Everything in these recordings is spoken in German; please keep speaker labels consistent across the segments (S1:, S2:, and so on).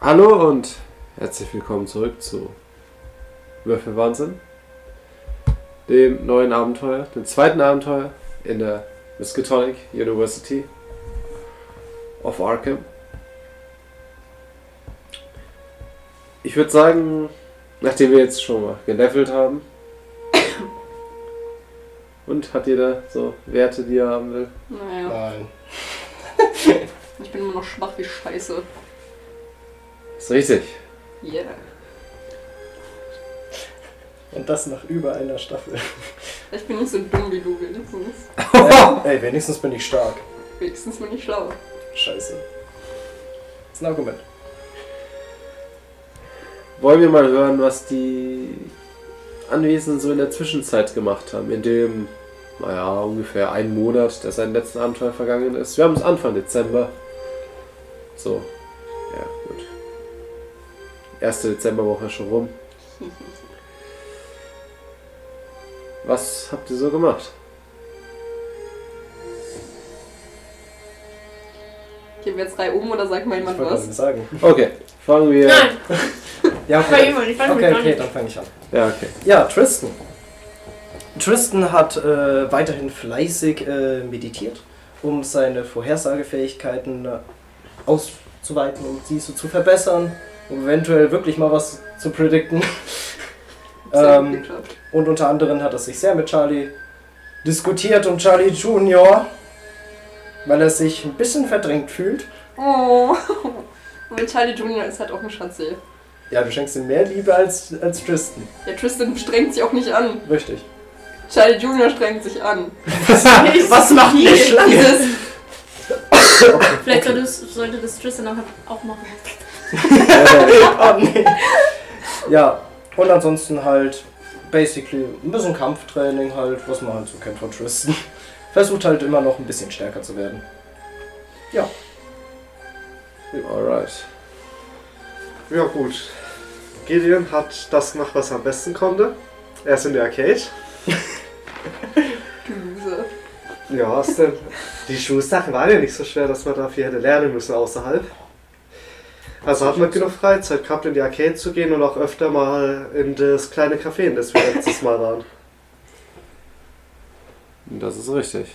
S1: Hallo und herzlich willkommen zurück zu Würfelwahnsinn, dem neuen Abenteuer, dem zweiten Abenteuer in der Miskatonic University of Arkham. Ich würde sagen, nachdem wir jetzt schon mal gelevelt haben, und hat jeder so Werte, die er haben will?
S2: Naja,
S3: Nein.
S2: ich bin immer noch schwach wie Scheiße.
S1: Ist richtig.
S2: Yeah.
S3: Und das nach über einer Staffel.
S2: Ich bin nicht so dumm wie du, wenigstens.
S3: ey, ey, wenigstens bin ich stark.
S2: Wenigstens bin ich schlau.
S3: Scheiße. ist ein Argument.
S1: Wollen wir mal hören, was die Anwesenden so in der Zwischenzeit gemacht haben, in dem, naja, ungefähr einen Monat, der sein letzten Abenteuer vergangen ist. Wir haben es Anfang Dezember. So, ja, gut. Erste Dezemberwoche schon rum. Was habt ihr so gemacht?
S2: Gehen wir jetzt drei um oder sag mal jemand
S3: ich wollte gerade
S2: was?
S3: sagen.
S1: Okay, fangen wir.
S4: Nein,
S3: Ja,
S4: fang jemand, ich fang
S3: okay,
S4: mich noch
S3: okay,
S4: nicht.
S3: dann fange ich an.
S1: Ja, okay.
S3: Ja, Tristan. Tristan hat äh, weiterhin fleißig äh, meditiert, um seine Vorhersagefähigkeiten äh, auszuweiten und diese zu verbessern, um eventuell wirklich mal was zu predikten.
S2: Sehr gut
S3: ähm,
S2: geklappt.
S3: Und unter anderem hat er sich sehr mit Charlie diskutiert und Charlie Junior, weil er sich ein bisschen verdrängt fühlt.
S2: Oh. Und mit Charlie Junior ist halt auch ein Schatzi.
S3: Ja, du schenkst ihm mehr Liebe als, als Tristan.
S2: Ja, Tristan strengt sich auch nicht an.
S3: Richtig.
S2: Charlie Junior strengt sich an.
S3: Was macht eine Schlange?
S2: Dieses,
S4: Vielleicht sollte das, sollte das Tristan auch, auch machen.
S3: oh, nee. Ja, und ansonsten halt basically ein bisschen Kampftraining halt, was man halt so kennt von Tristan. Versucht halt immer noch ein bisschen stärker zu werden.
S1: Alright.
S5: Ja gut. Gideon hat das gemacht, was er am besten konnte. Er ist in der Arcade.
S2: du Loser.
S5: Ja, was denn? Die Schulsachen waren ja nicht so schwer, dass man dafür hätte lernen müssen außerhalb. Also hat man genug Freizeit gehabt, in die Arcade zu gehen und auch öfter mal in das kleine Café, in das wir letztes Mal waren.
S1: Das ist richtig.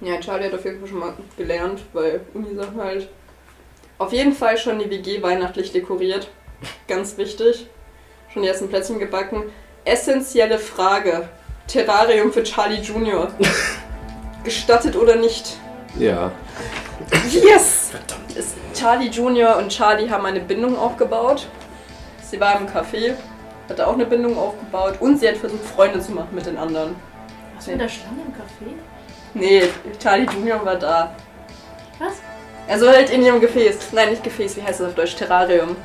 S2: Ja, Charlie hat auf jeden Fall schon mal gelernt, weil Unisachen halt. Auf jeden Fall schon die WG weihnachtlich dekoriert. Ganz wichtig. Schon die ersten Plätzchen gebacken. Essentielle Frage. Terrarium für Charlie Junior. Gestattet oder nicht?
S1: Ja.
S2: Yes! Es- Charlie Junior und Charlie haben eine Bindung aufgebaut. Sie war im Café, hatte auch eine Bindung aufgebaut und sie hat versucht, Freunde zu machen mit den anderen.
S4: Was mit der Schlange im Café?
S2: Nee, Charlie Junior war da.
S4: Was?
S2: Also halt in ihrem Gefäß. Nein, nicht Gefäß, wie heißt das auf Deutsch? Terrarium.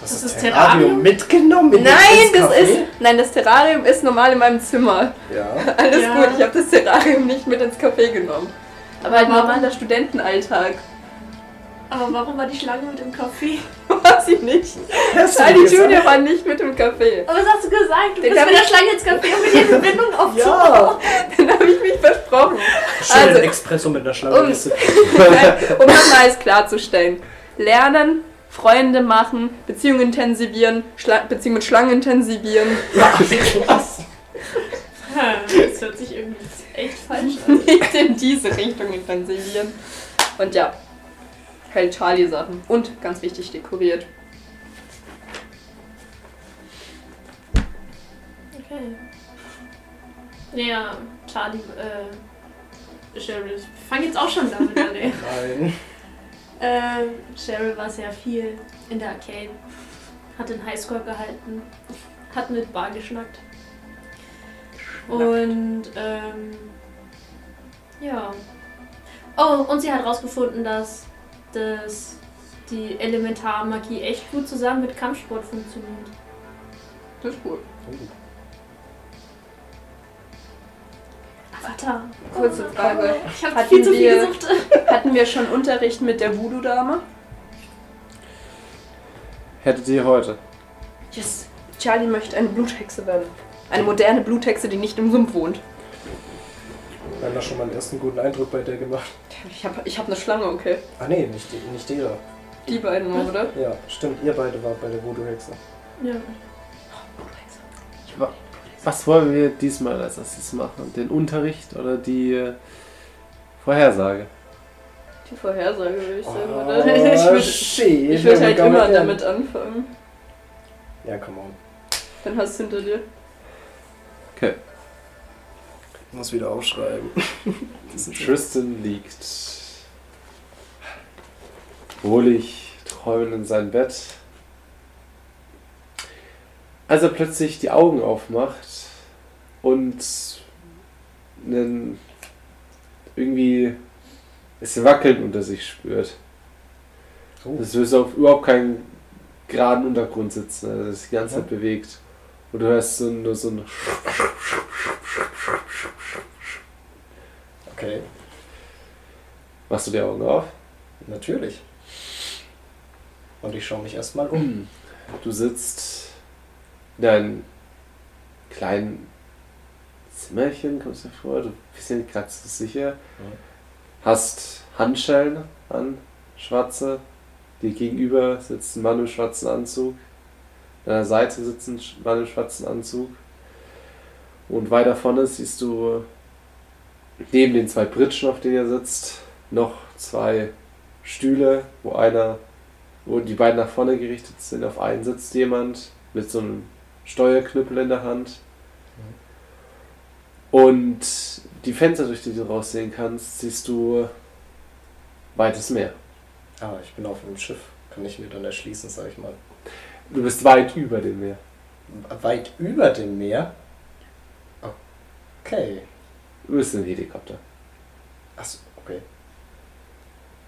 S3: Das,
S4: ist Terrarium?
S3: mitgenommen? in
S2: Nein,
S3: das
S2: das ist. Nein, das Terrarium ist normal in meinem Zimmer.
S3: Ja.
S2: Alles
S4: Ja.
S2: gut, ich habe das Terrarium nicht mit ins Café genommen. Aber halt
S4: Warum?
S2: normaler Studentenalltag.
S4: Aber warum war die Schlange mit im Café?
S2: War sie nicht.
S3: Hast du
S2: Charlie
S3: gesagt?
S2: Junior war nicht mit im Café.
S4: Aber was hast du gesagt? Du
S2: Den
S4: bist
S2: hab
S4: mit der
S2: ich-
S4: Schlange ins Café, um mit ihr eine Bindung aufzubauen.
S3: Ja.
S2: Dann habe ich mich versprochen.
S3: Schön
S2: Also-
S3: also, Expresso mit einer Schlange.
S2: Um-
S3: Liste.
S2: Nein, um das mal alles klarzustellen. Lernen, Freunde machen, Beziehungen intensivieren, Schla Beziehungen mit Schlangen intensivieren.
S3: Was?
S4: Ja. Das hört sich irgendwie echt falsch an.
S2: nicht in diese Richtung intensivieren. Und ja, hält Charlie Sachen. Und ganz wichtig, dekoriert.
S4: Okay. Naja, Charlie, äh, Cheryl, ich fang jetzt auch schon damit an, ey.
S3: Nein.
S4: Ähm, Cheryl war sehr viel in der Arcade, hat den Highscore gehalten, hat mit Bar geschnackt. Und, ähm, ja. Oh, und sie hat rausgefunden, dass das, die Elementarmagie echt gut zusammen mit Kampfsport funktioniert.
S2: Das ist cool.
S4: Avatar.
S2: Kurze Frage.
S4: Ich habe
S2: Hatten
S4: viel zu viel
S2: wir-
S4: gesucht.
S2: Hatten wir schon Unterricht mit der Voodoo-Dame?
S1: Hättet ihr heute.
S2: Yes. Charlie möchte eine Bluthexe werden. Eine moderne Bluthexe, die nicht im Sumpf wohnt.
S3: Wir haben da schon mal einen ersten guten Eindruck bei der gemacht.
S2: Ich habe ich hab eine Schlange, okay.
S3: Ah nee, nicht, die- nicht jeder.
S2: Die beiden nur, oder?
S3: Ja, stimmt, ihr beide wart bei der Voodoo-Hexe.
S4: Ja.
S1: Was wollen wir diesmal als erstes machen? Den Unterricht oder die äh, Vorhersage?
S2: Die Vorhersage würde ich sagen,
S3: Ah,
S2: oder? Ich würde
S3: shit,
S2: ich würd
S3: wir
S2: halt
S3: haben
S2: immer
S3: gar nicht-
S2: damit anfangen.
S3: Ja, come on.
S2: Dann hast du hinter dir.
S3: Muss wieder aufschreiben.
S1: Tristan liegt wohlig träumend in seinem Bett. Als er plötzlich die Augen aufmacht und einen irgendwie es wackeln unter sich spürt.
S3: Oh.
S1: Das wirst auf überhaupt keinen geraden Untergrund sitzen, also das die ganze Zeit bewegt. Und du hörst so, nur so ein
S3: Okay,
S1: Machst du die Augen auf?
S3: natürlich. Und ich schaue mich erstmal um.
S1: Du sitzt in einem kleinen Zimmerchen, kommst du dir vor, du bist dir nicht gerade so sicher. Hast Handschellen an, schwarze. Dir gegenüber sitzt ein Mann im schwarzen Anzug. An deiner Seite sitzt ein Sch- Mann im schwarzen Anzug. Und weiter vorne siehst du neben den zwei Britschen, auf denen er sitzt, noch zwei Stühle, wo einer wo die beiden nach vorne gerichtet sind. Auf einen sitzt jemand mit so einem Steuerknüppel in der Hand. Und die Fenster, durch die du raussehen kannst, siehst du weites Meer.
S3: Ah, ich bin auf einem Schiff. Kann ich mir dann erschließen, sag ich mal.
S1: Du bist weit über dem Meer.
S3: Weit über dem Meer? Okay.
S1: Du bist ein Helikopter.
S3: Achso, okay.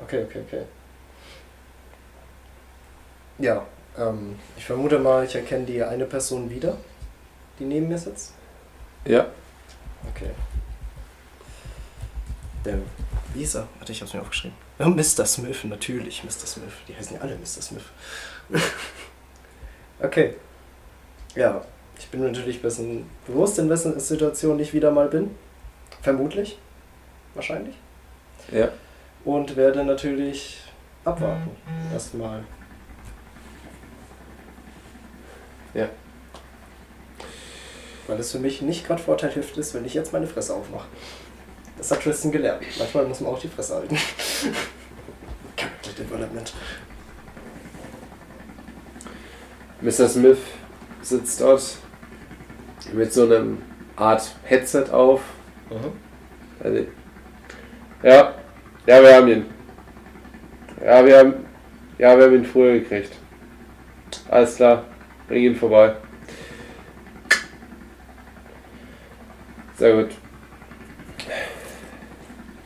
S3: Okay, okay, okay. Ja, ähm, ich vermute mal, ich erkenne die eine Person wieder, die neben mir sitzt.
S1: Ja.
S3: Okay. Der Lisa, warte, ich hab's mir aufgeschrieben. Ja, Mr. Smith, natürlich, Mr. Smith. Die heißen ja alle Mr. Smith. okay. Ja, ich bin mir natürlich ein bisschen bewusst, in wessen Situation ich wieder mal bin. Vermutlich. Wahrscheinlich.
S1: Ja.
S3: Und werde natürlich abwarten. Erstmal.
S1: Ja.
S3: Weil es für mich nicht gerade vorteilhaft ist, wenn ich jetzt meine Fresse aufmache. Das hat Tristan gelernt. Manchmal muss man auch die Fresse halten. Character Development.
S1: Mr. Smith sitzt dort mit so einem Art Headset auf. Also, ja, ja, wir haben ihn. Ja, wir haben, ja, wir haben ihn früher gekriegt. Alles klar, bring ihn vorbei. Sehr gut.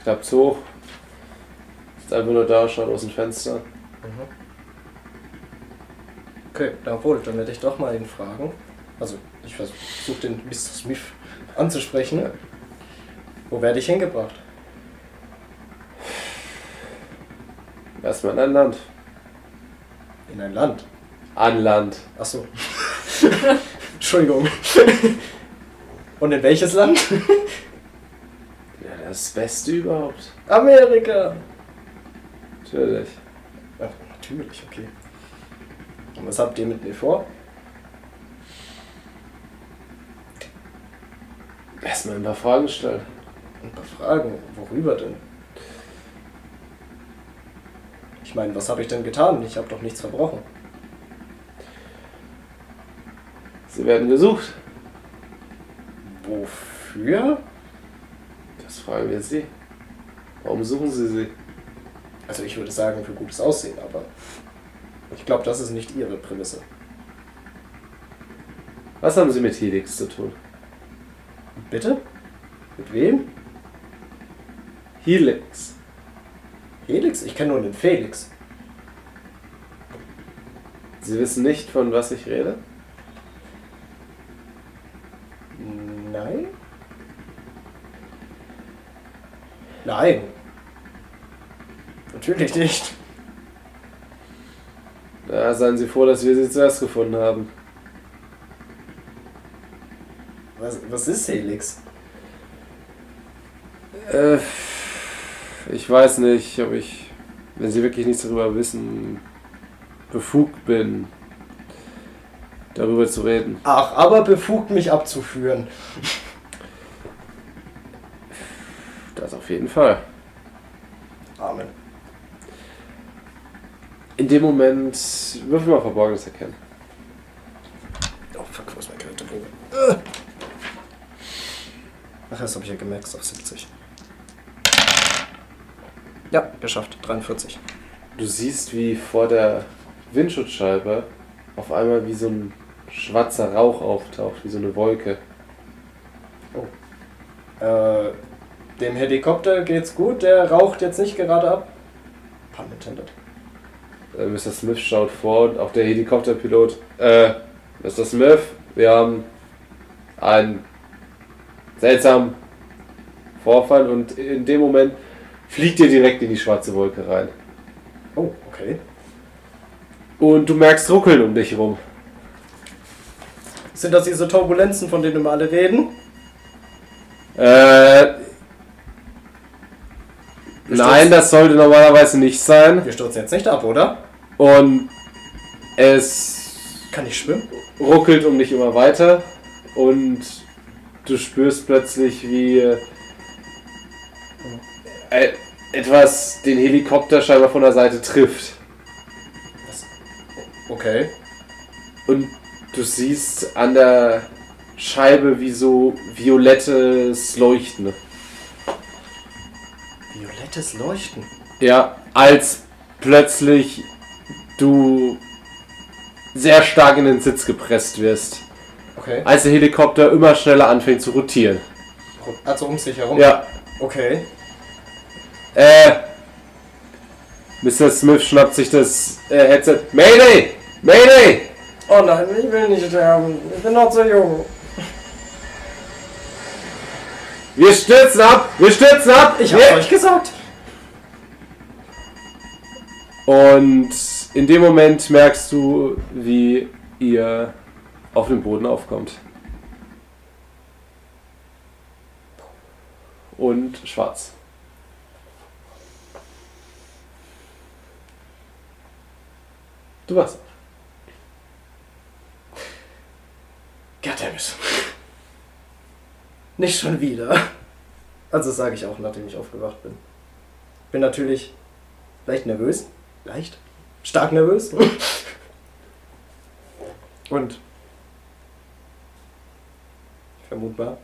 S1: Klappt's hoch. Ist einfach nur da, schaut aus dem Fenster.
S3: Okay, na wohl, dann werde ich doch mal ihn fragen. Also, ich versuche den Mr. Smith anzusprechen. Wo werde ich hingebracht?
S1: Erstmal in ein Land.
S3: In ein Land.
S1: An Land.
S3: Achso. Entschuldigung. Und in welches Land?
S1: Ja, das Beste überhaupt.
S3: Amerika!
S1: Natürlich.
S3: Ja, natürlich, okay. Und was habt ihr mit mir vor?
S1: Erstmal ein paar Fragen stellen.
S3: Ein paar Fragen. Worüber denn? Ich meine, was habe ich denn getan? Ich habe doch nichts verbrochen.
S1: Sie werden gesucht.
S3: Wofür?
S1: Das fragen wir Sie. Warum suchen Sie sie?
S3: Also ich würde sagen, für gutes Aussehen, aber ich glaube, das ist nicht ihre Prämisse.
S1: Was haben Sie mit Helix zu tun?
S3: Bitte? Mit wem?
S1: Helix.
S3: Helix? Ich kenne nur den Felix.
S1: Sie wissen nicht, von was ich rede?
S3: Nein? Nein. Natürlich nicht.
S1: Da seien Sie froh, dass wir sie zuerst gefunden haben.
S3: Was, was ist Helix?
S1: Äh, ich weiß nicht, ob ich, wenn Sie wirklich nichts darüber wissen, befugt bin, darüber zu reden.
S3: Ach, aber befugt mich abzuführen.
S1: Das auf jeden Fall.
S3: Amen.
S1: In dem Moment würfel mal Verborgenes erkennen.
S3: Oh fuck, wo ist mein Charakterbogen? Ach, das habe ich ja gemerkt, ist auf 70. Ja, geschafft. 43.
S1: Du siehst, wie vor der Windschutzscheibe auf einmal wie so ein schwarzer Rauch auftaucht, wie so eine Wolke.
S3: Äh, dem Helikopter geht's gut, der raucht jetzt nicht gerade ab. Pun intended.
S1: Äh, Mr. Smith schaut vor und auch der Helikopterpilot. Äh, Mr. Smith, wir haben einen seltsamen Vorfall und in dem Moment fliegt ihr direkt in die schwarze Wolke rein.
S3: Oh, okay.
S1: Und du merkst Ruckeln um dich herum.
S3: Sind das diese Turbulenzen, von denen wir alle reden?
S1: Äh. Nein, das sollte normalerweise nicht sein.
S3: Wir stürzen jetzt nicht ab, oder?
S1: Und es
S3: Kann ich schwimmen?
S1: ruckelt um dich immer weiter und du spürst plötzlich, wie äh, äh, etwas den Helikopter scheinbar von der Seite trifft.
S3: Okay.
S1: Und du siehst an der Scheibe wie so violettes Leuchten.
S3: Violettes Leuchten.
S1: Ja, als plötzlich du sehr stark in den Sitz gepresst wirst.
S3: Okay.
S1: Als der Helikopter immer schneller anfängt zu rotieren.
S3: Also um sich herum.
S1: Ja,
S3: Okay.
S1: Äh, Mr. Smith schnappt sich das äh, Headset. Mayday! Mayday!
S3: Oh nein, ich will nicht sterben. Ich bin noch zu jung.
S1: Wir stürzen ab! Wir stürzen ab!
S3: Ich hab's
S1: Wir-
S3: euch gesagt.
S1: Und in dem Moment merkst du, wie ihr auf dem Boden aufkommt. Und schwarz. Du warst.
S3: Goddammit. Nicht schon wieder. Also das sage ich auch, nachdem ich aufgewacht bin. Bin natürlich leicht nervös. Leicht? Stark nervös. Und vermutbar.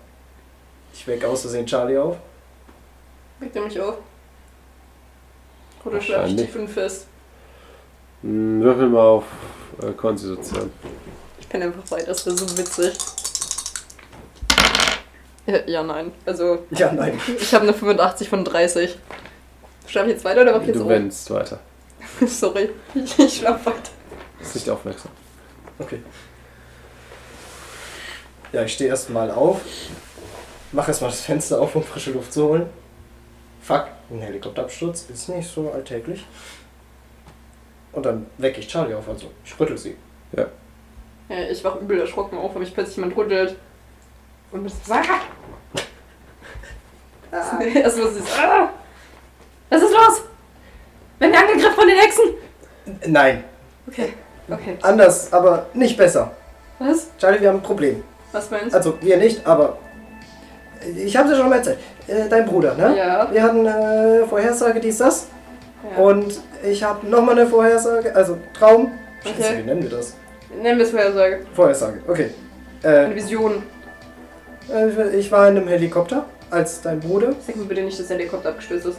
S3: Ich weck aus Versehen Charlie auf.
S2: Weckt er mich auf? Oder schlafe ich
S1: Wahrscheinlich.
S2: tief und fest?
S1: Hm, Würfel mal auf äh, Konstitution.
S2: Ich penne einfach weiter, das wäre so witzig. Ja, ja, nein. Also,
S3: Ja, nein.
S2: ich habe eine 85 von 30. Schlafe ich jetzt weiter oder mach ich jetzt
S1: Du
S2: um?
S1: wendest weiter.
S2: Sorry, ich, ich schlafe weiter.
S1: Ist nicht aufmerksam.
S3: Okay. Ja, ich stehe erstmal auf, mache erstmal das Fenster auf, um frische Luft zu holen. Fuck, ein Helikopterabsturz ist nicht so alltäglich. Und dann wecke ich Charlie auf, also ich rüttel sie.
S2: Ja, ich wach übel erschrocken auf, wenn mich plötzlich jemand rüttelt. Und bin so, ah! Das ist erst was ist, ah! Was ist los? Wenn wir angegriffen von den Hexen?
S3: N- Nein,
S2: Okay, okay.
S3: anders, aber nicht besser.
S2: Was?
S3: Charlie, wir haben ein Problem.
S2: Was meinst du?
S3: Also, wir nicht, aber. Ich habe dir schon mal erzählt. Äh, dein Bruder, ne?
S2: Ja.
S3: Wir hatten äh, Vorhersage, dies, das.
S2: ja.
S3: Und ich habe nochmal eine Vorhersage, also Traum. Scheiße,
S2: Okay.
S3: wie nennen wir das?
S2: Nennen wir es Vorhersage.
S3: Vorhersage, okay.
S2: Eine
S3: Äh,
S2: Vision.
S3: äh, ich war in einem Helikopter als dein Bruder.
S2: Sag mir bitte nicht, dass der Helikopter abgestürzt ist.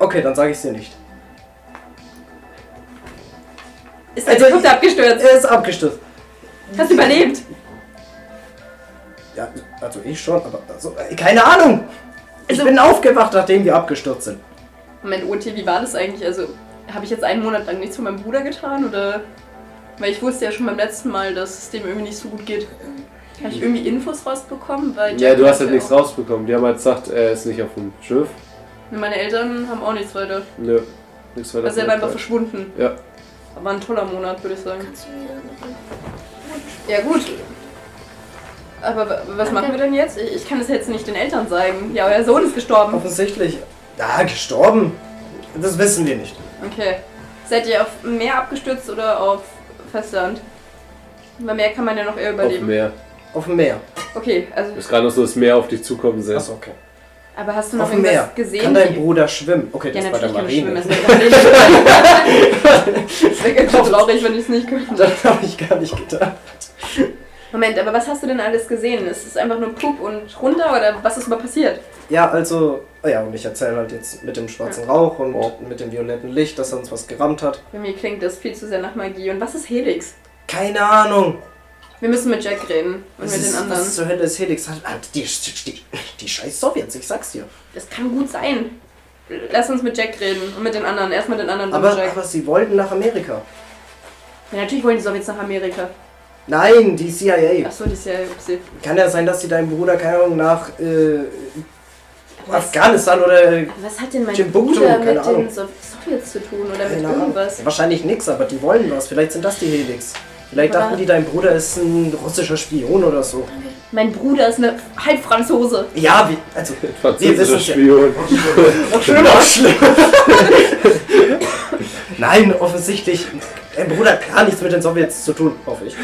S3: Okay, dann sage ich dir nicht.
S2: Ist der
S3: Also,
S2: Helikopter
S3: ich-
S2: abgestürzt?
S3: Er ist abgestürzt.
S2: Hast du überlebt?
S3: Ja, also ich schon, aber also, äh, keine Ahnung. Ich
S2: Also-
S3: bin aufgewacht, nachdem wir abgestürzt sind.
S2: Moment, OT, wie war das eigentlich? Also, habe ich jetzt einen Monat lang nichts von meinem Bruder getan oder? Weil ich wusste ja schon beim letzten Mal, dass es dem irgendwie nicht so gut geht. Habe ich irgendwie Infos rausbekommen? Weil
S1: Ja, du hast halt
S2: ja
S1: nichts rausbekommen. Die haben halt gesagt, er ist nicht auf dem Schiff.
S2: Meine Eltern haben auch nichts weiter.
S1: Nö. Nichts weiter.
S2: Also, er war einfach verschwunden.
S1: halt Ja.
S2: War ein toller Monat, würde ich sagen.
S4: Kannst du mir
S2: Ja, gut. Aber w- was machen wir denn jetzt? Ich, ich kann das jetzt nicht den Eltern sagen. Ja, euer Sohn ist gestorben.
S3: Offensichtlich. Ja, gestorben. Das wissen wir nicht.
S2: Okay. Seid ihr auf Meer abgestürzt oder auf Festland? Bei Meer kann man ja noch eher
S1: Auf dem
S2: überleben.
S1: Meer.
S3: Auf dem Meer.
S2: Okay, also.
S1: Ist gerade noch so das Meer auf dich zukommen sehen.
S3: Achso, okay.
S2: Aber hast du noch
S3: Auf dem Meer.
S2: irgendwas gesehen?
S3: Kann dein
S2: wie-
S3: Bruder schwimmen? Okay, das
S2: ja,
S3: ist bei der
S2: natürlich kann ich schwimmen.
S3: Marine.
S2: Das wäre ganz traurig, wenn ich es nicht könnte.
S3: Das habe ich gar nicht gedacht.
S2: Moment, aber was hast du denn alles gesehen? Ist es einfach nur Pup und runter oder was ist überhaupt passiert?
S3: Ja, also, oh ja, und ich erzähle halt jetzt mit dem schwarzen Rauch und mit dem violetten Licht, dass er uns was gerammt hat.
S2: Bei mir klingt das viel zu sehr nach Magie. Und was ist Helix?
S3: Keine Ahnung.
S2: Wir müssen mit Jack reden und
S3: Was
S2: mit
S3: ist,
S2: den anderen.
S3: was zur Hölle ist Helix? Hat, hat die, die, die scheiß Sowjets, ich sag's dir.
S2: Das kann gut sein. Lass uns mit Jack reden und mit den anderen. Erst mit den anderen, dann
S3: Aber,
S2: mit Jack.
S3: aber sie wollten nach Amerika.
S2: Ja, natürlich wollen die Sowjets nach Amerika.
S3: Nein, die CIA.
S2: Achso, die ist ja upsie.
S3: Kann ja sein, dass sie deinen Bruder, keine Ahnung, nach äh, Afghanistan oder äh,
S2: Was hat denn mein
S3: Timbuktu,
S2: Bruder
S3: keine
S2: mit
S3: Ahnung.
S2: den So- Sowjets zu tun oder mit
S3: Keine Ahnung.
S2: irgendwas?
S3: Ja, wahrscheinlich nix, aber die wollen was. Vielleicht sind das die Helix. Vielleicht
S2: Aber-
S3: dachten die, dein Bruder ist ein russischer Spion oder so.
S2: Mein Bruder ist eine Halbfranzose.
S3: Ja, wie, also, wir wissen
S1: Französischer
S3: es ja.
S1: Spion.
S3: Noch schlimmer. Nein, offensichtlich. Dein Bruder hat gar nichts mit den Sowjets zu tun, hoffe ich.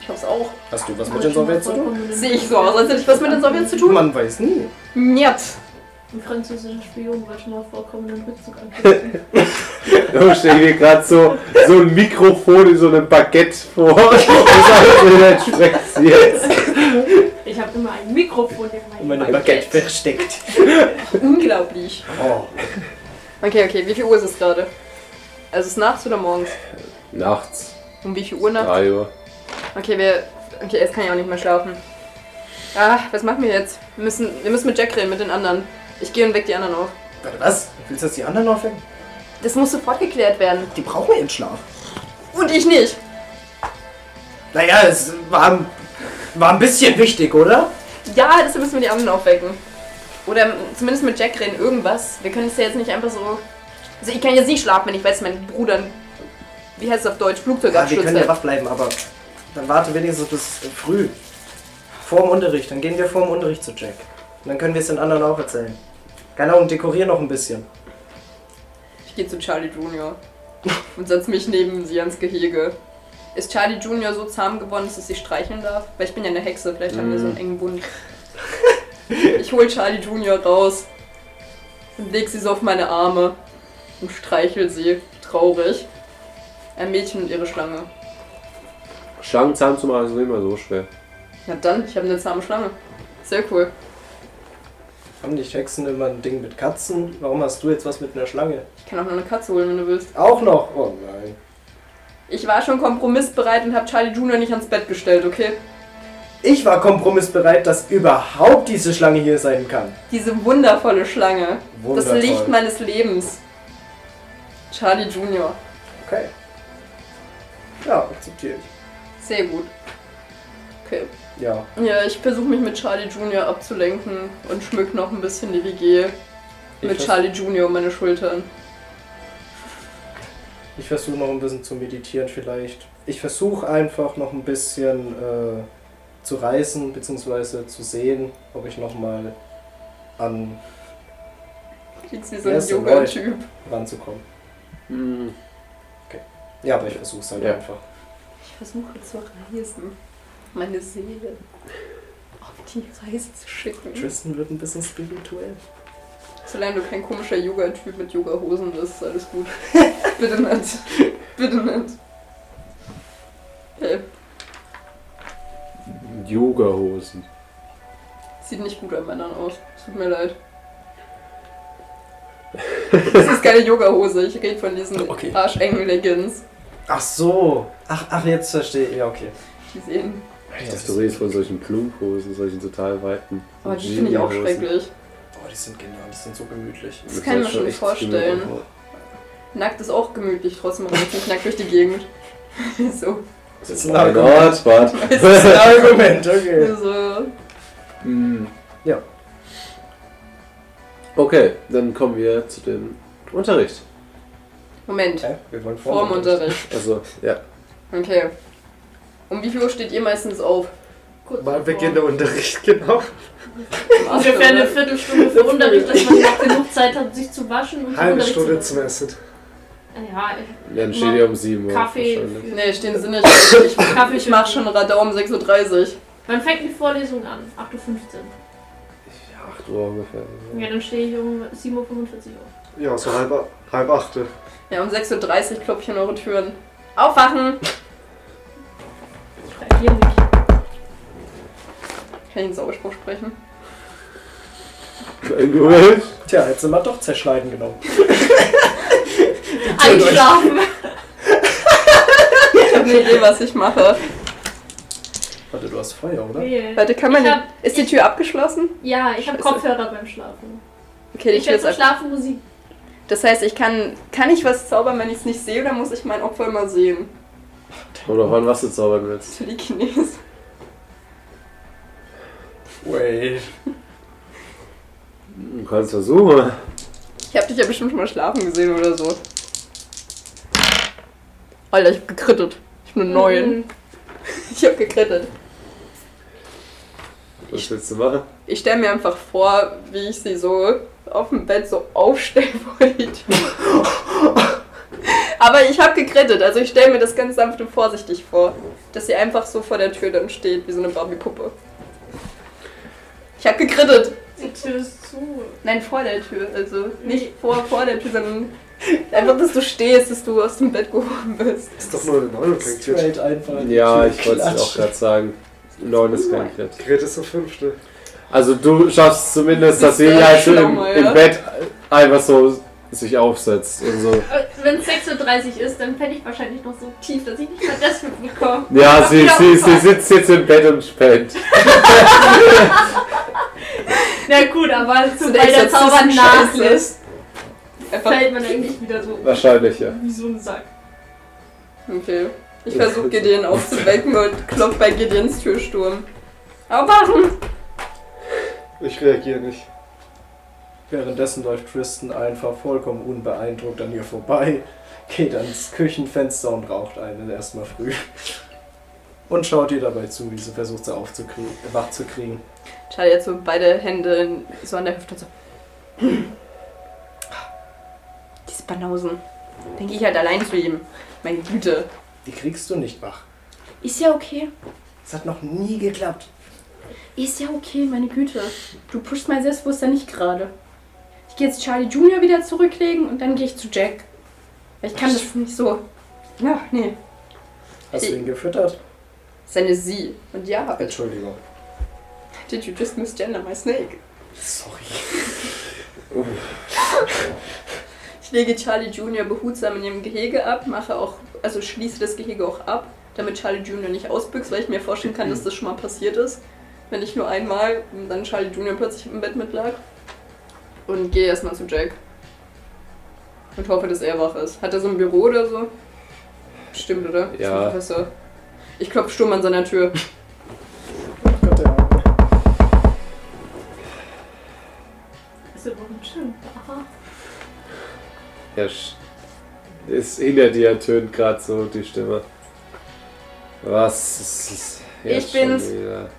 S2: Ich hoffe es auch.
S3: Hast du was mit den Sowjets zu tun?
S2: Sehe ich so aus, als hätte ich was mit den Sowjets zu tun.
S3: Man weiß nie.
S2: Njet.
S4: Ein französischer Spion war schon mal vorkommenden Rückzug angewiesen.
S1: Da stelle ich mir gerade so, so ein Mikrofon in so einem Baguette vor. Das heißt, du sprichst jetzt.
S4: Ich habe immer ein Mikrofon in meinem
S3: Meine Baguette versteckt.
S2: Unglaublich.
S3: Oh.
S2: Okay, okay, wie viel Uhr ist es gerade? Also ist es nachts oder morgens?
S1: Nachts,
S2: Um wie viel Uhr nachts?
S1: 3 Uhr.
S2: Okay, wir. Okay, jetzt kann ich auch nicht mehr schlafen. Ah, was machen wir jetzt? Wir müssen, wir müssen mit Jack reden, mit den anderen. Ich gehe und weck die anderen auf.
S3: Warte, was? Willst du jetzt die anderen aufwecken?
S2: Das muss sofort geklärt werden.
S3: Die brauchen ihren Schlaf.
S2: Und ich nicht.
S3: Naja, es war, war ein bisschen wichtig, oder?
S2: Ja, deshalb müssen wir die anderen aufwecken. Oder mm, zumindest mit Jack reden, irgendwas. Wir können es ja jetzt nicht einfach so. Also ich kann jetzt nicht schlafen, wenn ich weiß, mein Bruder. ein- Wie heißt es auf Deutsch?
S3: Ja, Ah, wir
S2: Flugzeugabsturz.
S3: können ja
S2: hat.
S3: wach bleiben, aber dann warte wenigstens bis früh. Vor dem Unterricht. Dann gehen wir vor dem Unterricht zu Jack. Und dann können wir es den anderen auch erzählen. Keine Ahnung, dekorier noch ein bisschen.
S2: ich gehe zu Charlie Junior und setze mich neben sie ans Gehege. Ist Charlie Junior so zahm geworden, dass ich sie streicheln darf? Weil ich bin ja eine Hexe, vielleicht haben wir so einen engen Bund. Ich hol Charlie Junior raus und leg sie so auf meine Arme und streichel sie traurig. Ein Mädchen und ihre Schlange.
S1: Schlangen zahm zu machen ist nicht mehr so schwer.
S2: Na dann, ich habe eine zahme Schlange. Sehr cool.
S3: Haben die Hexen immer ein Ding mit Katzen? Warum hast du jetzt was mit einer Schlange?
S2: Ich kann auch noch eine Katze holen, wenn du willst.
S3: Auch noch? Oh nein.
S2: Ich war schon kompromissbereit und habe Charlie Junior nicht ans Bett gestellt, okay?
S3: Ich war kompromissbereit, dass überhaupt diese Schlange hier sein kann.
S2: Diese wundervolle Schlange.
S3: Wundervoll.
S2: Das Licht meines Lebens. Charlie Junior.
S3: Okay. Ja, akzeptiere ich.
S2: Sehr gut. Okay.
S3: Ja.
S2: Ja, ich versuche mich mit Charlie Junior abzulenken und schmück noch ein bisschen die WG.
S3: Ich
S2: mit
S3: vers-
S2: Charlie Junior um meine Schultern.
S3: Ich versuche noch ein bisschen zu meditieren vielleicht. Ich versuche einfach noch ein bisschen äh, zu reisen, beziehungsweise zu sehen, ob ich nochmal an
S2: Klingt wie so
S3: Ja,
S2: ein
S3: ist so
S2: Yoga-Typ.
S3: ranzukommen.
S1: Hm.
S3: Ja, aber ich versuche es halt
S1: Ja.
S3: einfach.
S2: Ich versuche zu reisen. Meine Seele auf die Reise zu schicken.
S3: Mhm. Tristan wird ein bisschen spirituell.
S2: Solange du kein komischer Yoga-Typ mit Yoga-Hosen bist, ist alles gut. Bitte nicht. Bitte nicht. Okay.
S1: Yoga-Hosen.
S2: Sieht nicht gut an Männern aus. Es Tut mir leid. Das ist keine Yoga-Hose. Ich rede von diesen
S3: Okay.
S2: arschengen Leggings.
S3: Ach so. Ach, ach jetzt verstehe ich. Ja, okay.
S2: Die sehen.
S1: Ich dachte, du redest von solchen Plumphosen, solchen total weiten.
S2: Aber die finde ich auch
S1: Jeanshosen.
S2: schrecklich.
S3: Oh, die sind genial. Die sind so gemütlich.
S2: Das kann ich mir
S1: ist
S2: schon
S1: echt
S2: vorstellen.
S1: schlimm.
S2: Nackt ist auch gemütlich, trotzdem renne ich nicht nackt durch die Gegend. so.
S1: Das ist
S3: ein
S1: ein
S3: Argument.
S1: Nordbad.
S2: Das ist ein
S3: Argument, okay.
S2: so.
S1: Hm.
S3: Ja.
S1: Okay, dann kommen wir zu dem Unterricht.
S2: Moment.
S3: okay. Wir wollen
S2: Vorm Unterricht.
S1: Also, ja.
S2: Okay. Um wie viel Uhr steht ihr meistens auf?
S4: Kurz
S5: Mal
S4: davor.
S5: beginnender Unterricht, genau.
S4: Ungefähr
S2: ne?
S4: eine Viertelstunde vor Unterricht, dass man noch genug Zeit hat, sich zu waschen und
S5: Halbe
S4: Unterricht
S5: Stunde zum Essen.
S4: Ja,
S1: Dann steht ihr um 7 Uhr.
S4: Kaffee.
S1: wahrscheinlich.
S2: Nee, stehen sie nicht. Ich,
S4: Kaffee
S2: ich mach schon Radau um 6.30 Uhr.
S4: Wann fängt die Vorlesung an? 8.15
S1: Ja, 8 Uhr ungefähr.
S4: Uhr. Ja, dann stehe ich um 7.45 Uhr auf.
S5: Ja, so halb, halb achte.
S2: Ja, um 6.30 Uhr klopfe ich an eure Türen. Aufwachen!
S4: Ich reagiere nicht.
S2: Kann ich einen Zauberspruch sprechen?
S1: Englisch?
S3: Tja, hättest du mal doch zerschneiden genommen.
S4: Einschlafen!
S2: Ich habe eine Idee, was ich mache.
S3: Warte, du hast Feuer, oder?
S4: Nee.
S2: Warte, kann man
S4: Ich
S2: nicht.
S4: hab-
S2: Ist die
S4: ich-
S2: Tür abgeschlossen?
S4: Ja, ich
S2: Scheiße.
S4: habe Kopfhörer beim Schlafen.
S2: Okay, die
S4: ich
S2: Tür
S4: werde
S2: ist
S4: zum
S2: ab.
S4: Schlafen um Musik.
S2: Das heißt, ich kann. Kann ich was zaubern, wenn ich es nicht sehe, oder muss ich mein Opfer immer sehen?
S1: Oder wann was du zaubern willst.
S2: Für die Chines.
S3: Wait.
S1: Du kannst versuchen.
S2: Ich habe dich ja bestimmt schon mal schlafen gesehen oder so. Alter, ich hab gekrittet. Ich hab nur neun.
S4: Mhm.
S2: Ich hab gekrittet.
S1: Was willst du machen?
S2: Ich stelle mir einfach vor, wie ich sie so auf dem Bett so aufstelle vor die Tür. Aber ich habe gekrittet, also ich stelle mir das ganz sanft und vorsichtig vor, dass sie einfach so vor der Tür dann steht, wie so eine Barbie-Puppe. Ich habe gekrittet.
S4: Die Tür ist zu.
S2: Nein, vor der Tür, also nicht vor, vor der Tür, sondern einfach, dass du stehst, dass du aus dem Bett gehoben bist.
S5: Ist doch nur eine 9 und kein Crit.
S3: Straight einfach. in die
S1: Ja,
S3: Tür
S1: ich wollte es auch
S3: klatschen.
S1: gerade sagen. 9 ist kein Crit.
S5: Crit ist eine fünfte. Also,
S1: Also du schaffst zumindest, dass
S2: Bist du
S1: Celia halt
S2: schlau,
S1: im,
S2: ja?
S1: im Bett einfach so sich aufsetzt und so.
S4: Wenn es 6.30 Äh, Uhr ist, dann fände ich wahrscheinlich noch so tief, dass ich nicht mal das mitbekomme.
S1: Ja,
S4: Ach,
S1: sie,
S4: wieder
S1: sie, sie
S4: umfallen.
S1: sitzt jetzt im Bett und spennt.
S4: Na gut, aber zu
S2: So
S4: bei der Zauber nachlässt,
S2: Scheiß ist. Einfach.
S4: fällt man eigentlich wieder so
S1: Wahrscheinlich, ja.
S4: wie so ein Sack.
S2: Okay. Ich versuche Gideon aufzuwecken und klopf bei Gideons Türsturm. Aufwachen!
S5: ich reagiere nicht.
S3: Währenddessen läuft Tristan einfach vollkommen unbeeindruckt an ihr vorbei, geht ans Küchenfenster und raucht einen erstmal früh. Und schaut ihr dabei zu, wie sie versucht, sie aufzukriegen, wach zu kriegen.
S2: Charlie hat so beide Hände in- so an der Hüfte und so. Diese Banausen. Dann gehe ich halt allein zu ihm. Meine Güte.
S3: Die kriegst du nicht wach.
S2: Ist ja okay.
S3: Es hat noch nie geklappt.
S2: Ist ja okay, meine Güte. Du pushst mein Selbstbewusstsein nicht gerade. Ich gehe jetzt Charlie Junior wieder zurücklegen und dann gehe ich zu Jack. Weil ich kann das nicht so. Ja, nee.
S3: Hast du ihn gefüttert?
S2: Seine Sie. Und ja,
S3: Entschuldigung.
S2: did you just misgender my snake?
S3: Sorry.
S2: Ich lege Charlie Junior behutsam in ihrem Gehege ab, mache auch, also schließe das Gehege auch ab, damit Charlie Junior nicht ausbüchst, weil ich mir vorstellen kann, dass das schon mal passiert ist. Wenn ich nur einmal, und dann Charlie Junior plötzlich im Bett mitlag. Und gehe erstmal zu Jack. Und hoffe, dass er wach ist. Hat er so ein Büro oder so? Stimmt, oder? Ist
S1: Ja.
S2: ein Professor. Ich klopfe stumm an seiner Tür.
S3: Ach Gott, der Arme.
S4: Ist überhaupt schön. Aha.
S1: Ja, sch- ist hinter dir ertönt gerade so die Stimme. Was ist jetzt
S2: Ich bin's.
S1: schon wieder?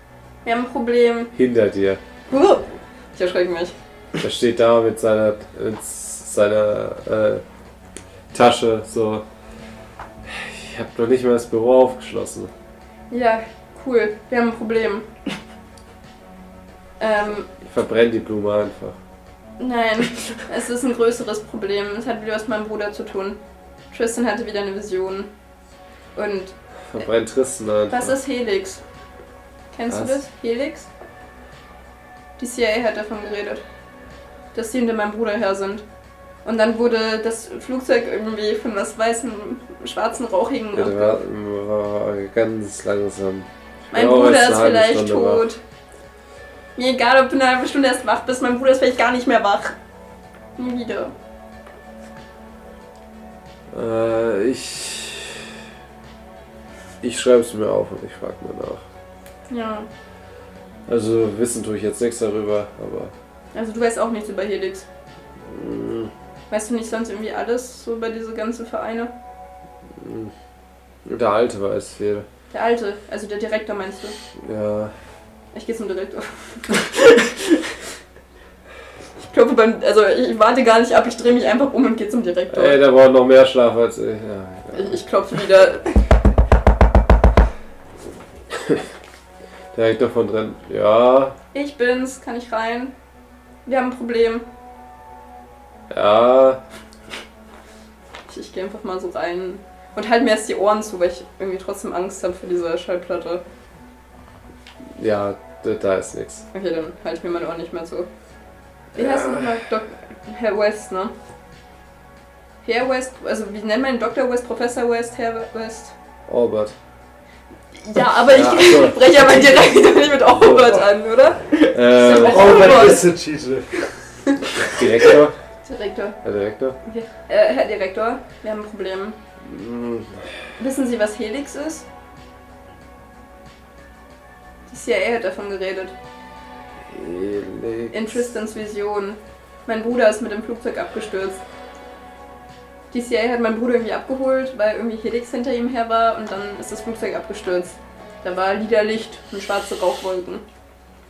S2: Wir haben ein Problem.
S1: Hinter dir.
S2: Huh! Ich erschrecke mich.
S1: Er steht da mit seiner, mit seiner äh, Tasche so. Ich habe noch nicht mal das Büro aufgeschlossen.
S2: Ja, cool. Wir haben ein Problem. ähm,
S1: Ich verbrenne die Blume einfach.
S2: Nein, es ist ein größeres Problem. Es hat wieder was mit meinem Bruder zu tun. Tristan hatte wieder eine Vision. Und
S1: Verbrennt Tristan einfach.
S2: was ist Helix? Kennst
S1: Was?
S2: du das? Helix? Die CIA hat davon geredet. Dass sie hinter meinem Bruder her sind. Und dann wurde das Flugzeug irgendwie von was weißen, schwarzen, rauchigen.
S1: Ja, der war,
S2: abge-
S1: war ganz langsam.
S2: Mein
S1: Ja, aber
S2: Bruder
S1: es
S2: ist
S1: eine halbe
S2: vielleicht
S1: Stunde wach.
S2: tot. Mir egal, ob du eine halbe Stunde erst wach bist, mein Bruder ist vielleicht gar nicht mehr wach. Nie wieder.
S1: Äh, ich. Ich schreibe es mir auf und ich frage mal nach.
S2: Ja.
S1: Also, wissen tue ich jetzt nichts darüber, aber.
S2: Also du weißt auch nichts über Helix.
S1: mm,
S2: Weißt du nicht sonst irgendwie alles so über diese ganzen Vereine?
S1: mm. Der Alte weiß viel.
S2: Der alte, also der Direktor meinst du?
S1: Ja.
S2: Ich gehe zum Direktor. ich glaube, beim, also ich warte gar nicht ab, ich drehe mich einfach um und gehe zum Direktor.
S1: Ey, der braucht noch mehr Schlaf als ich. Ja,
S2: Ich, ich klopfe wieder.
S1: Direkt davon drin. Ja,
S2: Ich bin's, kann ich rein? Wir haben ein Problem.
S1: ja.
S2: Ich, ich gehe einfach mal so rein und halte mir erst die Ohren zu, weil ich irgendwie trotzdem Angst habe vor dieser Schallplatte.
S1: Ja, da, da ist nichts.
S2: Okay, dann halte ich mir meine Ohren nicht mehr zu. Wie heißt nochmal Dok Herr West, ne? Herr West, also wie nennt man ihn? Dr. West, Professor West, Herr West?
S1: Albert.
S2: Ja, aber ich
S1: Ja, also-
S2: spreche aber direkt nicht mit Albert an, oder?
S1: Ähm,
S2: Oh, Gott.
S5: Robert ist ein Titel.
S1: Direktor.
S2: Direktor.
S1: Herr Direktor.
S2: Äh, Herr Direktor, wir haben ein Problem.
S1: Hm,
S2: Wissen Sie, was Helix ist? Die CIA hat davon geredet.
S1: Helix.
S2: In Tristans Vision. Mein Bruder ist mit dem Flugzeug abgestürzt. Die CIA hat meinen Bruder irgendwie abgeholt, weil irgendwie Helix hinter ihm her war und dann ist das Flugzeug abgestürzt. Da war Liederlicht und schwarze Rauchwolken.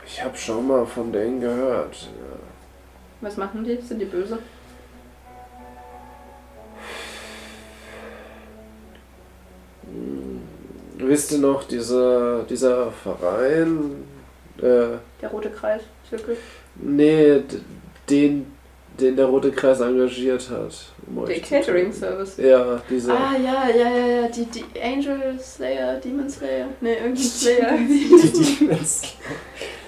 S1: Ich hab schon mal von denen gehört.
S2: Was machen die? Sind die böse?
S1: Wisst ihr noch, dieser, dieser Verein? Äh,
S2: Der rote Kreis, Zirkel.
S1: nee, d- den, den der Rote Kreis engagiert hat. um euch
S2: Der
S1: zu
S2: Catering
S1: töten.
S2: Service.
S1: Ja, dieser.
S2: Ah ja, ja, ja, ja, die, die Angel Slayer, Demon Slayer. Ne, irgendwie Slayer.
S3: Die Demons.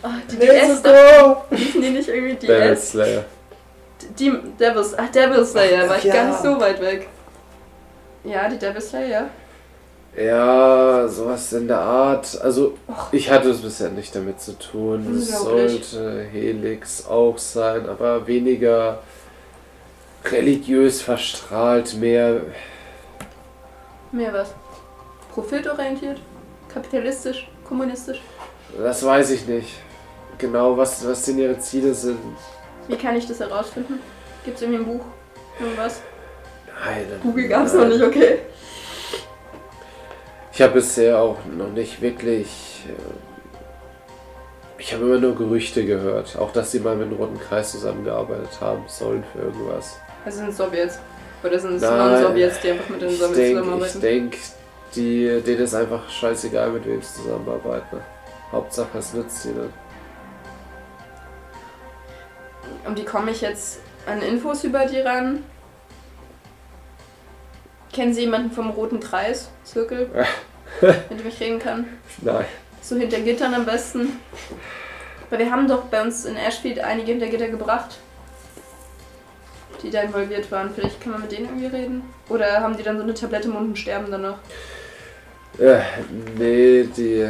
S2: Ah, die
S3: Let's
S2: DS,
S3: go!
S2: nee, nicht irgendwie
S1: Devil
S2: DS.
S1: Slayer.
S2: Die Devils, ach, Devil Slayer, war ich
S3: Ja.
S2: gar nicht so weit weg. Ja, die Devil Slayer.
S1: Ja, sowas in der Art. Also, ich hatte es bisher nicht damit zu tun. Es
S2: Unglaublich.
S1: sollte Helix auch sein, aber weniger religiös verstrahlt, mehr.
S2: Mehr was. Profitorientiert, kapitalistisch, kommunistisch.
S1: Das weiß ich nicht. Genau, was, was denn ihre Ziele sind.
S2: Wie kann ich das herausfinden? Gibt's irgendwie ein Buch? Irgendwas?
S1: Nein.
S2: Google gab's noch
S1: nein.
S2: nicht, okay.
S1: Ich habe bisher auch noch nicht wirklich. äh, Ich habe immer nur Gerüchte gehört. Auch, dass sie mal mit dem Roten Kreis zusammengearbeitet haben sollen für irgendwas.
S2: Also sind Sowjets. Oder sind es
S1: Nein.
S2: Non-Sowjets, die einfach mit den
S1: Ich
S2: Sowjets
S1: denke, ich
S2: zusammenarbeiten?
S1: denk, die, denen ist einfach scheißegal, mit wem sie zusammenarbeiten. Hauptsache, es nützt ihnen.
S2: Und wie komme ich jetzt an Infos über die ran? Kennen Sie jemanden vom Roten Kreis, Zirkel, mit dem ich reden kann?
S1: Nein.
S2: So hinter Gittern am besten. Weil wir haben doch bei uns in Ashfield einige hinter Gitter gebracht, die da involviert waren. Vielleicht kann man mit denen irgendwie reden? Oder haben die dann so eine Tablette im Mund und sterben dann noch?
S1: Äh, nee, die.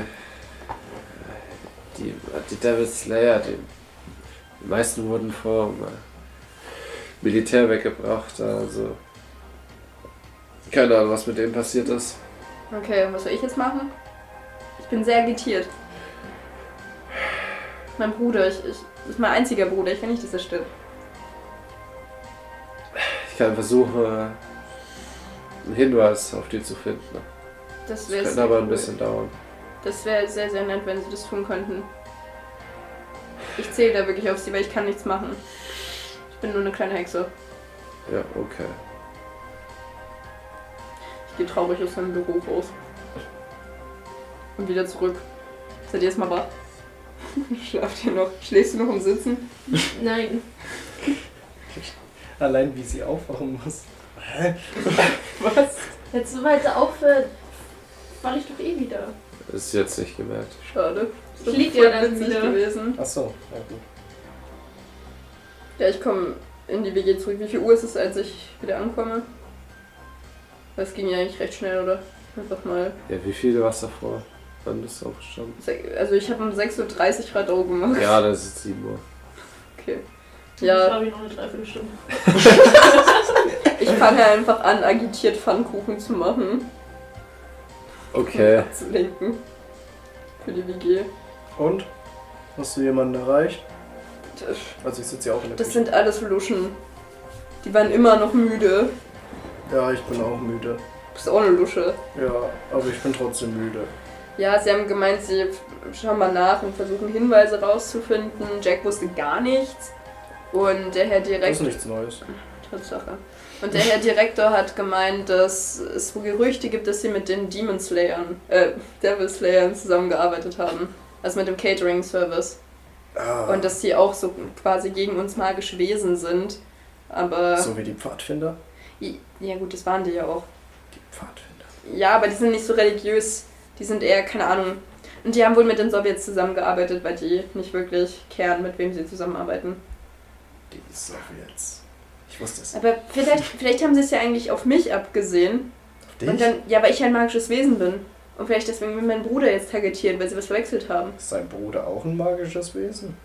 S1: Die, die Devil Slayer, die, die meisten wurden vom äh, Militär weggebracht, also. Keine Ahnung, was mit denen passiert ist.
S2: Okay, und was soll ich jetzt machen? Ich bin sehr agitiert. Mein Bruder, ich, ich ist mein einziger Bruder, ich kann nicht, dass er stirbt.
S1: Ich kann versuchen, äh, einen Hinweis auf die zu finden.
S2: Das wäre
S1: Das kann aber ein bisschen dauern.
S2: Das wäre sehr, sehr nett, wenn sie das tun könnten. Ich zähle da wirklich auf sie, weil ich kann nichts machen. Ich bin nur eine kleine Hexe.
S1: Ja, okay.
S2: Ich gehe traurig aus meinem Büro raus. Und wieder zurück. Seid ihr jetzt mal wach? Schlaft ihr noch? Schläfst du noch im Sitzen?
S4: Nein.
S3: Allein wie sie aufwachen muss. Hä?
S2: Was?
S4: Wenn es so weiter aufhört, falle ich doch eh wieder.
S1: Ist jetzt nicht gemerkt.
S2: Schade. Ist doch
S4: Ich lieg ja
S2: voll
S4: dann
S2: witzig
S4: wieder.
S2: gewesen.
S3: Achso, ja gut.
S2: Ja, ich komme in die WG zurück. Wie viel Uhr ist es, als ich wieder ankomme? Das ging ja eigentlich recht schnell, oder? Einfach mal.
S1: Ja, wie viele warst du davor? Wann bist du aufgestanden?
S2: sech- Also ich habe um 6.30 Uhr Radau gemacht.
S1: Ja, das ist 7 Uhr.
S2: Okay.
S4: Ich
S2: Ja,
S4: glaube, ich noch eine Dreiviertelstunde.
S2: Ich fange halt einfach an, agitiert Pfannkuchen zu machen.
S1: Okay.
S2: Zu lenken. Für die WG.
S3: Und? Hast du jemanden erreicht?
S2: Das,
S3: Also ich sitze ja auch in der
S2: das
S3: Küche.
S2: sind alles Luschen. Die waren immer noch müde.
S3: Ja, ich bin auch müde.
S2: Du bist auch eine Lusche.
S3: Ja, aber ich bin trotzdem müde.
S2: Ja, sie haben gemeint, sie schauen mal nach und versuchen Hinweise rauszufinden. Jack wusste gar nichts. Und der Herr
S3: Das ist
S2: Direktor.
S3: nichts Neues.
S2: Tatsache. Und der Herr Direktor hat gemeint, dass es wohl Gerüchte gibt, dass sie mit den Demon Slayern, äh, Devil Slayern zusammengearbeitet haben. Also mit dem Catering Service.
S3: Ah,
S2: Und dass sie auch so quasi gegen uns magische Wesen sind. Aber.
S3: so wie die Pfadfinder.
S2: I- Ja, gut, das waren die ja auch.
S3: Die Pfadfinder.
S2: Ja, aber die sind nicht so religiös. Die sind eher, keine Ahnung. Und die haben wohl mit den Sowjets zusammengearbeitet, weil die nicht wirklich kehren, mit wem sie zusammenarbeiten.
S3: Die Sowjets. Ich wusste es.
S2: Aber vielleicht, vielleicht haben sie es ja eigentlich auf mich abgesehen,
S3: Auf
S2: Und
S3: dich?
S2: dann, ja, weil ich ein magisches Wesen bin. Und vielleicht deswegen will mein Bruder jetzt targetieren, weil sie was verwechselt haben.
S3: Ist sein Bruder auch ein magisches Wesen?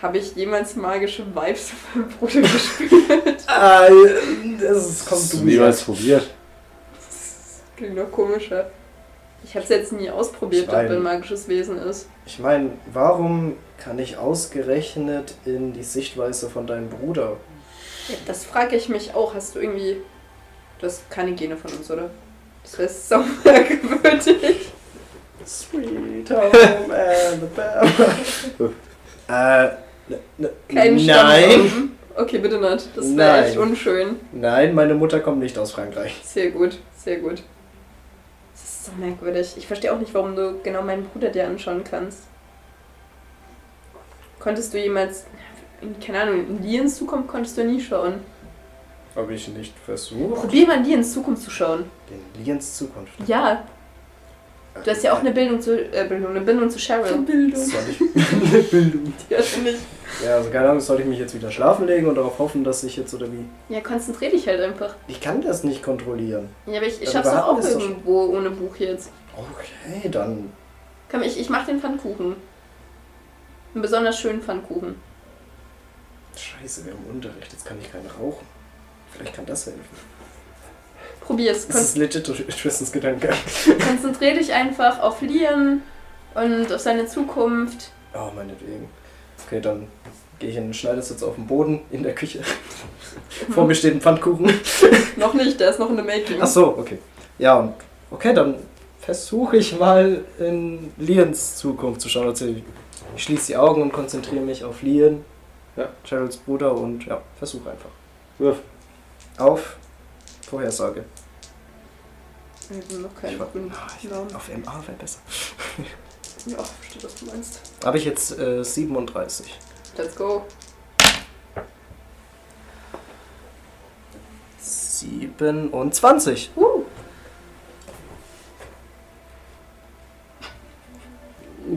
S2: Habe ich jemals magische Vibes auf meinem Bruder gespürt?
S3: Ah, das
S1: Hast du niemals probiert?
S2: Das klingt noch komischer. Ich habe es jetzt nie ausprobiert, ob
S3: Schwein.
S2: er ein magisches Wesen ist.
S3: Ich meine, warum kann ich ausgerechnet in die Sichtweise von deinem Bruder?
S2: Ja, das frage ich mich auch. Hast du irgendwie... Du hast keine Gene von uns, oder? Das wäre so merkwürdig.
S3: Sweet home Alabama. äh, ne, ne,
S2: Kein
S3: nein.
S2: Stammbaum. Okay, bitte nicht. Das wäre
S3: Nein.
S2: echt unschön.
S3: Nein, meine Mutter kommt nicht aus Frankreich.
S2: Sehr gut, sehr gut. Das ist so merkwürdig. Ich verstehe auch nicht, warum du genau meinen Bruder dir anschauen kannst. Konntest du jemals, in- keine Ahnung, in Liens Zukunft konntest du nie schauen.
S3: Habe ich nicht versucht.
S2: Probier mal in Liens Zukunft zu schauen.
S3: Den Liens Zukunft.
S2: Ja, du hast ja auch eine Bildung zu, äh, Bildung, eine Bindung zu Cheryl.
S4: Bildung.
S3: Äh, Soll ich eine Bildung?
S2: Ja, finde ich.
S3: Ja, also keine Ahnung, soll ich mich jetzt wieder schlafen legen und darauf hoffen, dass ich jetzt oder wie?
S2: Ja, konzentrier dich halt einfach.
S3: Ich kann das nicht kontrollieren.
S2: Ja, aber ich, ich
S3: Ja,
S2: schaff's doch
S3: aber
S2: auch
S3: das ist doch-
S2: irgendwo ohne Buch jetzt.
S3: Okay, dann
S2: Komm, ich, ich mach den Pfannkuchen. Einen besonders schönen Pfannkuchen.
S3: Scheiße, wir haben Unterricht, jetzt kann ich keinen rauchen. Vielleicht kann das helfen.
S2: Probier's.
S3: Das
S2: Kon
S3: ist legit Tristans Gedanke.
S2: Konzentrier dich einfach auf Lian und auf seine Zukunft.
S3: Oh, meinetwegen. Okay, dann gehe ich in schneide es jetzt auf den Boden in der Küche. Vor mir steht ein Pfannkuchen.
S2: Noch nicht, da ist noch eine Making.
S3: Ach so, okay. Ja, und okay, dann versuche ich mal in Lians Zukunft zu schauen. Also ich ich schließe die Augen und konzentriere mich auf Lian,
S1: Ja.
S3: Geralds Bruder und ja, versuche einfach.
S1: Wirf.
S3: Auf Vorhersage.
S2: Wir haben noch keinen
S3: Ich war-
S2: grünen
S3: Ah, ich-
S2: Daumen.
S3: Auf MA wäre besser.
S2: Ja, ich verstehe, was du meinst.
S3: Habe ich jetzt äh, 37.
S2: Let's go.
S3: 27.
S2: Uh,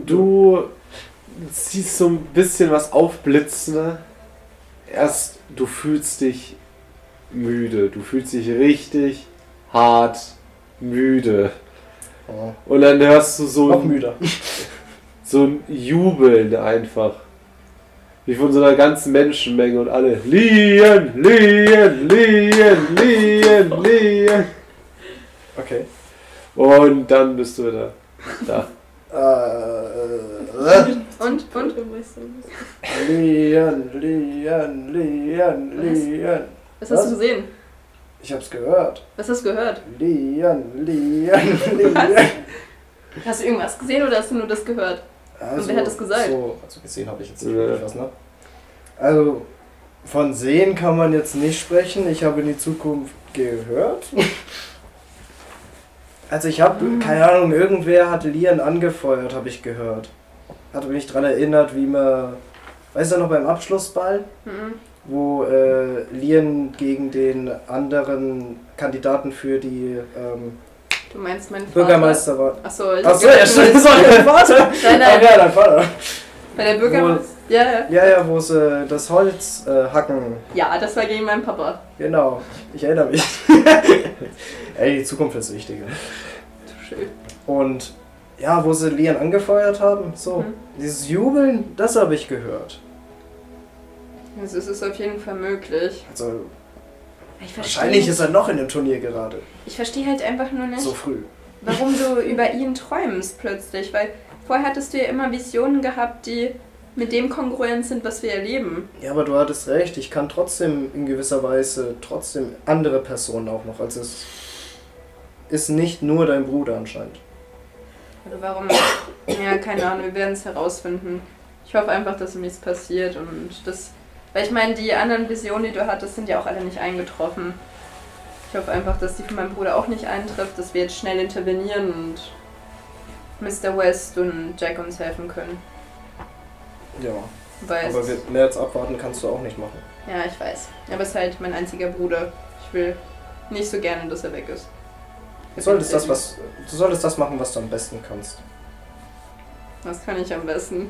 S1: Du siehst so ein bisschen was aufblitzen. ne? Erst du fühlst dich müde. Du fühlst dich richtig hart müde.
S3: Oh.
S1: Und dann hörst du so
S3: Noch
S1: ein,
S3: müder.
S1: so ein Jubeln einfach. Wie von so einer ganzen Menschenmenge und alle. Lien, Lien, Lien, Lien, Lien.
S3: Okay.
S1: Und dann bist du wieder da.
S3: Äh,
S2: und, und?
S3: Lian, Lian, Lian, Lian.
S2: Was hast
S3: Was?
S2: du gesehen?
S3: Ich hab's gehört.
S2: Was hast du gehört?
S3: Lian, Lian, Lian.
S2: Hast du irgendwas gesehen oder hast du nur das gehört?
S3: Also,
S2: wer hat das gesagt?
S3: So, also gesehen habe ich jetzt nicht
S1: Ja.
S3: wirklich was, ne? Also, von sehen kann man jetzt nicht sprechen. Ich habe in die Zukunft gehört. Also ich habe,
S2: Hm.
S3: keine Ahnung, irgendwer hat Lian angefeuert, habe ich gehört. Hatte mich dran erinnert, wie man, weißt du noch beim Abschlussball,
S2: Mhm.
S3: wo äh, Lian gegen den anderen Kandidaten für die ähm,
S2: Du meinst meinen Vater.
S3: Bürgermeister war.
S2: Achso, ich
S3: Achso, ja, stimmt, das war dein Vater.
S2: Nein, nein.
S3: Ach ja, dein Vater.
S2: Bei der Bürgermeister. Ja, ja.
S3: Ja, ja, wo sie das Holz äh, hacken.
S2: Ja, das war gegen meinen Papa.
S3: Genau, ich erinnere mich. Ey, die Zukunft ist wichtig. ne?
S2: Du Schön.
S3: Und ja, wo sie Lian angefeuert haben, so.
S2: Mhm.
S3: Dieses Jubeln, das habe ich gehört.
S2: Das Also ist, ist auf jeden Fall möglich.
S3: Also,
S2: Ich verstehe
S3: wahrscheinlich
S2: nicht-
S3: ist er noch in dem Turnier gerade.
S2: Ich verstehe halt einfach nur nicht.
S3: So früh.
S2: warum du über ihn träumst plötzlich, weil vorher hattest du ja immer Visionen gehabt, die mit dem kongruent sind, was wir erleben.
S3: Ja, aber du hattest recht, ich kann trotzdem in gewisser Weise trotzdem andere Personen auch noch. Also es ist nicht nur dein Bruder anscheinend.
S2: Oder warum? Ja, keine Ahnung, wir werden es herausfinden. Ich hoffe einfach, dass ihm nichts passiert und das. Weil ich meine, die anderen Visionen, die du hattest, sind ja auch alle nicht eingetroffen. Ich hoffe einfach, dass die von meinem Bruder auch nicht eintrifft, dass wir jetzt schnell intervenieren und Mr. West und Jack uns helfen können.
S3: Ja.
S2: Weil
S3: Aber wir- mehr als abwarten kannst du auch nicht machen.
S2: Ja, ich weiß. Aber es ist halt mein einziger Bruder. Ich will nicht so gerne, dass er weg ist.
S3: Du solltest das, was, du solltest das machen, was du am besten kannst.
S2: Was kann ich am besten?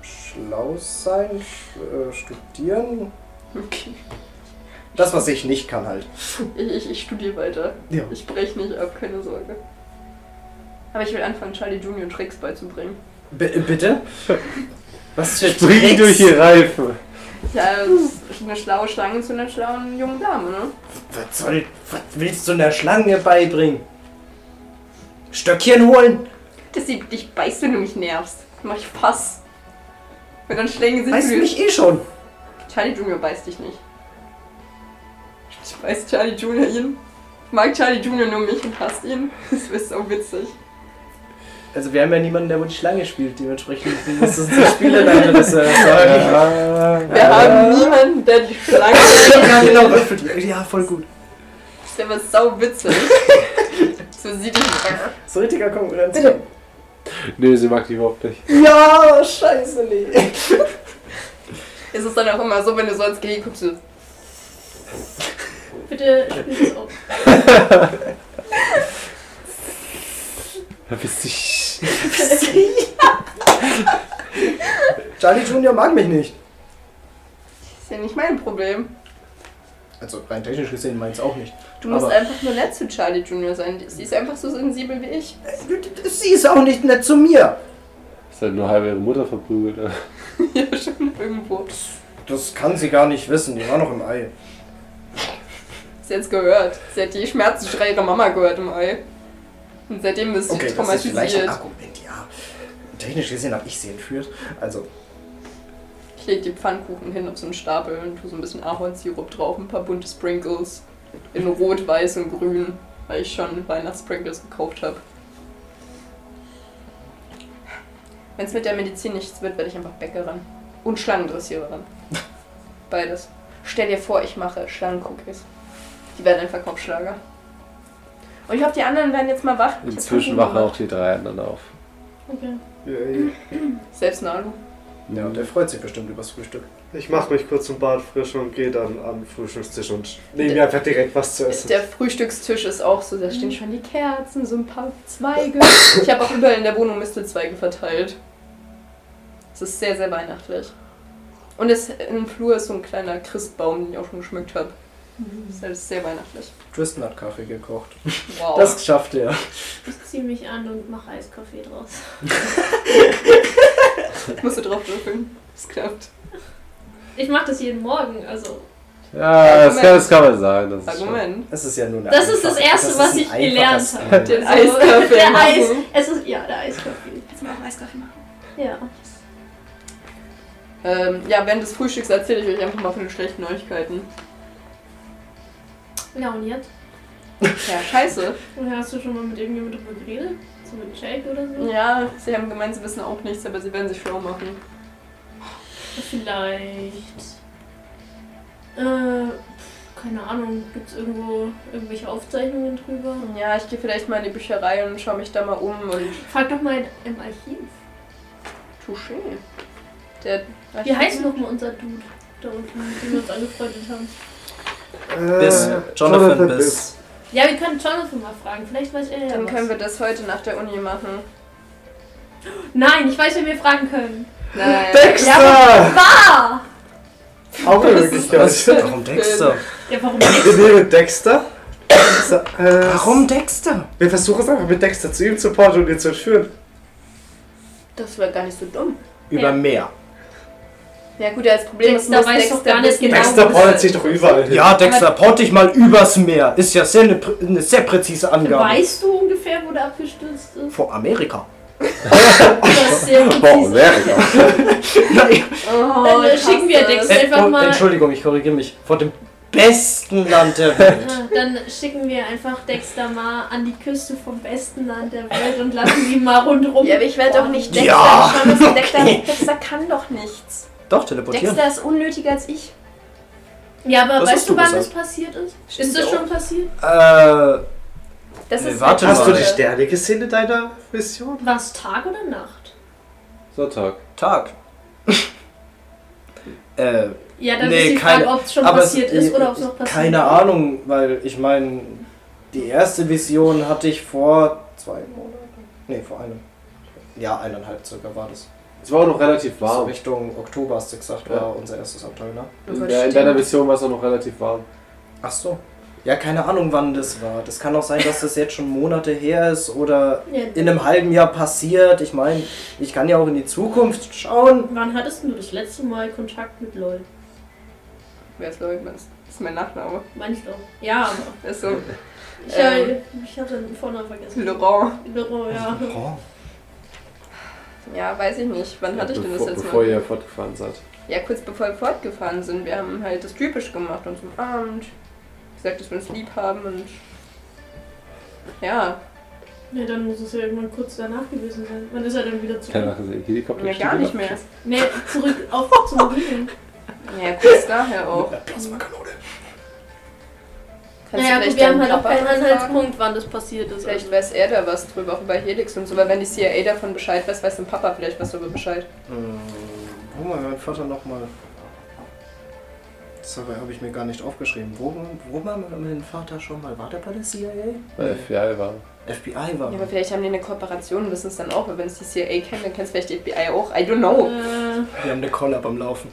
S3: Schlau sein, sch- äh, studieren.
S2: Okay.
S3: Das, was ich nicht kann halt.
S2: Ich, ich, ich studiere weiter.
S3: Ja.
S2: Ich breche nicht ab, keine Sorge. Aber ich will anfangen, Charlie Junior Tricks beizubringen.
S3: B bitte? Was für
S1: Spring durch die Reifen.
S2: Ja, das ist eine schlaue Schlange zu einer schlauen jungen Dame, ne?
S3: Was, soll, was willst du einer Schlange beibringen? Stöckchen holen?
S2: Dass sie dich beißt, wenn du mich nervst. Mach ich Pass. Wenn dann Schlänge sind
S3: Weißt du
S2: für-
S3: mich eh schon.
S2: Charlie Junior beißt dich nicht. Ich beiß Charlie Junior ihn. Ich mag Charlie Junior nur um mich und hasst ihn. Das ist auch witzig.
S3: Also wir haben ja niemanden, der wohl die Schlange spielt, dementsprechend ist es ein Spieleleiter, das er sagen.
S1: Ja.
S2: Wir haben niemanden, der die Schlange ist.
S3: Ja, genau, würfelt. Ja, voll gut.
S2: Das ist aber sau witzig. So sieht ich
S3: So richtiger Konkurrenz.
S1: Nö, sie mag die überhaupt nicht.
S3: Ja, Ah, scheiße, nee.
S2: Ist es dann auch immer so, wenn du so ins Gehege guckst, so,
S4: Bitte spielt es auf.
S1: Witzig.
S3: Charlie Junior mag mich nicht.
S2: ist ja nicht mein Problem.
S3: Also rein technisch gesehen meins auch nicht.
S2: Du musst
S3: Aber-
S2: einfach nur nett zu Charlie Junior sein. Sie ist einfach so sensibel wie ich.
S3: Äh, Sie ist auch nicht nett zu mir.
S1: Ist halt nur halb ihre Mutter verprügelt. ne?
S2: Ja, schon irgendwo. Ist
S3: Das kann sie gar nicht wissen, die war noch im Ei.
S2: jetzt gehört. Sie hat die Schmerzensschreie ihrer Mama gehört im Ei. Und seitdem ist sie
S3: Okay, das ist vielleicht ein
S2: traumatisiert.
S3: Argument, ja. Technisch gesehen habe ich sie entführt. Also,
S2: Ich leg die Pfannkuchen hin auf so einen Stapel und tu so ein bisschen Ahornsirup drauf, ein paar bunte Sprinkles in Rot, Weiß und Grün, weil ich schon Weihnachtssprinkles gekauft habe. Wenn es mit der Medizin nichts wird, werde ich einfach Bäckerin und Schlangendressiererin. Beides. Stell dir vor, ich mache Schlangencookies. Die werden ein Verkaufsschlager. Und ich hoffe, die anderen werden jetzt mal wach. Ich hab
S1: Inzwischen
S2: Pfannkuchen
S1: wachen auch die drei anderen auf.
S4: Okay.
S5: Yay.
S2: gemacht. Selbst eine Alu.
S3: ja, der freut sich bestimmt übers Frühstück.
S5: Ich mache mich kurz im Bad frisch und gehe dann am Frühstückstisch und nehme mir einfach direkt was zu essen.
S2: Der Frühstückstisch ist auch so, da stehen schon die Kerzen, so ein paar Zweige. Ich habe auch überall in der Wohnung Mistelzweige verteilt. Es ist sehr, sehr weihnachtlich. Und es, im Flur ist so ein kleiner Christbaum, den ich auch schon geschmückt habe. Das ist halt sehr weihnachtlich.
S3: Tristan hat Kaffee gekocht.
S4: Oh.
S2: Wow.
S3: Das schafft er.
S4: Ich ziehe mich an und mache Eiskaffee draus.
S2: musst du drauf würfeln. Das klappt.
S4: Ich mache das jeden Morgen, also.
S1: Ja, das kann, das kann man sagen. Das ist schon-
S2: Argument.
S3: Das ist ja nur eine
S4: Das ist das
S3: einfache-
S4: Erste,
S3: ist
S4: was
S3: ein
S4: ich gelernt
S3: einfaches
S4: habe.
S3: Ding.
S2: Den Eiskaffee
S4: Also, Der Eis.
S2: machen.
S4: Es ist. Ja, der Eiskaffee. Jetzt machen Eiskaffee machen. Ja.
S2: Ähm, ja, während des Frühstücks erzähle ich euch einfach mal von den schlechten Neuigkeiten.
S4: Ja, und jetzt?
S2: Ja, scheiße.
S4: Und hast du schon mal mit irgendjemandem darüber geredet? So mit Jake oder so?
S2: Ja, sie haben gemeint, sie wissen auch nichts, aber sie werden sich schlau machen.
S4: Vielleicht. Äh, pf, keine Ahnung. Gibt es irgendwo irgendwelche Aufzeichnungen drüber?
S2: Ja, ich gehe vielleicht mal in die Bücherei und schaue mich da mal um und.
S4: Frag doch mal im Archiv.
S2: Touché. Der.
S4: Wie heißt nochmal unser Dude da unten, mit dem wir uns angefreundet haben?
S5: Äh,
S3: Bis Jonathan bis.
S4: Ja, wir können Jonathan mal fragen. Vielleicht weiß er ja
S2: Dann
S4: was.
S2: können wir das heute nach der Uni machen.
S4: Nein, ich weiß, wen wir fragen können.
S2: Nein.
S1: Dexter!
S4: Ah!
S5: Augenblicklichkeit.
S3: Warum Dexter?
S4: Ja, warum
S5: Wir nehmen Dexter. Dexter, Äh,
S3: Warum Dexter?
S5: Wir versuchen es einfach mit Dexter zu ihm zu porten und ihn zu entführen.
S2: Das wäre gar nicht so dumm.
S3: Über Meer.
S2: Ja, gut, ja, das Problem ist,
S4: Dexter
S2: muss
S4: weiß doch gar nicht
S2: wissen.
S4: genau,
S5: Dexter
S4: wo
S5: portet sich doch überall hin.
S3: Ja, Dexter, port dich mal übers Meer. Ist ja sehr eine, prä- eine sehr präzise Angabe.
S4: Weißt du ungefähr, wo der abgestürzt ist?
S3: Vor Amerika.
S4: Das ist sehr
S1: Boah,
S4: präzise.
S1: wäre
S3: Nein.
S2: Oh,
S4: Dann,
S2: ich
S4: äh,
S2: hasse
S4: schicken wir
S2: das.
S4: Dexter. Einfach
S3: oh,
S4: mal-
S3: Entschuldigung, ich korrigiere mich. Vor dem besten Land der Welt.
S4: Ah, Dann schicken wir einfach Dexter mal an die Küste vom besten Land der Welt und lassen ihn mal rundherum.
S2: Ja, aber ich werde doch nicht Dexter.
S3: Ja,
S2: schon, dass Dexter,
S3: okay.
S2: Dexter kann doch nichts.
S3: Doch, teleportieren.
S2: Dexter ist unnötiger als ich.
S4: Ja, aber
S3: Das hast
S4: weißt
S3: du
S4: du, wann
S3: gesagt.
S4: das passiert ist?
S2: Stimmt
S4: ist das
S2: auch.
S4: schon passiert?
S3: Äh,
S2: Das
S3: Nee,
S2: ist Oh
S3: warte
S5: Hast du
S3: mal.
S5: die Sterne gesehen in deiner Mission?
S4: War es Tag oder Nacht?
S1: Sonntag.
S3: Tag. äh,
S4: Ja, dann
S3: Nee,
S4: ist die
S3: keine-
S4: Frage, ob es schon
S3: aber
S4: passiert
S3: es-
S4: ist oder ob es noch passiert
S3: keine Ahnung, weil ich meine, die erste Vision hatte ich vor zwei Monaten. Nee, vor einem. Ja, eineinhalb circa war das.
S1: Es war auch noch relativ
S3: So
S1: warm.
S3: Richtung Oktober hast du gesagt,
S1: Ja.
S3: war unser erstes Abenteuer, ne?
S1: In, der, in deiner Mission war es auch noch relativ warm.
S3: Ach so. Ja, keine Ahnung, wann das war. Das kann auch sein, dass das jetzt schon Monate her ist oder
S4: Ja.
S3: in einem halben Jahr passiert. Ich meine, ich kann ja auch in die Zukunft schauen.
S4: Wann hattest du das letzte Mal Kontakt mit LOL?
S2: Wer ist Lloyd? Das ist mein Nachname.
S4: Meinst du? Ja, aber
S2: Das ist so
S4: ich,
S2: Ähm.
S4: äh, ich hatte den Vornamen vergessen.
S2: Laurent.
S4: Laurent, ja.
S3: Oh,
S2: Ja, weiß ich nicht. Wann hatte ich denn das
S1: bevor,
S2: letzte
S1: bevor
S2: Mal?
S1: ihr fortgefahren seid.
S2: Ja, kurz bevor wir fortgefahren sind. Wir haben halt das typisch gemacht und zum Abend gesagt, dass wir uns lieb haben und. Ja,
S4: Ja, dann muss es ja irgendwann kurz danach gewesen sein. Wann ist er dann wieder zurück?
S1: Keine Ahnung, Helikopter.
S2: ja gar nicht mehr.
S4: Nee, zurück auf zum Regen.
S2: Ja, kurz daher auch.
S3: Plasmakanone.
S2: Kannst du
S4: Naja,
S2: vielleicht
S4: gut, wir haben
S2: deinen
S4: halt auch
S2: Papa
S4: keinen
S2: fragen?
S4: Anhaltspunkt, wann das passiert ist.
S2: Vielleicht
S4: Also.
S2: weiß er da was drüber, auch über Helix und so, weil wenn die CIA davon Bescheid weiß, weiß dann Papa vielleicht was darüber Bescheid.
S3: Hm, Wo mal mein Vater nochmal. Sorry, habe ich mir gar nicht aufgeschrieben. Wo, wo war mein Vater schon mal? War der bei der CIA?
S1: Weil FBI war.
S3: FBI war.
S2: Ja, aber vielleicht haben die eine Kooperation und wissen es dann auch, weil wenn es die CIA kennt, dann kennt es vielleicht die FBI auch. I don't know.
S4: Äh,
S3: Wir haben eine Collab am Laufen.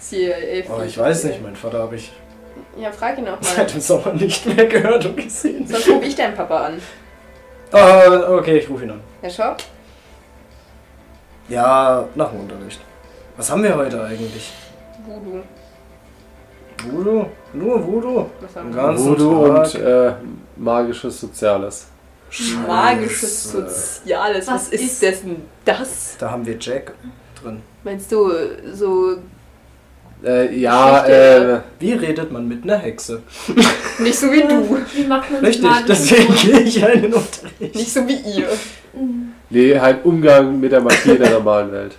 S2: CIA.
S3: Aber ich weiß nicht, mein Vater habe ich
S2: Ja, frag ihn auch mal.
S3: seit dem Sommer nicht mehr gehört und gesehen.
S2: Sonst rufe ich deinen Papa an.
S3: Äh, okay, ich rufe ihn an.
S2: Ja, schau.
S3: Ja, nach dem Unterricht. Was haben wir heute eigentlich?
S2: Voodoo.
S3: Voodoo? Nur Voodoo?
S2: Was
S3: Den
S2: haben wir?
S3: ganzen
S1: Voodoo
S3: Tag.
S1: und äh, magisches Soziales.
S2: Magisches
S3: Scheiße.
S2: Soziales. Was,
S4: Was
S2: ist
S4: ist-
S2: dessen das?
S3: Da haben wir Jack drin.
S2: Meinst du, so
S1: Äh, ja, äh,
S2: Geschichte.
S3: Wie redet man mit einer Hexe?
S2: nicht so wie du,
S4: Wie macht man
S3: Oh. Richtig,
S4: magisch
S3: deswegen
S4: und so?
S3: gehe ich einen Unterricht.
S2: nicht so wie ihr?
S1: nee, halt Umgang mit der Magie in der normalen Welt.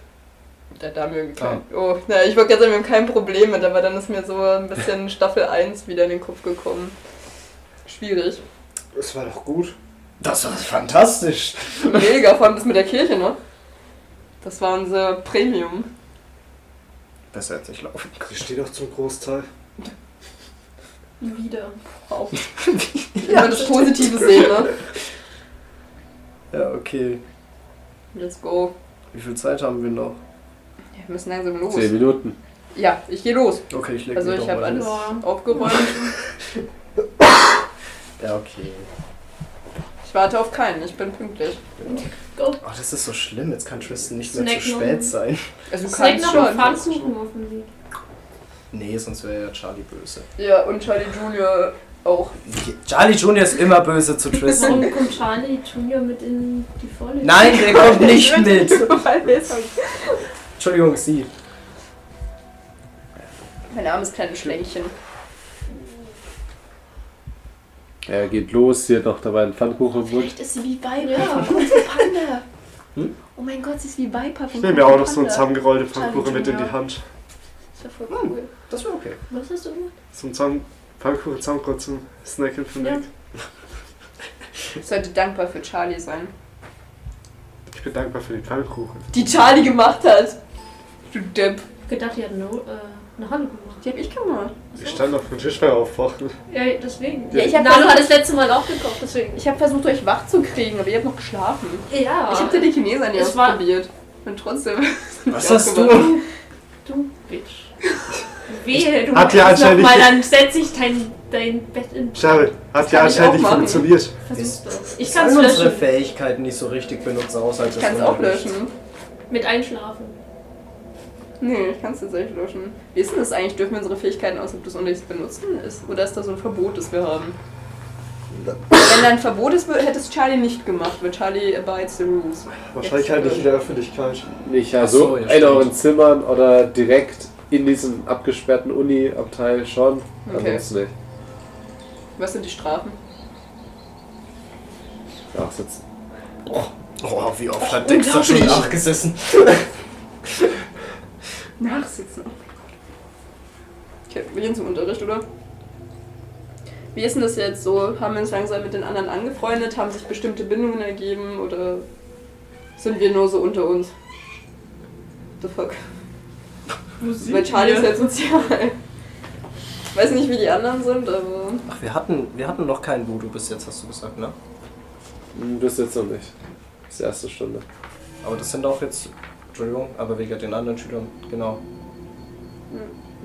S2: Da, da haben wir geklärt.
S3: Ah.
S2: Oh, na, ich wollte gerade sagen, wir haben kein Problem mit, aber dann ist mir so ein bisschen Staffel 1 wieder in den Kopf gekommen. Schwierig.
S5: Das war doch gut.
S3: Das war fantastisch.
S2: Mega, vor allem das mit der Kirche, ne? Das war unser Premium.
S3: Besser als ich laufen
S5: Die steht doch zum Großteil.
S4: Wieder.
S2: Wow. Wenn man das Positive sehen, ne?
S3: Ja, okay.
S2: Let's go.
S3: Wie viel Zeit haben wir noch?
S2: Ja, wir müssen langsam los.
S1: Zehn Minuten.
S2: Ja, ich gehe los.
S3: Okay, ich lege
S2: Also
S3: mich
S2: ich
S3: doch
S2: habe
S3: mal hin.
S2: alles
S4: hin.
S2: aufgeräumt.
S3: Ja, okay.
S2: Ich warte auf keinen, ich bin pünktlich.
S3: Oh, das ist so schlimm. Jetzt kann Tristan nicht mehr
S4: Snack
S3: zu
S4: noch.
S3: spät sein.
S2: Also du
S4: Snack
S2: kannst
S4: noch einen
S2: schon.
S4: Pfannkuchen auf dem Weg.
S3: Nee, sonst wäre ja Charlie böse.
S2: Ja, und Charlie Junior auch.
S3: Charlie Junior ist immer böse zu Tristan.
S4: Warum kommt Charlie Junior mit in die Vorlesung?
S3: Nein, der kommt nicht mit.
S2: Weil wir jetzt-
S3: Entschuldigung, sie.
S2: mein armes kleines Schlänkchen.
S1: Er geht los, hier noch dabei einen Pfannkuchen im Mund.
S2: Vielleicht ist sie wie Viper
S4: Ja.
S2: von Kung Fu Panda.
S3: Hm?
S2: Oh mein Gott, sie ist wie Viper von
S5: Ich nehme
S2: Kung
S5: mir
S2: Fu
S5: auch noch so einen
S2: Panda.
S5: zusammengerollten Pfannkuchen mit in die
S2: Junior.
S5: Hand.
S2: Das wäre voll cool.
S3: Das war okay.
S4: Was hast du gemacht?
S5: So einen zusammen Pfannkuchen zusammengerollt zum Snacken für mich.
S4: Ja.
S2: Ich sollte dankbar für Charlie sein.
S5: Ich bin dankbar für den Pfannkuchen.
S2: Die Charlie gemacht hat. Du Depp.
S4: Gedacht, die hat no, äh, eine Halle gemacht.
S2: Die hab ich gemacht.
S4: Achso.
S5: Ich stand auf dem Tisch beim Aufwachen.
S4: Ja, deswegen.
S2: Ja, ich hab
S4: Nano
S2: versucht-
S4: hat das letzte Mal auch gekocht, deswegen.
S2: Ich habe versucht, euch wach zu kriegen, aber ihr habt noch geschlafen.
S4: Ja.
S2: Ich hab dir die Chinesen an
S4: Es war-
S2: ausprobiert. Und trotzdem.
S3: Was
S2: Ja,
S3: hast
S2: guck
S3: du?
S4: Du Bitch. Wehe, du
S5: Hat
S4: machst
S5: ja
S4: das
S5: anscheinend
S4: nochmal,
S5: nicht-
S4: dann setze ich dein, dein Bett in.
S5: Charlie, hat ja
S2: kann ich auch
S5: anscheinend nicht
S2: machen.
S5: funktioniert.
S4: Versuch's doch. Ich
S3: Kann
S4: kann's
S3: unsere
S4: löschen.
S3: Fähigkeiten nicht so richtig benutzen, außer
S2: Ich kann es auch löschen.
S4: Mit einschlafen.
S2: Nee, ich kann es tatsächlich löschen. Wie ist denn das eigentlich? Dürfen wir unsere Fähigkeiten außerhalb des Unterrichts benutzen? Ist, oder ist da so ein Verbot, das wir haben? Wenn da ein Verbot ist, wür- hätte es Charlie nicht gemacht, weil Charlie abides the rules.
S5: Wahrscheinlich halt nicht in der Öffentlichkeit.
S1: Nicht
S3: Ach so,
S1: also
S3: ja,
S1: in
S3: stimmt.
S1: euren Zimmern oder direkt in diesem abgesperrten Uni-Abteil schon,
S2: Okay.
S1: ansonsten nicht.
S2: Was sind die Strafen?
S1: Nachsitzen.
S3: Oh, wie oft hat Dexter schon
S2: unglaublich.
S3: nachgesessen?
S2: Nachsitzen. Okay, wir gehen zum Unterricht, oder? Wie ist denn das jetzt so? Haben wir uns langsam mit den anderen angefreundet? Haben sich bestimmte Bindungen ergeben? Oder sind wir nur so unter uns? The fuck? Weil Charlie ist halt sozial. Ich weiß nicht, wie die anderen sind, aber...
S3: Ach, wir hatten, wir hatten noch keinen Voodoo bis jetzt, hast du gesagt, ne?
S1: Hm, Bis jetzt noch nicht. Das ist die erste Stunde.
S3: Aber das sind auch jetzt, Entschuldigung, aber wegen den anderen Schülern, genau.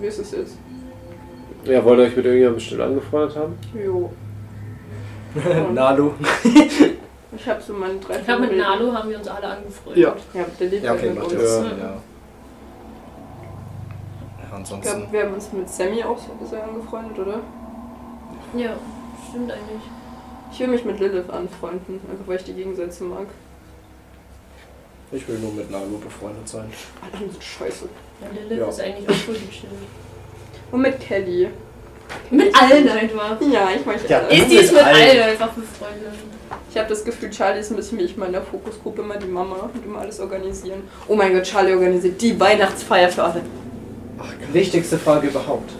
S2: Wie ist es jetzt?
S1: Ja, wollt ihr euch mit irgendjemandem bestimmt angefreundet haben?
S2: Jo. Oh.
S3: Nalu.
S2: Ich hab so meine drei
S4: Ich glaube, mit
S2: Favoriten.
S4: Nalu haben wir uns alle angefreundet.
S5: Ja.
S2: Ja, der lebt
S3: Ja, okay,
S2: mit
S3: macht
S2: uns.
S3: ja.
S1: Ja.
S3: Sinn, ja. Ja,
S2: Ich
S3: ansonsten.
S2: glaube, wir haben uns mit Sammy auch so sehr angefreundet, oder?
S4: Ja, stimmt eigentlich.
S2: Ich will mich mit Lilith anfreunden, einfach weil ich die Gegensätze mag.
S3: Ich will nur mit Nalu befreundet sein.
S2: Alle anderen sind scheiße.
S4: Ja, Lilith
S3: Ja.
S4: ist eigentlich auch voll die Chili.
S2: Und mit Kelly.
S4: Mit allen einfach.
S2: Ja, ich mag
S3: Ja. eh.
S2: alle.
S4: Ist die jetzt mit allen einfach befreundet?
S2: Ich habe das Gefühl, Charlie ist ein bisschen wie ich mal in der Fokusgruppe, immer die Mama und immer alles organisieren. Oh mein Gott, Charlie organisiert die Weihnachtsfeier für alle.
S3: Wichtigste Frage überhaupt.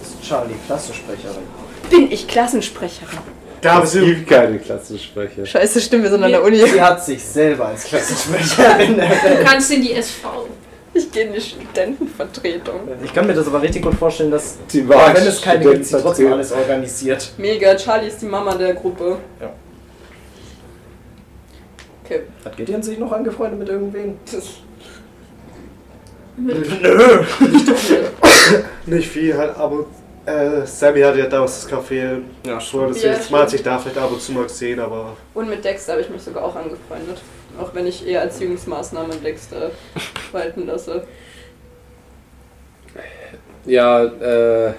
S3: Ist Charlie Klassensprecherin?
S2: Bin ich Klassensprecherin?
S5: Da
S1: es
S5: sind
S1: gibt keine Klassensprecher.
S2: Scheiße, stimmt, wir sind an der
S4: Nee.
S2: Uni.
S3: Sie hat sich selber als Klassensprecherin
S4: Du
S3: erwähnt.
S4: kannst in die SV.
S2: Ich gehe in die Studentenvertretung.
S3: Ich kann mir das aber richtig gut vorstellen, dass,
S1: Die
S3: auch
S1: Wahl
S3: wenn es keine gibt, sie trotzdem
S1: Studentenvertretung.
S3: alles organisiert.
S2: Mega, Charlie ist die Mama der Gruppe.
S3: Ja.
S2: Okay,
S3: Hat Gideon sich noch angefreundet mit irgendwem?
S2: das
S4: Mit
S3: Nö.
S5: nicht viel, halt ab und äh, Sammy hat ja damals das Café.
S3: Ja,
S5: Schon,
S3: schon.
S5: deswegen
S2: Ja,
S5: ja, man hat
S2: stimmt.
S5: sich da vielleicht ab und zu mal gesehen, aber
S2: Und mit Dexter habe ich mich sogar auch angefreundet. Auch wenn ich eher als Jüngungsmaßnahme Dexter walten lasse.
S1: Ja, äh.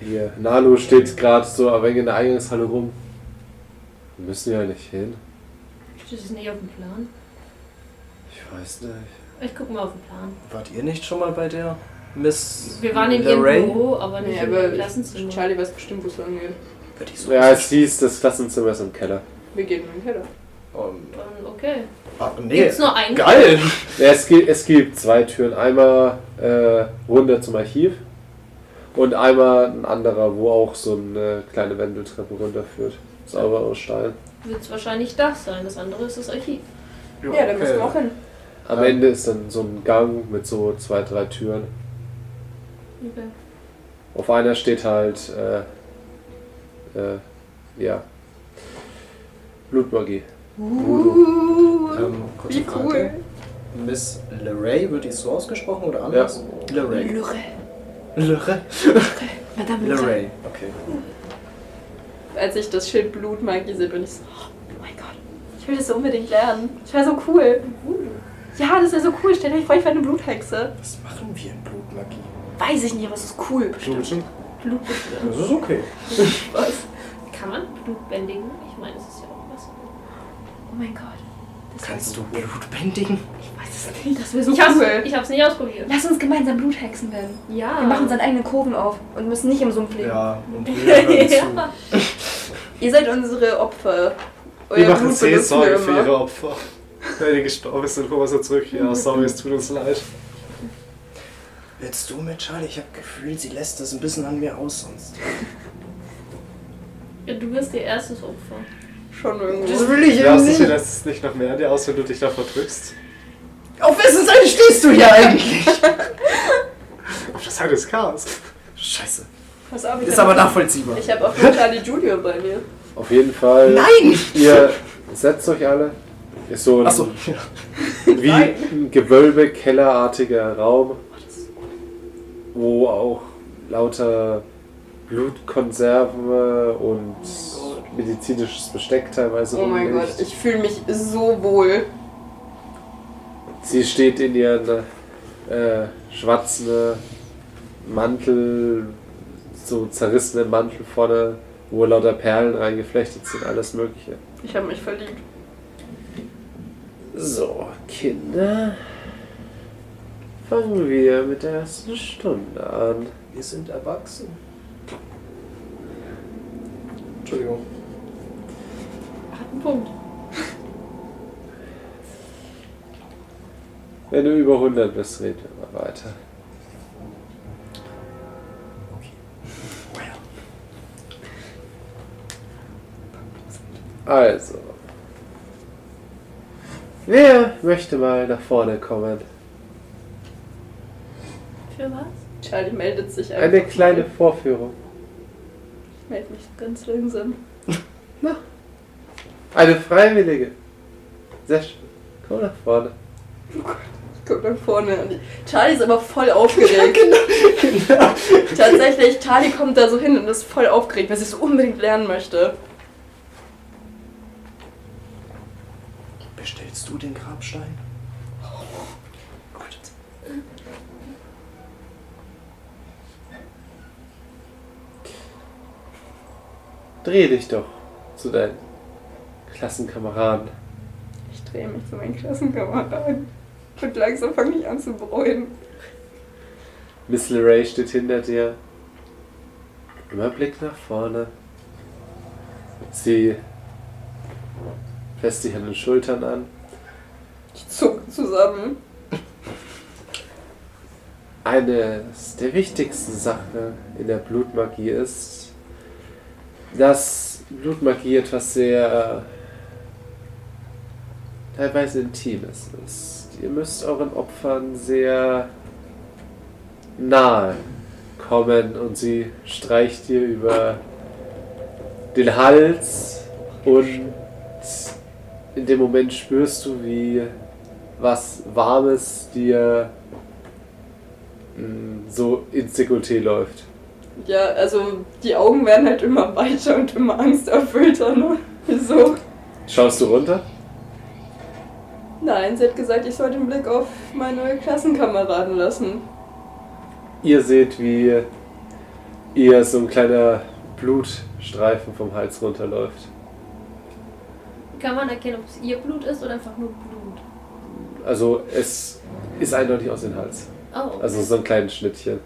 S1: Hier, Nano steht gerade so ein wenig in der Eingangshalle rum. Wir müssen ja nicht hin.
S4: Das ist nicht auf dem Plan.
S1: Ich weiß nicht.
S4: Ich guck mal auf den Plan.
S3: Wart ihr nicht schon mal bei der Miss
S4: Wir waren in
S3: Leray?
S4: ihrem Büro, aber nicht
S2: Nee,
S4: in ihrem
S2: aber
S4: Klassenzimmer.
S2: Charlie weiß bestimmt, wo es lang geht.
S3: Würde ich so
S1: Ja, es hieß, das Klassenzimmer ist im Keller.
S2: Wir gehen in den Keller.
S3: Und,
S4: Dann okay.
S3: Oh, ah, nee.
S4: Gibt's nur einen?
S3: Geil.
S1: Ja, es, gibt, es gibt zwei Türen. Einmal äh, runter zum Archiv und einmal ein anderer, wo auch so eine kleine Wendeltreppe runterführt. Sauber aus Stein.
S4: Wird's wahrscheinlich das sein. Das andere ist das Archiv.
S2: Ja,
S5: ja.
S2: da müssen wir auch hin.
S1: Am
S3: Ja.
S1: Ende ist dann so ein Gang mit so zwei, drei Türen.
S4: Okay.
S1: Auf einer steht halt, äh, äh, ja, Blutmagie.
S3: Ähm, kurze
S2: Wie
S3: Frage.
S2: cool.
S3: Miss Leray, wird die so ausgesprochen oder anders? Ja. Leray. Leray.
S2: Madame
S3: Leray. Okay.
S2: Als ich das Schild Blutmagie sehe, bin ich so, oh mein Gott, ich will das so unbedingt lernen. Das wäre so cool. Ja, das wäre so cool. Stellt euch vor, ich wäre eine Bluthexe.
S3: Was machen wir in Blutmagie?
S2: Weiß ich nicht, aber es ist cool.
S5: Bluten.
S3: Das ist okay.
S2: Was?
S4: Kann man Blut bändigen? Ich meine, es ist ja auch was.
S2: Oh mein Gott. Das wär
S3: Kannst du Blut bändigen?
S2: Ich weiß es nicht.
S4: Das wäre so
S2: Ich hab's-
S4: cool. Ich hab's nicht ausprobiert.
S2: Lass uns gemeinsam Bluthexen werden.
S4: Ja.
S2: Wir machen unseren eigenen Kurven auf und müssen nicht im Sumpf leben.
S3: Ja, und wir hören zu.
S2: Oh Ihr seid unsere Opfer.
S5: Wir machen
S2: Blut benutzen wir
S5: Seelsorge für
S2: immer.
S5: ihre Opfer. Wenn die gestorben sind, kommen wir so zurück. Ja, sorry, es tut uns leid.
S3: Willst du mit Charlie? Ich habe Gefühl, sie lässt das ein bisschen an mir aus sonst.
S4: Ja, du wirst ihr erstes Opfer.
S2: Schon irgendwo.
S3: will ich
S5: Ja, es ist dir letztens nicht nach mehr an dir aus, wenn du dich da verdrückst.
S3: Auf wessen Seite stehst du hier eigentlich?
S5: Auf der Seite des halt Chaos.
S3: Scheiße. Äh,
S2: Pass auf, ich
S3: Ist
S2: hab-
S3: aber nachvollziehbar.
S2: Ich habe auch nur Charlie Junior bei mir.
S1: Auf jeden Fall.
S3: Nein!
S1: Ihr setzt euch alle. Ist so ein
S3: Achso.
S1: wie ein Gewölbe, kellerartiger Raum, wo auch lauter Blutkonserven und medizinisches Besteck teilweise
S2: Oh mein
S1: rumliegt.
S2: Gott, ich fühle mich so wohl.
S1: Sie steht in ihren äh, schwarzen äh, Mantel, so zerrissenen Mantel vorne, wo lauter Perlen reingeflechtet sind, alles Mögliche.
S2: Ich habe mich verliebt.
S1: So, Kinder. Fangen wir mit der ersten Stunde an.
S3: Wir sind erwachsen. Entschuldigung.
S4: Hat einen Punkt.
S1: Wenn du über 100 bist, reden wir mal weiter. Also. Wer möchte mal nach vorne kommen?
S4: Für was?
S2: Charlie meldet sich einfach.
S1: Eine kleine Vorführung.
S2: Ich melde mich ganz langsam.
S1: Eine Freiwillige. Sehr schön. Komm nach vorne.
S2: Ich guck nach vorne an. Charlie ist aber voll aufgeregt. genau. Tatsächlich, Charlie kommt da so hin und ist voll aufgeregt, weil sie es unbedingt lernen möchte.
S3: Bestellst du den Grabstein?
S1: Dreh dich doch zu deinen Klassenkameraden.
S2: Ich drehe mich zu meinen Klassenkameraden. Und langsam fange ich an zu bräunen.
S1: Miss LeRae steht hinter dir. Immer Blick nach vorne. Sie fässt dich an den Schultern an.
S2: Ich zucke zusammen.
S1: Eines der wichtigsten Sachen in der Blutmagie ist, dass Blutmagie etwas sehr äh, teilweise Intimes ist. Ihr müsst euren Opfern sehr nahe kommen und sie streicht ihr über den Hals und in dem Moment spürst du, wie was Warmes dir mh, mm, so ins Dekolleté läuft.
S2: Ja, also die Augen werden halt immer weiter und immer angsterfüllter, ne? Wieso?
S1: Schaust du runter?
S2: Nein, sie hat gesagt, ich soll den Blick auf meine Klassenkameraden lassen.
S1: Ihr seht, wie ihr so ein kleiner Blutstreifen vom Hals runterläuft.
S4: Kann man erkennen, ob es ihr Blut ist oder einfach nur Blut?
S1: Also es ist eindeutig aus dem Hals.
S4: Oh.
S1: Also so ein kleines Schnittchen.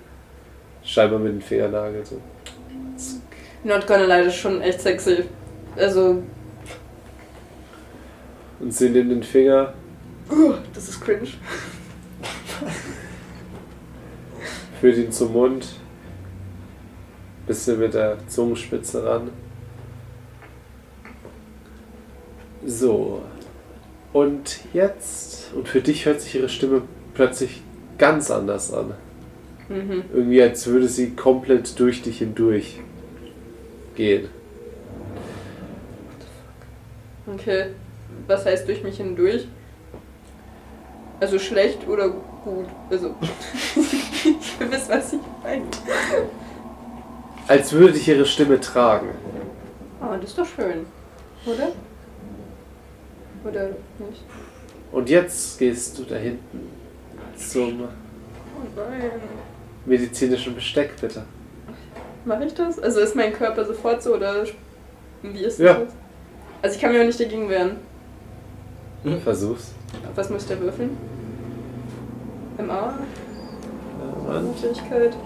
S1: Scheinbar mit dem Fingernagel. So.
S2: Not Gonna Lie ist schon echt sexy. Also,
S1: Und sie nimmt den Finger,
S2: uh, das ist cringe.
S1: führt ihn zum Mund, bisschen mit der Zungenspitze ran. So. Und jetzt, und für dich hört sich ihre Stimme plötzlich ganz anders an.
S2: Mhm.
S1: Irgendwie als würde sie komplett durch dich hindurch gehen.
S2: Okay, was heißt durch mich hindurch? Also schlecht oder gut? Also, ich will wissen, was ich meine.
S1: Als würde dich ihre Stimme tragen.
S2: Aber Ah, das ist doch schön, oder? Oder nicht?
S1: Und jetzt gehst du da hinten zum
S2: Oh nein.
S1: medizinischen Besteck, bitte.
S2: Mache ich das? Also ist mein Körper sofort so oder wie ist das?
S1: Ja.
S2: jetzt? Also ich kann mir auch nicht dagegen wehren.
S1: Versuch's.
S2: Auf was müsst ihr würfeln? MA?
S1: Moment.
S2: Natürlichkeit.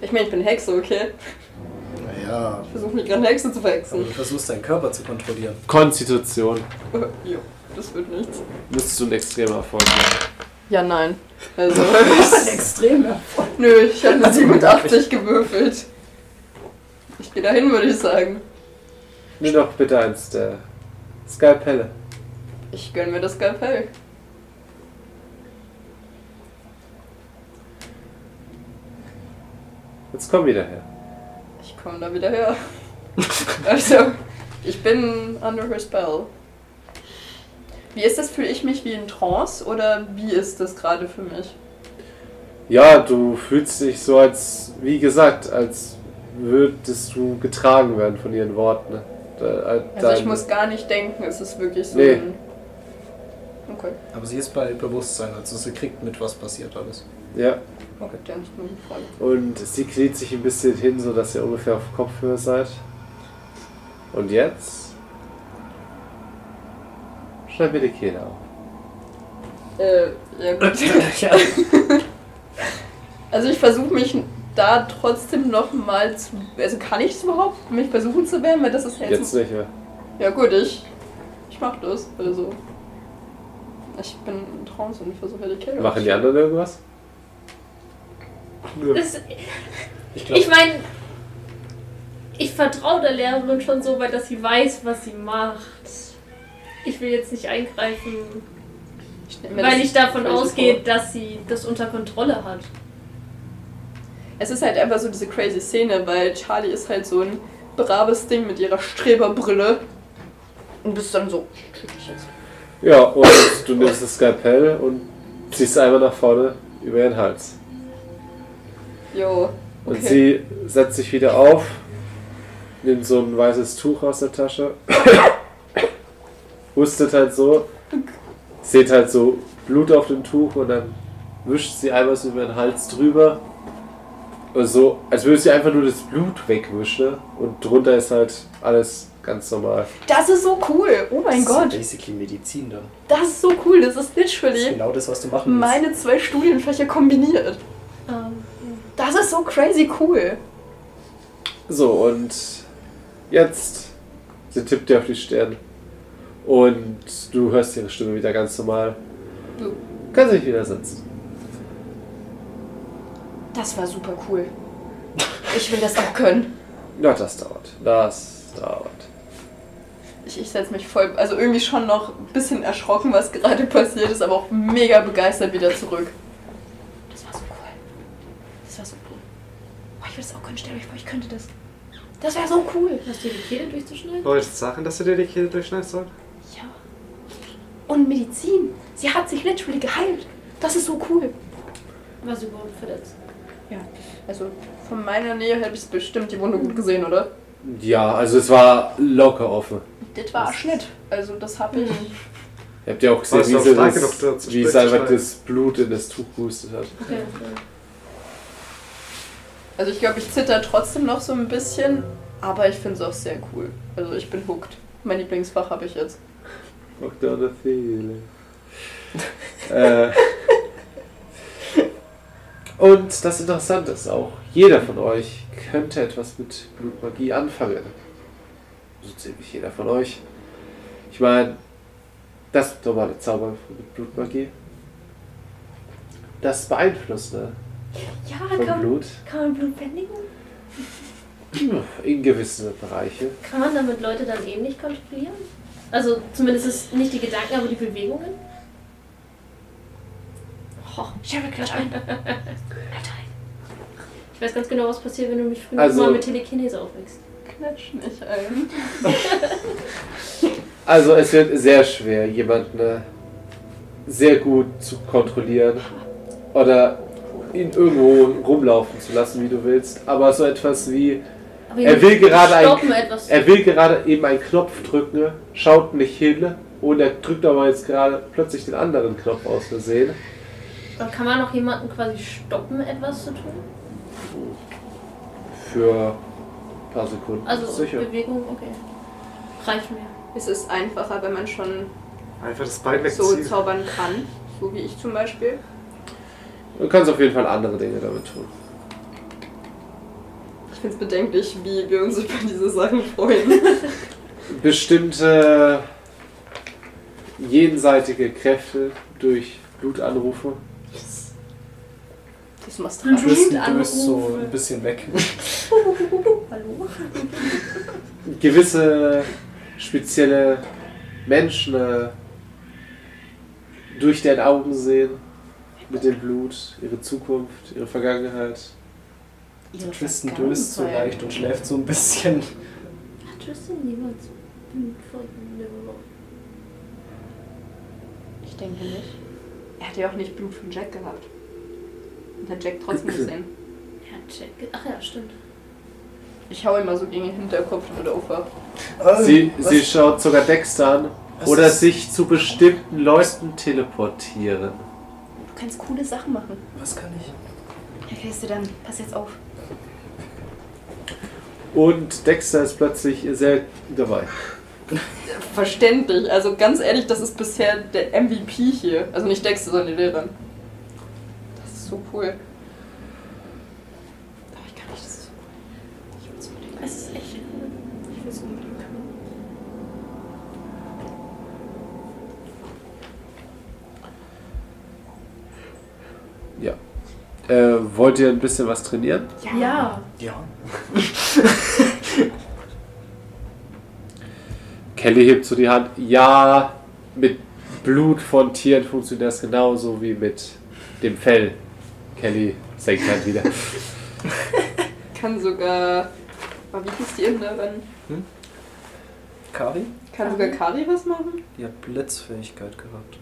S2: Ich meine, ich bin Hexe, okay?
S3: Naja.
S2: Ich versuche mich gerade eine Hexe zu
S3: Aber du
S2: verhexen.
S3: versuchst deinen Körper zu kontrollieren.
S1: Konstitution.
S2: jo, das wird nichts.
S1: Müsstest du ein extremer Erfolg haben.
S2: Ja, nein. Also.
S3: Extrem Erfolg.
S2: Nö, Also, ich habe eine 87 gewürfelt. Ich gehe dahin, würde ich sagen.
S1: Nimm doch bitte eins der Skalpelle.
S2: Ich gönn mir das Skalpell.
S1: Jetzt komm wieder her.
S2: Ich komme da wieder her. also, ich bin under her spell. Wie ist das? Fühle ich mich wie in Trance oder wie ist das gerade für mich?
S1: Ja, du fühlst dich so als, wie gesagt, als würdest du getragen werden von ihren Worten. ne? Da- äh,
S2: Also ich
S1: dein-
S2: muss gar nicht denken, es ist wirklich so
S1: Nee.
S2: ein... Okay,
S3: Aber sie ist bei Bewusstsein, also sie kriegt mit, was passiert alles.
S1: Ja,
S2: okay, dann ist meine Frage.
S1: und sie kniet sich ein bisschen hin, sodass ihr ungefähr auf Kopfhöhe seid. Und jetzt? Schneid mir die Kehle auf.
S2: Äh, ja gut.
S3: ja.
S2: Also ich versuche mich da trotzdem nochmal zu. Also kann ich es überhaupt, mich versuchen zu wehren? Weil das ist ja
S1: Jetzt nicht mehr.
S2: Ja gut, ich. Ich mach das. Also. Ich bin in Trance und ich versuche ja die Kelle.
S1: Machen die anderen irgendwas?
S5: Nö.
S4: Das,
S3: Ich glaube,
S4: ich meine, ich vertraue der Lehrerin schon so weit, dass sie weiß, was sie macht. Ich will jetzt nicht eingreifen,
S2: Ich nehm mir
S4: weil
S2: das
S4: ich davon
S2: crazy
S4: ausgehe,
S2: vor.
S4: dass sie das unter Kontrolle hat.
S2: Es ist halt einfach so diese crazy Szene, weil Charlie ist halt so ein braves Ding mit ihrer Streberbrille. Und bist dann so. "Krieg ich jetzt."
S1: Ja, und du nimmst das Skalpell und ziehst einmal nach vorne über ihren Hals.
S2: Jo.
S1: Und
S2: Okay.
S1: sie setzt sich wieder auf, nimmt so ein weißes Tuch aus der Tasche, hustet halt so, seht halt so Blut auf dem Tuch und dann wischt sie einmal so über den Hals drüber. Und so, als würde sie einfach nur das Blut wegwischen und drunter ist halt alles ganz normal.
S2: Das ist so cool. Oh mein
S3: das ist
S2: Gott.
S3: basically Medizin dann.
S2: Das ist so cool. Das ist
S3: Das ist
S2: literally
S3: genau das, was du machen willst.
S2: meine zwei Studienfächer kombiniert.
S4: Ähm,
S2: Das ist so crazy cool.
S1: So, und jetzt, sie tippt dir auf die Stirn. Und du hörst ihre Stimme wieder ganz normal. Du kannst dich wieder setzen.
S2: Das war super cool. Ich will das auch können.
S1: Ja, das dauert. Das dauert.
S2: Ich, ich setze mich voll, also irgendwie schon noch ein bisschen erschrocken, was gerade passiert ist, aber auch mega begeistert wieder zurück. Das war so cool. Das war so cool. Boah, ich will das auch können, stellt euch vor, ich könnte das. Das wäre so cool.
S4: hast du die Kehle durchzuschneiden?
S5: Wollte ich sagen, dass du dir die Kehle durchschneidest? Sol?
S2: Ja. Und Medizin. Sie hat sich literally geheilt. Das ist so cool.
S4: Warst du überhaupt verletzt?
S2: Also von meiner Nähe hätte ich bestimmt die Wunde gut gesehen, oder?
S1: Ja, also es war locker offen.
S2: Das war ein Schnitt. Also das habe ich.
S4: Mhm.
S1: Ihr habt ja auch gesehen,
S5: Warst du
S1: wie
S5: auch
S1: sie, das,
S5: stark genug, da zu
S1: wie es
S5: spitz
S1: einfach
S5: schneiden?
S1: das Blut in das Tuch gehustet hat.
S4: Okay.
S2: Also ich glaube, ich zitter trotzdem noch so ein bisschen, aber ich finde es auch sehr cool. Also ich bin hooked. Mein Lieblingsfach habe ich jetzt.
S1: Fuck down the feeling. äh. Und das Interessante ist auch, jeder von euch könnte etwas mit Blutmagie anfangen. So ziemlich jeder von euch. Ich meine, das normale Zauber mit Blutmagie. Das Beeinflussende
S4: Ja,
S1: von
S4: kann,
S1: Blut
S4: kann man Blut bändigen?
S1: in gewissen Bereiche.
S4: Kann man damit Leute dann ähnlich kontrollieren? Also zumindest ist nicht die Gedanken, aber die Bewegungen?
S2: Oh, Sherry gleich ein.
S4: Ich weiß ganz genau, was passiert, wenn du mich früh
S1: Also-
S4: mal mit Telekinese aufwächst.
S2: Knatsch nicht ein.
S1: Also es wird sehr schwer, jemanden äh, sehr gut zu kontrollieren oder ihn irgendwo rumlaufen zu lassen, wie du willst. Aber so etwas wie,
S4: Aber
S1: Er will gerade ein-
S4: stoppen etwas.
S1: er will gerade eben einen Knopf drücken, schaut nicht hin und er drückt aber jetzt gerade plötzlich den anderen Knopf aus Versehen.
S4: Und kann man auch jemanden quasi stoppen, etwas zu tun?
S1: Für ein paar Sekunden.
S4: Also
S1: sicher.
S4: Bewegung, okay. Reicht mir.
S2: Es ist einfacher, wenn man schon
S5: Einfach das Bein
S2: so
S5: wegziehen.
S2: zaubern kann. So wie ich zum Beispiel.
S1: Du kannst auf jeden Fall andere Dinge damit tun.
S2: Ich finde es bedenklich, wie wir uns über diese Sachen freuen.
S1: Bestimmte jenseitige Kräfte durch Blutanrufe.
S2: Das machst
S3: Du
S2: du. halt.
S3: bist, du bist so ein bisschen weg.
S4: Hallo?
S1: gewisse spezielle Menschen äh, durch deren Augen sehen, mit dem Blut, ihre Zukunft, ihre Vergangenheit.
S3: Tristan döst so leicht und schläft so ein bisschen.
S4: Hat Tristan jemals Blut von
S2: Ich denke nicht. Er hat ja auch nicht Blut von Jack gehabt. Und hat Jack trotzdem gesehen.
S4: Ja, check. Ach ja, stimmt.
S2: Ich hau immer so gegen den Hinterkopf mit Ofer.
S1: Sie,
S3: Äh, Also, Was?
S1: sie schaut sogar Dexter an
S3: Was
S1: oder
S3: ist-
S1: sich zu bestimmten Leuten teleportieren.
S2: Du kannst coole Sachen machen.
S3: Was kann ich?
S2: Erklärst du dann, pass jetzt auf.
S1: Und Dexter ist plötzlich sehr dabei.
S2: Verständlich. Also ganz ehrlich, das ist bisher der MVP hier. Also nicht Dexter, sondern die Lehrerin. Das ist so cool. Aber ich kann nicht das so cool. Ich will's unbedingt.
S4: Es ist echt cool.
S2: Ich will's unbedingt können.
S1: Äh, wollt ihr ein bisschen was trainieren?
S4: Ja.
S3: Ja.
S1: Kelly hebt so die Hand. Ja, mit Blut von Tieren funktioniert das genauso wie mit dem Fell. Kelly senkt halt wieder.
S2: Kann sogar. Oh, wie hieß die Inderin?
S3: Kari?
S2: Kann sogar Kari was machen?
S3: Die hat Blitzfähigkeit gehabt.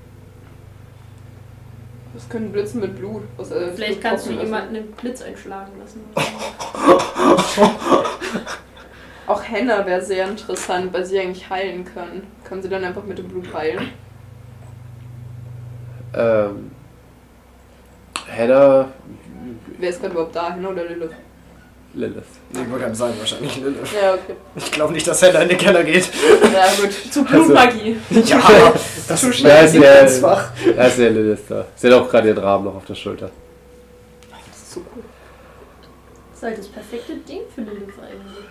S2: Das können Blitzen mit Blut. Aus, äh,
S4: Vielleicht kannst du
S2: Blut
S4: jemanden einen Blitz einschlagen lassen.
S2: Auch Henna wäre sehr interessant, weil sie eigentlich heilen können. Kann sie dann einfach mit dem Blut heilen?
S1: Ähm, Hannah
S2: Wer ist gerade überhaupt da? Henna oder Lilith?
S1: Lilith.
S3: Nee, ich wollte gerade sagen, wahrscheinlich ne? Lilith.
S2: Ja, okay.
S3: Ich glaube nicht, dass Hella in den Keller geht.
S2: Ja, gut.
S4: Zu
S3: Also-
S4: Blutmagie.
S3: ja, das
S1: Zu
S3: ist
S1: schnell.
S3: schnell ganz wach.
S1: Da ist ja Lilith da. Sie hat auch gerade ihren Rahmen noch auf der Schulter.
S2: Das ist so cool.
S4: Das ist halt das perfekte Ding für Lilith eigentlich.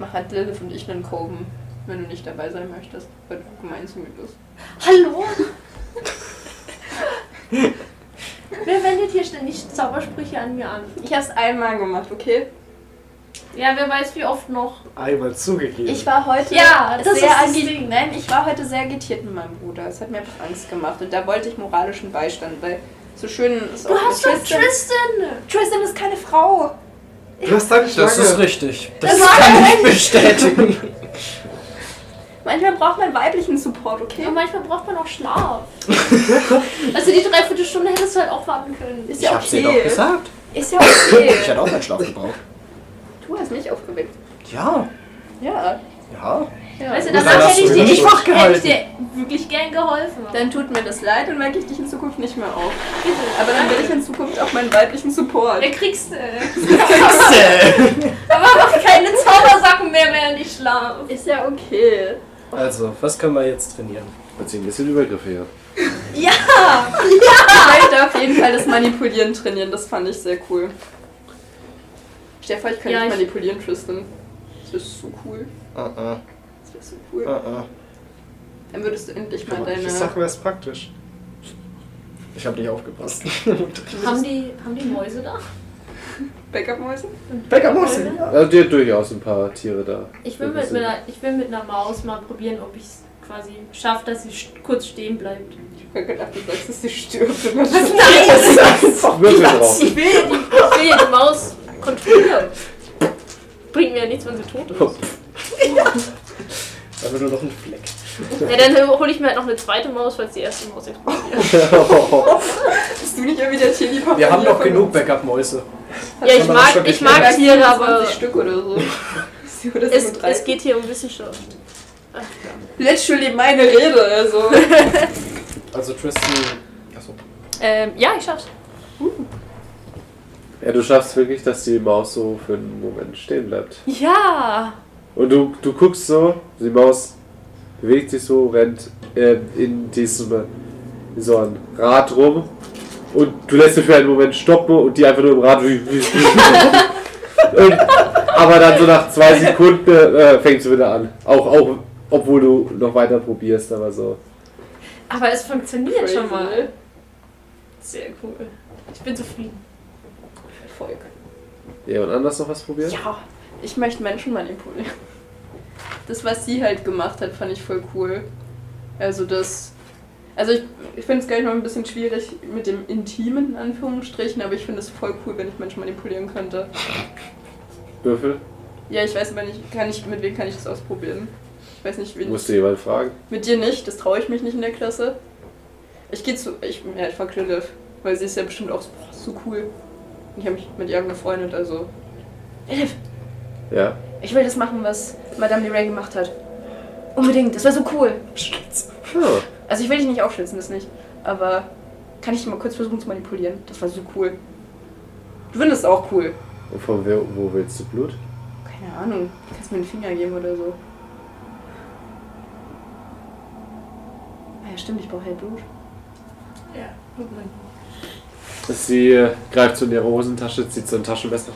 S2: Mach halt Lilith und ich einen Koben, wenn du nicht dabei sein möchtest, weil du gemein zu mir bist.
S4: Hallo? Wer wendet hier ständig Zaubersprüche an mir an?
S2: Ich hab's einmal gemacht, okay?
S4: Ja, wer weiß wie oft noch.
S5: Einmal zugegeben.
S2: Ich war heute
S4: Ja, das ist
S2: sehr
S4: das
S2: agi-
S4: Ding.
S2: Nein, ich war heute sehr agitiert mit meinem Bruder. Es hat mir einfach Angst gemacht und da wollte ich moralischen Beistand, weil so schön ist
S4: Du hast doch
S2: Tristan.
S4: Tristan!
S2: Tristan ist keine Frau.
S5: du hast da geschlagen.
S3: Das ist richtig. Das,
S4: war
S3: kann ich bestätigen.
S2: Manchmal braucht man weiblichen Support, okay?
S4: Ja, manchmal braucht man auch Schlaf. also die Dreiviertelstunde hättest du halt auch warten können.
S2: Ist ja okay.
S3: gesagt.
S2: ist ja okay.
S3: Ich hätte auch meinen Schlaf gebraucht.
S2: Du hast mich aufgeweckt.
S3: Ja,
S2: Ja.
S3: ja.
S2: ja.
S4: Weißt du,
S5: Ja,
S4: danach
S5: das
S4: hätte ich dir
S5: hast du
S4: echt
S5: nicht
S3: wach
S4: hätte ich dir wirklich gern geholfen.
S2: dann tut mir das leid und wecke ich dich in Zukunft nicht mehr auf. Aber dann will ich in Zukunft auch meinen weiblichen Support.
S4: Der kriegst äh, aber mach keine Zaubersacken mehr, während ich schlaf.
S2: Ist ja okay.
S3: Also, was können wir jetzt trainieren?
S1: Hat sie ein bisschen übergriffiger.
S2: Ich wollte auf jeden Fall das Manipulieren trainieren, das fand ich sehr cool. Stell dir vor, ich könnte
S4: Ja,
S2: dich
S4: ich-
S2: manipulieren, Tristan. Das wäre so cool.
S3: Uh-uh,
S2: Das wäre so cool.
S3: uh-uh.
S2: Dann würdest du endlich mal
S5: Aber
S2: deine.
S5: Ich sag mir, es praktisch.
S3: Ich habe nicht aufgepasst.
S4: Haben die, haben die Mäuse da?
S2: Backup-Mäuse?
S3: Bäcker
S1: Also die hat durchaus ein paar Tiere da.
S4: Ich will, mit, mit einer, ich will mit einer Maus mal probieren, ob ich es quasi schaffe, dass sie st- kurz stehen bleibt.
S2: Ich hab gedacht, du sagst, dass sie stirbt. Und dann-
S1: Würfel drauf.
S4: Ich will ja die, ich will ja die Maus kontrollieren. Bringt mir ja nichts, wenn sie tot ist.
S3: Da wird nur noch ein Fleck.
S4: Ja, dann hole ich mir halt noch eine zweite Maus, falls die erste Maus explodiert.
S2: Bist du nicht irgendwie der chili
S3: Wir haben doch genug Backup-Mäuse.
S4: Ja, ich
S3: Kann man das
S4: mag,
S3: wirklich
S4: ich mag Tiere, aber
S2: Stück oder so. Sie oder
S4: es,
S2: so drei.
S4: es geht hier um Wissenschaft. Ach, ja.
S2: literally meine Rede, also.
S3: Also Tristan. Achso.
S4: Ähm, ja, ich schaff's.
S1: Ja, du schaffst wirklich, dass die Maus so für einen Moment stehen bleibt.
S4: Ja!
S1: Und du, du guckst so, die Maus bewegt sich so, rennt ähm, in diesem in so ein Rad rum und du lässt sie für einen Moment stoppen und die einfach nur im Rad. und, aber dann so nach zwei Sekunden äh, fängt sie wieder an. Auch, auch obwohl du noch weiter probierst, aber so.
S4: Aber es funktioniert
S2: Crazy,
S4: schon mal.
S2: ne?
S4: Sehr cool. Ich bin zufrieden.
S2: Erfolg.
S1: Jemand anders noch was probiert?
S2: Ja, ich möchte Menschen manipulieren. Das, was sie halt gemacht hat, fand ich voll cool. Also das. Also ich, ich finde es gleich noch ein bisschen schwierig mit dem Intimen in Anführungsstrichen, aber ich finde es voll cool, wenn ich Menschen manipulieren könnte.
S1: Würfel?
S2: Ja, ich weiß aber nicht, kann ich, mit wem kann ich das ausprobieren? Ich weiß nicht, wen.
S1: Musst du jemanden fragen?
S2: Mit dir nicht, das traue ich mich nicht in der Klasse. Ich gehe zu. Ich, ja, ich frage Lilith, weil sie ist ja bestimmt auch so, boah, so cool. Und ich habe mich mit ihr angefreundet, also. Lilith,
S1: Ja.
S2: ich will das machen, was Madame Leray gemacht hat. Unbedingt, das wäre so cool.
S1: Ah,
S2: Also ich will dich nicht aufschlitzen, das nicht. Aber kann ich dich mal kurz versuchen zu manipulieren? Das war so cool. Du findest es auch cool.
S1: Und von wer, wo willst du Blut?
S2: Keine Keine Ahnung. Kannst mir einen Finger geben oder so. Ah ja, stimmt, ich brauche Hellblut.
S4: Ja.
S1: Sie äh, greift zu ihrer Hosentasche, zieht so ein Taschenmesser.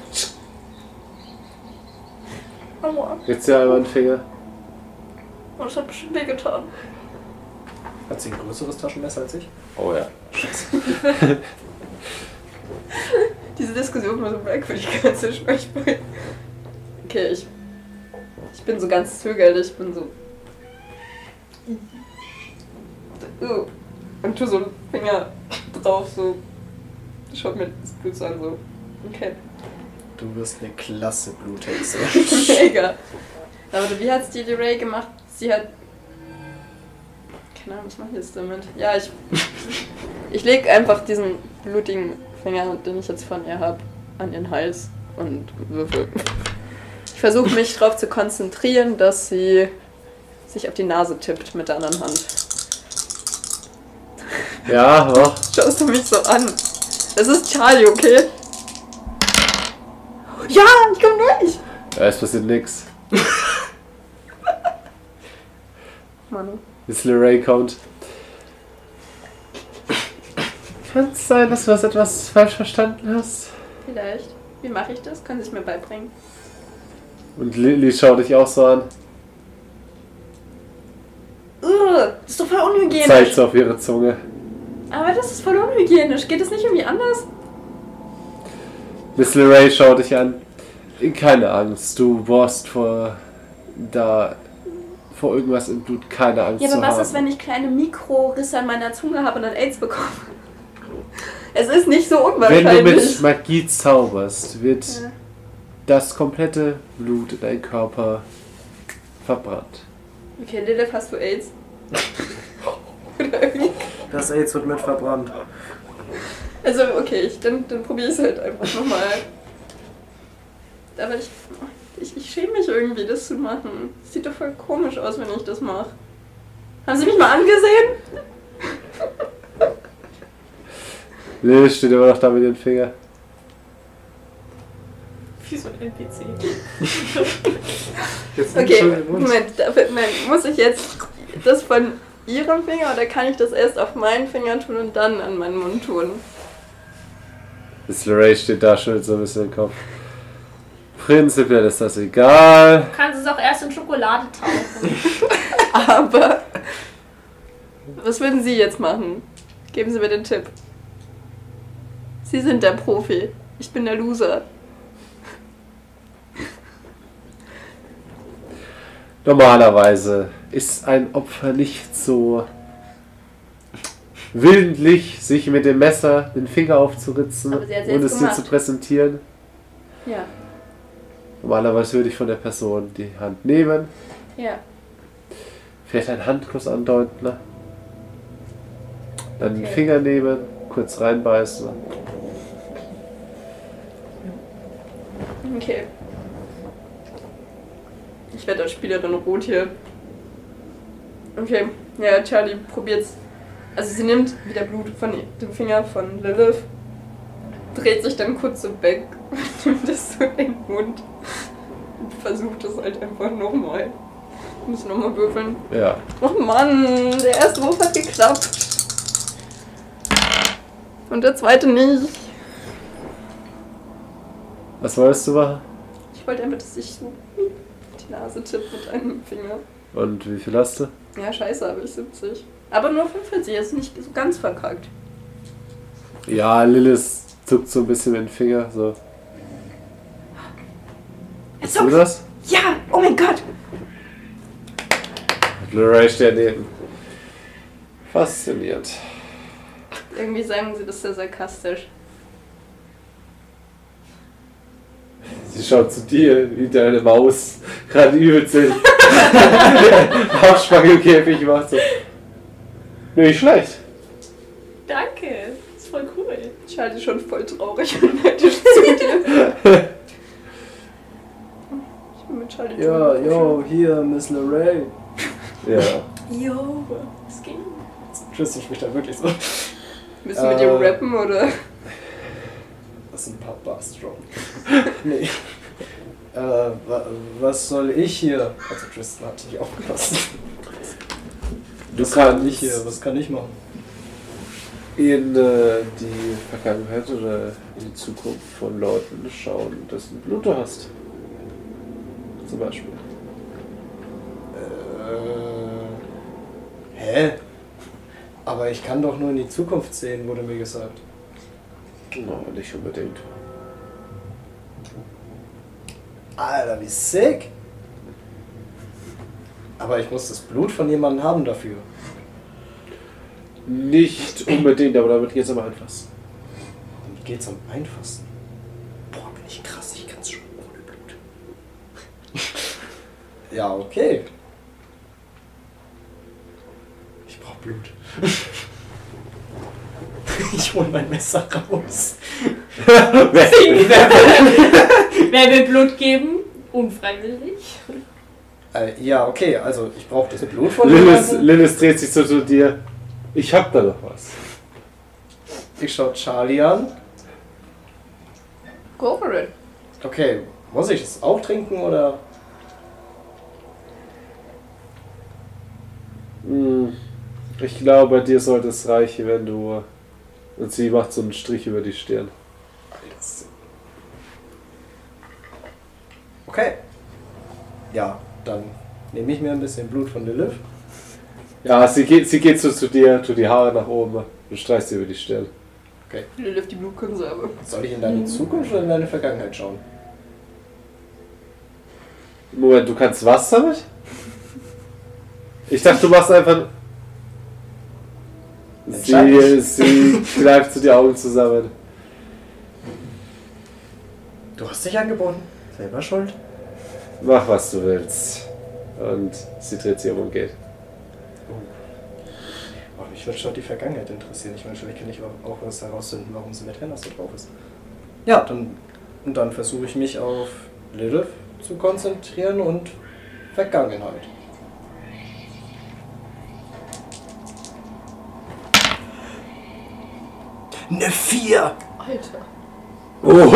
S2: Aua.
S1: Jetzt ja über den Finger.
S4: Oh,
S2: Und es hat bestimmt wehgetan.
S3: Hat sie ein größeres Taschenmesser als ich?
S1: Oh ja.
S2: Diese Diskussion war so merkwürdig ganz bei. Okay, ich, ich bin so ganz zögerlich, ich bin so. So. oh, Und tu so einen Finger drauf, so. Schaut mir das Blut so an, so. Okay.
S3: Du wirst eine klasse Bluthexe.
S2: Mega. Aber wie hat's die Ray gemacht? Sie hat. Keine Ahnung, was mache ich jetzt damit? Ja, ich. ich leg einfach diesen blutigen Finger, den ich jetzt von ihr habe, an ihren Hals und würfel. Ich versuche mich darauf zu konzentrieren, dass sie sich auf die Nase tippt mit der anderen Hand.
S1: Ja, oh. doch.
S2: Schaust du mich so an? Das ist Charlie, okay? Ja, ich komm durch!
S1: Ja, es passiert nichts.
S2: Manu.
S1: Ist Ray kommt. Kann es sein, dass du das etwas falsch verstanden hast?
S2: Vielleicht. Wie mache ich das? Können Sie es mir beibringen?
S1: Und Lily schaut dich auch so an.
S2: Ugh, das ist doch voll unhygienisch.
S1: Zeigt so auf ihre Zunge.
S2: Aber das ist voll unhygienisch. Geht das nicht irgendwie anders?
S1: Miss Leray schaut dich an. Keine Angst, du brauchst vor da vor irgendwas im Blut keine Angst
S2: Ja,
S1: zu
S2: aber was
S1: haben.
S2: ist, wenn ich kleine Mikrorisse an meiner Zunge habe und dann AIDS bekomme? Es ist nicht so unwahrscheinlich.
S1: Wenn du mit Magie zauberst, wird
S2: Ja.
S1: das komplette Blut in deinem Körper verbrannt.
S2: okay, Lilith, hast du AIDS? Oder irgendwie.
S3: Das AIDS wird mit verbrannt.
S2: Also, okay, ich, dann, dann probiere ich es halt einfach nochmal. Aber ich, ich, ich schäme mich irgendwie, das zu machen. Sieht doch voll komisch aus, wenn ich das mache. Haben Sie mich mal angesehen?
S1: Lil steht immer noch da mit den Fingern.
S4: Wie so ein NPC.
S5: Jetzt nimm schon
S2: Okay,
S5: den Mund.
S2: Moment, dafür, nein, muss ich jetzt das von Ihrem Finger oder kann ich das erst auf meinen Finger tun und dann an meinen Mund tun?
S1: Miss Leray steht da, schüttelt so ein bisschen den Kopf. Prinzipiell ist das egal.
S4: Kannst es auch erst in Schokolade tauchen.
S2: Aber was würden Sie jetzt machen? Geben Sie mir den Tipp. Sie sind der Profi, ich bin der Loser.
S1: Normalerweise ist ein Opfer nicht so willentlich, sich mit dem Messer den Finger aufzuritzen
S2: Aber sie hat's
S1: und
S2: jetzt
S1: es dir zu
S2: gemacht.
S1: präsentieren.
S2: Ja,
S1: Normalerweise würde ich von der Person die Hand nehmen,
S2: ja.
S1: vielleicht einen Handkuss andeuten, ne? dann den
S2: Okay.
S1: Finger nehmen, kurz reinbeißen.
S2: Okay. Ich werde als Spielerin rot hier. Okay, ja, Charlie probiert's. Also sie nimmt wieder Blut von dem Finger von Lilith, dreht sich dann kurz so weg und nimmt es so in den Mund und versucht es halt einfach nochmal. Ich muss nochmal würfeln.
S1: Ja,
S2: Oh Mann, der erste Wurf hat geklappt. Und der zweite nicht.
S1: was wolltest du machen?
S2: Ich wollte einfach, dass ich so die Nase tippe mit einem Finger.
S1: Und wie viel hast du?
S2: Ja, scheiße, habe ich 70. Aber nur 45, ist nicht so ganz verkackt.
S1: Ja, Lilith zuckt so ein bisschen mit dem Finger. So. Bist du das?
S2: Ja, oh mein Gott.
S1: Blu-ray steht daneben. Fasziniert.
S2: Irgendwie sagen sie das sehr sarkastisch.
S1: Sie schaut zu dir, wie deine Maus gerade übelst den Hausspangelkäfig macht. So. Nicht schlecht.
S4: Danke. Ist voll cool.
S2: Charlie schon voll traurig und neidisch zu dir. Ich bin mit Charlie
S3: Ja,
S2: schon-
S3: yo, hier, Miss LeRae.
S1: Ja.
S4: Jo. Es ging.
S3: Tristan spricht da wirklich so.
S2: Müssen wir mit dir
S3: Äh.
S2: rappen oder?
S3: Das sind ein paar Barstrom. nee. Äh, wa was soll ich hier? Also Tristan hat nicht aufgepasst.
S1: Du
S3: Was kann
S1: kannst
S3: ich hier? Was kann ich machen?
S1: in äh, die Vergangenheit oder in die Zukunft von Leuten schauen, dessen Blut du hast. Zum Beispiel.
S3: Äh, hä? Aber ich kann doch nur in die Zukunft sehen, wurde mir gesagt.
S1: Na,
S3: Genau.
S1: Oh, nicht unbedingt.
S3: Alter, wie sick! Aber ich muss das Blut von jemandem haben dafür.
S1: Nicht unbedingt, aber damit geht's am einfachsten.
S3: Damit geht's am einfachsten. Boah, bin ich krass, ich kann's schon ohne Blut. ja, okay. Ich brauch Blut. ich hol mein Messer raus.
S4: Wer will Blut geben? Unfreiwillig.
S3: Äh, ja, okay, also ich brauch das Blut von
S1: Lilith,
S3: jemandem.
S1: Lilith dreht sich so zu dir. Ich hab da noch was.
S3: Ich schau Charlie an.
S2: Go for it.
S3: Okay, muss ich das auch trinken oder?
S1: Hm, Ich glaube, dir sollte es reichen, wenn du. Und sie macht so einen Strich über die Stirn.
S3: Okay. Ja, dann nehme ich mir ein bisschen Blut von Lilith.
S1: Ja, sie geht, sie geht so zu dir, tu die Haare nach oben und streichst sie über die Stirn.
S2: Lilith die Blutkonserve.
S3: Soll ich in deine Zukunft oder in deine Vergangenheit schauen?
S1: Moment, du kannst was damit? Ich dachte, du machst einfach. Sie,
S3: Entscheidend.
S1: sie kneift so die Augen zusammen.
S3: Du hast dich angeboten. Selber schuld.
S1: Mach, was du willst. Und sie dreht sich um und geht.
S3: Oh, mich würde schon die Vergangenheit interessieren. Ich meine, vielleicht kann ich auch, auch was herausfinden, warum sie mit Hannah so drauf ist. Ja, dann, und dann versuche ich mich auf Lilith zu konzentrieren und Vergangenheit. Eine Oh. 4!
S2: Alter.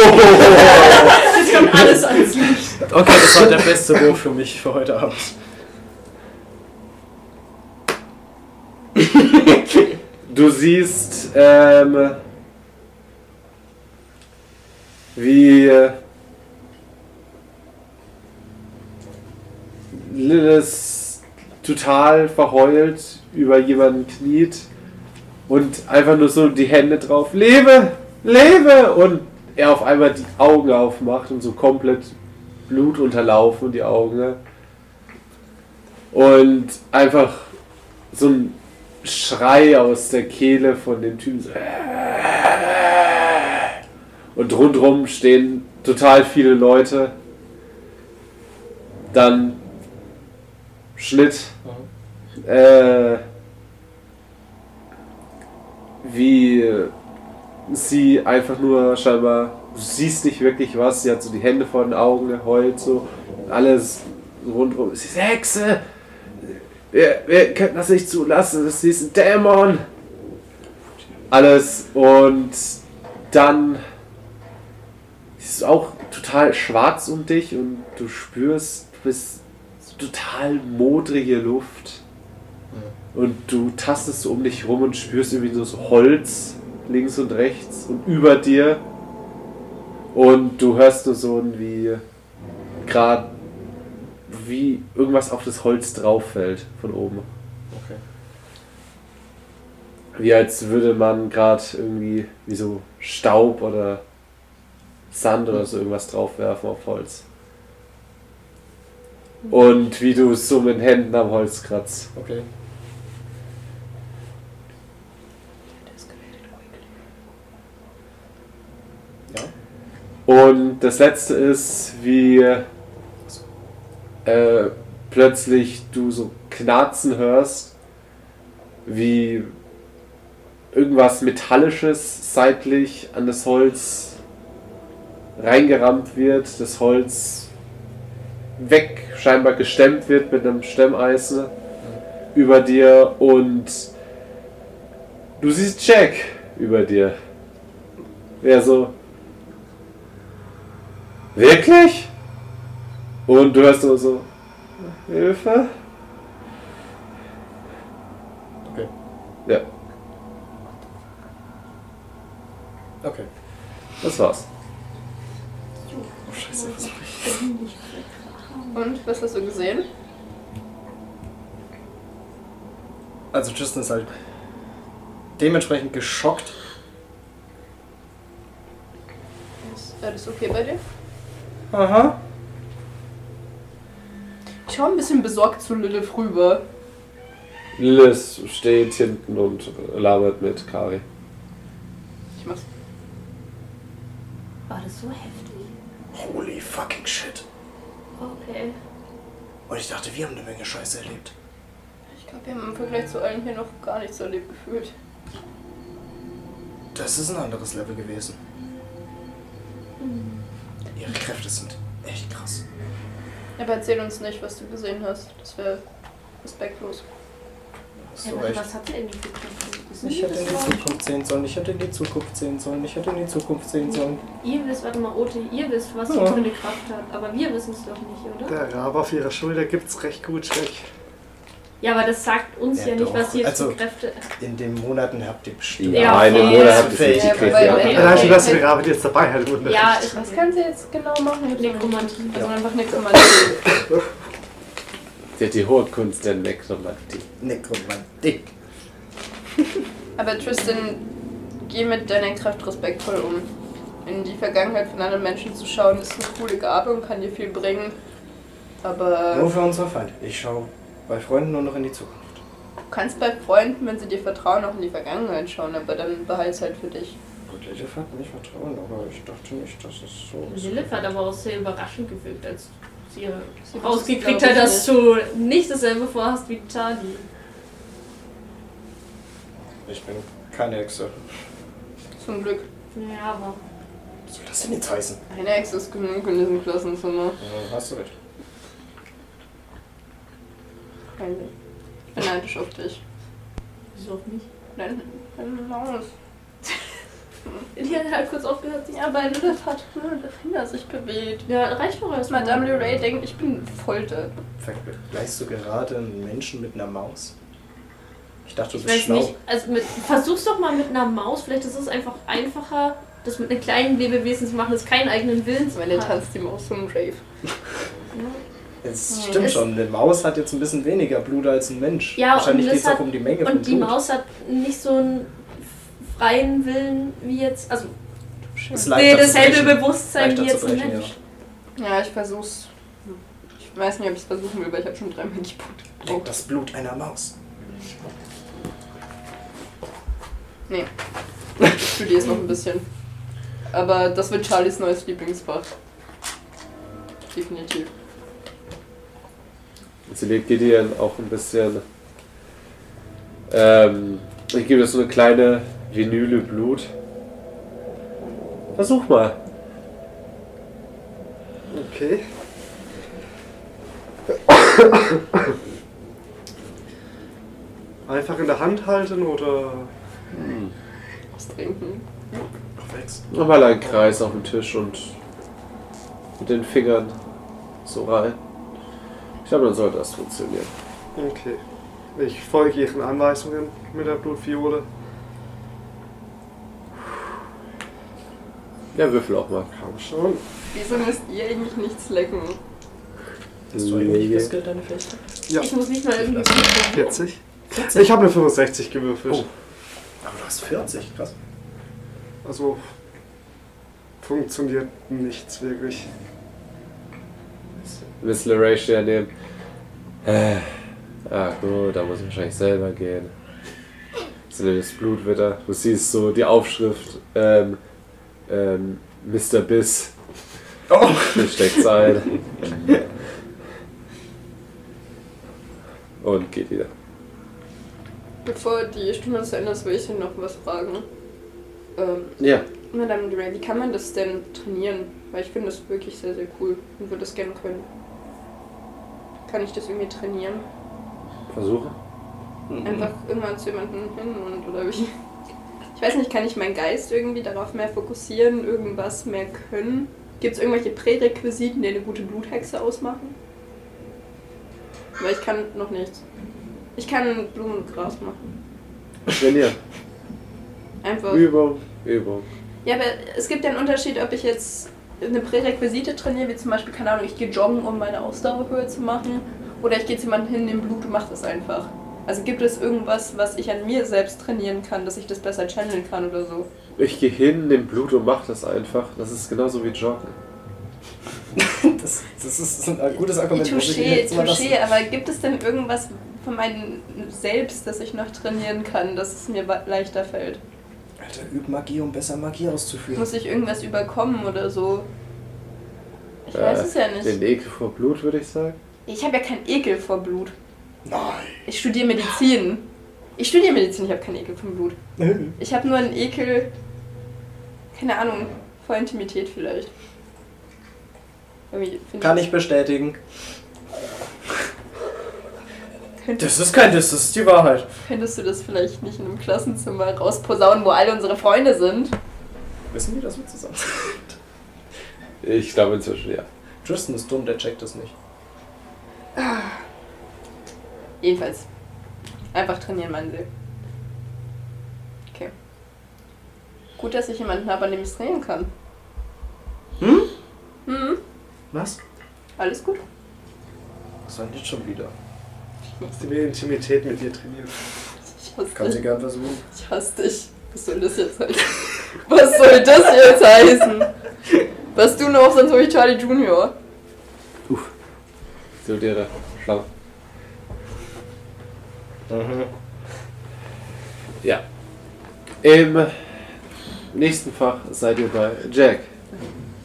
S4: Jetzt kommt alles ans Licht.
S3: Okay, das war der beste Wurf für mich für heute Abend.
S1: Du siehst, ähm, wie Lilith total verheult über jemanden kniet und einfach nur so die Hände drauf, lebe, lebe! Und er auf einmal die Augen aufmacht und so komplett Blut unterlaufen die Augen. ne? Und einfach so ein Schrei aus der Kehle von dem Typen. so. Und rundrum stehen total viele Leute. Dann Schnitt. Äh, wie sie einfach nur scheinbar, du siehst nicht wirklich was, sie hat so die Hände vor den Augen, heult so, alles rundrum. Sie ist Hexe! Wir, wir können das nicht zulassen, das ist ein Dämon. Alles und dann es ist auch total schwarz um dich und du spürst, du bist so total modrige Luft. Und du tastest so um dich rum und spürst irgendwie so das Holz links und rechts und über dir. Und du hörst nur so ein wie gerade wie irgendwas auf das Holz drauf fällt von oben.
S3: Okay.
S1: Wie als würde man gerade irgendwie wie so Staub oder Sand oder so irgendwas draufwerfen auf Holz. Und wie du so mit den Händen am Holz kratzt.
S3: Okay. Ja.
S1: Und das letzte ist, wie äh, plötzlich du so Knarzen hörst, wie irgendwas Metallisches seitlich an das Holz reingerammt wird, das Holz weg, scheinbar gestemmt wird mit einem Stemmeisen über dir und du siehst Jack über dir. Wer so, Wirklich? Und du hörst nur so, Hilfe?
S3: Okay.
S1: Ja,
S3: Okay.
S1: das war's.
S3: Oh, scheiße, was mache ich?
S2: Und was hast du gesehen?
S3: Also Tristan ist halt dementsprechend geschockt.
S2: Ist alles okay bei dir?
S3: Aha.
S2: Ich schaue ein bisschen besorgt zu Lilith rüber.
S1: Lilith steht hinten und labert mit Kari.
S2: Ich mach's.
S4: War das so heftig?
S3: Holy fucking shit.
S4: Okay.
S3: Und ich dachte, wir haben eine Menge Scheiße erlebt.
S2: Ich glaube, wir haben im Vergleich zu allen hier noch gar nichts erlebt gefühlt.
S3: Das ist ein anderes Level gewesen.
S4: Mhm.
S3: Ihre Kräfte sind echt krass.
S2: Aber erzähl uns nicht, was du gesehen hast. Das wäre respektlos.
S3: Hast
S4: Ja,
S3: du
S4: warte,
S3: recht.
S4: was hat er in die Zukunft gesehen?
S3: Ich hätte in
S4: Das
S3: die
S4: war-
S3: Zukunft sehen sollen, ich hätte in die Zukunft sehen sollen, ich hätte in die Zukunft sehen sollen.
S4: Ihr wisst, warte mal, Ote, ihr wisst, was
S3: Ja.
S4: sie für eine Kraft hat. Aber wir wissen es doch nicht, oder?
S5: Der Rabe auf ihrer Schulter gibt's recht gut weg.
S4: Ja, aber das sagt uns
S3: Ja,
S4: ja, nicht,
S3: doch.
S4: was sie jetzt
S3: Also-
S4: für Kräfte.
S3: In den Monaten habt ihr bestimmt.
S1: Ja,
S4: okay.
S1: eine Monat hat es nicht
S3: Ja,
S1: gekriegt.
S2: weil-
S1: Ja.
S2: weil-
S5: Allein schon,
S2: okay.
S5: dass wir den Rabe jetzt dabei halt ne? hat, wundert
S4: Ja,
S5: mich.
S4: ich
S2: Was
S4: weiß
S2: kann sie jetzt genau machen?
S4: Nekromantie.
S2: Also einfach Nekromantie.
S1: Sie hat die hohe Kunst der Nekromantie.
S3: Nekromantik.
S2: Aber Tristan, geh mit deiner Kraft respektvoll um. In die Vergangenheit von anderen Menschen zu schauen, ist eine coole Gabe und kann dir viel bringen.
S3: Nur
S2: Aber
S3: für unsere Feinde. Ich schaue bei Freunden nur noch in die Zukunft.
S2: du kannst bei Freunden, wenn sie dir vertrauen, auch in die Vergangenheit schauen, aber dann behalte es halt für dich.
S3: Gut, Lilith hat mich vertrauen, aber ich dachte nicht, dass es so ist.
S4: Lilith hat aber auch sehr überraschend gewirkt, als sie ihre- sie
S2: wusste,
S4: rausgekriegt
S2: glaub
S4: hat,
S2: ich,
S4: dass du nicht dasselbe vorhast wie Charlie.
S3: Ich bin keine Hexe.
S2: Zum Glück.
S4: Ja, aber.
S3: Was soll das denn jetzt heißen?
S2: Eine Ex ist genug in diesem Klassenzimmer.
S3: Ja, hast du recht.
S2: Peinlich. Ich bin neidisch auf dich.
S4: Wieso auch nicht?
S2: Nein, dein Maus.
S4: Die hat halt kurz aufgehört, sich.
S2: Ja, aber Lilith hat nur der Finger sich bewegt.
S4: Ja, reicht doch erstmal.
S2: Madame Leray denkt, ich bin Folter.
S3: Vergleichst du gerade einen Menschen mit einer Maus? Ich dachte, du
S4: Ich
S3: bist
S4: weiß
S3: schlau.
S4: nicht, also mit, versuch's doch mal mit einer Maus, vielleicht ist es einfach einfacher, das mit einem kleinen Lebewesen zu machen, das keinen eigenen Willen zu
S2: Meine
S4: hat. ne?
S2: tanzt die Maus zum Rave.
S3: Es
S4: Nee,
S3: stimmt
S4: es-
S3: schon, eine Maus hat jetzt ein bisschen weniger Blut als ein Mensch.
S4: Ja,
S3: Wahrscheinlich
S4: und das
S3: geht es auch
S4: hat-
S3: um die Menge von
S4: Und die
S3: Blut.
S4: Maus hat nicht so einen freien Willen wie jetzt, also
S3: Ist
S4: nee,
S3: leichter zu brechen.
S4: dasselbe Bewusstsein wie
S3: Leichter
S4: jetzt
S3: zu
S4: ein
S3: brechen,
S4: Mensch.
S2: Ja, ich versuch's. Ich weiß nicht, ob ich es versuchen will, weil ich habe schon dreimal die Punkte
S3: Leck
S2: gebraucht.
S3: das Blut einer Maus.
S2: Nee. Ich studiere es noch ein bisschen. Aber das wird Charlies neues Lieblingsfach. Definitiv.
S1: Sie legt Gideon auch ein bisschen. Ähm, ich gebe das so eine kleine Vinyle Blut. Versuch mal.
S5: Okay. Einfach in der Hand halten oder.
S2: Was trinken.
S3: Auf Ex.
S1: Nochmal einen Kreis auf den Tisch und mit den Fingern so rein. Ich glaube, dann sollte das funktionieren.
S5: Okay. Ich folge ihren Anweisungen mit der Blutfiole.
S1: Ja, würfel auch mal.
S5: Komm schon.
S2: Wieso müsst ihr eigentlich nichts lecken?
S3: Hast du eigentlich geskillt, deine Fähigkeit?
S5: Ja.
S4: Ich muss nicht mal irgendwie.
S5: 40. Ich habe eine 65 gewürfelt.
S3: Aber du hast 40, krass.
S5: Also. Funktioniert nichts wirklich.
S1: Miss LeRae steht daneben. Äh, ah gut, da muss ich wahrscheinlich selber gehen. So das Blutwetter. Du siehst so die Aufschrift, ähm, ähm, Mr. Biss.
S3: Oh.
S1: Hier steckt's ein. Und geht wieder.
S2: Bevor die Stunde zu Ende ist, will ich dir noch was fragen. Ähm,
S1: Ja.
S2: Madame Duray, wie kann man das denn trainieren? Weil ich finde das wirklich sehr, sehr cool und würde das gerne können. Kann ich das irgendwie trainieren?
S1: Versuche.
S2: Einfach immer zu jemandem hin und oder wie? Ich weiß nicht, kann ich meinen Geist irgendwie darauf mehr fokussieren, irgendwas mehr können? Gibt es irgendwelche Prärequisiten, die eine gute Bluthexe ausmachen? Weil ich kann noch nichts. Ich kann Blumengras machen.
S1: Trainieren.
S2: Einfach.
S1: Übung, Übung.
S2: Ja, aber es gibt ja einen Unterschied, ob ich jetzt eine Prärequisite trainiere, wie zum Beispiel, keine Ahnung, ich gehe joggen, um meine Ausdauer höher zu machen, oder ich gehe zu jemandem hin, nehme Blut und mache das einfach. Also gibt es irgendwas, was ich an mir selbst trainieren kann, dass ich das besser channeln kann oder so?
S1: Ich gehe hin, nimm Blut und mach das einfach. Das ist genauso wie Joggen.
S3: Das, das ist ein gutes Argument. muss ich
S2: Touché,
S3: jetzt mal lassen.
S2: touché, aber gibt es denn irgendwas von meinem Selbst, das ich noch trainieren kann, dass es mir wa- leichter fällt?
S3: Alter, üb Magie, um besser Magie auszuführen.
S2: Muss ich irgendwas überkommen oder so? Ich
S1: Äh,
S2: weiß es ja
S1: Den
S2: nicht.
S1: Ekel vor Blut, würde ich sagen.
S2: Ich habe ja keinen Ekel vor Blut.
S3: Nein.
S2: Ich studiere Medizin. Ich studiere Medizin, ich habe keinen Ekel vom Blut. Ich habe nur einen Ekel, keine Ahnung, vor Intimität vielleicht. Irgendwie find
S3: Kann ich bestätigen.
S2: Könnt-
S3: Das ist kein Diss, das ist die Wahrheit.
S2: Könntest du das vielleicht nicht in einem Klassenzimmer rausposaunen, wo alle unsere Freunde sind?
S3: Wissen die, dass wir zusammen sind?
S1: Ich glaube inzwischen, ja.
S3: Tristan ist dumm, der checkt das nicht.
S2: Jedenfalls. Einfach trainieren, meinen sie. Okay. Gut, dass ich jemanden habe, an dem ich trainieren kann.
S3: Hm?
S2: Hm?
S3: Was?
S2: Alles gut?
S3: Was soll denn jetzt schon wieder?
S5: Dass die mir Intimität mit dir trainieren.
S2: Ich hasse
S3: Kann sie
S2: dich.
S3: gern versuchen.
S2: Ich hasse dich. Was soll das jetzt heißen? Was soll das jetzt heißen? Was du noch, sonst hol ich Charlie Junior.
S1: Uff. So der Schlange.
S3: Mhm.
S1: Ja. Im nächsten Fach seid ihr bei Jack.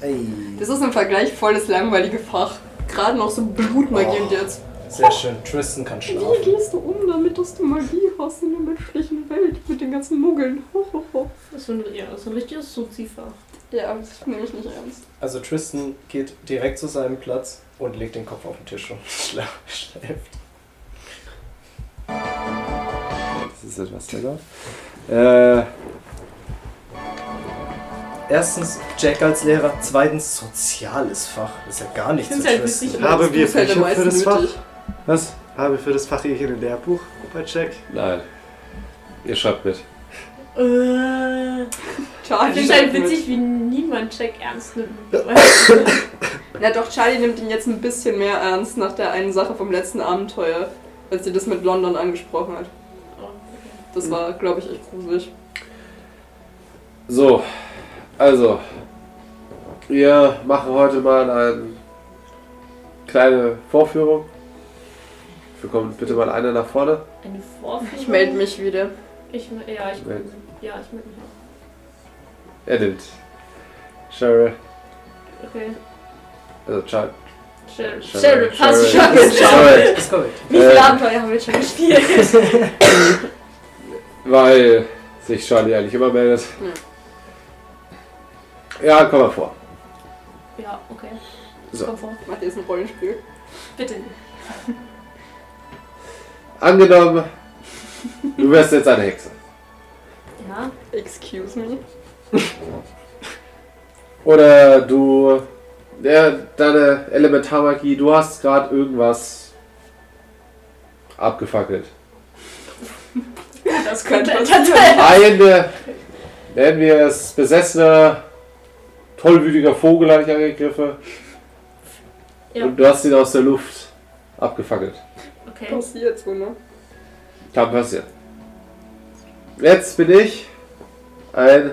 S3: Ey.
S2: Das ist im Vergleich voll das langweilige Fach. Gerade noch so Blutmagie
S3: Oh.
S2: und jetzt.
S3: Sehr schön, Tristan kann
S2: Wie
S3: schlafen.
S2: gehst du um damit, dass du Magie hast in der menschlichen Welt mit den ganzen Muggeln? Ho, ho, ho.
S4: Das ist so ein, ja, das ist ein richtiges Suzifach.
S2: Ja, das nehme ich nicht ernst.
S3: Also Tristan geht direkt zu seinem Platz und legt den Kopf auf den Tisch und schla schläft.
S1: Das ist etwas länger. Äh,
S3: Erstens Jack als Lehrer, zweitens soziales Fach. Das ist ja gar nichts
S4: Ich
S3: für
S4: find's halt
S3: Tristan.
S4: witzig,
S5: Haben
S2: Das
S5: wir
S2: ist halt am
S5: Fächer für
S2: meisten
S5: das Fach?
S2: nötig.
S1: was?
S5: Haben wir für das Fach hier ein Lehrbuch bei Jack?
S1: Nein. Ihr schreibt mit.
S4: Äh, ich
S2: Charlie
S4: finde halt
S2: nimmt
S4: witzig, wie niemand Check ernst nimmt.
S2: mit. Na doch, Charlie nimmt ihn jetzt ein bisschen mehr ernst nach der einen Sache vom letzten Abenteuer, als sie das mit London angesprochen hat.
S4: Mhm.
S2: Das war, glaube ich, echt gruselig.
S1: So, also, wir machen heute mal eine kleine Vorführung. Wir kommen bitte mal einer nach vorne.
S4: Eine Vorführung?
S2: Ich melde mich wieder.
S4: Ich, me- ja, ich,
S1: Meld.
S4: ja, ich melde mich.
S1: Er nimmt. Cheryl,
S4: Okay.
S1: also Charlie.
S4: Cheryl.
S1: Cheryl,
S4: Cheryl, passt schon.
S1: Cheryl. Cheryl.
S3: Ist korrekt.
S4: Wie viele
S1: Äh.
S4: Abenteuer haben wir schon gespielt?
S1: Weil sich Charlie eigentlich immer meldet. Ja, komm mal vor.
S4: ja, okay.
S1: So.
S4: Komm vor.
S2: Macht jetzt ein Rollenspiel.
S4: Bitte.
S1: Angenommen, du wärst jetzt eine Hexe.
S4: Ja.
S2: Excuse me.
S1: Oder du, ja, deine Elementarmagie, du hast gerade irgendwas abgefackelt.
S4: Das könnte
S2: könnte
S4: passieren.
S1: Eine, nennen wir es, besessener, tollwütiger Vogel hat dich angegriffen.
S4: Ja.
S1: Und du hast ihn aus der Luft abgefackelt.
S4: Okay.
S2: Passiert so, ne?
S1: Kann passieren. Jetzt bin ich ein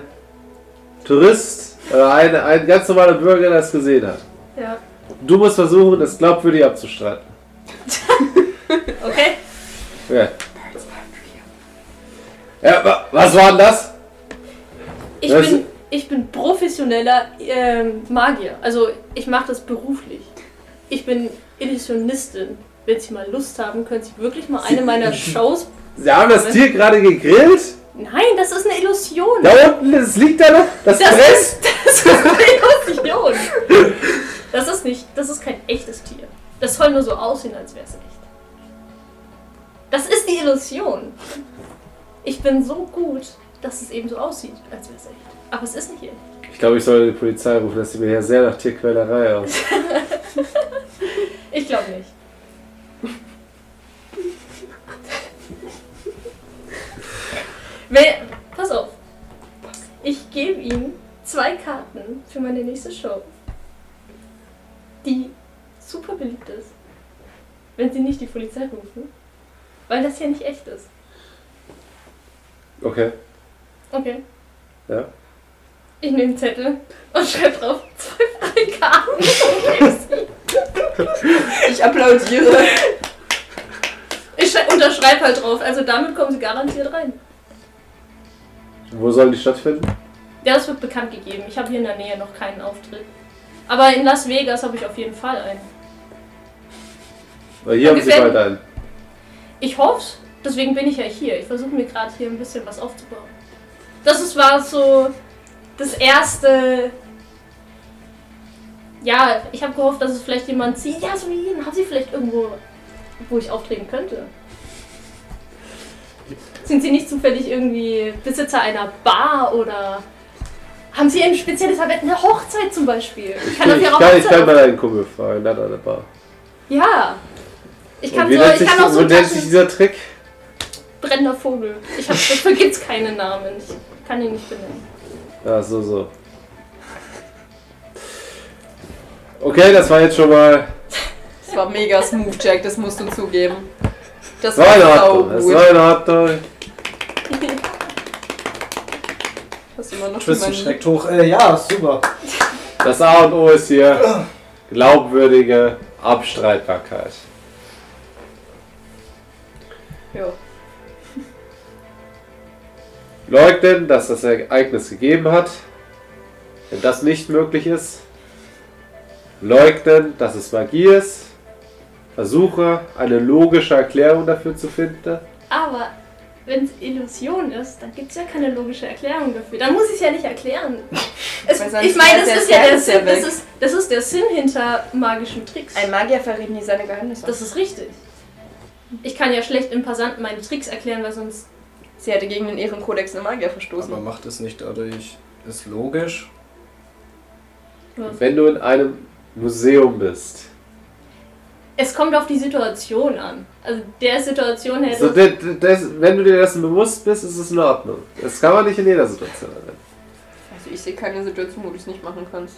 S1: Tourist, äh, ein, ein ganz normaler Bürger, der es gesehen hat.
S4: Ja.
S1: Du musst versuchen, das glaubwürdig abzustreiten.
S4: Okay.
S1: Ja. Ja, wa- was war denn das?
S4: Ich
S1: Das-
S4: bin, ich bin professioneller ähm, Magier. Also ich mache das beruflich. Ich bin Illusionistin. Wenn Sie mal Lust haben, können Sie wirklich mal eine
S1: Sie-
S4: meiner Shows.
S1: Sie haben das Tier gerade gegrillt?
S4: Nein, das ist eine Illusion.
S1: Da unten, das liegt da noch? Das,
S4: Das
S1: brennt?
S4: ist, das ist eine Illusion. Das ist nicht, das ist kein echtes Tier. Das soll nur so aussehen, als wäre es echt. Das ist die Illusion. Ich bin so gut, dass es eben so aussieht, als wäre es echt. Aber es ist nicht echt.
S1: Ich glaube, ich soll die Polizei rufen, das sieht mir ja sehr nach Tierquälerei aus.
S4: Ich glaube nicht. Wer, pass auf. Ich gebe ihm zwei Karten für meine nächste Show, die super beliebt ist, wenn sie nicht die Polizei rufen, weil das ja nicht echt ist.
S1: Okay,
S4: Okay.
S1: ja.
S4: Ich nehme einen Zettel und schreibe drauf zwei freie Karten. und geb sie.
S2: Ich applaudiere.
S4: Ich schrei- unterschreibe halt drauf, also damit kommen sie garantiert rein.
S1: Wo sollen die stattfinden?
S4: Ja, das wird bekannt gegeben. Ich habe hier in der Nähe noch keinen Auftritt. Aber in Las Vegas habe ich auf jeden Fall einen.
S1: Weil hier haben sie
S4: Ungefähr-
S1: bald einen.
S4: Ich hoff's. Deswegen bin ich ja hier. Ich versuche mir gerade hier ein bisschen was aufzubauen. Das ist, war so das erste. Ja, ich habe gehofft, dass es vielleicht jemand sieht. Ja, so wie jeden. Haben Sie vielleicht irgendwo, wo ich auftreten könnte? Sind Sie nicht zufällig irgendwie Besitzer einer Bar oder haben Sie ein spezielles Event, eine Hochzeit zum Beispiel? Ich
S1: Ich, ich, kann, ich kann mal einen Kumpel fragen, dann an der Bar.
S4: Ja. Ich kann,
S1: Und wie
S4: so,
S1: nennt
S4: ich
S1: sich,
S4: kann auch so
S1: wo nennt sich
S4: Taschen.
S1: dieser Trick?
S4: Brennender Vogel. Ich hab, dafür gibt's keinen Namen. Ich kann ihn nicht benennen.
S1: Ja, Ah, so, so. Okay, das war jetzt schon mal.
S2: Das war mega smooth, Jack, das musst du zugeben. Das
S1: Das war in
S2: war
S1: Ordnung. Das war
S2: saugut.
S1: in Ordnung.
S2: Hast du immer noch
S3: Tristan
S2: jemanden-
S3: schreckt hoch. Äh, ja, super.
S1: Das A und O ist hier glaubwürdige Abstreitbarkeit.
S2: Ja.
S1: Leugnen, dass das Ereignis gegeben hat. Wenn das nicht möglich ist. Leugnen, dass es Magie ist. Versuche, eine logische Erklärung dafür zu finden.
S4: Aber wenn es Illusion ist, dann gibt's ja keine logische Erklärung dafür. Dann muss ich ja nicht erklären. Es,
S2: Weil sonst
S4: ich meine, das
S2: ist
S4: ist
S2: der
S4: ja der
S2: Sinn ja
S4: Sinn, das
S2: weg.
S4: ist, das ist der Sinn hinter magischen Tricks.
S2: Ein Magier verrät nie seine Geheimnisse.
S4: Das ist richtig. Ich kann ja schlecht im Passanten meine Tricks erklären, weil sonst.
S2: Sie hätte gegen den Ehrenkodex der Magier verstoßen.
S6: Aber macht es nicht dadurch, ist logisch.
S1: Wenn du in einem Museum bist.
S4: Es kommt auf die Situation an. Also der Situation hätte.
S1: So, das, das, wenn du dir dessen bewusst bist, ist es in Ordnung. Das kann man nicht in jeder Situation anwenden.
S2: Also ich sehe keine Situation, wo du es nicht machen kannst.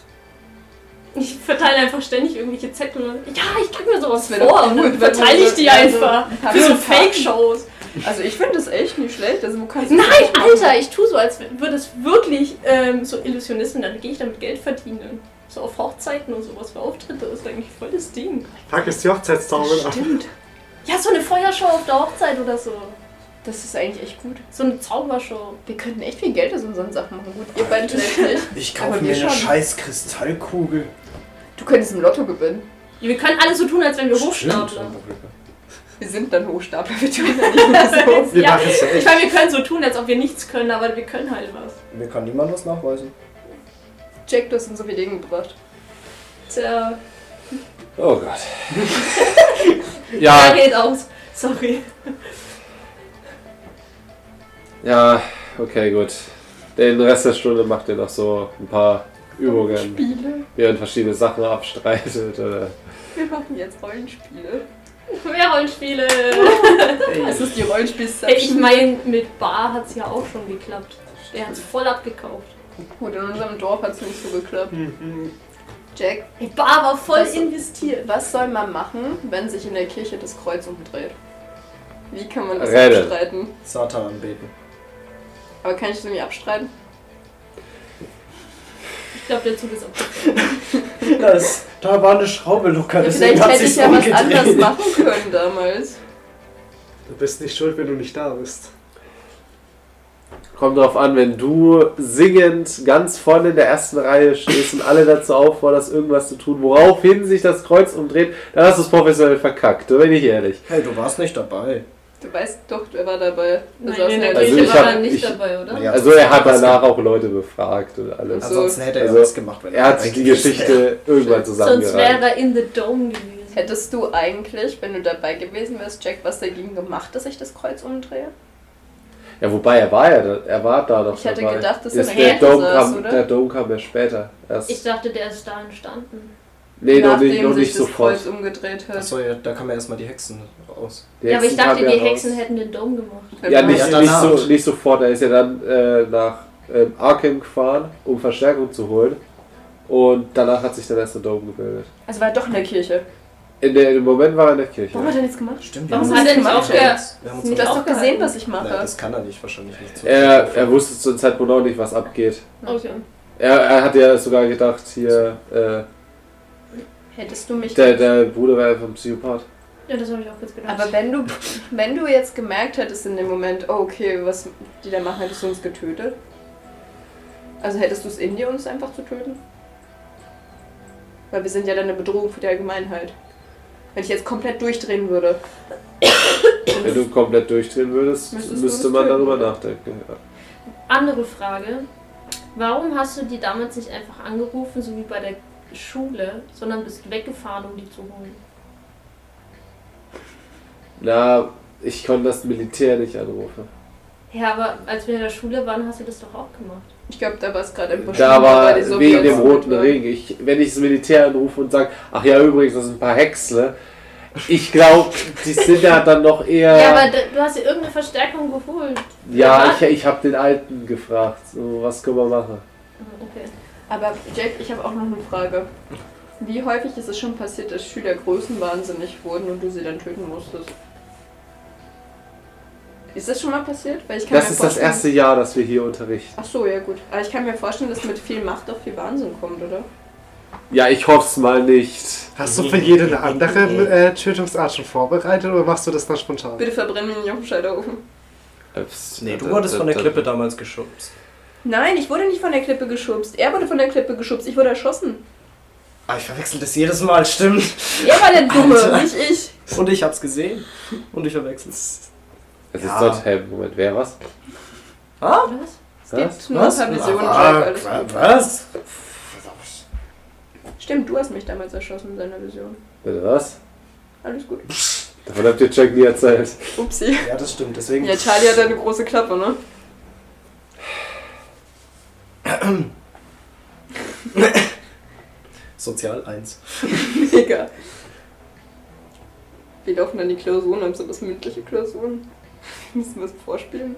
S4: Ich verteile einfach ständig irgendwelche Zettel. Ja, ich krieg mir sowas
S2: Das wär
S4: vor
S2: doch
S4: und
S2: cool, wenn
S4: dann
S2: du
S4: verteile ich
S2: so-
S4: die
S2: also,
S4: einfach.
S2: hab
S4: Für
S2: ich
S4: so
S2: einen Faden?
S4: Fake-Shows.
S2: Also ich finde das echt nicht schlecht. Also du kannst
S4: Nein, Alter, ich tue so, als würde es wirklich ähm, so Illusionisten, dann gehe ich damit Geld verdienen. So auf Hochzeiten und sowas für Auftritte ist eigentlich voll das Ding.
S5: Fuck, ist die Hochzeitstaumel
S1: genau.
S2: Das
S5: ab.
S2: stimmt.
S4: Ja, so eine Feuershow auf der Hochzeit oder so.
S2: Das ist eigentlich echt gut.
S4: So eine Zaubershow.
S2: Wir könnten echt viel Geld aus unseren Sachen machen. Gut, ihr beiden vielleicht nicht.
S6: Ich
S2: Aber
S6: kaufe
S2: wir
S6: mir eine
S2: schon.
S6: scheiß Kristallkugel.
S2: Du könntest im Lotto gewinnen.
S4: Ja, wir können alle so tun, als wenn wir Hochstapler.
S6: Stimmt.
S2: Wir sind dann Hochstapler, wir tun ja nicht mehr so.
S5: Wir
S4: Ja,
S5: machen es ja
S4: ich
S5: echt.
S4: meine, wir können so tun, als ob wir nichts können, aber wir können halt was.
S3: Mir kann niemand was nachweisen.
S2: Jack, du hast uns so viel Dinge gebracht.
S4: Tja,
S1: Oh Gott.
S4: ja.
S1: ja,
S4: geht aus. Sorry.
S1: ja, okay, gut. Den Rest der Stunde macht ihr noch so ein paar Übungen,
S2: Spiele.
S1: während verschiedene Sachen abstreitet. äh. Oder
S2: Wir machen jetzt Rollenspiele.
S4: Mehr Rollenspiele.
S2: Es ist die
S4: Ey, ich
S2: Rollenspielsection.
S4: meine, mit Bar hat es ja auch schon geklappt. Der hat es voll abgekauft.
S2: Gut, in unserem Dorf hat es nicht so geklappt.
S5: Mhm.
S2: Jack,
S4: Die Bar war voll
S2: Das-
S4: investiert.
S2: was soll man machen, wenn sich in der Kirche das Kreuz umdreht? Wie kann man das
S1: Reden.
S2: abstreiten?
S3: Satan anbeten.
S2: Aber kann ich das irgendwie abstreiten?
S4: Ich glaube, der Zug ist abgefahren.
S3: Das, da war eine Schraube locker,
S2: Ja,
S3: deswegen
S2: vielleicht
S3: hat
S2: hätte ich
S3: sich's
S2: ja was
S3: umgedreht.
S2: anderes machen können damals.
S5: Du bist nicht schuld, wenn du nicht da bist.
S1: Kommt darauf an, wenn du singend ganz vorne in der ersten Reihe stehst und alle dazu aufforderst, irgendwas zu tun, woraufhin sich das Kreuz umdreht, dann hast du es professionell verkackt, da bin ich ehrlich.
S3: Hey, du warst nicht dabei.
S2: Du weißt doch, er war dabei. Du
S4: Nein,
S2: saßt
S4: in der
S2: neben
S1: Also
S4: Kirche
S2: mir.
S1: ich
S4: war
S1: hab-
S4: er nicht
S1: ich-
S4: dabei, oder?
S3: Ja,
S1: also er hat danach auch Leute befragt und alles.
S2: Also-
S3: Ansonsten hätte er
S1: Also,
S3: ja was gemacht, wenn
S1: Er hat
S3: weg
S1: die
S3: gewesen wäre.
S1: Geschichte irgendwann
S4: Sonst wäre
S1: zusammengereimt.
S4: er in the Dome gewesen.
S2: Hättest du eigentlich, wenn du dabei gewesen wärst, Jack, was dagegen gemacht, dass ich das Kreuz umdrehe?
S1: Ja, wobei er war ja, da- er war da noch
S2: Ich hätte
S1: dabei.
S2: gedacht, dass
S1: Das-
S2: er
S1: der,
S2: nachher
S1: Dome
S2: saß,
S1: kam,
S2: oder?
S1: der Dome kam ja später. Erst.
S4: Ich dachte, der ist da entstanden.
S1: nee, noch
S2: nachdem
S1: nicht, noch
S2: sich
S1: nicht
S2: das
S1: sofort.
S2: Kreuz umgedreht hat.
S3: Achso, ja, da kamen ja erstmal die Hexen aus.
S1: Die
S4: ja, aber ich
S1: Hexen
S4: dachte,
S1: kamen
S4: die
S1: raus.
S4: Hexen hätten den Dom gemacht.
S1: Ja, nicht,
S3: Ja,
S1: nicht,
S3: danach.
S1: so, nicht sofort. Er ist ja dann äh, nach ähm, Arkham gefahren, um Verstärkung zu holen. Und danach hat sich dann erst der Dome gebildet.
S2: Also war er doch in der Kirche.
S1: In der, Im Moment war er in der Kirche.
S2: Warum hat er nichts gemacht?
S3: Stimmt,
S4: Warum
S2: haben
S4: hat er
S2: sie
S4: nicht
S2: das
S4: aufgehört?
S3: Wir haben uns
S2: Du
S4: Nicht
S2: hast
S3: noch-
S2: doch
S4: aufgehalten.
S2: gesehen, was ich mache.
S3: Nein, das kann er nicht, wahrscheinlich nicht. So
S1: Er, er wusste zu dem Zeitpunkt auch nicht, was abgeht.
S4: Okay.
S1: Er, er hat ja sogar gedacht, hier, äh,
S4: Hättest du mich.
S1: der, der Bruder wäre einfach ein Psychopath.
S4: ja, das habe ich auch kurz gedacht.
S2: Aber wenn du, wenn du jetzt gemerkt hättest in dem Moment, oh, okay, was die da machen, hättest du uns getötet? Also hättest du es in dir, uns einfach zu töten? Weil wir sind ja dann eine Bedrohung für die Allgemeinheit. Wenn ich jetzt komplett durchdrehen würde. dann
S1: Wenn du komplett durchdrehen würdest,
S2: Müsstest du
S1: müsste
S2: das
S1: man
S2: töten,
S1: darüber
S2: oder?
S1: nachdenken. Ja.
S4: Andere Frage. Warum hast du die damals nicht einfach angerufen, so wie bei der Schule, sondern bist weggefahren, um die zu holen?
S1: Na, ich konnte das Militär nicht anrufen.
S4: Ja, aber als wir in der Schule waren, hast du das doch auch gemacht.
S2: ich glaube, da war es gerade im Busch.
S1: Da war wegen dem
S2: Sowjets-
S1: roten Regen. Ich, wenn ich das Militär anrufe und sage, ach ja, übrigens, das sind ein paar Häcksle. Ich glaube, die sind ja dann noch eher.
S4: ja, aber d- du hast dir irgendeine Verstärkung geholt.
S1: Ja, ich, ich habe den Alten gefragt, so, was können wir machen?
S4: Hm, Okay.
S2: Aber Jack, ich habe auch noch eine Frage. Wie häufig ist es schon passiert, dass Schüler größenwahnsinnig wurden und du sie dann töten musstest? Ist das schon mal passiert? Weil ich kann
S1: Das
S2: mir
S1: ist das
S2: vorstellen-
S1: erste Jahr, dass wir hier unterrichten.
S2: Ach so, ja gut. Aber ich kann mir vorstellen, dass mit viel Macht auch viel Wahnsinn kommt, oder?
S1: Ja, ich hoffe es mal nicht.
S5: Hast du für jede eine andere äh, Tötungsart schon vorbereitet oder machst du das dann spontan?
S2: Bitte verbrenn mir den Jungscheiterofen.
S3: Nee, du wurdest von der Klippe damals geschubst.
S2: Nein, ich wurde nicht von der Klippe geschubst. Er wurde von der Klippe geschubst. Ich wurde erschossen.
S3: Ah, ich verwechsel das jedes Mal, stimmt.
S2: Er war der Dumme,
S3: Alter.
S2: nicht ich.
S3: Und ich hab's gesehen. Und ich verwechsel's.
S1: Es
S3: Ja.
S1: ist dort, hä, Moment, wer was?
S4: Was?
S2: Es
S1: Was?
S2: gibt nur
S3: Was?
S2: Permissionen, Jack.
S3: Ah,
S2: Alles
S3: wa-
S2: gut.
S3: was?
S2: Stimmt, du hast mich damals erschossen in seiner Vision.
S1: Bitte was?
S2: Alles gut.
S1: Davon habt ihr Jack nie erzählt.
S2: Upsi.
S3: Ja, das stimmt, deswegen.
S2: Ja, Charlie hat eine große Klappe, ne?
S3: Sozial 1.
S2: Mega. Wie laufen dann die Klausuren? Haben sie das mündliche Klausuren? Müssen wir es vorspielen?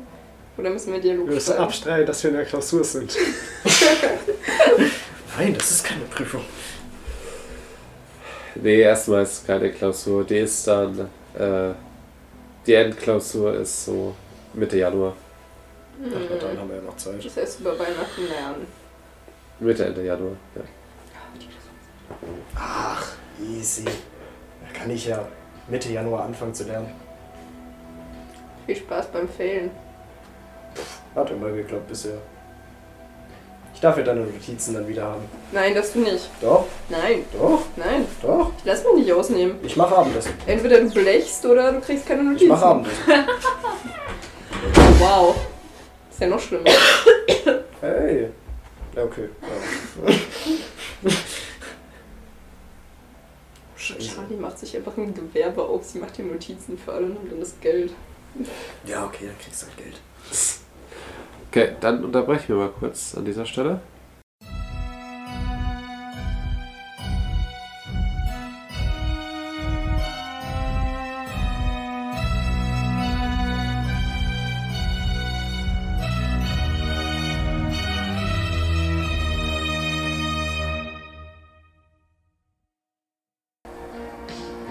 S2: Oder müssen wir Dialog
S5: Wir müssen
S2: schreiben?
S5: abstreiten, dass wir in der Klausur sind.
S3: Nein, das ist keine Prüfung.
S1: Nee, erstmal ist keine Klausur. Die ist dann, äh, die Endklausur ist so Mitte Januar.
S3: Ach, na,
S2: Mhm.
S3: dann haben wir ja noch Zeit.
S2: Das heißt, über Weihnachten lernen.
S1: Mitte, Ende Januar. Ja.
S3: Ach, easy. Da kann ich ja Mitte Januar anfangen zu lernen.
S2: Viel Spaß beim Fehlen.
S3: Hat immer geklappt bisher. Ich darf ja deine Notizen dann wieder haben.
S2: Nein, das du nicht.
S3: Doch,
S2: Nein,
S3: doch,
S2: nein.
S3: doch.
S2: Ich lass mich nicht ausnehmen.
S3: Ich mache Abendessen.
S2: Entweder du blechst oder du kriegst keine Notizen.
S3: Ich mache Abendessen.
S2: Wow. Ist ja noch schlimmer.
S3: Hey. Ja, okay. Ja. Scheiße.
S2: Charlie macht sich einfach ein Gewerbe auf. Sie macht die Notizen für alle und nimmt dann das Geld.
S3: Ja, okay, dann kriegst du halt Geld.
S1: Okay, dann unterbrechen wir mal kurz an dieser Stelle.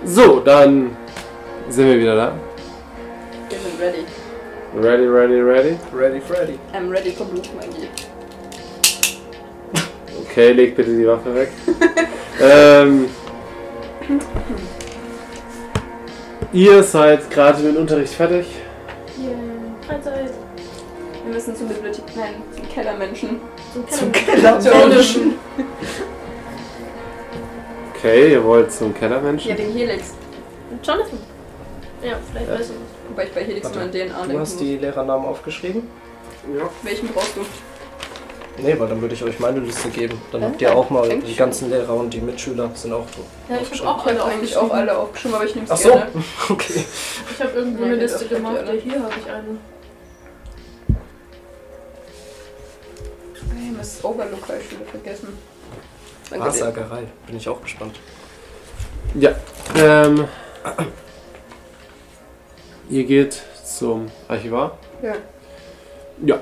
S1: So, dann sind wir wieder da.
S2: Wir sind ready.
S1: Ready, ready, ready.
S3: Ready, Freddy.
S2: I'm ready for Blutmagie.
S1: Okay, leg bitte die Waffe weg. ähm, ihr seid gerade mit dem Unterricht fertig.
S4: Yeah. Freizeit.
S2: Wir müssen zur Bibliothek. Nein, zum Kellermenschen.
S4: Zum
S3: Zum
S4: Keller.
S3: Keller.
S2: Kellermenschen.
S1: Okay, ihr wollt zum Kellermenschen.
S2: Ja, den Helix.
S4: Jonathan. Ja, vielleicht weißt du was.
S2: Wobei ich bei Helix
S3: Warte,
S2: immer an DNA denken
S3: Du hast
S2: muss.
S3: die Lehrernamen aufgeschrieben?
S5: Ja.
S2: Welchen brauchst du?
S3: Nee, weil dann würde ich euch meine Liste geben. Dann
S2: Ja,
S3: habt ihr auch mal die
S2: Dankeschön.
S3: ganzen Lehrer und die Mitschüler sind auch drin.
S4: Ja, ich habe
S2: Ich
S4: auch
S2: habe
S4: alle
S2: eigentlich auch
S4: aufgeschrieben.
S2: alle aufgeschrieben, aber ich nehme es
S3: Ach so.
S2: gerne.
S3: Okay.
S4: Ich habe irgendwo
S2: Nein,
S4: eine
S2: das
S4: Liste
S2: ist doch
S4: gemacht.
S2: alle.
S4: Hier habe ich eine.
S2: das Overlook habe ich wieder vergessen. Danke dir.
S3: Wahrsagerei. Bin ich auch gespannt.
S1: Ähm, ihr geht zum Archivar?
S2: Ja.
S1: Ja.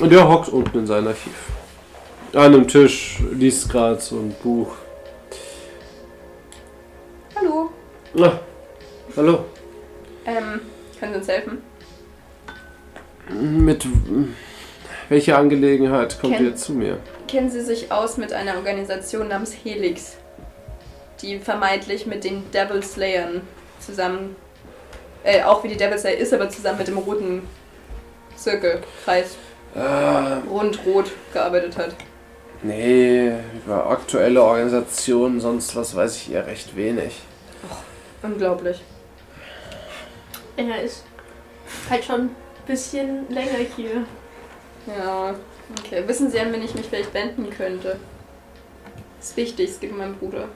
S1: Und der hockt unten in seinem Archiv. An einem Tisch, liest gerade so ein Buch.
S2: Hallo.
S1: Na, hallo.
S2: Ähm, können Sie uns helfen?
S1: Mit w- welcher Angelegenheit kommt
S2: Ken-
S1: ihr zu mir?
S2: Kennen Sie sich aus mit einer Organisation namens Helix, die vermeintlich mit den Devil Slayern zusammen, äh, auch wie die Devil Slayer ist, aber zusammen mit dem roten Zirkelkreis,
S1: Äh,
S2: rund-rot, gearbeitet hat?
S1: nee, über aktuelle Organisationen, sonst was weiß ich eher recht wenig.
S2: Unglaublich.
S4: Er ist halt schon ein bisschen länger hier.
S2: Ja, okay. Wissen Sie, an wen ich mich vielleicht wenden könnte? Ist wichtig, es geht um meinen Bruder.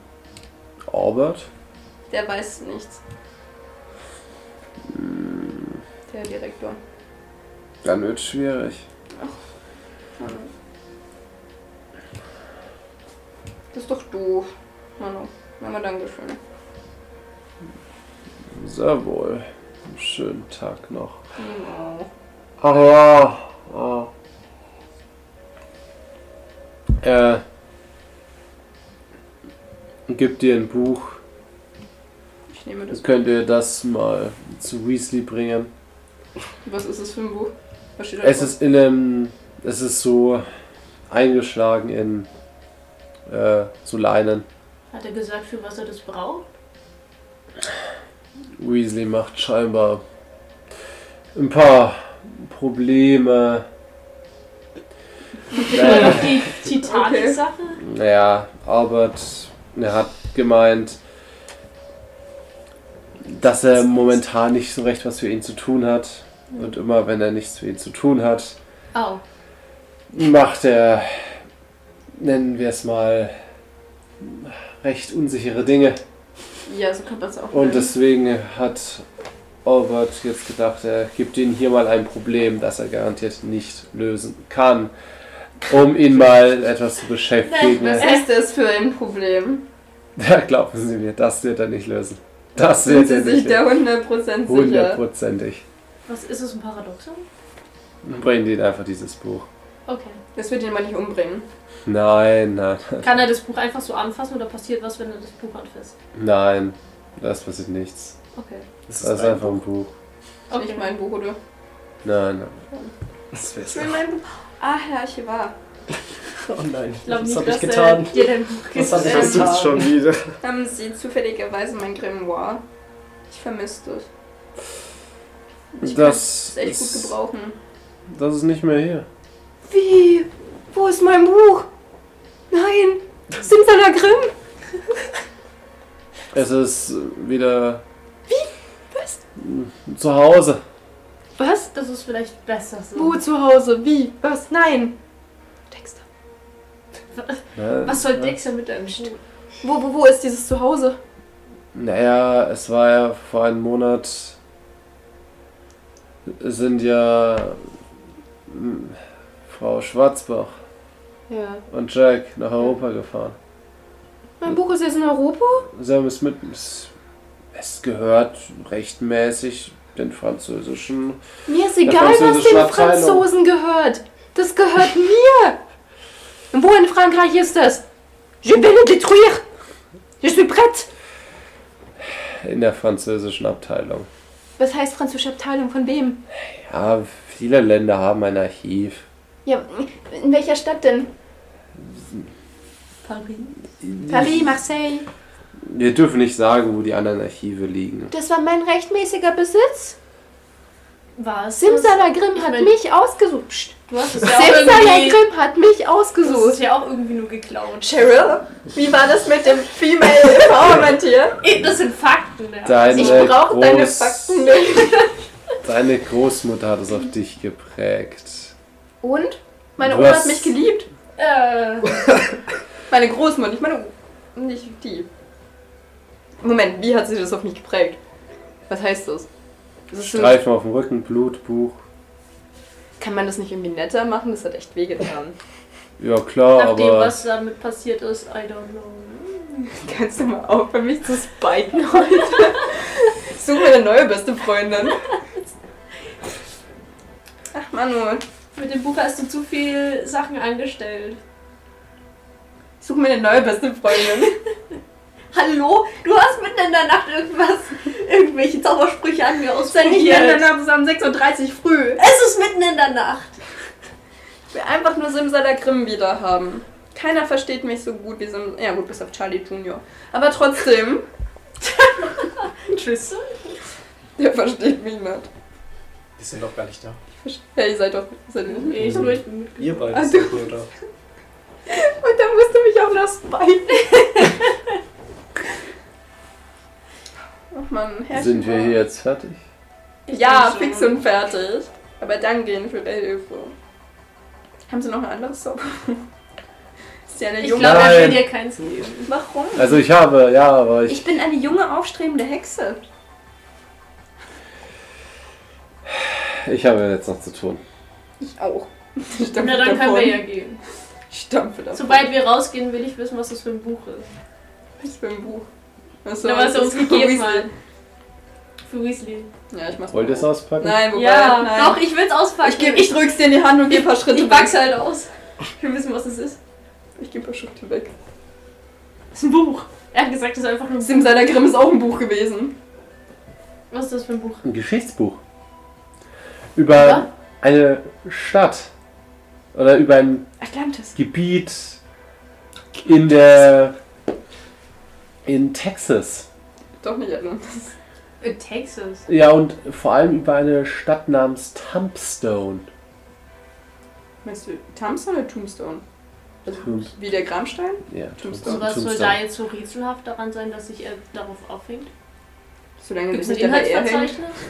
S1: Albert?
S2: Der weiß nichts. Der Direktor.
S1: Dann wird schwierig.
S2: Das ist doch doof. Manu, Mama, Dankeschön.
S1: Sehr wohl. Schönen Tag noch.
S2: Genau.
S1: Ach ja. Ah. Äh. Gib dir ein Buch.
S2: Ich nehme das.
S1: Könnt ihr das mal zu Weasley bringen?
S2: Was ist das für ein Buch? Was steht da
S1: Es
S2: drauf?
S1: ist in einem. Es ist so eingeschlagen in äh, so Leinen.
S4: Hat er gesagt, für was er das braucht?
S1: Weasley macht scheinbar ein paar Probleme.
S4: Immer noch die Titanic-Sache?
S1: Naja, Albert er hat gemeint, dass er momentan nicht so recht was für ihn zu tun hat. Und immer wenn er nichts für ihn zu tun hat,
S4: Oh,
S1: macht er, nennen wir es mal, recht unsichere Dinge.
S2: Ja, so kann man es auch.
S1: Und
S2: nennen.
S1: deswegen hat Albert jetzt gedacht, er gibt ihnen hier mal ein Problem, das er garantiert nicht lösen kann, um ihn mal etwas zu beschäftigen.
S2: Was ist das für ein Problem?
S1: Ja, glauben Sie mir, das wird er nicht lösen. Das
S2: Sind
S1: wird
S2: Sie
S1: er
S2: sich
S1: nicht
S2: da
S1: lösen.
S2: 100% sicher?
S1: Hundertprozentig.
S4: was ist es, ein Paradoxon?
S1: Bringen die ihn einfach dieses Buch.
S4: Okay.
S2: Das wird ihn mal nicht umbringen.
S1: Nein, nein,
S4: Kann er das Buch einfach so anfassen oder passiert was, wenn er das Buch anfasst?
S1: nein. Das passiert nichts.
S4: Okay.
S1: Das ist einfach ein Buch.
S2: Ist Nicht mein Buch, oder?
S1: Nein, nein.
S3: Das wär's.
S2: Ich will mein Buch. Ah, Herr Archivar.
S3: Oh nein,
S4: Ich glaube
S3: was
S4: nicht,
S3: hab ich
S4: dass
S3: getan?
S4: er dir dein Buch
S3: Was hab
S5: Ich
S3: ich
S2: Ähm,
S5: versuch's schon wieder.
S2: Haben Ähm, Sie zufälligerweise mein Grimoire? Ich vermisse das. Ich
S1: Das
S2: Das ist echt gut
S1: ist,
S2: gebrauchen.
S1: das ist nicht mehr hier.
S2: Wie? Wo ist mein Buch? Nein! Simsala Grimm?
S1: Es ist wieder. Wie? Was? Zu Hause.
S2: Was?
S4: Das ist vielleicht besser so.
S2: Wo zu Hause? Wie? Was? Nein! Dexter.
S1: Ja,
S4: Was soll
S1: ja.
S4: Dexter mit deinem Buch?
S2: Wo, wo, wo ist dieses Zuhause?
S1: Naja, es war ja vor einem Monat sind ja mm, Frau Schwarzbach
S2: Ja.
S1: und Jack nach Europa gefahren.
S2: Mein Buch ist jetzt in Europa?
S1: Sie haben es mit es, es gehört rechtmäßig den französischen.
S2: Mir ist
S1: egal,
S2: egal,
S1: was
S2: was
S1: französischen
S2: den
S1: den Abteilung.
S2: Franzosen
S1: Franzosen
S2: gehört. Das gehört mir! Und wo in Frankreich ist das? Je vais le détruire! Je suis prête!
S1: in der französischen Abteilung.
S2: Was heißt französische Abteilung? Von wem?
S1: Ja, viele Länder haben ein Archiv.
S2: Ja, in welcher Stadt denn?
S4: Paris.
S2: Paris, Marseille.
S1: Wir dürfen nicht sagen, wo die anderen Archive liegen.
S2: Das war mein rechtmäßiger Besitz.
S4: War es das?
S2: Simsalagrim
S4: Ich
S2: hat
S4: mein-
S2: mich ausgesucht. Psst.
S4: Du hast es ja auch irgendwie...
S2: Simsalagrim hat mich
S4: Du hast es
S2: ausgesucht.
S4: ja auch irgendwie nur geklaut.
S2: Cheryl, wie war das mit dem Female Empowerment hier?
S4: Eben, Das sind Fakten, ja.
S1: Deine
S2: Ich brauche deine
S1: Äh, Groß-
S2: Fakten nicht.
S1: Deine Großmutter hat es auf dich geprägt.
S2: Und? Meine
S1: Du
S2: Oma hat
S1: hast-
S2: mich geliebt.
S4: Äh,
S2: Meine Großmutter, nicht meine Oma. Nicht die. Moment, wie hat sich das auf mich geprägt? Was heißt das? das ist so-
S1: Streifen auf dem Rücken, Blutbuch.
S2: kann man das nicht irgendwie netter machen? Das hat echt wehgetan.
S1: Ja, klar,
S4: Nachdem,
S1: aber.
S4: was damit passiert ist, I don't know.
S2: Kannst du mal aufhören, mich zu spiten heute? Such mir eine neue beste Freundin. Ach, Manuel.
S4: Mit dem Buch hast du zu viel Sachen angestellt.
S2: Such mir eine neue beste Freundin.
S4: Hallo? Du hast mitten in der Nacht irgendwas, irgendwelche Zaubersprüche an mir ausprobiert.
S2: Nacht, es ist um 6.30 Uhr früh.
S4: Es ist mitten in der Nacht.
S2: Wir einfach nur Simsalakrim wieder haben. Keiner versteht mich so gut wie Sim... Ja gut, bis auf Charlie Junior. Aber trotzdem,
S4: Tschüss.
S2: der versteht mich nicht.
S6: Die sind doch gar nicht da.
S2: Ja, ihr seid doch... Seid ihr nicht?
S4: Nee,
S1: Mhm.
S4: ich nur ich bin mit.
S6: Ihr beide
S2: Ah, du.
S6: seid nur da.
S2: Und dann musst du mich auch noch spiten. Ach man, Herr
S1: Sind wir hier jetzt fertig?
S2: Ja, fix und fertig. Aber danke Ihnen für Ihre Hilfe. Haben Sie noch ein anderes Zauber? Ist ja eine
S4: Ich
S2: junge.
S4: glaube, er will
S1: Nein.
S4: dir keins geben.
S2: Warum?
S1: Also ich habe, ja, aber ich.
S2: Ich bin eine junge, aufstrebende Hexe.
S1: Ich habe jetzt noch zu tun.
S2: Ich auch. Ich stampfe
S4: Na, dann können
S2: davon.
S4: wir ja gehen.
S2: Ich stampfe davon.
S4: Sobald wir rausgehen, will ich wissen, was das für ein Buch ist.
S2: Ich bin Buch. Achso,
S4: Na, was er uns
S2: das ist
S4: gegeben
S2: Weasley.
S4: hat. Für Weasley.
S2: Ja, ich mach's
S1: Wollt ihr es
S2: mal.
S1: auspacken?
S2: Nein, wobei,
S4: Ja,
S2: nein.
S4: doch, ich will's auspacken.
S2: Ich, geb, ich drück's dir in die Hand und geh ein paar Schritte
S4: Ich pack's halt aus. Ich will wissen, was es ist.
S2: weg. Ich geh ein paar Schritte weg.
S4: Es ist ein Buch. Er hat gesagt, es ist einfach nur ein Buch.
S2: Simsalakrim ist auch ein Buch gewesen.
S4: Was ist das für ein Buch?
S1: Ein Geschichtsbuch. Über
S4: Ja?
S1: eine Stadt. Oder über ein
S2: Atlantis.
S1: Gebiet in der. in Texas.
S2: Doch nicht Atlantis.
S4: In Texas.
S1: Ja, und vor allem über eine Stadt namens Tumpstone.
S2: Meinst du Tombstone oder Tombstone? Also,
S1: Tomb-
S2: wie der Gramstein?
S1: Ja,
S2: Tombstone.
S1: Tombstone.
S4: Und was soll da jetzt so rätselhaft daran sein, dass sich er darauf aufhängt?
S2: Solange
S4: Gibt es
S2: du
S4: ein
S2: nicht dabei erhängst.
S4: Inhaltsverzeichnis?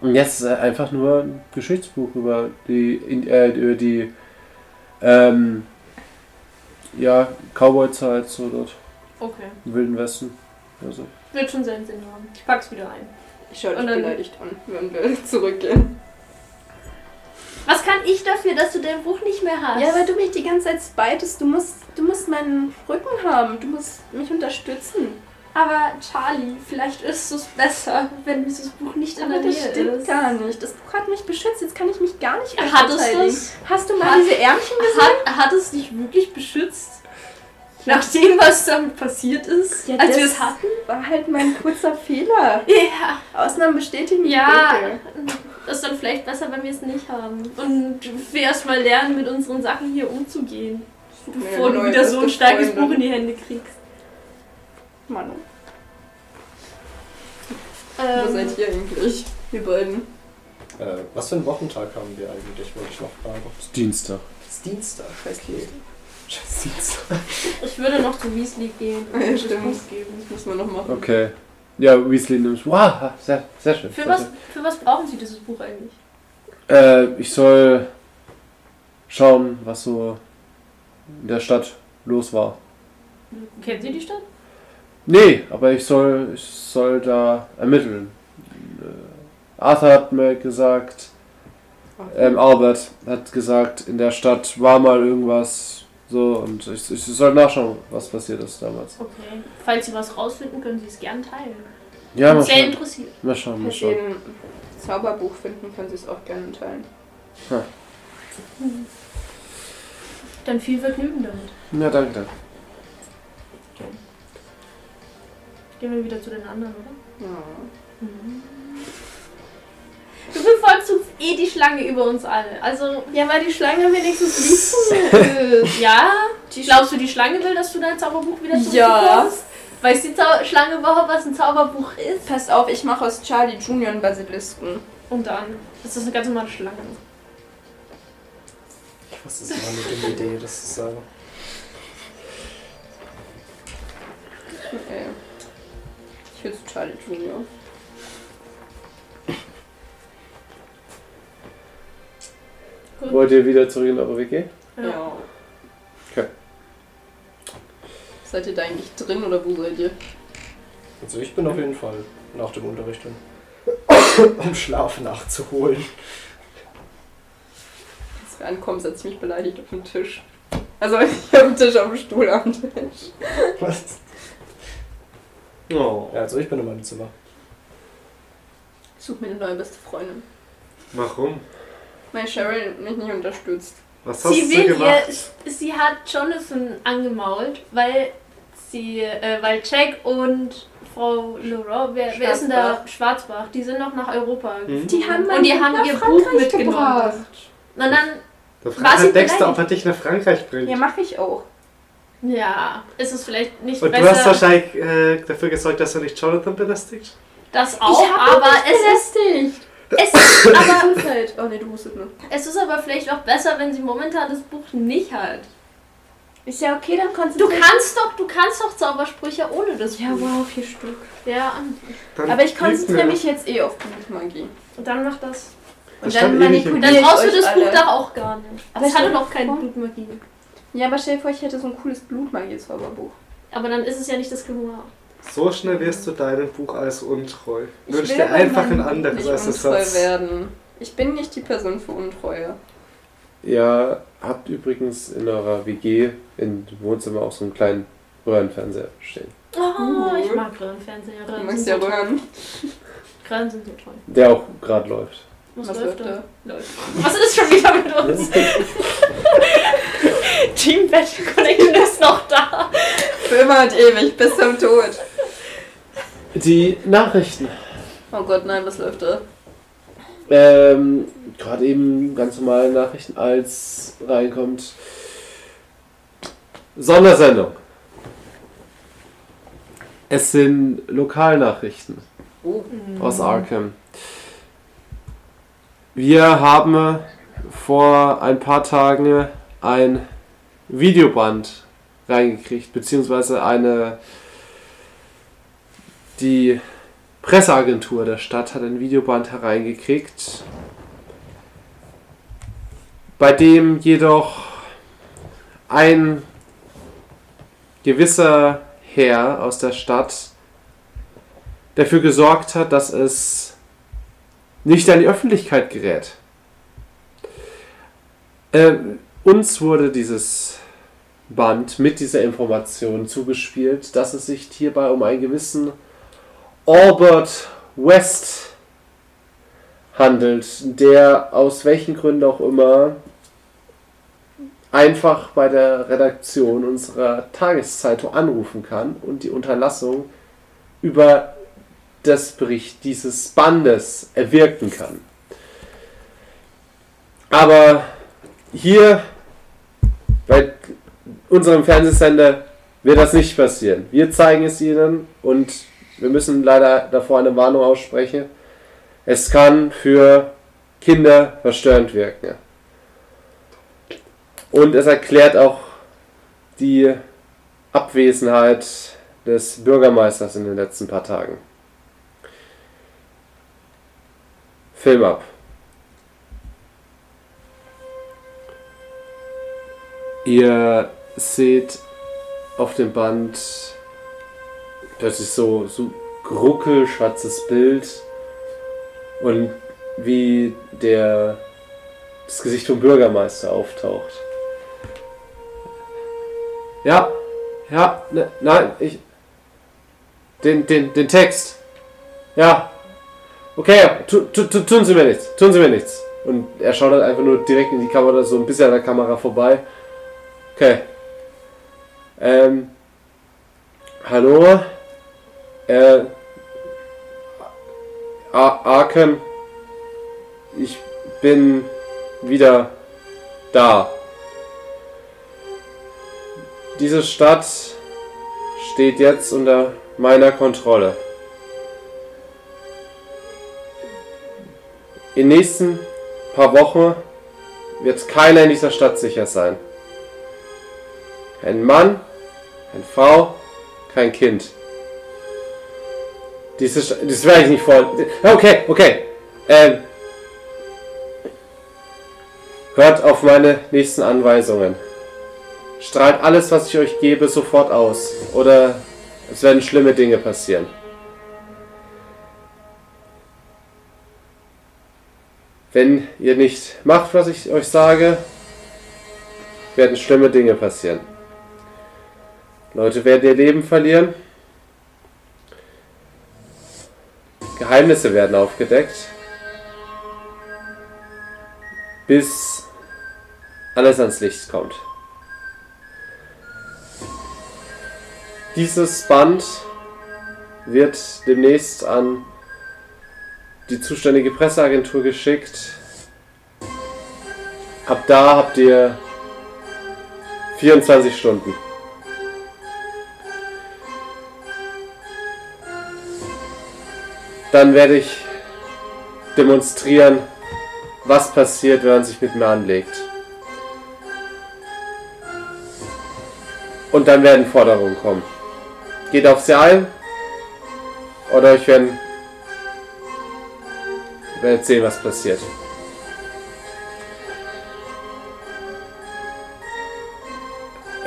S1: Und jetzt äh, einfach nur ein Geschichtsbuch über die, in, äh, über die ähm, ja, Cowboy-Zeit, so dort,
S4: Okay.
S1: im Wilden Westen. Also,
S4: Wird schon seinen Sinn haben. Ich pack's wieder ein.
S2: Ich schau dich
S4: Und dann-
S2: beleidigt an, wenn wir zurückgehen.
S4: Was kann ich dafür, dass du dein Buch nicht mehr hast?
S2: Ja, weil du mich die ganze Zeit spitest. Du musst, du musst meinen Rücken haben. Du musst mich unterstützen.
S4: Aber Charlie, vielleicht ist es besser, wenn dieses Buch nicht in
S2: Aber
S4: der Nähe
S2: das stimmt
S4: ist.
S2: gar nicht. Das Buch hat mich beschützt. Jetzt kann ich mich gar nicht mehr
S4: Hat es
S2: verteidigen.
S4: das?
S2: Hast du mal
S4: Hat-
S2: diese Ärmchen gesehen?
S4: Hat, hat es dich wirklich beschützt? Nach dem, was damit passiert ist?
S2: Ja,
S4: als
S2: das-
S4: wir es hatten?
S2: War halt mein kurzer Fehler.
S4: Ja.
S2: Ausnahmen bestätigen die
S4: Ja.
S2: Regel.
S4: Das ist dann vielleicht besser, wenn wir es nicht haben. Und wir erstmal lernen, mit unseren Sachen hier umzugehen. Bevor du
S2: neue
S4: wieder so ein
S2: beste
S4: starkes
S2: Freundin.
S4: Buch in die Hände kriegst.
S2: Manu, wo
S4: Ähm,
S2: seid ihr eigentlich? Ihr beiden.
S6: Äh, was für einen Wochentag haben wir eigentlich, wollte ich noch fragen.
S1: es ist Dienstag.
S6: Es ist Dienstag.
S2: Scheiß Leben.
S6: Scheiß Dienstag.
S4: ich würde noch zu Weasley gehen und
S2: Ja,
S4: ihm das
S2: stimmt.
S4: Buch geben.
S2: Das muss man noch machen.
S1: Okay. Ja, Weasley nimmt Wow, sehr, sehr schön.
S4: Für
S1: sehr
S4: was,
S1: schön.
S4: für was brauchen Sie dieses Buch eigentlich?
S1: Äh, ich soll schauen, was so in der Stadt los war.
S4: Kennen Sie die Stadt?
S1: Nee, aber ich soll, ich soll da ermitteln. Äh, Arthur hat mir gesagt, ähm, Albert hat gesagt, in der Stadt war mal irgendwas so und ich, ich soll nachschauen, was passiert ist damals.
S4: Okay. Falls Sie was rausfinden, können Sie es gern teilen.
S1: Ja, mal
S4: Uns sehr
S1: schauen,
S4: interessiert.
S1: mal schauen, mal
S2: Falls
S1: schauen.
S2: ihr ein Zauberbuch finden, können Sie es auch gerne teilen.
S4: Dann viel Vergnügen damit.
S1: Ja, danke, danke.
S4: Gehen wir wieder zu den anderen, oder?
S2: Ja.
S4: Du bevorzugst eh die Schlange über uns alle. Also,
S2: ja, weil die Schlange wenigstens lieb
S4: ja.
S2: Die
S4: Glaubst du, die Schlange will, dass du dein Zauberbuch wieder zurückbekommst?
S2: Ja.
S4: Weiß die Zau Schlange überhaupt, was ein Zauberbuch ist?
S2: Passt auf, ich mache aus Charlie Junior einen Basilisken.
S4: Und dann. Das ist eine ganz normale Schlange.
S6: Das ist immer eine dumme Idee, das zu sagen.
S2: Ey. Ich will zu Charlie Junior.
S1: Wollt ihr wieder zurück in eure WG?
S4: Ja.
S1: Okay.
S2: Seid ihr da eigentlich drin oder wo seid ihr?
S6: Also ich bin auf jeden Fall nach dem Unterricht hin. um Schlaf nachzuholen.
S2: Als wir ankommen, setze ich mich beleidigt auf den Tisch. Also ich habe einen Tisch auf dem Stuhl am Tisch.
S6: Was?
S5: Oh.
S6: Ja, also ich bin in meinem Zimmer.
S2: Ich suche mir eine neue beste Freundin.
S5: Warum?
S2: Weil Cheryl mich nicht unterstützt.
S5: Was hast
S4: Sie
S5: du
S4: will
S5: gemacht?
S4: ihr, sie hat Jonathan angemault, weil sie, äh, weil Jack und Frau Laurent, wer, wer ist denn da? Schwarzbach, die sind noch nach Europa.
S5: Hm?
S4: Die haben und die haben ihr Buch mitgenommen. Na dann,
S5: Da
S4: war
S5: fragt
S4: sie
S5: halt Dexter,
S4: beleidigt?
S5: ob er dich nach Frankreich bringt.
S2: Ja, mache ich auch.
S4: ja, ist es vielleicht nicht
S5: Und du
S4: besser.
S5: hast wahrscheinlich äh, dafür gesorgt, dass er nicht Jonathan belästigt?
S4: das auch, aber es ist,
S2: belästigt.
S4: es ist aber
S2: Gesundheit. Oh ne, du hustet nur.
S4: es ist aber vielleicht auch besser, wenn sie momentan das Buch nicht hat.
S2: Ist ja okay, dann kannst
S4: Du kannst doch, du kannst doch Zaubersprüche ohne das
S2: Ja,
S4: Buch.
S2: wow, vier Stück.
S4: Ja,
S5: Dann
S2: Aber ich
S5: liegt mir
S2: konzentriere
S5: das.
S2: mich jetzt eh auf Blutmagie.
S4: und dann macht das.
S5: Das
S2: Und dann
S5: stand eh nicht im
S2: manipuliere
S4: Dann
S2: ich
S4: brauchst du
S2: euch
S4: das
S2: alle.
S4: Buch da auch gar nicht.
S2: Aber
S4: das
S2: stell
S4: hatte
S2: dir
S4: doch keine
S2: vor-
S4: Blutmagie.
S2: Ja, aber stell dir vor, ich hätte so ein cooles Blutmagie-Zauberbuch.
S4: Aber dann ist es ja nicht das Gehör.
S5: So schnell wirst du deinem Buch als untreu.
S2: Ich
S5: Wünsch
S2: will
S5: dir
S2: aber
S5: einfach
S2: meinem
S5: ein anderes
S2: nicht
S5: als
S2: untreu
S5: Ersatz.
S2: werden. Ich bin nicht die Person für Untreue.
S1: Ihr habt übrigens in eurer WG im Wohnzimmer auch so einen kleinen Röhrenfernseher stehen.
S4: Oh,
S2: Mhm.
S4: ich mag Röhrenfernseher.
S2: Du
S4: Röhren
S2: magst
S4: sind
S2: ja
S4: so toll.
S2: rühren.
S4: Röhren sind so toll.
S1: Der auch gerade läuft.
S4: Was,
S2: Was
S4: läuft
S2: läuft
S4: da? Läuft. Was ist das schon wieder mit uns? Team Battle Collection ist noch da.
S2: Für immer und ewig, bis zum Tod.
S1: Die Nachrichten.
S2: Oh Gott, nein, was läuft da?
S1: Ähm, gerade eben ganz normale Nachrichten, als reinkommt. Sondersendung. Es sind Lokalnachrichten
S2: Oh.
S1: aus Arkham. Wir haben vor ein paar Tagen ein Videoband reingekriegt, beziehungsweise eine. Die Presseagentur der Stadt hat ein Videoband hereingekriegt, bei dem jedoch ein gewisser Herr aus der Stadt dafür gesorgt hat, dass es nicht an die Öffentlichkeit gerät. Ähm, uns wurde dieses Band mit dieser Information zugespielt, dass es sich hierbei um einen gewissen Albert West handelt, der aus welchen Gründen auch immer einfach bei der Redaktion unserer Tageszeitung anrufen kann und die Unterlassung über das Bericht dieses Bandes erwirken kann. Aber hier bei unserem Fernsehsender wird das nicht passieren. Wir zeigen es Ihnen und wir müssen leider davor eine Warnung aussprechen. Es kann für Kinder verstörend wirken. Und es erklärt auch die Abwesenheit des Bürgermeisters in den letzten paar Tagen. Film ab. Ihr seht auf dem Band plötzlich so, so Gruckel, schwarzes Bild und wie der das Gesicht vom Bürgermeister auftaucht. Ja, ja, ne, nein, ich. Den, den, den Text. Ja. Okay, tu, tu, tu, tun Sie mir nichts, tun Sie mir nichts. Und er schaut halt einfach nur direkt in die Kamera, so ein bisschen an der Kamera vorbei. Okay. Ähm. Hallo? Äh. Ar Arkham. Ich bin wieder da. Diese Stadt steht jetzt unter meiner Kontrolle. In den nächsten paar Wochen wird keiner in dieser Stadt sicher sein. Kein Mann, keine Frau, kein Kind. Diese Sta- das werde ich nicht vor. Okay, okay. Ähm, hört auf meine nächsten Anweisungen. Strahlt alles, was ich euch gebe, sofort aus. Oder es werden schlimme Dinge passieren. Wenn ihr nicht macht, was ich euch sage, werden schlimme Dinge passieren. Leute werden ihr Leben verlieren. Geheimnisse werden aufgedeckt. Bis alles ans Licht kommt. Dieses Band wird demnächst an die zuständige Presseagentur geschickt. Ab da habt ihr 24 Stunden. Dann werde ich demonstrieren, was passiert, wenn man sich mit mir anlegt. Und dann werden Forderungen kommen. Geht auf sie ein oder ich werde, werde sehen, was passiert.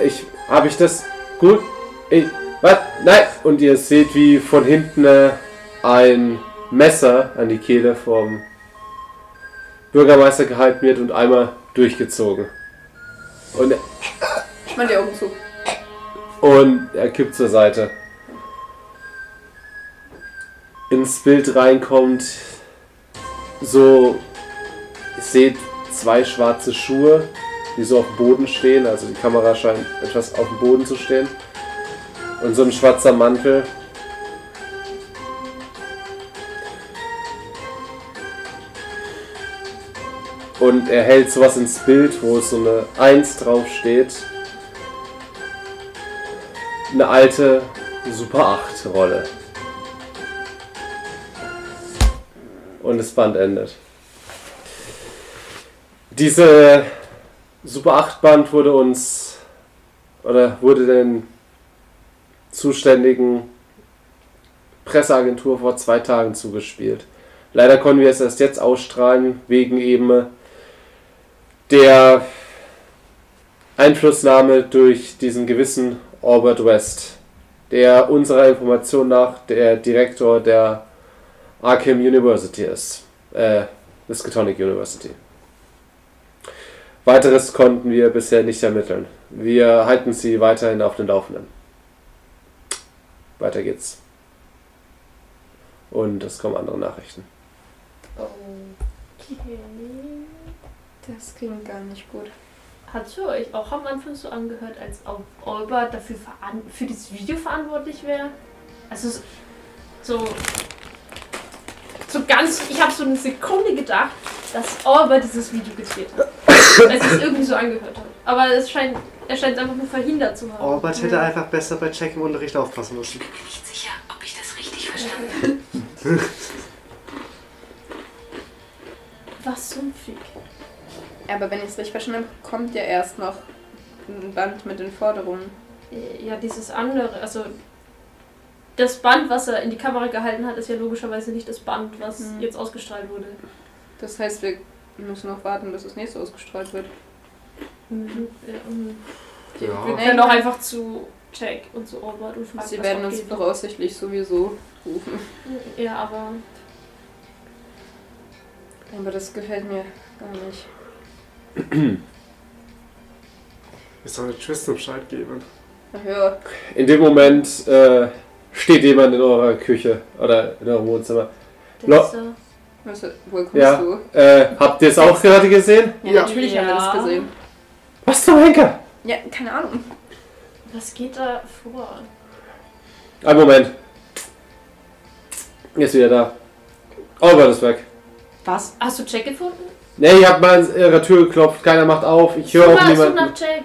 S1: Ich habe ich das gut? Ich, was? Nein! Und ihr seht, wie von hinten äh, ein Messer an die Kehle vom Bürgermeister gehalten wird und einmal durchgezogen. Und,
S2: Ich mach die Augen zu.
S1: und er kippt zur Seite. Ins Bild reinkommt so, ihr seht zwei schwarze Schuhe, die so auf dem Boden stehen, also die Kamera scheint etwas auf dem Boden zu stehen. Und so ein schwarzer Mantel. Und er hält sowas ins Bild, wo so eine 1 drauf steht. Eine alte Super 8 Rolle. Und das Band endet. Diese Super 8 Band wurde uns oder wurde den zuständigen Presseagentur vor zwei Tagen zugespielt. Leider konnten wir es erst jetzt ausstrahlen, wegen eben der Einflussnahme durch diesen gewissen Albert West, der unserer Information nach der Direktor der Arkham University ist. Äh, Miskatonic University. Weiteres konnten wir bisher nicht ermitteln. Wir halten sie weiterhin auf den Laufenden. Weiter geht's. Und es kommen andere Nachrichten.
S4: Okay.
S2: Das klingt gar nicht gut.
S4: Hat sie euch auch am Anfang so angehört, als ob Olbert dafür veran für dieses Video verantwortlich wäre? Also s- so, so ganz, ich habe so eine Sekunde gedacht, dass Olbert dieses Video gedreht hat. als ich es irgendwie so angehört habe. Aber es scheint, er scheint es einfach nur verhindert zu haben.
S5: Orbert Oh, hätte einfach besser bei Check im Unterricht aufpassen müssen.
S7: Nicht sicher, ob ich das richtig verstanden habe.
S4: Was zum Fick.
S2: Aber wenn ich es richtig verstanden habe, kommt ja erst noch ein Band mit den Forderungen.
S4: Äh, Ja, dieses andere, also das Band, was er in die Kamera gehalten hat, ist ja logischerweise nicht das Band, was
S2: Mhm.
S4: jetzt ausgestrahlt wurde.
S2: Das heißt, wir müssen noch warten, bis das nächste ausgestrahlt wird.
S4: Äh, und Wir
S2: Nee,
S5: Ja.
S4: können doch einfach zu Jack und zu Albert und fragen,
S2: Äh, Sie
S4: was
S2: werden uns
S4: abgeht.
S2: voraussichtlich sowieso rufen.
S4: Äh, Ja, aber
S2: Aber das gefällt mir gar nicht.
S5: Wir sollen Tristan Bescheid geben.
S2: Ach ja,
S1: In dem Moment äh, steht jemand in eurer Küche oder in eurem Wohnzimmer.
S4: der
S1: Lo-
S4: ist da.
S2: Marcel, woher kommst
S1: Ja.
S2: du?
S1: Äh, habt ihr es auch gerade gesehen?
S2: Ja, natürlich haben wir das
S4: Ja.
S2: gesehen.
S1: Was zum Henker?
S2: Ja, keine Ahnung.
S4: Was geht da vor?
S1: Ein Ah, Moment. Jetzt wieder da. Albert ist weg.
S2: Was?
S4: Hast du Jack gefunden?
S1: Nee, ich hab mal an ihre Tür geklopft, keiner macht auf, ich höre auch
S4: Super, such
S1: niemanden.
S4: nach Jack.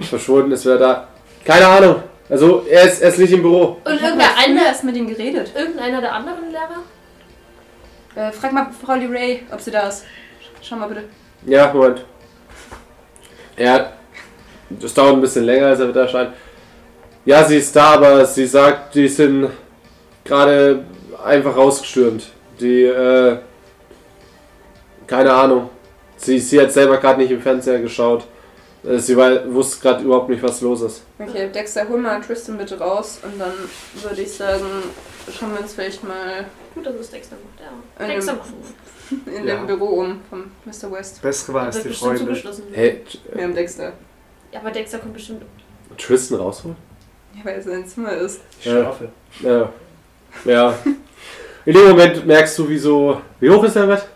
S1: Verschwunden ist wieder da. Keine Ahnung. Also, er ist, er ist nicht im Büro.
S4: Und irgendwer andere,
S2: ist mit ihm geredet.
S4: irgendeiner der anderen Lehrer?
S2: Äh, frag mal Frau Ray, ob sie da ist. Schau mal bitte.
S1: Ja, Moment. Er hat. Das dauert ein bisschen länger, als er wieder erscheint. Ja, sie ist da, aber sie sagt, die sind gerade einfach rausgestürmt. Die, äh. Keine Ahnung. Sie, sie hat selber gerade nicht im Fernseher geschaut. Äh, Sie wei- wusste gerade überhaupt nicht, was los ist.
S2: Okay, Dexter, hol mal Tristan bitte raus und dann würde ich sagen, schauen wir uns vielleicht mal
S4: Gut, dass es Dexter macht, ja.
S2: Ähm,
S4: Dexter macht es.
S2: in
S5: Ja.
S2: dem Büro um von Mr. West.
S5: Bessere war
S4: Er
S5: als
S4: wird
S5: die
S4: bestimmt
S5: Freunde.
S4: zugeschlossen.
S1: Hey,
S2: Wir haben Dexter.
S4: Ja, aber Dexter kommt bestimmt.
S1: Tristan rausholen?
S2: Ja, weil er in sein Zimmer ist.
S6: Ich schlafe.
S1: Ja. Ja. In dem Moment merkst du, wieso. Wie hoch ist dein Bett?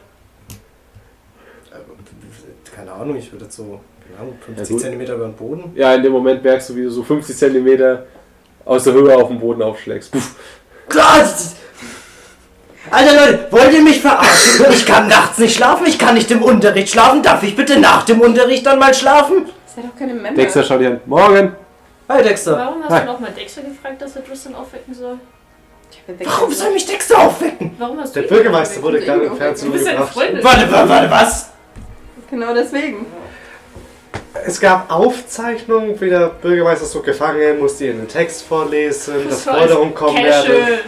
S6: Keine Ahnung, ich würde jetzt so keine Ahnung, 50
S1: gut.
S6: Zentimeter über den Boden.
S1: Ja, in dem Moment merkst du, wie du so 50 Zentimeter aus der Höhe auf den Boden aufschlägst. Puff.
S3: Gott! Alter Leute, wollt ihr mich verarschen? Ich kann nachts nicht schlafen, ich kann nicht im Unterricht schlafen. Darf ich bitte nach dem Unterricht dann mal schlafen?
S2: Seid doch keine Männer.
S1: Dexter schaut dich an. Morgen!
S3: Hi Dexter.
S4: Warum hast
S1: Hi.
S4: du nochmal Dexter gefragt, dass er Tristan aufwecken soll?
S2: Wenn Dexter
S3: Warum soll mich Dexter aufwecken?
S4: Warum hast
S5: Der
S4: du ihn
S5: Bürgermeister
S4: aufgeweckt?
S5: wurde gerade im
S4: Du
S5: Fernsehen
S4: bist seine
S5: umgebracht.
S4: Freundin.
S3: Warte, warte, warte, was?
S2: Genau deswegen.
S5: Es gab Aufzeichnungen, wie der Bürgermeister so gefangen, musste ihnen einen Text vorlesen, dass
S4: soll
S5: Forderungen kommen werden.
S4: Casual.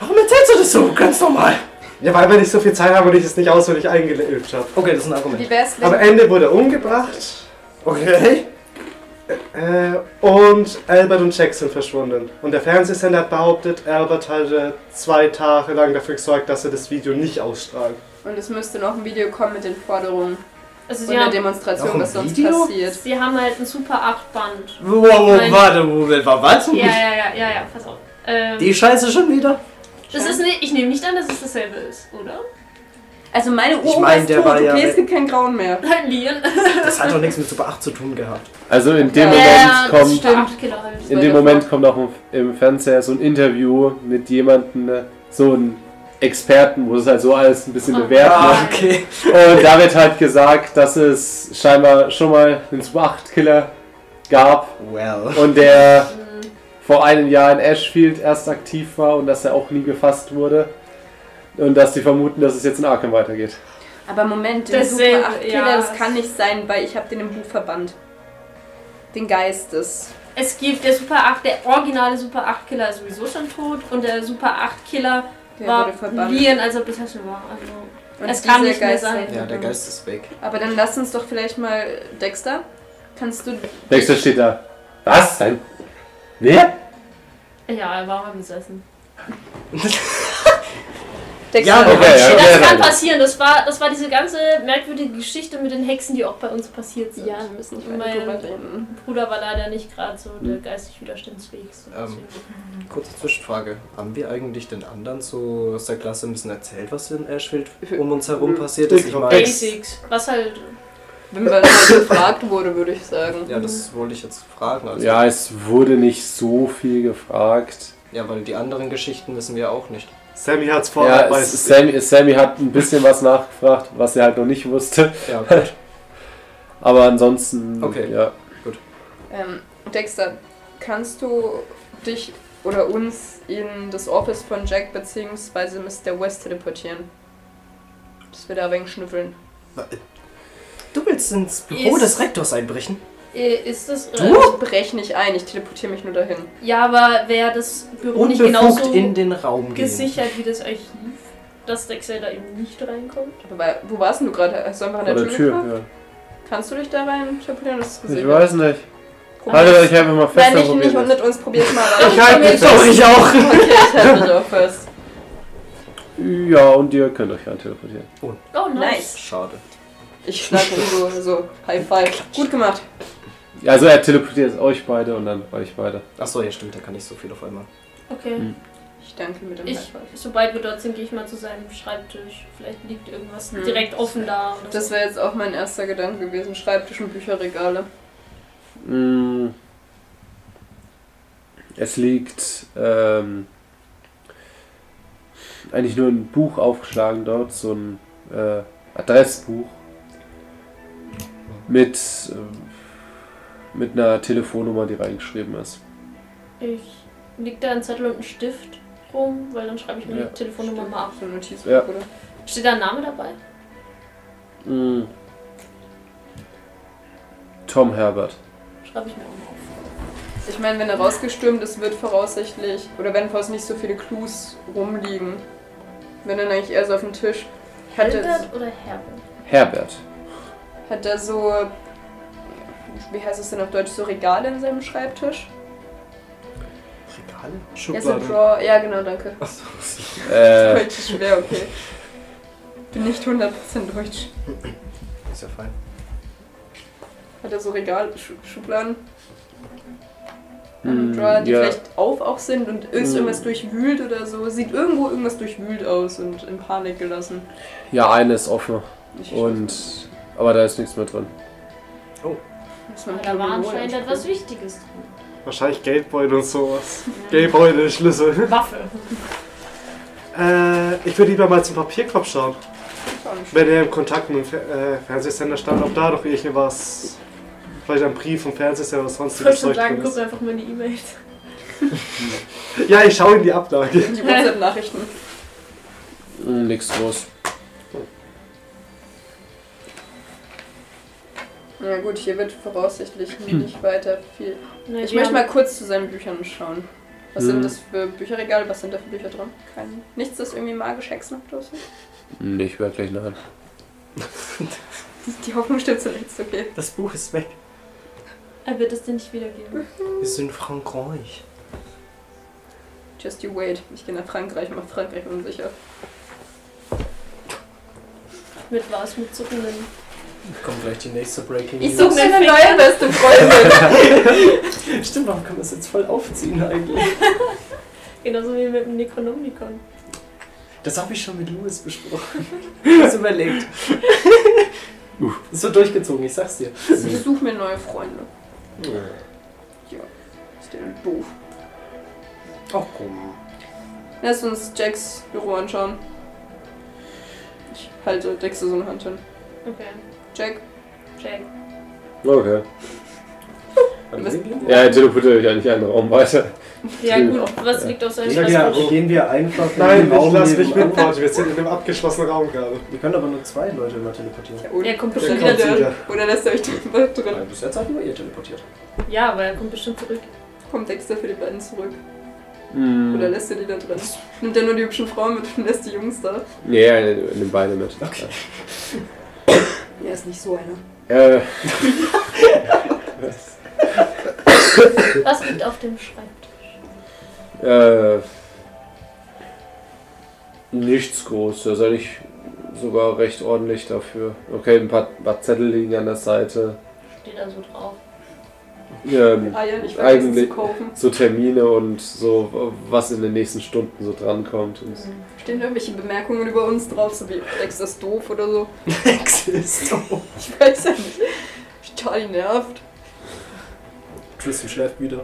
S3: Warum erzählst du das so? Ganz normal.
S5: Ja, weil wir nicht so viel Zeit haben und ich es nicht auswendig eingeübt habe.
S3: Okay, das ist ein Argument.
S2: Wie wär's,
S5: Am
S2: wenn
S5: Ende wurde er umgebracht
S3: Okay.
S5: äh, und Albert und Jack sind verschwunden. Und der Fernsehsender hat behauptet, Albert hatte zwei Tage lang dafür gesorgt, dass er das Video nicht ausstrahlt.
S2: Und es müsste noch ein Video kommen mit den Forderungen
S4: Also,
S2: und
S4: sie
S2: der
S4: haben,
S6: noch
S2: Demonstration,
S6: ein
S2: was sonst
S6: Video?
S2: passiert.
S4: sie haben halt ein super 8-Band.
S3: Wow, wow,
S4: Nein.
S3: warte, Moment, war was?
S4: Ja, ja, ja, ja, ja, pass auf. Ähm,
S3: Die Scheiße schon wieder?
S4: das ist nicht, ich nehme nicht an, dass es dasselbe ist, oder?
S2: Also meine Uhr
S3: Ich mein, der
S2: ist tot,
S3: war ja
S2: okay, es
S3: weg.
S2: gibt keinen Grauen mehr.
S4: Lian.
S6: Das hat doch nichts mit Super 8 zu tun gehabt.
S1: Also in dem
S2: Ja,
S1: Moment kommt.
S2: stimmt.
S1: In
S2: Weil
S1: dem
S2: der
S1: Moment kommt auch im Fernseher so ein Interview mit jemandem, ne, so einem Experten, wo es halt so alles ein bisschen
S4: Ah.
S2: Oh
S1: bewerten.
S4: Ah,
S3: okay.
S1: Und da wird halt gesagt, dass es scheinbar schon mal einen Super 8-Killer gab
S3: Well.
S1: und der
S2: Mhm.
S1: vor einem Jahr in Ashfield erst aktiv war und dass er auch nie gefasst wurde. Und dass die vermuten, dass es jetzt in Arkham weitergeht.
S2: Aber Moment, den
S4: Deswegen,
S2: Super 8 Killer,
S4: ja.
S2: das kann nicht sein, weil ich habe den im Buch verbannt. Den Geistes.
S4: Es gibt der Super 8, der originale Super 8 Killer ist sowieso schon tot und der Super 8 Killer
S2: Der wurde
S4: war
S2: verbannt.
S4: Lian, als er besessen war. Also,
S2: Und
S4: es kann
S2: dieser
S4: nicht mehr
S2: Geist
S4: sein.
S2: Ja, der
S3: Geist ist weg.
S2: Aber dann lass uns doch vielleicht mal Dexter. Kannst du
S1: Dexter steht da. Was? Nein. Wer?
S4: Ja, er war mal besessen.
S2: Dexter
S3: Ja, okay.
S1: ja,
S4: das kann
S1: nein.
S4: passieren. Das war, das war diese ganze merkwürdige Geschichte mit den Hexen, die auch bei uns passiert sind.
S2: Ja, wir müssen nicht
S4: Mein-
S2: mehr drüber reden.
S4: Mein Bruder war leider nicht gerade so der geistig widerstandsfähigste.
S6: Ähm. Kurze Zwischenfrage. Haben wir eigentlich den anderen so aus der Klasse ein bisschen erzählt, was in Ashfield um uns
S4: Hm,
S6: herum passiert ist? Ich meine,
S4: Basics. Was halt.
S2: Wenn man halt gefragt wurde, würde ich sagen.
S6: ja, das wollte ich jetzt fragen. Also,
S1: Ja, es wurde nicht so viel gefragt.
S6: ja, weil die anderen Geschichten wissen wir auch nicht.
S5: Sammy hat's
S1: Ja,
S5: vorher
S1: es- Sammy, Sammy hat ein bisschen was nachgefragt, was er halt noch nicht wusste.
S6: Ja, gut.
S1: Aber ansonsten.
S6: Okay.
S1: Ja.
S2: Ähm, Dexter, kannst du dich oder uns in das Office von Jack bzw. Mr. West teleportieren? Dass wir da ein wenig schnüffeln.
S3: Du willst ins Büro
S4: Ist-
S3: des Rektors einbrechen?
S4: Äh, Ist das. äh,
S2: Also Ich breche nicht ein, ich teleportiere mich nur dahin.
S4: Ja, aber wäre das Büro nicht
S3: Unbefugt
S4: genauso
S3: in den Raum gehen.
S4: gesichert wie das Archiv, dass Dexter da eben nicht reinkommt?
S2: Aber wo warst denn du gerade? Hast du einfach an der
S1: Vor der
S2: Tür,
S1: Tür.
S2: gefragt?
S1: Ja.
S2: Kannst du dich da rein teleportieren? Das ist
S1: Ich
S2: gesehen.
S1: weiß nicht.
S2: Probier
S1: Haltet
S2: es.
S1: euch einfach mal fest.
S2: Nein,
S1: dann
S2: nicht,
S1: probiert
S2: nicht und mit uns, probier's mal. weil-
S5: Ich halte mich
S3: Doch, ich auch.
S2: Okay, ich halte dich auch fest.
S1: es. Ja, und ihr könnt euch rein teleportieren.
S4: Oh, nice.
S2: Nice.
S6: Schade.
S2: Ich schlage so, so, High Five. Gut gemacht.
S1: Ja, Also er teleportiert euch beide und dann euch beide.
S6: Achso, ja, stimmt, da kann ich so viel auf einmal.
S4: Okay.
S1: Hm.
S2: Ich danke mit dem
S4: Ich,
S2: High Five.
S4: sobald wir dort sind, gehe ich mal zu seinem Schreibtisch. Vielleicht liegt irgendwas
S2: Hm.
S4: direkt offen da. Oder
S2: Das
S4: so.
S2: wäre jetzt auch mein erster Gedanke gewesen. Schreibtisch und Bücherregale.
S1: Mm. Es liegt ähm, eigentlich nur ein Buch aufgeschlagen dort, so ein äh, Adressbuch mit, ähm, mit einer Telefonnummer, die reingeschrieben ist.
S4: Ich liegt da ein Zettel und ein Stift rum, weil dann schreibe ich mir
S1: Ja.
S4: die Telefonnummer mal ab.
S2: So ein Notizbuch,
S1: Ja.
S2: oder?
S4: Steht da ein Name dabei?
S1: Mm. Tom Herbert.
S4: Schreibe ich mir auch mal auf.
S2: Ich meine, wenn er rausgestürmt ist, wird voraussichtlich, oder wenn fast nicht so viele Clues rumliegen, wenn dann eigentlich eher so auf dem Tisch. Hat er,
S4: Hilbert oder Herbert?
S1: Herbert.
S2: hat er so wie heißt es denn auf Deutsch, so Regale in seinem Schreibtisch.
S6: Regale?
S2: Ja, so
S6: Schublade.
S2: Draw. Ja, genau, danke.
S6: Achso.
S1: Äh,
S2: Deutsch ist schwer, okay. Bin nicht 100% deutsch.
S6: Ist ja fein.
S2: Hat er so Regal, Schu Schubladen, ähm,
S1: hm,
S2: Drawer, die
S1: ja. Hm.
S2: vielleicht auf auch sind und irgend- irgendwas durchwühlt oder so. Sieht irgendwo irgendwas durchwühlt aus und in Panik gelassen.
S1: ja, eine ist offen.
S2: Ich-
S1: Und. Aber da ist nichts mehr drin.
S2: Muss man halt
S4: Aber da
S2: mit
S4: war
S2: Humor
S4: anscheinend
S2: ansprechen.
S4: etwas Wichtiges drin.
S5: Wahrscheinlich Geldbeutel und sowas. Geldbeutel, Schlüssel.
S4: Waffe.
S5: Äh, ich würde lieber mal zum Papierkorb schauen.
S2: Ist auch nicht schlimm.
S5: Wenn er im Kontakt mit dem Fer äh, Fernsehsender stand, ob da noch irgendwas. Vielleicht ein Brief vom Fernsehsender oder
S4: Ich wollte
S5: sonstiges
S4: schon
S5: Zeug
S4: sagen,
S5: drin
S4: guck
S5: ist.
S4: einfach meine E-Mails.
S5: Ja, ich schaue in die Ablage.
S2: Die WhatsApp-Nachrichten.
S1: Hm, nichts los.
S2: Ja gut, hier wird voraussichtlich nicht weiter viel.
S4: Ne,
S2: Ich
S4: wir
S2: möchte mal
S4: haben-
S2: kurz zu seinen Büchern schauen. Was
S1: Hm.
S2: sind das für Bücherregale? Was sind da für Bücher drin? Kein, nichts, das irgendwie magisch hexenhaft aussieht?
S1: Nicht wirklich, nein.
S2: Die Hoffnung stimmt zuletzt, okay.
S6: Das Buch ist weg.
S4: Er wird es dir nicht wiedergeben.
S6: Wir sind in Frankreich.
S2: Just you wait. Ich gehe nach Frankreich, mach Frankreich unsicher.
S4: Mit was? Mit zuckenden.
S6: Kommt gleich die nächste Breaking
S2: Ich
S6: News.
S2: suche mir eine neue beste Freundin.
S6: Stimmt, warum kann man das jetzt voll aufziehen eigentlich?
S4: Genauso wie mit dem Necronomicon.
S6: Das habe ich schon mit Louis besprochen. Das überlegt. Ist so durchgezogen, ich sag's dir.
S2: ich suche mir neue Freunde. Ja. Ist der denn doof?
S6: Ach komm.
S2: Lass uns Jacks Büro anschauen. Ich halte Dexter so eine Hand hin.
S4: Okay.
S2: Jack,
S4: Jack.
S1: Okay.
S2: Was-
S1: Ja, er teleportiert euch eigentlich einen Raum weiter.
S4: Ja gut, was liegt auf seinem
S6: Gehen wir,
S4: Schreibtisch?
S6: gehen wir einfach in
S5: Nein,
S6: den
S5: ich
S6: Raum
S5: lass mich
S6: nebenan?
S5: mitporten. Wir sind in einem abgeschlossenen Raum gerade.
S6: Wir können aber nur zwei Leute immer teleportieren.
S2: ja, oder,
S4: Er kommt
S2: oder
S4: bestimmt
S5: kommt
S2: wieder
S5: wieder.
S2: drin. Oder lässt er euch drin? drin?
S6: Nein, bis jetzt hat nur ihr teleportiert.
S4: Ja, aber er kommt bestimmt zurück.
S2: Kommt Dexter für die beiden zurück?
S1: Hm.
S2: Oder lässt er die da drin? Nimmt er nur die hübschen Frauen mit und lässt die Jungs da?
S1: Nee, er nimmt beide mit.
S6: Okay.
S2: Er ist nicht so einer.
S1: Äh,
S4: Was liegt auf dem Schreibtisch?
S1: äh. Nichts Großes, eigentlich sogar recht ordentlich dafür. Okay, ein paar, paar Zettel liegen an der Seite.
S4: Steht da so drauf.
S1: Ähm,
S2: Eier, Mhm. Ah ich weiß was zu
S1: Eigentlich-
S2: kaufen.
S1: so Termine und so, was in den nächsten Stunden so drankommt. Und so.
S2: Stehen da irgendwelche Bemerkungen über uns drauf, so wie Dexter ist doof oder so?
S6: Ex ist doof.
S2: Ich weiß ja nicht. Total nervt.
S6: Tristan schläft wieder.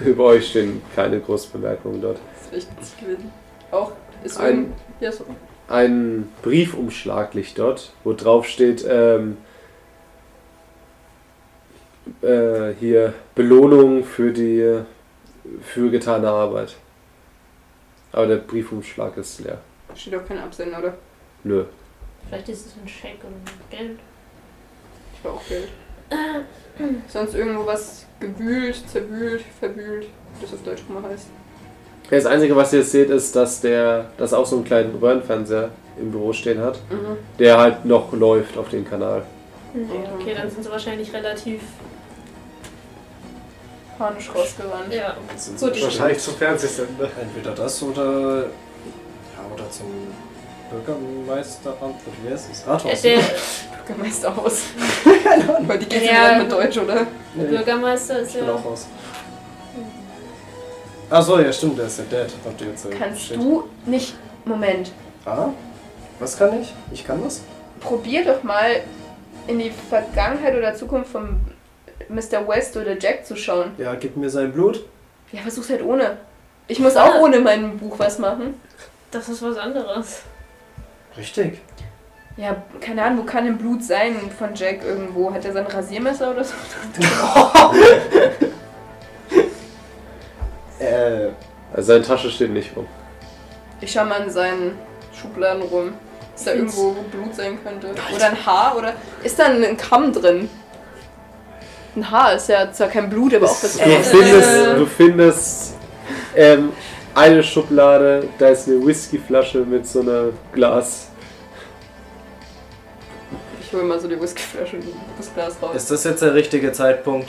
S1: Über euch stehen keine großen Bemerkungen dort.
S2: Das ist echt witzig gewesen. Auch ist
S1: Ein-
S2: irgend... Ja, so.
S1: Ein Briefumschlag liegt dort, wo drauf steht, ähm, äh, hier Belohnung für die für getane Arbeit. Aber der Briefumschlag ist leer.
S2: Steht auch kein Absender, oder?
S1: Nö.
S4: Vielleicht ist es ein Scheck oder ein Geld.
S2: Ich war auch Geld. Sonst irgendwo was gewühlt, zerwühlt, verwühlt, wie das auf Deutsch immer heißt.
S1: Das Einzige, was ihr jetzt seht, ist, dass der, dass auch so einen kleinen Röhrenfernseher im Büro stehen hat,
S2: Mhm.
S1: der halt noch läuft auf den Kanal.
S4: Ja, okay, dann sind sie wahrscheinlich relativ.
S2: Panisch rausgerannt.
S4: Ja,
S2: So die
S5: Wahrscheinlich zum Fernsehsender.
S6: Entweder das oder. Ja, oder zum Bürgermeisteramt. oder Wer ist es? Rathaus.
S4: der
S2: Bürgermeister aus. Weil die geht
S4: Ja.
S2: ja mit Deutsch, oder?
S6: Nee,
S4: Bürgermeister ist
S6: ich bin auch
S4: ja.
S6: raus. Achso, ja, stimmt, der ist ja dead. Habt ihr jetzt äh,
S2: Kannst
S6: shit.
S2: du nicht. Moment.
S6: Ah? Was kann ich? Ich kann was?
S2: Probier doch mal in die Vergangenheit oder Zukunft von Mr. West oder Jack zu schauen.
S6: Ja, gib mir sein Blut.
S2: Ja, versuch's halt ohne. Ich muss auch ohne mein Buch was machen.
S4: Das ist was anderes.
S6: Richtig.
S2: Ja, keine Ahnung, wo kann denn Blut sein von Jack irgendwo? Hat er sein Rasiermesser oder so?
S6: Äh,
S1: Also seine Tasche steht nicht rum.
S2: Ich schau mal in seinen Schubladen rum. Ist da
S4: Find's-
S2: irgendwo wo Blut sein könnte? Oder ein Haar? Oder ist da ein Kamm drin? Ein Haar ist ja zwar kein Blut, aber auch das
S1: Du findest, du findest ähm, eine Schublade, da ist eine Whiskyflasche mit so einer Glas.
S2: Ich tue immer so die Whiskyflasche und das Glas raus.
S3: Ist das jetzt der richtige Zeitpunkt?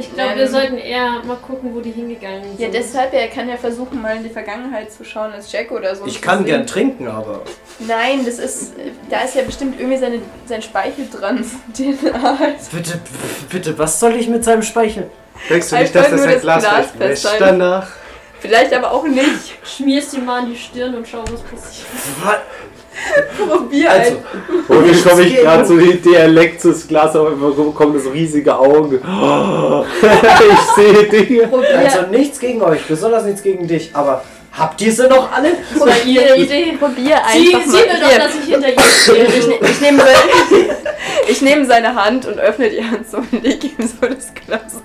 S4: Ich glaube, wir
S2: Nein.
S4: sollten eher mal gucken, wo die hingegangen sind.
S2: Ja, deshalb, er kann ja versuchen, mal in die Vergangenheit zu schauen als Jack oder so.
S3: Ich kann gern trinken, aber
S2: Nein, das ist. Da ist ja bestimmt irgendwie seine, sein Speichel dran. DNA. Also
S3: bitte, bitte, was soll ich mit seinem Speichel?
S5: Denkst du
S2: Ich
S5: nicht, dass
S2: wollte
S5: das
S2: nur
S5: ein
S2: das
S5: Glas
S2: Glas
S5: gleich wäscht
S2: festhalten.
S5: danach?
S2: Vielleicht aber auch nicht.
S4: Schmierst dir mal an die Stirn und schau, was passiert.
S2: Probier
S3: Also,
S1: Und wie komme ich gerade zu dem Dialekt zu Glas auf einmal kommen das riesige Augen. ich sehe Dinge.
S2: Probier,
S3: also nichts gegen euch, besonders nichts gegen dich, aber habt ihr sie noch alle?
S4: Das war ihre Idee.
S2: probier einfach.
S4: Sie,
S2: mal.
S4: sie will doch,
S2: Hier.
S4: dass ich hinter ihr stehe. Also,
S2: ich, nehme seine, ich nehme seine Hand und öffne die Hand so und leg ihm so das Glas.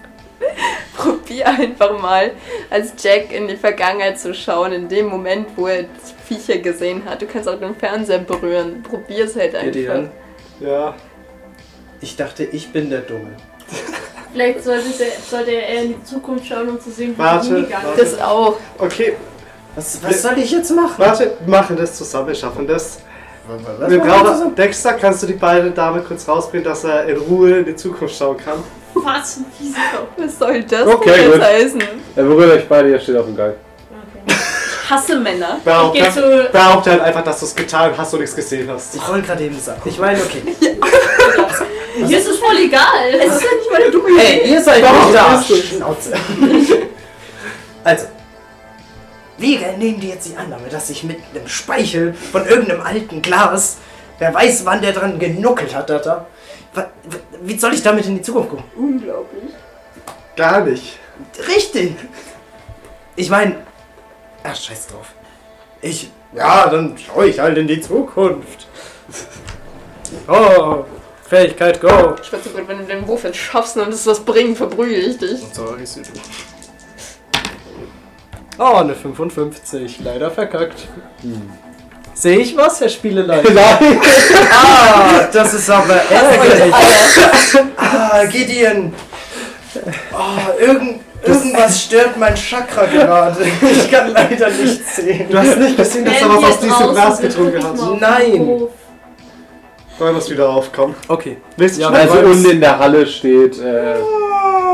S2: Probier einfach mal, als Jack in die Vergangenheit zu schauen, in dem Moment, wo er Viecher gesehen hat. Du kannst auch den Fernseher berühren. Probier es halt einfach.
S3: Gideon,
S5: Ja.
S3: ich dachte, ich bin der Dumme.
S4: Vielleicht sollte, der, sollte er eher in die Zukunft schauen, um zu sehen, wo
S5: Warte,
S4: die hingegangen
S5: warte.
S4: sind.
S2: Das auch.
S5: Okay,
S3: Was, was soll ich jetzt machen?
S5: warte, wir machen das zusammen, wir schaffen das.
S3: Was
S5: wir
S3: machen wir
S5: brauchen.
S3: zusammen?
S5: Dexter, kannst du die beiden Damen kurz rausbringen, dass er in Ruhe in die Zukunft schauen kann?
S4: Was ein fieser Kopf.
S2: Was soll das
S1: Okay,
S2: denn jetzt
S1: gut.
S2: heißen?
S1: Er berührt euch beide, ihr steht auf dem Gang.
S4: Okay.
S2: Ich hasse Männer.
S5: Behaupte
S4: Ich geh zu-
S5: behaupte halt einfach, dass du es getan hast und nichts gesehen hast.
S3: Ich wollte gerade eben sagen. Ich meine, okay.
S4: Hier ist es voll egal.
S2: Es ist ja nicht meine dumme Idee.
S3: Hey, ihr seid nicht da!
S5: bist du-
S3: Schnauze. also. Wir nehmen dir jetzt die Annahme, dass ich mit einem Speichel von irgendeinem alten Glas, wer weiß, wann der dran genuckelt hat, da, da. Wa- wa- Wie soll ich damit in die Zukunft gucken?
S2: Unglaublich.
S5: Gar nicht.
S3: Richtig! Ich meine. Ach, scheiß drauf. Ich. Ja, dann schaue ich halt in die Zukunft. Oh, Fähigkeit, go!
S2: Ich werde so gut, wenn du den Wurf jetzt schaffst und es was bringt, verbrühe ich dich.
S3: Sorry, Süd. Oh, eine 55. Leider verkackt. Sehe ich was, Herr Spieleleiter?
S1: Nein!
S3: Ah, das ist aber ärgerlich. Ah, Gideon. Oh, irgend, irgendwas stört mein Chakra gerade. Ich kann leider nichts sehen.
S5: Du hast nicht gesehen, dass er
S4: Wenn
S5: was
S4: wir
S5: aus diesem
S4: draußen
S5: Glas
S4: sind,
S5: getrunken
S4: wirklich mal
S5: hat.
S4: auf dem
S3: Nein.
S4: Hof.
S5: Wollen wir es wieder aufkommen?
S3: Okay.
S5: Willst du
S3: Ja,
S5: schon
S1: Also
S5: mal-
S1: unten in der Halle steht äh,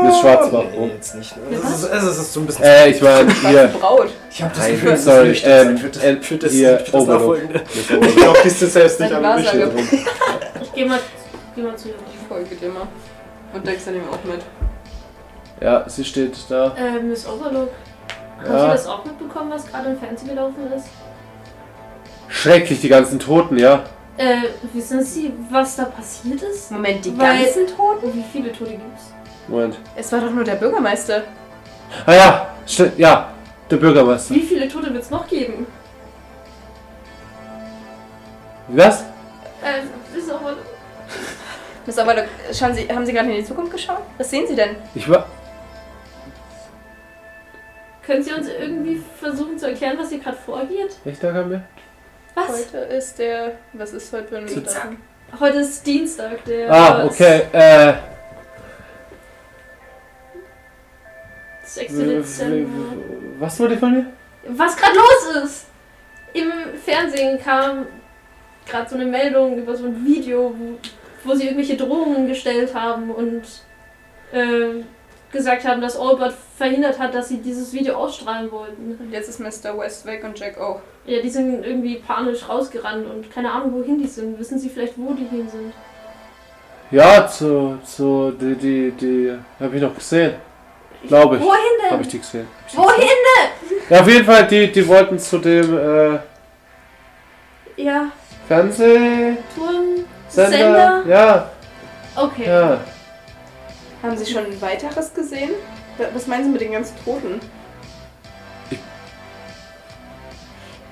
S1: Miss Schwarzbach rum.
S3: Ah, Jetzt nicht. ne? Also, Es ist, es ist so ein bisschen.
S1: Äh, ich meine, hier.
S2: Braut.
S3: Ich habe das
S1: Nein,
S3: Gefühl, es ist
S1: sorry,
S3: nüchtern sein
S1: ähm,
S3: für das,
S1: äh,
S3: für das,
S1: hier,
S3: für das
S1: Overlook.
S3: nachfolgende.
S1: Miss
S5: Ich
S1: Overlook
S5: glaube, die sind selbst nicht
S2: Deine
S5: am
S2: Wahrsage.
S5: Büchel.
S1: steht rum.
S4: Ich geh mal, geh mal zu ihr.
S2: Ich folge dir mal. Und Dexter nimmt auch mit.
S1: Ja, sie steht da.
S4: Äh, Miss Overlook, hast du
S1: Ja.
S4: das auch mitbekommen, was gerade im Fernsehen gelaufen ist?
S1: Schrecklich, die ganzen Toten, ja.
S4: Äh, wissen Sie, was da passiert ist?
S2: Moment, die
S4: Weil-
S2: ganzen Toten?
S4: Wie viele Tote gibt's?
S1: Moment.
S2: Es war doch nur der Bürgermeister.
S1: Ah ja, sti- ja, der Bürgermeister.
S4: Wie viele Tote wird's noch geben?
S1: Was?
S4: Äh, Miss Overlook.
S2: Miss Overlock, schauen Sie, haben Sie gerade in die Zukunft geschaut? Was sehen Sie denn?
S1: Ich war.
S4: Können Sie uns irgendwie versuchen zu erklären, was hier gerade vorgeht?
S1: Echt da mir?
S4: Was?
S2: Heute ist der. Was ist heute für ein
S3: Dienstag.
S4: Heute ist Dienstag, der.
S1: Ah, okay. Äh.
S4: 6. Dezember.
S1: Was wollt ihr von mir?
S4: Was gerade los ist! Im Fernsehen kam gerade so eine Meldung über so ein Video, wo, wo sie irgendwelche Drohungen gestellt haben und äh, gesagt haben, dass Albert verhindert hat, dass sie dieses Video ausstrahlen wollten.
S2: Und jetzt ist Mr. West weg und Jack auch.
S4: Ja, die sind irgendwie panisch rausgerannt und keine Ahnung, wohin die sind. Wissen sie vielleicht, wo die hin sind?
S1: Ja, zu. zu. die. die. die. hab ich noch gesehen. Glaube ich.
S4: Wohin
S1: Hab
S4: denn?
S1: ich die gesehen.
S4: Wohin?
S1: Ja, auf jeden Fall, die, die wollten zu dem. äh.
S4: Ja,
S1: Fernsehsender.
S4: Turm, Sender.
S1: Ja,
S4: Okay.
S1: ja.
S2: Haben Sie schon ein weiteres gesehen? Wa- Was meinen Sie mit den ganzen Toten?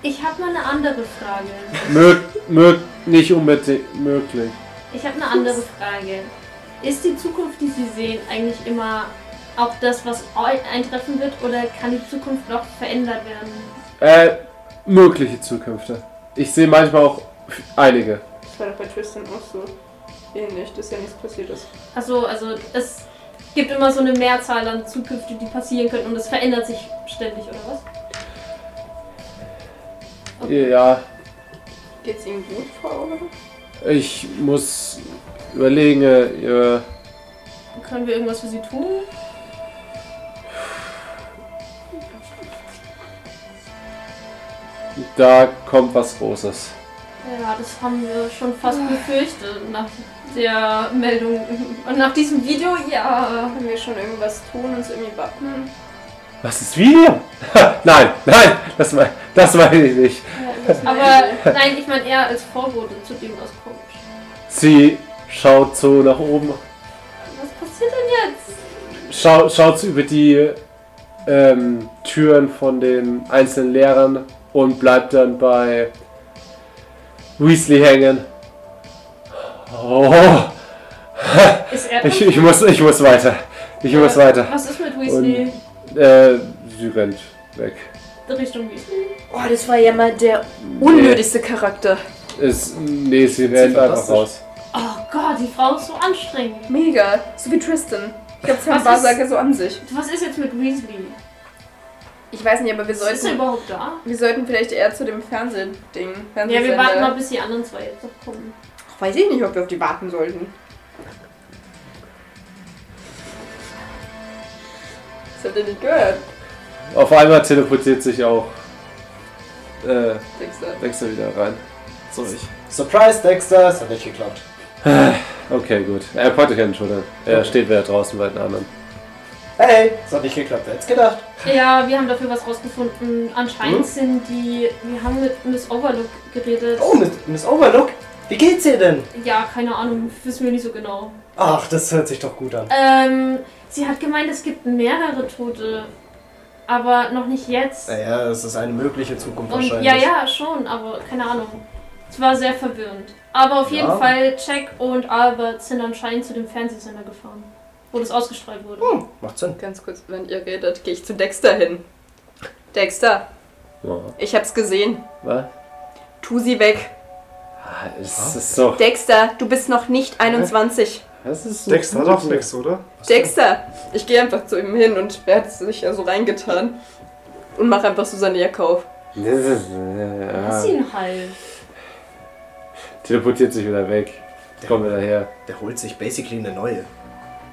S4: Ich habe mal eine andere Frage.
S1: Mög. mög. nicht unbedingt möglich.
S4: Ich habe eine andere Frage. Ist die Zukunft, die Sie sehen, eigentlich immer auch das, was eu- eintreffen wird, oder kann die Zukunft noch verändert werden?
S1: Äh. mögliche Zukünfte. Ich sehe manchmal auch einige.
S2: Das war doch bei Tristan auch so. Ähnlich, dass ja nichts passiert ist.
S4: Also, also es gibt immer so eine Mehrzahl an Zukünften, die passieren können, und es verändert sich ständig, oder was?
S1: Ja.
S2: Geht's Ihnen gut, Frau Overlock?
S1: Ich muss überlegen, äh, ihr-
S4: Können wir irgendwas für sie tun?
S1: da kommt was Großes.
S4: Ja, das haben wir schon fast befürchtet nach der Meldung und nach diesem Video. Ja,
S2: Können wir schon irgendwas tun, uns irgendwie wappnen?
S1: Was ist wieder? nein, nein, das, mein, das meine ich nicht.
S4: aber nein, ich meine eher als Vorbote zu dem, was kommt.
S1: Sie schaut so nach oben,
S4: Was passiert denn jetzt?
S1: schau, schaut so über die ähm, Türen von den einzelnen Lehrern und bleibt dann bei Weasley hängen. Oh,
S4: Ist er
S1: ich, ich, muss, ich muss weiter. Ich muss weiter.
S4: Was ist mit Weasley?
S1: Äh, sie rennt weg.
S4: Richtung Weasley?
S2: Oh, das war ja mal der unnötigste Charakter.
S1: Es, nee, sie rennt einfach
S3: fantastisch.
S1: raus.
S4: Oh Gott, die Frau ist so anstrengend.
S2: Mega. So wie Tristan. Ich glaube, das haben
S4: Was ist-
S2: Wahrsager so an sich.
S4: Was ist jetzt mit Weasley?
S2: Ich weiß nicht, aber wir
S4: Ist er
S2: sollten,
S4: überhaupt da?
S2: wir sollten vielleicht eher zu dem Fernsehding.
S4: Ja, wir
S2: Fernsehsender.
S4: warten mal, bis die anderen zwei jetzt noch kommen.
S2: Ach, Weiß ich nicht, ob wir auf die warten sollten. Das habt ihr nicht gehört,
S1: Auf einmal teleportiert sich auch äh,
S2: Dexter.
S1: Dexter wieder rein. So ich.
S3: Surprise, Dexter! Es hat nicht geklappt.
S1: Okay, gut. Er packt euch an den Schultern. Er steht wieder draußen bei den anderen.
S3: Hey, es hat nicht geklappt. Wer hätte gedacht?
S4: Ja, wir haben dafür was rausgefunden.
S1: Hm?
S4: Anscheinend sind die. Wir haben mit Miss Overlook geredet.
S3: Oh, Miss, Miss Overlook, wie geht's ihr denn?
S4: Ja, keine Ahnung, wissen wir nicht so genau.
S3: Ach, das hört sich doch gut an.
S4: Ähm, sie hat gemeint, es gibt mehrere Tote. Aber noch nicht jetzt.
S3: Naja, das ist eine mögliche Zukunft
S4: Und
S3: wahrscheinlich.
S4: ja, ja, schon, aber keine Ahnung. Es war sehr verwirrend. Aber auf jeden
S3: Ja.
S4: Fall, Jack und Albert sind anscheinend zu dem Fernsehsender gefahren, wo das ausgestrahlt wurde.
S3: Hm, macht Sinn.
S2: Ganz kurz, während ihr redet, gehe ich zu Dexter hin. Dexter,
S1: Ja.
S2: ich hab's gesehen.
S1: Was?
S2: Tu sie weg.
S1: Ah, Es ist so.
S2: Dexter, du bist noch nicht 21.
S1: Das ist so
S5: Dexter hat
S1: gut.
S5: auch nichts, oder?
S2: Dexter, ich gehe einfach zu ihm hin und er hat sich ja so reingetan. Und mach einfach so seine Jacke auf.
S1: Das ist,
S4: Lass
S1: äh, ja.
S4: ihn halt.
S1: Teleportiert sich wieder weg. Kommt wieder her.
S3: Der holt sich basically eine neue.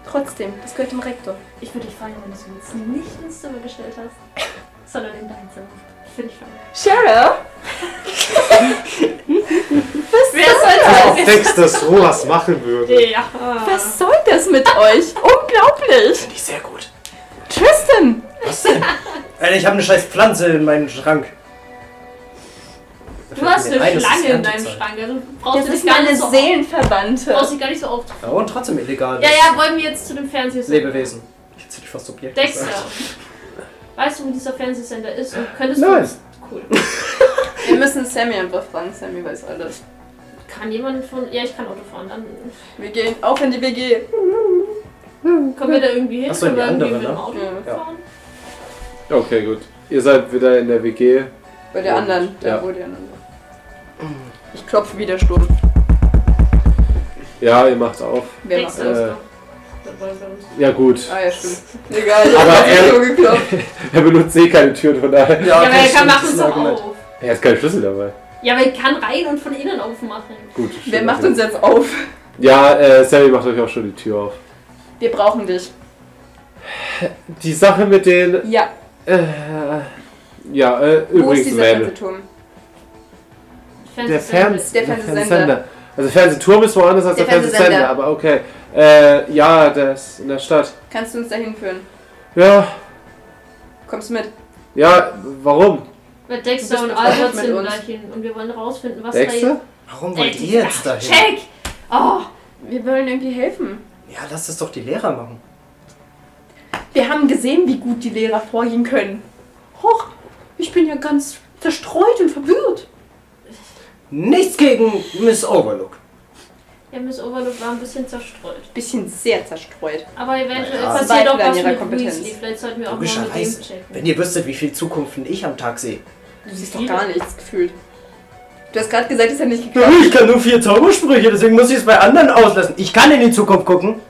S2: Trotzdem, das gehört dem Rektor.
S4: Ich würde dich fragen, wenn du sie jetzt nicht ins Zimmer gestellt hast, sondern in dein Zimmer. Finde ich fein.
S2: Cheryl!
S4: Wer soll
S5: Ob Dexter sowas machen würde.
S4: das? Ja.
S2: Was soll das mit euch? Unglaublich!
S3: Die ist sehr gut.
S2: Tristan!
S3: Was denn? Alter, ich habe eine scheiß Pflanze in meinem Schrank.
S4: Du hast
S3: Nein,
S4: eine
S3: das
S4: Schlange
S3: ist
S4: in deinem
S3: Erntezeit.
S4: Schrank. Also
S2: Das
S4: brauchst du dich
S2: ist
S4: gar
S2: meine
S4: nicht so auf- brauchst
S2: Seelenverwandte.
S4: dich gar nicht so auf.
S3: Ja, und trotzdem illegal.
S4: Ja, ja, wollen wir jetzt zu dem Fernsehsender.
S3: Lebewesen. Jetzt hätte ich fast Objekt
S4: Dexter.
S3: gesagt.
S4: Weißt du, wo dieser Fernsehsender ist? Und könntest
S1: Nein.
S4: du. Cool.
S2: Wir müssen Sammy einfach fragen. Sammy weiß alles.
S4: Kann jemand von. Ja, ich kann Auto fahren. Dann
S2: Wir gehen auch in die WG.
S4: kommen wir da irgendwie hin.
S3: Ach so, in die
S4: Können wir
S3: andere,
S4: irgendwie
S3: ne?
S4: mit dem Auto
S3: Ja.
S4: fahren?
S1: Okay, gut. Ihr seid wieder in der WG.
S2: Bei der anderen. Da
S1: Ja.
S2: wo die anderen. Ich klopfe wieder stumpf.
S1: Ja, ihr macht auf.
S2: Wer macht
S4: Dexter
S2: das?
S4: ist
S1: äh,
S4: noch. dabei bei uns.
S1: Ja, gut.
S2: Ah ja, stimmt. Egal, ich
S1: Aber
S2: hab
S1: er-
S2: nur geklopft.
S1: Er benutzt eh keine Türen, von daher.
S4: Ja, aber
S3: das
S4: er kann
S3: stimmt,
S4: machen
S3: das
S4: es
S3: ist ein
S4: doch
S3: Argument.
S4: auf.
S1: Er hat keinen Schlüssel dabei.
S4: Ja, aber er kann rein und von innen aufmachen.
S1: Gut.
S2: Wer
S1: stimmt.
S2: macht uns jetzt auf?
S1: Ja, äh, Sammy macht euch auch schon die Tür auf.
S2: Wir brauchen dich.
S1: Die Sache mit den
S2: Ja.
S1: Äh, ja, äh,
S2: Wo ist
S1: übrigens,
S2: dieser
S1: Mädel.
S2: Fernsehturm?
S1: Der, Ferns
S2: Der
S1: der
S2: Fernsehsender.
S1: Fernsehsender. Also Fernsehturm ist woanders als
S2: Der
S1: der,
S2: Fernsehsender.
S1: Fernsehsender, aber okay. Äh, ja, der ist in der Stadt.
S2: Kannst du uns dahin führen?
S1: Ja,
S2: Kommst du mit?
S1: ja, warum?
S4: Weil
S2: Du
S4: Dexter und
S2: bist
S4: Albert
S2: mit
S4: sind
S2: uns.
S4: gleich hin und wir wollen rausfinden, was da
S1: Dexter?
S4: jetzt.
S3: Warum
S4: Äh,
S3: wollt ihr jetzt
S4: ach,
S3: dahin?
S4: Check! Oh,
S2: Ah, Wir wollen irgendwie helfen.
S3: Ja, lass es doch die Lehrer machen.
S2: Wir haben gesehen, wie gut die Lehrer vorgehen können. Hoch, ich bin ja ganz verstreut und verwirrt.
S3: Nichts gegen Miss Overlook.
S4: ja, Miss Overlook war ein bisschen zerstreut.
S2: Bisschen sehr zerstreut.
S4: Aber eventuell
S3: Naja, sie
S4: passiert auch
S2: zweifeln an
S4: was
S2: ihrer
S4: mit
S2: Kompetenz.
S4: Weasley. Vielleicht sollten wir auch mal mit dem
S3: Logischerweise.
S4: checken.
S3: Wenn ihr wüsstet, wie viel Zukunften ich am Tag sehe.
S2: Du siehst doch gar nichts gefühlt. Du hast gerade gesagt, es hat nicht geklappt.
S3: Ich kann nur vier Zaubersprüche, deswegen muss ich es bei anderen auslassen. Ich kann in die Zukunft gucken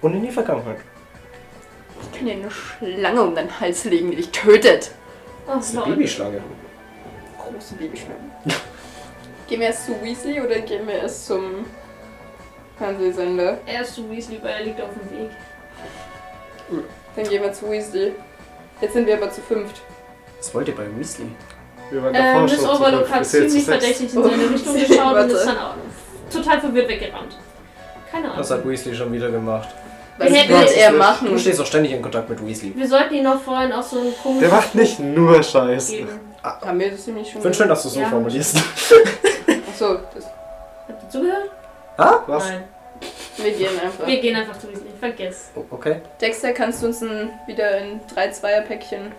S3: und in die Vergangenheit.
S2: Ich kann dir eine Schlange um deinen Hals legen, die dich tötet.
S4: Oh,
S3: Das ist eine
S4: Lord.
S3: Babyschlange.
S2: Große Babyschlange. Gehen wir erst zu Weasley oder gehen wir erst zum Fernsehsender?
S4: Er ist zu Weasley, weil er liegt auf dem Weg.
S2: Dann gehen wir zu Weasley. Jetzt sind wir aber zu fünft.
S6: Was wollt ihr bei Weasley?
S5: Wir waren
S4: Äh,
S5: davor
S4: Miss
S5: schon zu
S4: Overlook
S5: fünf,
S4: hat
S5: wir sind jetzt
S4: ziemlich
S5: zu sechs.
S4: verdächtig in seine
S2: Oh,
S4: Richtung geschaut und
S2: warte.
S4: ist dann auch total verwirrt weggerannt. Keine
S3: Was
S4: Ahnung.
S3: hat Weasley schon wieder gemacht?
S2: Was
S4: hätten
S2: wird
S4: jetzt
S2: er
S3: Du-
S2: machen?
S6: Hm.
S3: Du stehst auch ständig in Kontakt mit Weasley.
S4: Wir sollten ihn noch vorhin auf so einen komischen.
S5: Der macht nicht nur Scheiß.
S4: Geben.
S2: Haben wir das nämlich schon
S3: Ich finde schön, dass du so
S4: Ja.
S3: formulierst.
S2: Achso, das-
S4: Habt ihr zugehört?
S5: Was?
S4: Nein.
S2: wir gehen einfach.
S4: Wir gehen einfach zu Weasley. Vergiss.
S3: O- Oh, Okay.
S2: Dexter, kannst du uns ein, wieder in 3-2er-Päckchen.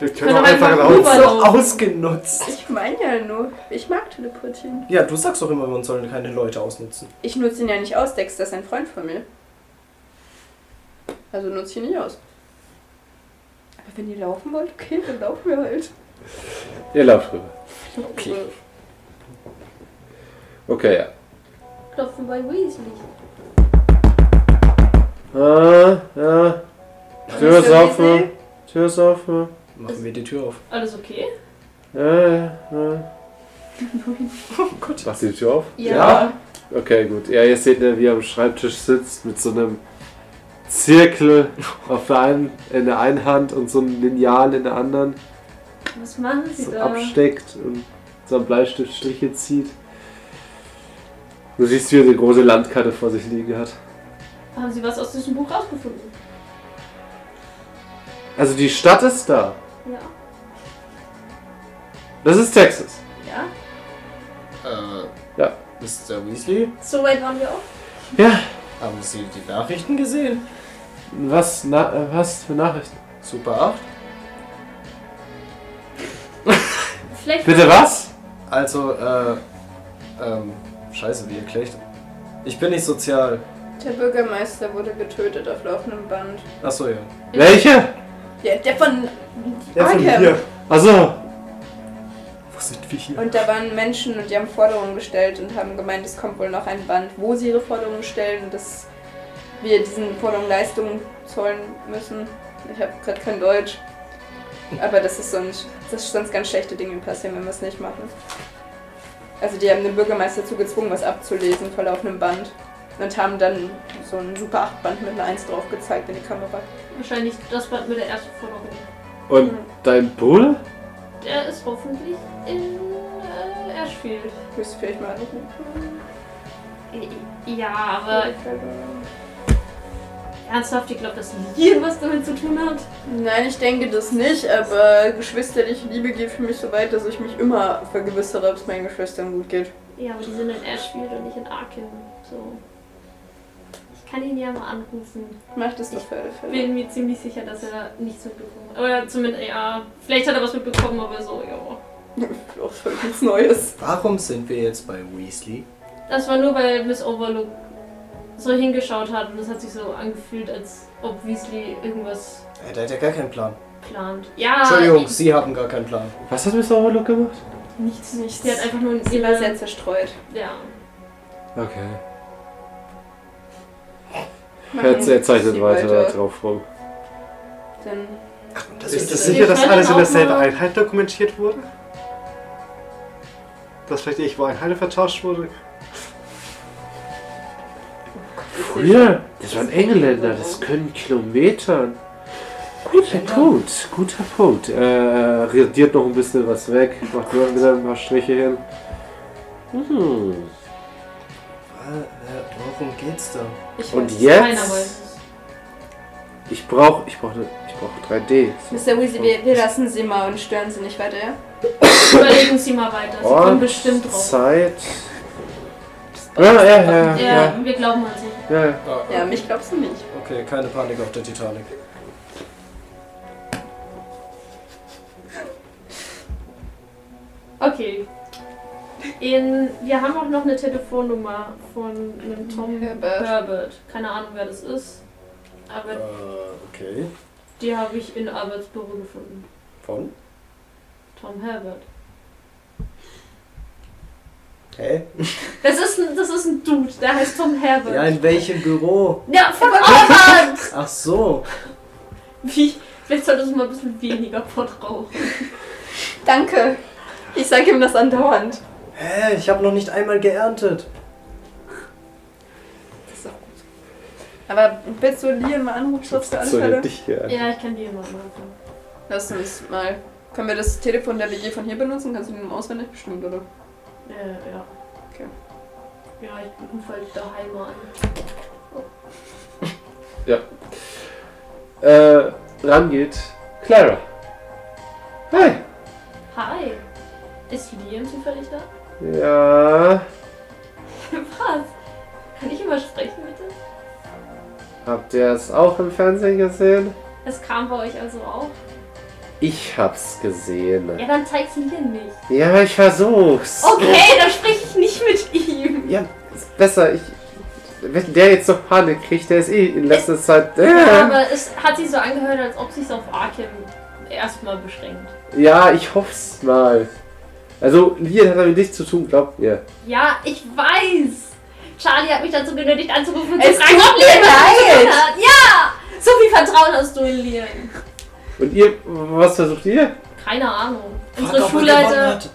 S5: Wir können auch
S4: doch
S5: einfach
S4: einfach
S5: raus.
S6: Also
S4: rüber.
S3: So ausgenutzt.
S2: Ich meine ja nur, ich mag teleportieren.
S3: Ja, du sagst doch immer, man soll keine Leute ausnutzen.
S2: Ich nutze ihn ja nicht aus, Dexter ist ein Freund von mir. Also nutze ich ihn nicht aus. Aber wenn ihr laufen wollt, okay, dann laufen wir halt.
S1: Ihr lauft rüber.
S3: Okay.
S2: Also,
S1: Okay, ja.
S4: Klopfen bei Weasley.
S1: Ah, ja. Tür ist
S2: Mr.
S1: offen.
S2: Weasley?
S1: Tür ist offen.
S3: Machen wir die Tür auf.
S4: Alles okay?
S1: Ja, ja, ja. Oh Gott. Machst du die Tür auf?
S3: Ja.
S1: Okay, gut. Ja, ihr seht ja, wie er am Schreibtisch sitzt mit so einem Zirkel auf der einen, in der einen Hand und so einem Lineal in der anderen.
S4: Was machen sie
S1: so
S4: da?
S1: absteckt und seinen Bleistift Striche zieht. Du siehst, wie er eine große Landkarte vor sich liegen hat.
S4: Haben sie was aus diesem Buch rausgefunden?
S1: Also die Stadt ist da.
S4: Ja.
S1: Das ist Texas.
S4: Ja.
S6: Äh,
S1: Ja.
S6: Mr. Weasley,
S4: So weit waren wir auch.
S1: Ja.
S6: haben Sie die Nachrichten gesehen?
S1: Was, na, äh, was für Nachrichten?
S6: Super 8.
S4: Vielleicht.
S1: Bitte was?
S6: Also, äh, ähm, scheiße, wie erkläre ich das? Ich bin nicht sozial.
S2: Der Bürgermeister wurde getötet auf laufendem Band.
S6: Achso, ja.
S1: Welche?
S2: Ja, der von
S5: Ja, von hier.
S1: Also,
S6: Wo sind wir hier?
S2: Und da waren Menschen und die haben Forderungen gestellt und haben gemeint, es kommt wohl noch ein Band, wo sie ihre Forderungen stellen und dass wir diesen Forderungen Leistungen zollen müssen. Ich habe gerade kein Deutsch. Aber das ist sonst, das ist sonst ganz schlechte Dinge passieren, wenn wir es nicht machen. Also die haben den Bürgermeister dazu gezwungen, was abzulesen vor laufendem Band. Und haben dann so ein Super 8-Band mit einer 1 drauf gezeigt in die Kamera.
S4: Wahrscheinlich das Band mit der ersten Forderung.
S1: und dein Bruder?
S4: Der ist hoffentlich in äh, Ashfield.
S2: Müsst ihr vielleicht mal anrufen.
S4: I- i- Ja, aber Hm. ernsthaft, ich glaube, dass hier was damit zu tun hat.
S2: Nein, ich denke das nicht, aber geschwisterliche Liebe geht für mich so weit, dass ich mich immer vergewissere, ob es meinen Geschwistern gut geht.
S4: Ja, aber die sind in Ashfield und nicht in Arkham. So. Ich kann ihn ja mal anrufen.
S2: Mach das doch für alle Fälle.
S4: Bin mir ziemlich sicher, dass er nichts mitbekommen hat. Oder zumindest, ja, vielleicht hat er was mitbekommen, aber so, ja.
S2: Auch voll nichts Neues.
S6: Warum sind wir jetzt bei Weasley?
S4: Das war nur, weil Miss Overlook so hingeschaut hat und es hat sich so angefühlt, als ob Weasley irgendwas
S6: Äh, der hat ja gar keinen Plan.
S4: plant. Ja,
S6: Entschuldigung, Sie haben gar keinen Plan.
S1: Was hat Mr. Overlook gemacht?
S4: nichts, nichts. Sie hat einfach nur
S2: Sie war
S4: ihre-
S2: sehr zerstreut.
S4: Ja.
S1: Okay. Er,
S2: Machen
S1: er zeichnet
S2: Sie
S1: weiter da drauf rum.
S2: Dann
S6: Das
S5: Ist
S6: ist
S5: dir
S6: das
S4: Wir
S5: sicher, dass
S4: können
S5: alles in
S4: auch
S5: derselben
S4: mal-
S5: Einheit dokumentiert wurde? Dass vielleicht irgendwo Einheit vertauscht wurde?
S1: Früher, das waren Engländer, das können Kilometern. Guter Punkt, guter Punkt. Äh, radiert noch ein bisschen was weg, macht nur wieder ein paar Striche hin. Hm.
S6: Äh, äh, worum geht's da?
S2: ich
S1: Und
S2: weiß.
S4: Keiner
S1: jetzt?
S4: weiß.
S1: Ich brauche, ich brauche, ich brauche 3D.
S2: Mr. Weasley, wir, wir lassen Sie mal und stören Sie nicht weiter, ja?
S4: es. Überlegen Sie mal weiter. Sie kommen
S1: Und
S4: bestimmt drauf.
S1: Zeit. Ja, ja, ja,
S4: Ja,
S1: ja,
S4: wir glauben uns nicht.
S1: ja.
S6: Ah,
S2: Ja, mich glaubst du nicht.
S6: Okay, keine Panik auf der Titanic.
S4: Okay. In, wir haben auch noch eine Telefonnummer von einem Tom
S2: Herbert.
S4: Herbert. Keine Ahnung, wer das ist. Aber
S6: Äh, okay.
S4: die habe ich in Alberts Büro gefunden.
S6: Von?
S4: Tom Herbert.
S6: Hä?
S4: Das ist ein, das ist ein Dude, der heißt Tom Herbert.
S6: Ja, in welchem Büro?
S4: Ja, von Albert!
S6: Ach so.
S4: Wie? Vielleicht solltest du mal ein bisschen weniger Pott rauchen.
S2: Danke. Ich sage ihm das andauernd.
S3: Hä, ich habe noch nicht einmal geerntet.
S2: Das ist auch gut. Aber willst du Lian mal anrufen auf der
S1: So
S2: Anfälle?
S1: hätte ich hier.
S4: Ja, ich kann die immer anrufen.
S2: Lass uns mal. Können wir das Telefon der WG von hier benutzen? Kannst du den auswendig bestimmt, oder?
S4: Äh, ja.
S2: Okay.
S4: Ja, ich rufe halt daheim an.
S1: Äh, rangeht Clara. Hi.
S4: Hi! Ist Liam zufällig da?
S1: Ja.
S4: Was? Kann ich immer sprechen, bitte?
S1: Habt ihr es auch im Fernsehen gesehen?
S4: Es kam bei euch also auch.
S1: Ich hab's gesehen.
S4: Ja, dann zeig's Liam nicht.
S1: Ja, ich versuch's.
S4: Okay, dann spreche ich nicht mit ihm.
S1: Ja, ist besser. Ich, wenn der jetzt noch Panik kriegt, der ist eh in letzter Zeit.
S4: Ja,
S1: Äh.
S4: aber es hat sich so angehört, als ob sich's auf Arkham erstmal beschränkt.
S1: Ja, ich hoff's mal. Also, Lian hat damit nichts zu tun, glaubt mir.
S4: Ja, ich weiß. Charlie hat mich dazu genötigt anzurufen und
S2: Es
S4: zu fragen,
S2: tut
S4: ob Liam
S2: mir
S4: was zu tun
S2: leid.
S4: hat. Ja! So viel Vertrauen hast du in Liam.
S1: Und ihr, was versucht ihr?
S4: Keine Ahnung.
S3: Frag,
S4: Unsere
S3: ob er gewonnen
S4: Schulleiter.
S3: hat.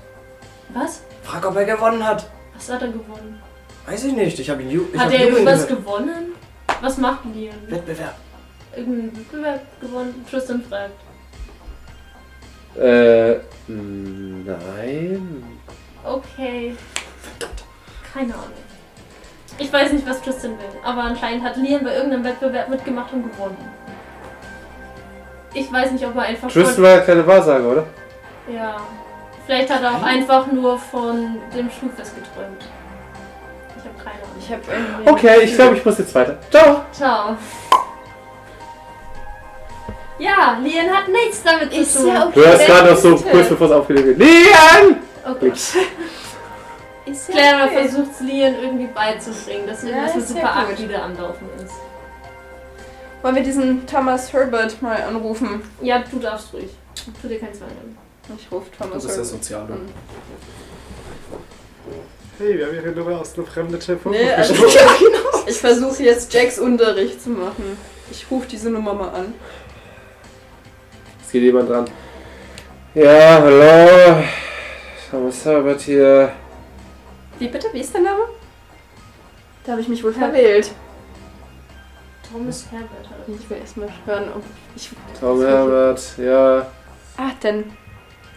S4: Was?
S3: Frag, ob er gewonnen hat.
S4: Was hat er gewonnen?
S3: Weiß ich nicht. Ich habe ihn ju ich
S4: Hat
S3: hab
S4: er
S3: jubeln
S4: irgendwas
S3: gehört.
S4: gewonnen? Was macht Liam?
S3: Wettbewerb.
S4: Irgendeinen Wettbewerb gewonnen? Tristan fragt.
S1: Äh, nein.
S4: Okay. Keine Ahnung. Ich weiß nicht, was Tristan will, aber anscheinend hat Liam bei irgendeinem Wettbewerb mitgemacht und gewonnen. Ich weiß nicht, ob er einfach
S1: Tristan war ja keine Wahrsage, oder?
S4: von... Ja. Vielleicht hat er auch einfach nur von dem Schulfest geträumt. Ich habe keine Ahnung.
S2: Ich habe irgendwie.
S1: Okay, ich glaube, ich muss jetzt weiter. Ciao!
S4: Ciao. Ja, Lian hat nichts damit zu
S2: Ist
S4: tun.
S2: ja okay.
S1: Du hörst gerade noch so
S2: Bitte.
S1: kurz bevor es aufgelegt wird. Lian!
S4: Oh Gott.
S2: Ist ja
S4: Clara
S2: okay.
S4: versucht es Lian irgendwie beizubringen, dass irgendwas
S2: Ja,
S4: mit
S2: ist ja
S4: super
S2: gut.
S4: arg wieder anlaufen ist.
S2: Wollen wir diesen Thomas Herbert mal anrufen?
S4: Ja, du darfst ruhig. Tu dir keinen Zwang an.
S2: Ich rufe
S3: Du
S2: Thomas
S3: bist der
S2: Herbert.
S3: Soziale.
S4: Mhm.
S5: Hey, wir haben ihre Nummer aus einer fremden Telefon.
S2: Nee, also, ich versuche jetzt Jacks Unterricht zu machen. Ich rufe diese Nummer mal an.
S1: Es geht jemand dran. Ja, hallo. Thomas Herbert hier.
S2: Wie bitte? Wie ist der Name? Da habe ich mich wohl verwählt.
S4: Thomas Herbert hat
S2: Ich will erstmal hören, ob ich.
S1: Tom Herbert, ja.
S2: Ah, dann,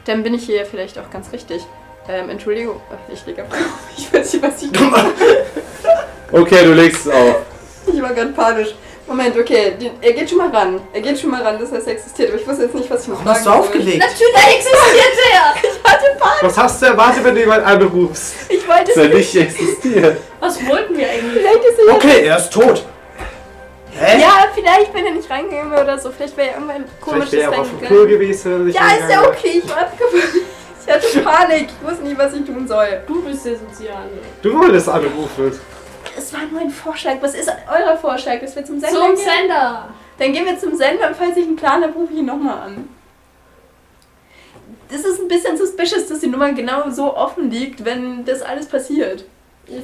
S2: dann bin ich hier vielleicht auch ganz richtig. Ähm, Entschuldigung, Ach, ich lege ab. Ich weiß nicht, was ich.
S1: Okay, du legst es auf.
S2: Ich war gerade panisch. Moment, okay, die, er geht schon mal ran. Er geht schon mal ran, das heißt, er existiert. Aber ich wusste jetzt nicht, was ich noch
S3: Warum hast du
S2: soll.
S3: aufgelegt?
S4: Natürlich existiert er!
S5: Was hast du erwartet, wenn du jemanden anrufst?
S2: Ich wollte
S1: Dass er nicht existiert.
S4: Was wollten wir eigentlich?
S2: Vielleicht ist er.
S3: Okay, er ist tot. Hä?
S2: Ja, vielleicht, wenn er nicht reingegangen wäre oder so. Vielleicht wäre er irgendwann komisches
S5: Vielleicht wäre er auf
S2: dann
S5: dem Klo gewesen. wenn er nicht
S2: Ja, ist ja
S5: hingegangen wäre.
S2: okay, ich war abgefuckt. Ich hatte Panik. Ich wusste nicht, was ich tun soll.
S4: Du bist der Soziale.
S5: Du wolltest anrufen.
S2: Es war nur ein Vorschlag. Was ist euer Vorschlag, dass wir zum Sender
S4: Zum
S2: gehen?
S4: Sender!
S2: Dann gehen wir zum Sender und falls ich einen Plan habe, rufe ich ihn nochmal an. Das ist ein bisschen suspicious, dass die Nummer genau so offen liegt, wenn das alles passiert.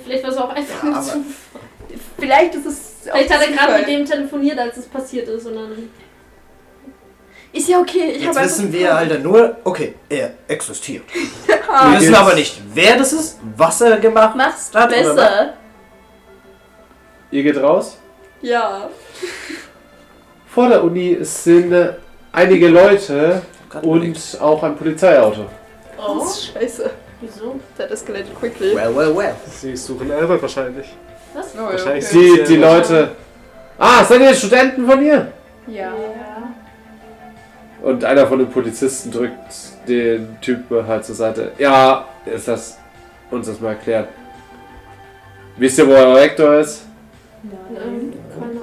S4: Vielleicht war es auch einfach nur
S3: aber-
S4: zu.
S2: Vielleicht ist es.
S4: Vielleicht hat er gerade mit
S2: dem.
S4: dem telefoniert, als es passiert ist und dann.
S2: Ist ja okay, ich
S3: Jetzt
S2: habe
S3: wissen wir, halt Alter, nur, okay, er existiert. Wir
S2: Ah.
S1: Mir
S3: wissen
S1: geht's-
S3: Ah, aber nicht, wer das ist, was er gemacht hat.
S2: Mach's
S3: Start, oder
S2: besser.
S1: Ihr geht raus.
S2: Ja.
S1: Vor der Uni sind einige Leute und auch ein Polizeiauto.
S2: Das
S4: Oh?
S2: ist scheiße.
S4: Wieso?
S2: Das escalated quickly.
S3: Well, well, well.
S5: Sie suchen Albert wahrscheinlich.
S4: Was?
S2: Oh,
S5: Wahrscheinlich
S2: okay.
S1: Die, die Leute. Ah, seid ihr Studenten von ihr?
S2: Ja.
S1: Und einer von den Polizisten drückt den Typen halt zur Seite. Ja, ist das uns das mal erklärt. Wisst ihr, wo euer Rektor ist?
S4: Ähm,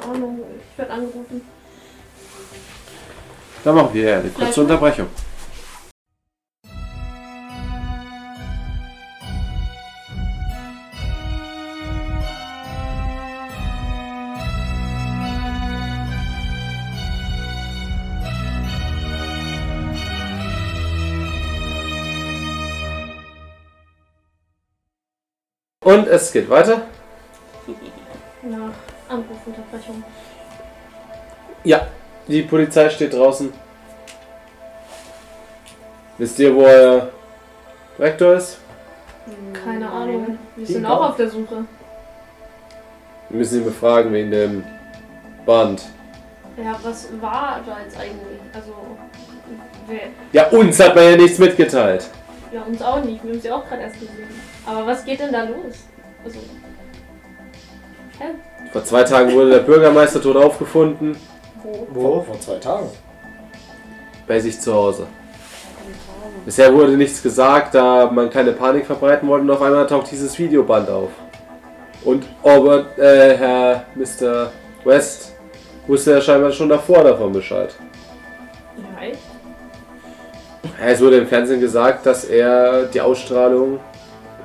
S4: keine Ahnung, ich werde angerufen.
S1: Dann machen wir eine kurze Unterbrechung. Und es geht weiter.
S4: Ja, Anrufunterbrechung.
S1: Die Polizei steht draußen. Wisst ihr, wo euer Rektor ist?
S4: Keine Ahnung. Wir
S3: Die
S4: sind
S3: Gau-
S4: auch auf der Suche.
S1: Wir müssen ihn befragen wegen dem Band.
S4: Ja, was war da jetzt eigentlich? Also, wer,
S1: Ja, uns hat man ja nichts mitgeteilt.
S4: ja, uns auch nicht. Wir haben sie auch gerade erst gesehen. Aber was geht denn da los? Also, hä?
S1: Vor zwei Tagen wurde der Bürgermeister tot aufgefunden.
S4: Wo?
S5: Wo?
S3: Vor zwei Tagen.
S1: Bei sich zu Hause. Bisher wurde nichts gesagt, da man keine Panik verbreiten wollte und auf einmal taucht dieses Videoband auf. Und Albert, äh, Herr Mr. West wusste ja scheinbar schon davor davon Bescheid.
S4: Ja, echt?
S1: Es wurde im Fernsehen gesagt, dass er die Ausstrahlung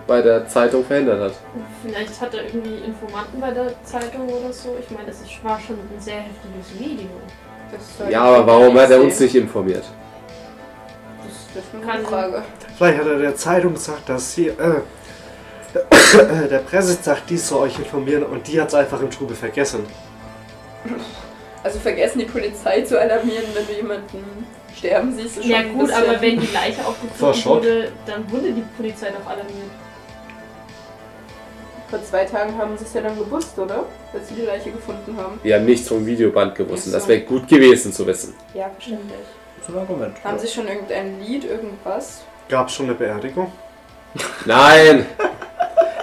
S1: bei der Zeitung verhindert hat.
S4: Vielleicht hat er irgendwie Informanten bei der Zeitung oder so. Ich meine, es ist- war schon ein sehr heftiges Video.
S2: Das soll
S1: Ja,
S2: ich
S1: aber warum
S2: nicht
S1: hat er
S2: sehen.
S1: uns nicht informiert?
S2: Das ist eine gute Frage.
S5: Vielleicht hat er der Zeitung gesagt, dass hier, äh, der Presse sagt, die soll euch informieren und die hat es einfach im Trubel vergessen.
S2: Also vergessen, die Polizei zu alarmieren, wenn du jemanden sterben siehst. Ist schon
S4: Ja
S2: ein
S4: gut,
S2: bisschen-
S4: aber wenn die Leiche
S5: War
S4: aufgefunden
S5: Schock.
S4: wurde, dann wurde die Polizei doch alarmiert.
S2: Vor zwei Tagen haben sie es ja dann gewusst, oder? Als sie die Leiche gefunden haben.
S1: Wir haben nichts vom Videoband gewusst. und Das
S2: Ach so.
S1: wäre gut gewesen zu wissen.
S2: Ja, verständlich.
S3: Das ist ein Argument.
S2: Haben sie schon irgendein Lied, irgendwas?
S5: Gab schon eine Beerdigung?
S1: Nein!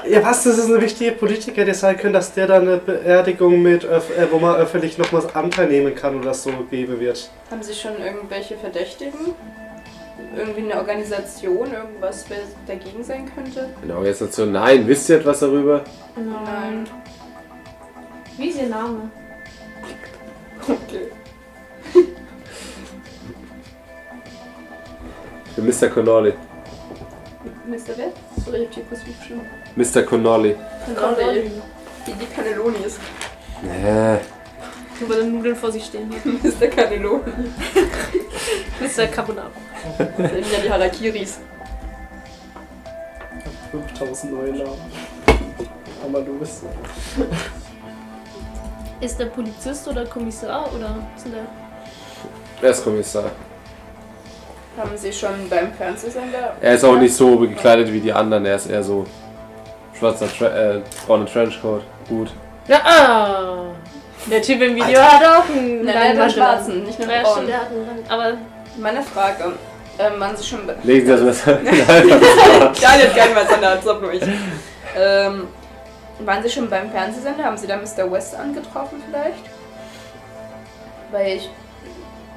S5: Ja, was? Das ist ein wichtiger Politiker, der sein können, dass der dann eine Beerdigung mit, öff- äh, wo man öffentlich nochmals Anteil nehmen kann oder so geben wird.
S2: Haben sie schon irgendwelche Verdächtigen? Irgendwie eine Organisation, irgendwas, wer dagegen sein könnte?
S1: Genau, jetzt dazu. Nein, wisst ihr etwas darüber?
S2: Nein.
S4: Ähm, Wie ist ihr Name?
S2: Okay.
S1: Für Mr. Connolly.
S2: Mr. Wer? Sorry, ich hab die kurz geschrieben.
S1: Mr. Connolly.
S2: Connolly. Wie die Cannellonis.
S1: Äh,
S4: Über den Nudeln vor sich stehen.
S2: Mr. Cannelloni.
S4: Mr. Carbonara.
S2: Das sind ja die Harakiris.
S3: 5000 neue Namen. Aber du bist.
S4: Ist der Polizist oder Kommissar oder sind der?
S1: er ist Kommissar.
S2: Haben sie schon beim Fernsehsender?
S1: Er ist auch nicht so gekleidet wie die anderen. Er ist eher so schwarzer, Tra äh, brauner Trenchcoat. Gut.
S4: Ja, ah. Der Typ im Video hat auch einen
S2: Nein, nein, den schwarzen, nicht nur den
S4: Ja, stimmt,
S2: braunen.
S4: der hat einen langen- Aber
S2: Meine Frage. Ähm, waren sie schon. be-
S1: Legen Sie das Messer.
S2: Daniel hat keinen Messer in der Hand, sag nur ich. Ähm, waren sie schon beim Fernsehsender? Haben sie da Mr. West angetroffen vielleicht? Weil ich.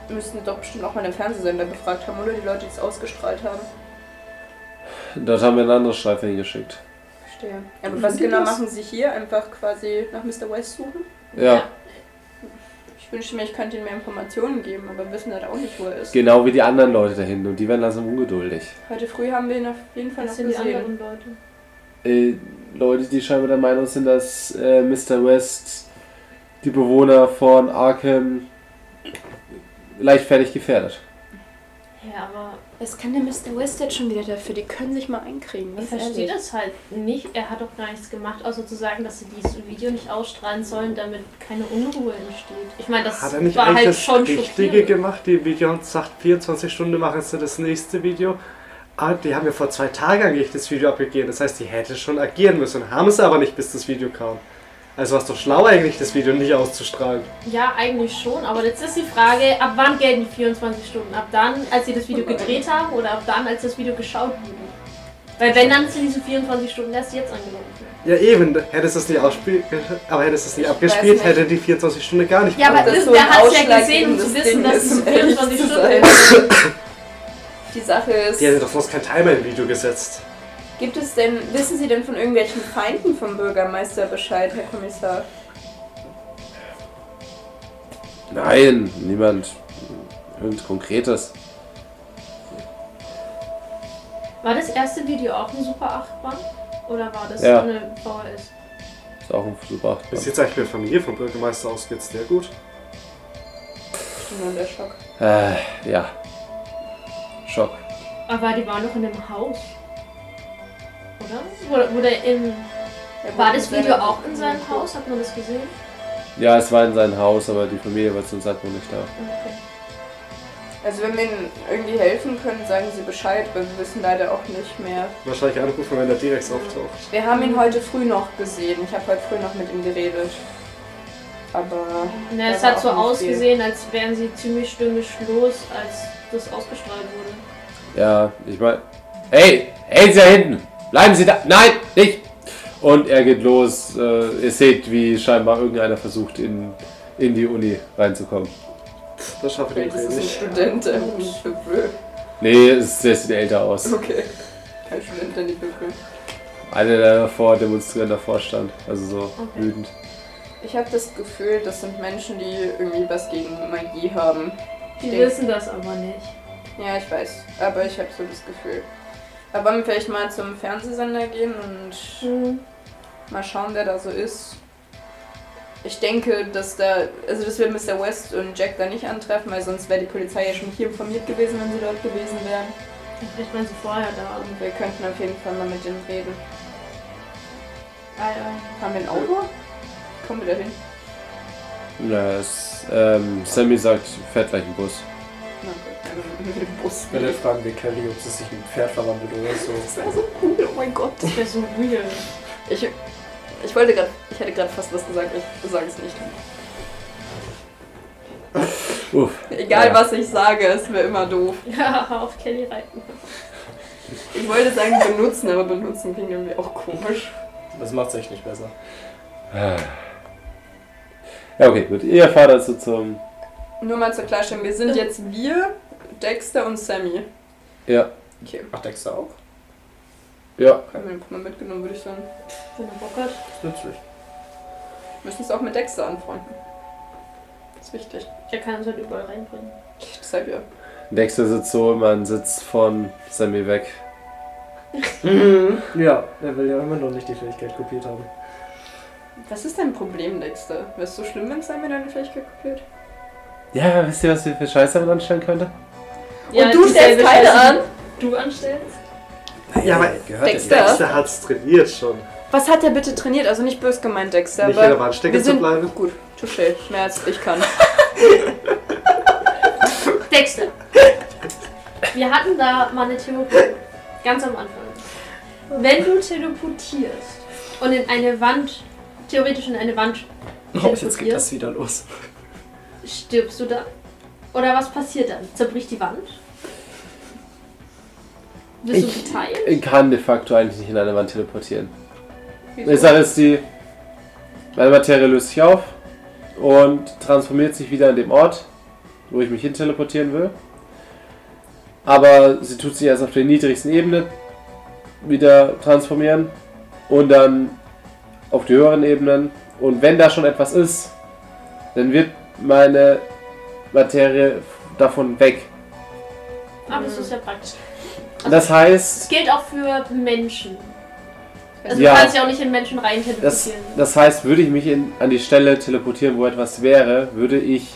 S2: Müssten doch bestimmt auch mal den Fernsehsender gefragt haben, oder die Leute, die es ausgestrahlt haben.
S1: Dort haben wir eine andere Streife hingeschickt.
S2: Verstehe. Ja,
S4: Mhm.
S2: und was genau machen sie hier? Einfach quasi nach Mr. West suchen?
S1: Ja,
S2: Ich wünschte mir, ich könnte ihnen mehr Informationen geben, aber wir wissen halt auch nicht, wo er ist.
S1: genau wie die anderen Leute da hinten. Und die werden langsam ungeduldig.
S2: Heute früh haben wir ihn auf jeden Fall noch
S4: das sind die
S2: gesehen.
S4: anderen Leute.
S1: äh, Leute, die scheinbar der Meinung sind, dass äh, Mr. West die Bewohner von Arkham leichtfertig gefährdet.
S4: Ja, aber
S2: Was kann der Mr. West jetzt schon wieder dafür? Die können sich mal einkriegen.
S4: ich verstehe das halt nicht. Er hat doch gar nichts gemacht, außer zu sagen, dass sie dieses Video nicht ausstrahlen sollen, damit keine Unruhe entsteht. Ich meine, das
S5: Hat er nicht
S4: war
S5: eigentlich
S4: halt
S5: das
S4: schon
S5: Richtige
S4: schockierend.
S5: gemacht? Die Video und sagt, 24 Stunden machen sie das nächste Video. Ah, die haben ja vor zwei Tagen eigentlich das Video abgegeben. Das heißt, die hätte schon agieren müssen. Haben es aber nicht, bis das Video kam. Also war es doch schlau eigentlich, das Video nicht auszustrahlen.
S4: Ja, eigentlich schon, aber jetzt ist die Frage, ab wann gelten die 24 Stunden? Ab dann, als sie das Video
S2: Oh nein.
S4: gedreht haben oder ab dann, als das Video geschaut wurde? Weil wenn, dann sind diese 24 Stunden erst jetzt angelaufen.
S5: Ja eben, hättest du es nicht ausspielen, aber hättest du es nicht abgespielt,
S2: nicht.
S5: hätte die 24 Stunden gar nicht
S4: Ja, aber
S5: gebraucht.
S2: das so
S4: wer
S2: ein
S4: hat es ja gesehen, um
S2: ausschlaggebendes
S4: zu wissen,
S2: Ding
S4: dass
S2: ist,
S4: es
S2: um ehrlich
S4: 24
S2: zu
S4: Stunden
S2: Die Sache ist,
S5: Die hätte doch sonst keinen Timer im Video gesetzt.
S2: gibt es denn, wissen Sie denn von irgendwelchen Feinden vom Bürgermeister Bescheid, Herr Kommissar?
S1: Nein, niemand. Irgend Konkretes.
S4: War das erste Video auch ein Super 8 Band? Oder war das
S1: Ja.
S4: eine VHS?
S1: Ist auch ein super.
S5: Bis jetzt eigentlich mit der Familie vom Bürgermeister aus geht's sehr gut.
S2: Stimmt, nur der Schock.
S1: Äh, ja. Schock.
S4: Aber die waren doch in dem Haus. Oder? Wurde, wurde in,
S2: Er
S4: war
S2: wurde
S4: das
S2: mit
S4: Video
S2: seiner-
S4: auch in seinem Haus? Hat man das gesehen?
S1: Ja, es war in seinem Haus, aber die Familie war zum Zeitpunkt nicht da.
S4: Okay.
S2: Also wenn wir ihnen irgendwie helfen können, sagen sie Bescheid, weil wir wissen leider auch nicht mehr.
S5: Wahrscheinlich anrufen, wenn der T-Rex auftaucht.
S2: Wir haben
S4: Mhm.
S2: ihn heute früh noch gesehen. Ich habe heute früh noch mit ihm geredet. Aber
S4: Na, es
S2: Da war
S4: hat so
S2: auch nicht viel.
S4: ausgesehen, als wären sie ziemlich stürmisch los, als das ausgestrahlt wurde.
S1: Ja, ich meine. Hey, hey, Sie da hinten! Bleiben Sie da! Nein, nicht! Und er geht los. Äh, ihr seht, wie scheinbar irgendeiner versucht, in, in die Uni reinzukommen.
S5: Das schaffe ich
S2: das ist
S5: irgendwie
S2: ein
S5: nicht.
S2: Student, der
S4: Mhm.
S2: nicht verwirrt.
S1: Nee, es der sieht älter aus.
S2: Okay. Kein Student, der nicht verwirrt.
S1: Einer, der davor demonstrierend davor stand. Also so wütend.
S2: Ich habe das Gefühl, das sind Menschen, die irgendwie was gegen Magie haben.
S4: Die
S2: Ding.
S4: wissen das aber nicht.
S2: Ja, ich weiß. Aber ich habe so das Gefühl. Aber wollen wir vielleicht mal zum Fernsehsender gehen und
S4: Hm.
S2: mal schauen, wer da so ist. Ich denke, dass da, also dass wir Mr. West und Jack da nicht antreffen, weil sonst wäre die Polizei ja schon hier informiert gewesen, wenn sie dort gewesen wären.
S4: Vielleicht waren sie vorher da.
S2: Und wir könnten auf jeden Fall mal mit denen reden.
S4: Ah, ja.
S2: Haben wir ein Auto? Kommen wir da hin?
S1: Na, es, ähm, Sammy sagt, fährt gleich ein Bus.
S2: Na gut, mit dem Bus.
S3: Wenn dann fragen wir Kelly, ob sie sich in ein Pferd verwandelt oder so.
S2: Oh mein Gott.
S4: Das wäre so weird.
S2: Ich, ich wollte gerade, ich hätte gerade fast was gesagt, ich sage es nicht.
S1: Uff.
S2: Egal
S1: Ja.
S2: was ich sage, es wäre immer doof.
S4: Ja, auf Kelly reiten.
S2: Ich wollte sagen benutzen, aber benutzen klingt irgendwie auch komisch.
S3: Das macht es echt nicht besser.
S1: Ja, okay, gut. Ihr fahrt also zum.
S2: Nur mal zur Klarstellung, wir sind jetzt wir, Dexter und Sammy.
S1: Ja,
S2: Okay,
S3: Ach, Dexter auch?
S1: ja.
S2: haben wir den Puma mitgenommen, würde ich sagen.
S4: Wenn er Bock hat.
S3: Nützlich.
S2: Müssen uns auch mit Dexter anfreunden. Das ist wichtig.
S4: Der kann uns halt überall reinbringen.
S2: Deshalb ja.
S1: Dexter sitzt so immer einen Sitz von Sammy weg.
S3: Ja, er will ja immer noch nicht die Fähigkeit kopiert haben.
S2: Was ist dein Problem, Dexter? Wäre es so schlimm, wenn Sammy deine Fähigkeit kopiert?
S1: Ja, wisst ihr, was wir für Scheiße damit anstellen könnte?
S4: Ja,
S2: du
S4: dieselbe
S2: stellst keine
S4: Scheiße, die Du anstellst?
S5: Ja, aber
S6: Gehört
S2: Dexter.
S6: ja
S5: der hat's trainiert schon.
S2: Was hat er bitte trainiert? Also nicht böse gemeint, Dexter,
S5: Nicht in der
S2: aber...
S5: Wand
S2: wir
S5: stecken zu
S2: sind-
S5: bleiben.
S2: Gut, touché. Mehr als ich kann.
S4: Dexter! Wir hatten da mal eine Theorie. Ganz am Anfang. Wenn du teleportierst und in eine Wand, theoretisch in eine Wand
S3: Oh, jetzt geht
S4: teleportierst,
S3: das wieder los.
S4: stirbst du dann? Oder was passiert dann? Zerbricht die Wand? Bist
S1: Ich-
S4: du geteilt?
S1: Ich kann de facto eigentlich nicht in eine Wand teleportieren. Ich
S2: Wieso?
S1: sage jetzt die. Meine Materie löst sich auf und transformiert sich wieder an dem Ort, wo ich mich hin teleportieren will. Aber sie tut sich erst auf der niedrigsten Ebene wieder transformieren und dann auf die höheren Ebenen. Und wenn da schon etwas ist, dann wird meine Materie davon weg.
S4: Aber das ist ja praktisch.
S1: Das
S4: Das
S1: heißt,
S4: gilt auch für Menschen. Also
S1: Ja.
S4: du kannst ja auch nicht in Menschen rein
S1: Das,
S4: teleportieren.
S1: das heißt, würde ich mich in, an die Stelle teleportieren, wo etwas wäre, würde ich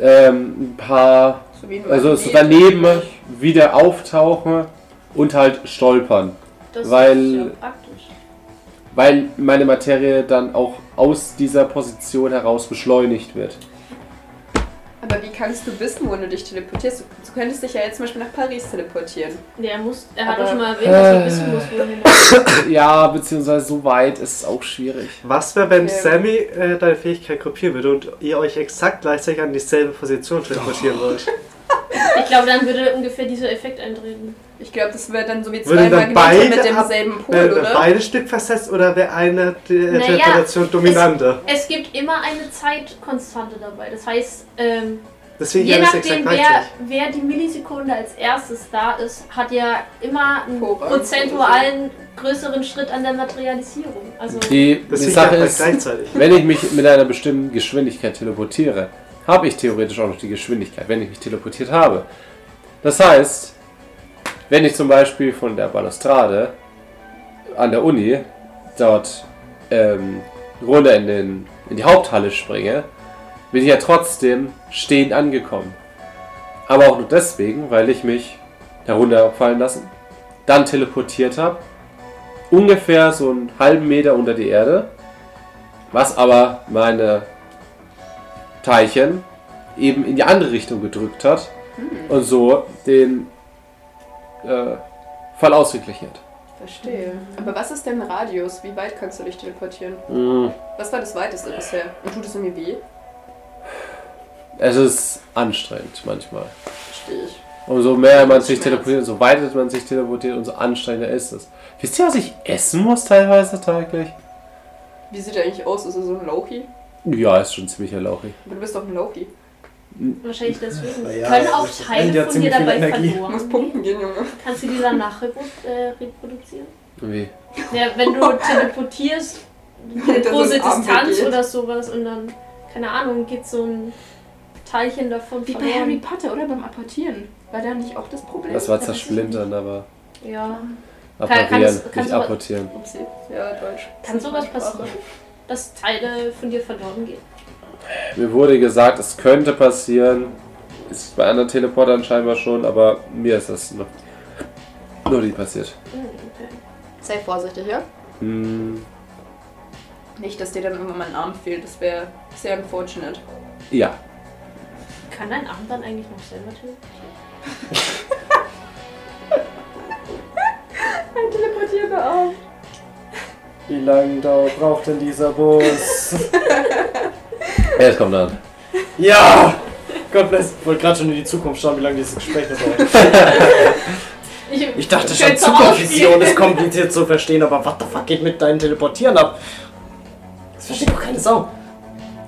S1: ähm, ein paar,
S2: So wie ein
S1: also so
S2: Magnet.
S1: daneben wieder auftauchen und halt stolpern,
S4: Das
S1: weil-
S4: ist ja praktisch.
S1: weil meine Materie dann auch aus dieser Position heraus beschleunigt wird.
S2: Aber wie kannst du wissen, wo du dich teleportierst? Du, du könntest dich ja jetzt zum Beispiel nach Paris teleportieren.
S4: Nee, er, muss, er hat
S2: Aber-
S4: doch schon mal erwähnt, dass er wissen muss, wohin er
S1: Ja, beziehungsweise so weit ist es auch schwierig.
S5: Was wäre, wenn
S2: Ja.
S5: Sammy äh, deine Fähigkeit kopieren würde und ihr euch exakt gleichzeitig an dieselbe Position teleportieren würdet?
S4: Ich glaube, dann würde ungefähr dieser Effekt eintreten.
S2: Ich glaube, das wäre dann so wie zwei
S5: Würden dann
S2: Magnete mit
S5: beide ab-
S2: demselben Pol,
S5: Wäre
S2: oder?
S5: beide Stück versetzt oder wäre eine der
S4: Naja,
S5: Teleportation dominanter?
S4: Es gibt immer eine Zeitkonstante dabei. Das heißt, ähm,
S5: Deswegen
S4: je
S5: wäre es
S4: nachdem,
S5: exakt
S4: wer,
S5: gleichzeitig.
S4: wer die Millisekunde als erstes da ist, hat ja immer einen
S2: Vorrang.
S4: prozentualen größeren Schritt an der Materialisierung. Also,
S1: Die, die
S5: Deswegen
S1: Sache
S5: wäre es
S1: ist,
S5: halt gleichzeitig.
S1: wenn ich mich mit einer bestimmten Geschwindigkeit teleportiere, habe ich theoretisch auch noch die Geschwindigkeit, wenn ich mich teleportiert habe. Das heißt, wenn ich zum Beispiel von der Balustrade an der Uni dort ähm, runter in, den, in die Haupthalle springe, bin ich ja trotzdem stehend angekommen. Aber auch nur deswegen, weil ich mich herunterfallen lassen, dann teleportiert habe, ungefähr so einen halben Meter unter die Erde was aber meine Teilchen eben in die andere Richtung gedrückt hat
S4: Hm.
S1: und so den äh, Fall ausgeglichen hat.
S2: Verstehe. Aber was ist denn Radius? Wie weit kannst du dich teleportieren?
S1: Mm,
S2: Was war das weiteste bisher? Und tut es mir weh?
S1: Es ist anstrengend manchmal.
S2: Verstehe ich.
S1: Umso mehr man sich teleportiert, umso weiter man sich teleportiert, umso anstrengender ist es. Wisst ihr, was ich essen muss teilweise täglich?
S2: Wie sieht er eigentlich aus? Ist er so ein Loki?
S1: Ja, ist schon ziemlich erlauchig.
S2: Aber du bist doch ein Loki.
S4: Wahrscheinlich deswegen.
S3: Ja,
S4: Können auch
S3: das brennt ja
S4: Teile von dir
S3: ziemlich viel
S4: dabei
S3: Energie.
S2: Du musst
S4: verloren.
S2: pumpen gehen, Junge.
S4: Kannst du die dann nachreproduzieren? Äh, reproduzieren?
S1: Wie?
S4: ja, wenn du teleportierst, eine
S2: Hinter so
S4: große
S2: einem Arm
S4: Distanz
S2: geht.
S4: oder sowas und dann, keine Ahnung, geht so ein Teilchen davon
S8: Wie bei
S4: verloren.
S8: Harry Potter oder beim Apportieren. War da nicht auch das Problem?
S1: Das war zersplintern, aber
S4: Ja.
S1: apparieren,
S4: kannst-
S1: nicht
S4: kannst du-
S1: apportieren.
S2: Upsi. Ja, Deutsch.
S4: Kann sowas passieren, dass Teile von dir verloren gehen?
S1: Mir wurde gesagt, es könnte passieren. Ist bei anderen Teleportern scheinbar schon, aber mir ist das noch nur die passiert.
S4: Hm, okay.
S2: Sei vorsichtig, ja?
S1: Hm,
S2: Nicht, dass dir dann irgendwann mal ein Arm fehlt. Das wäre sehr unfortunate.
S1: ja,
S4: Kann dein Arm dann eigentlich noch selber töten?
S2: Ein teleportierter Arm.
S3: Wie lange dauert, braucht denn dieser Bus?
S1: jetzt kommt er an.
S3: ja! Gott bless. Ich wollte gerade schon in die Zukunft schauen, wie lange dieses Gespräch noch dauert. Ich dachte schon,
S4: Schön zur
S3: Zukunftsvision ist kompliziert zu verstehen, aber what the fuck geht mit deinen Teleportieren ab? Das versteht doch keine Sau.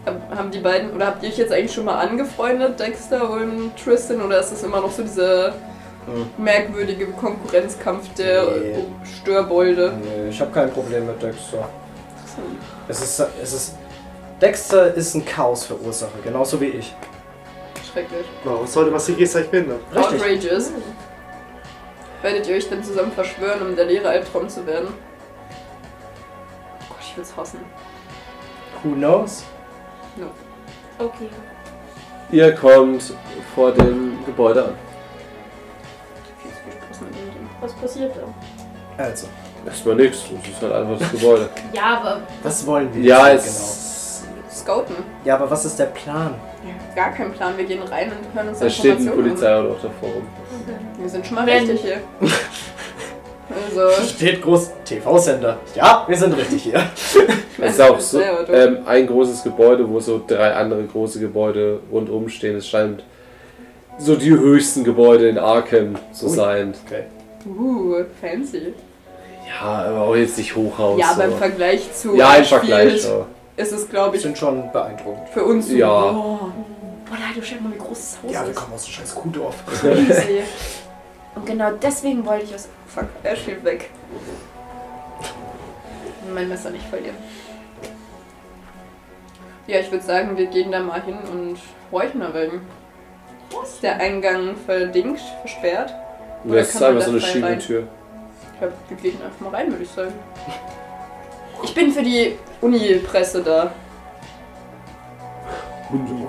S2: Hab- Haben die beiden, oder habt ihr euch jetzt eigentlich schon mal angefreundet, Dexter und Tristan, oder ist das immer noch so dieser merkwürdige Konkurrenzkampf der
S3: Hm. Nee. Hm.
S2: äh, Störbolde?
S3: Nö, Äh, ich habe kein Problem mit Dexter. Es ist, es ist. Dexter ist ein Chaosverursacher, genauso wie ich.
S2: Schrecklich.
S5: Warum sollte man sich gegenseitig behindern?
S3: Richtig.
S2: Outrageous.
S4: Hm.
S2: Werdet ihr euch dann zusammen verschwören, um der Lehrer Albtraum zu werden? Oh Gott, ich will's hassen.
S3: Who knows?
S4: Okay.
S1: Ihr kommt vor dem Gebäude an.
S2: Viel zu viel Spaß mit dem.
S4: Was passiert da?
S3: Also,
S1: Erstmal nichts, das ist halt einfach das Gebäude.
S4: Ja, aber
S3: was wollen wir?
S1: ja, genau.
S3: jetzt
S1: es,
S2: Scouten.
S3: genau? Ja, aber was ist der Plan?
S2: Gar kein Plan, wir gehen rein und hören uns
S1: da steht ein
S2: Informationen an.
S1: Polizeiauto auch davor rum.
S2: Wir sind schon mal
S4: Wenn.
S2: richtig hier. Also,
S3: Steht groß TV-Sender. Ja, wir sind richtig hier.
S1: Es ist auch so,
S2: Polizeiauto.
S1: ähm, ein großes Gebäude, wo so drei andere große Gebäude rundum stehen. Es scheint so die höchsten Gebäude in Arkham zu
S3: Ui.
S1: sein.
S2: uh, fancy.
S1: Ja, aber auch jetzt nicht Hochhaus.
S2: ja, aber im
S1: so.
S2: Vergleich zu
S1: Ja, im
S2: einem
S1: Vergleich.
S2: Spiel
S1: so.
S2: ist es, glaube
S3: Wir
S2: ich,
S3: sind schon beeindruckend.
S2: für uns so,
S1: Ja.
S2: oh, boah, da du schon mal, wie groß das Haus
S3: Ja, wir
S2: ist.
S3: kommen aus dem scheiß Kuhdorf.
S8: Easy. Und genau deswegen wollte ich aus.
S2: Fuck, er schielt weg. Mein Messer nicht verlieren. Ja, ich würde sagen, wir gehen da mal hin und horchen da wegen. Ist der Eingang verdingt, versperrt? Oder
S1: Das ist
S2: kann man
S1: einfach so eine
S2: das frei rein?
S1: Schiebentür.
S2: Ich glaube, wir gehen einfach mal rein, würde ich sagen. Ich bin für die Uni-Presse da.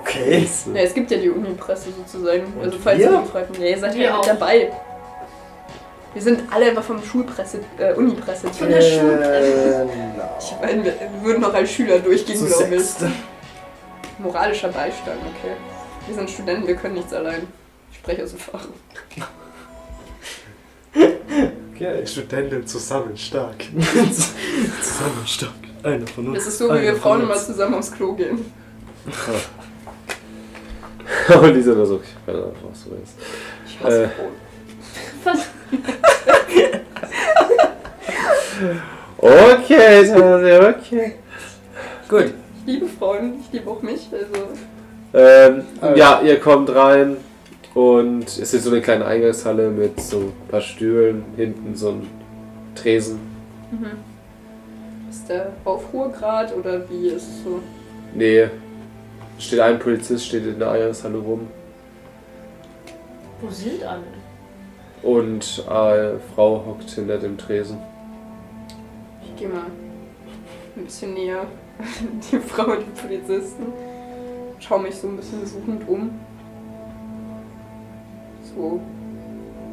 S3: Okay.
S2: Ja, es gibt ja die Uni-Presse sozusagen.
S3: Hm. Und
S2: also falls
S3: wir?
S2: ihr mich fragt, nee, ihr seid
S4: Wir
S2: ja
S4: auch.
S2: mit dabei. Wir sind alle immer vom Schulpresse, äh, Uni-Presse.
S4: Von der
S3: Äh, na.
S2: Ich meine, wir wir würden noch als Schüler durchgehen,
S3: Zu
S2: glaube ich.
S3: sechst.
S2: Moralischer Beistand, okay. Wir sind Studenten, wir können nichts allein. Ich spreche aus dem Fach.
S3: Okay.
S5: Studenten zusammen stark.
S3: Zusammen stark. Einer von uns.
S2: Das ist so, wie
S3: Einer
S2: wir
S3: von
S2: Frauen
S3: uns.
S2: immer zusammen aufs Klo gehen.
S1: Und die sind da so, ich weiß nicht, was so ist.
S2: Ich hasse
S1: Äh.
S2: Frauen.
S4: was?
S1: Okay, Tasia, okay.
S3: Gut.
S2: Ich liebe Frauen, ich liebe auch mich. Also,
S1: Ähm,
S3: Äh.
S1: Ja, ihr kommt rein und es ist so eine kleine Eingangshalle mit so ein paar Stühlen, hinten so ein Tresen.
S2: ist der Aufruhr gerade oder wie ist es so?
S1: Nee, steht ein Polizist, steht in der Eingangshalle rum
S4: Wo sind alle?
S1: und eine Frau hockt hinter dem Tresen.
S2: Ich geh mal ein bisschen näher an die Frau und den Polizisten. Schau mich so ein bisschen suchend um. So.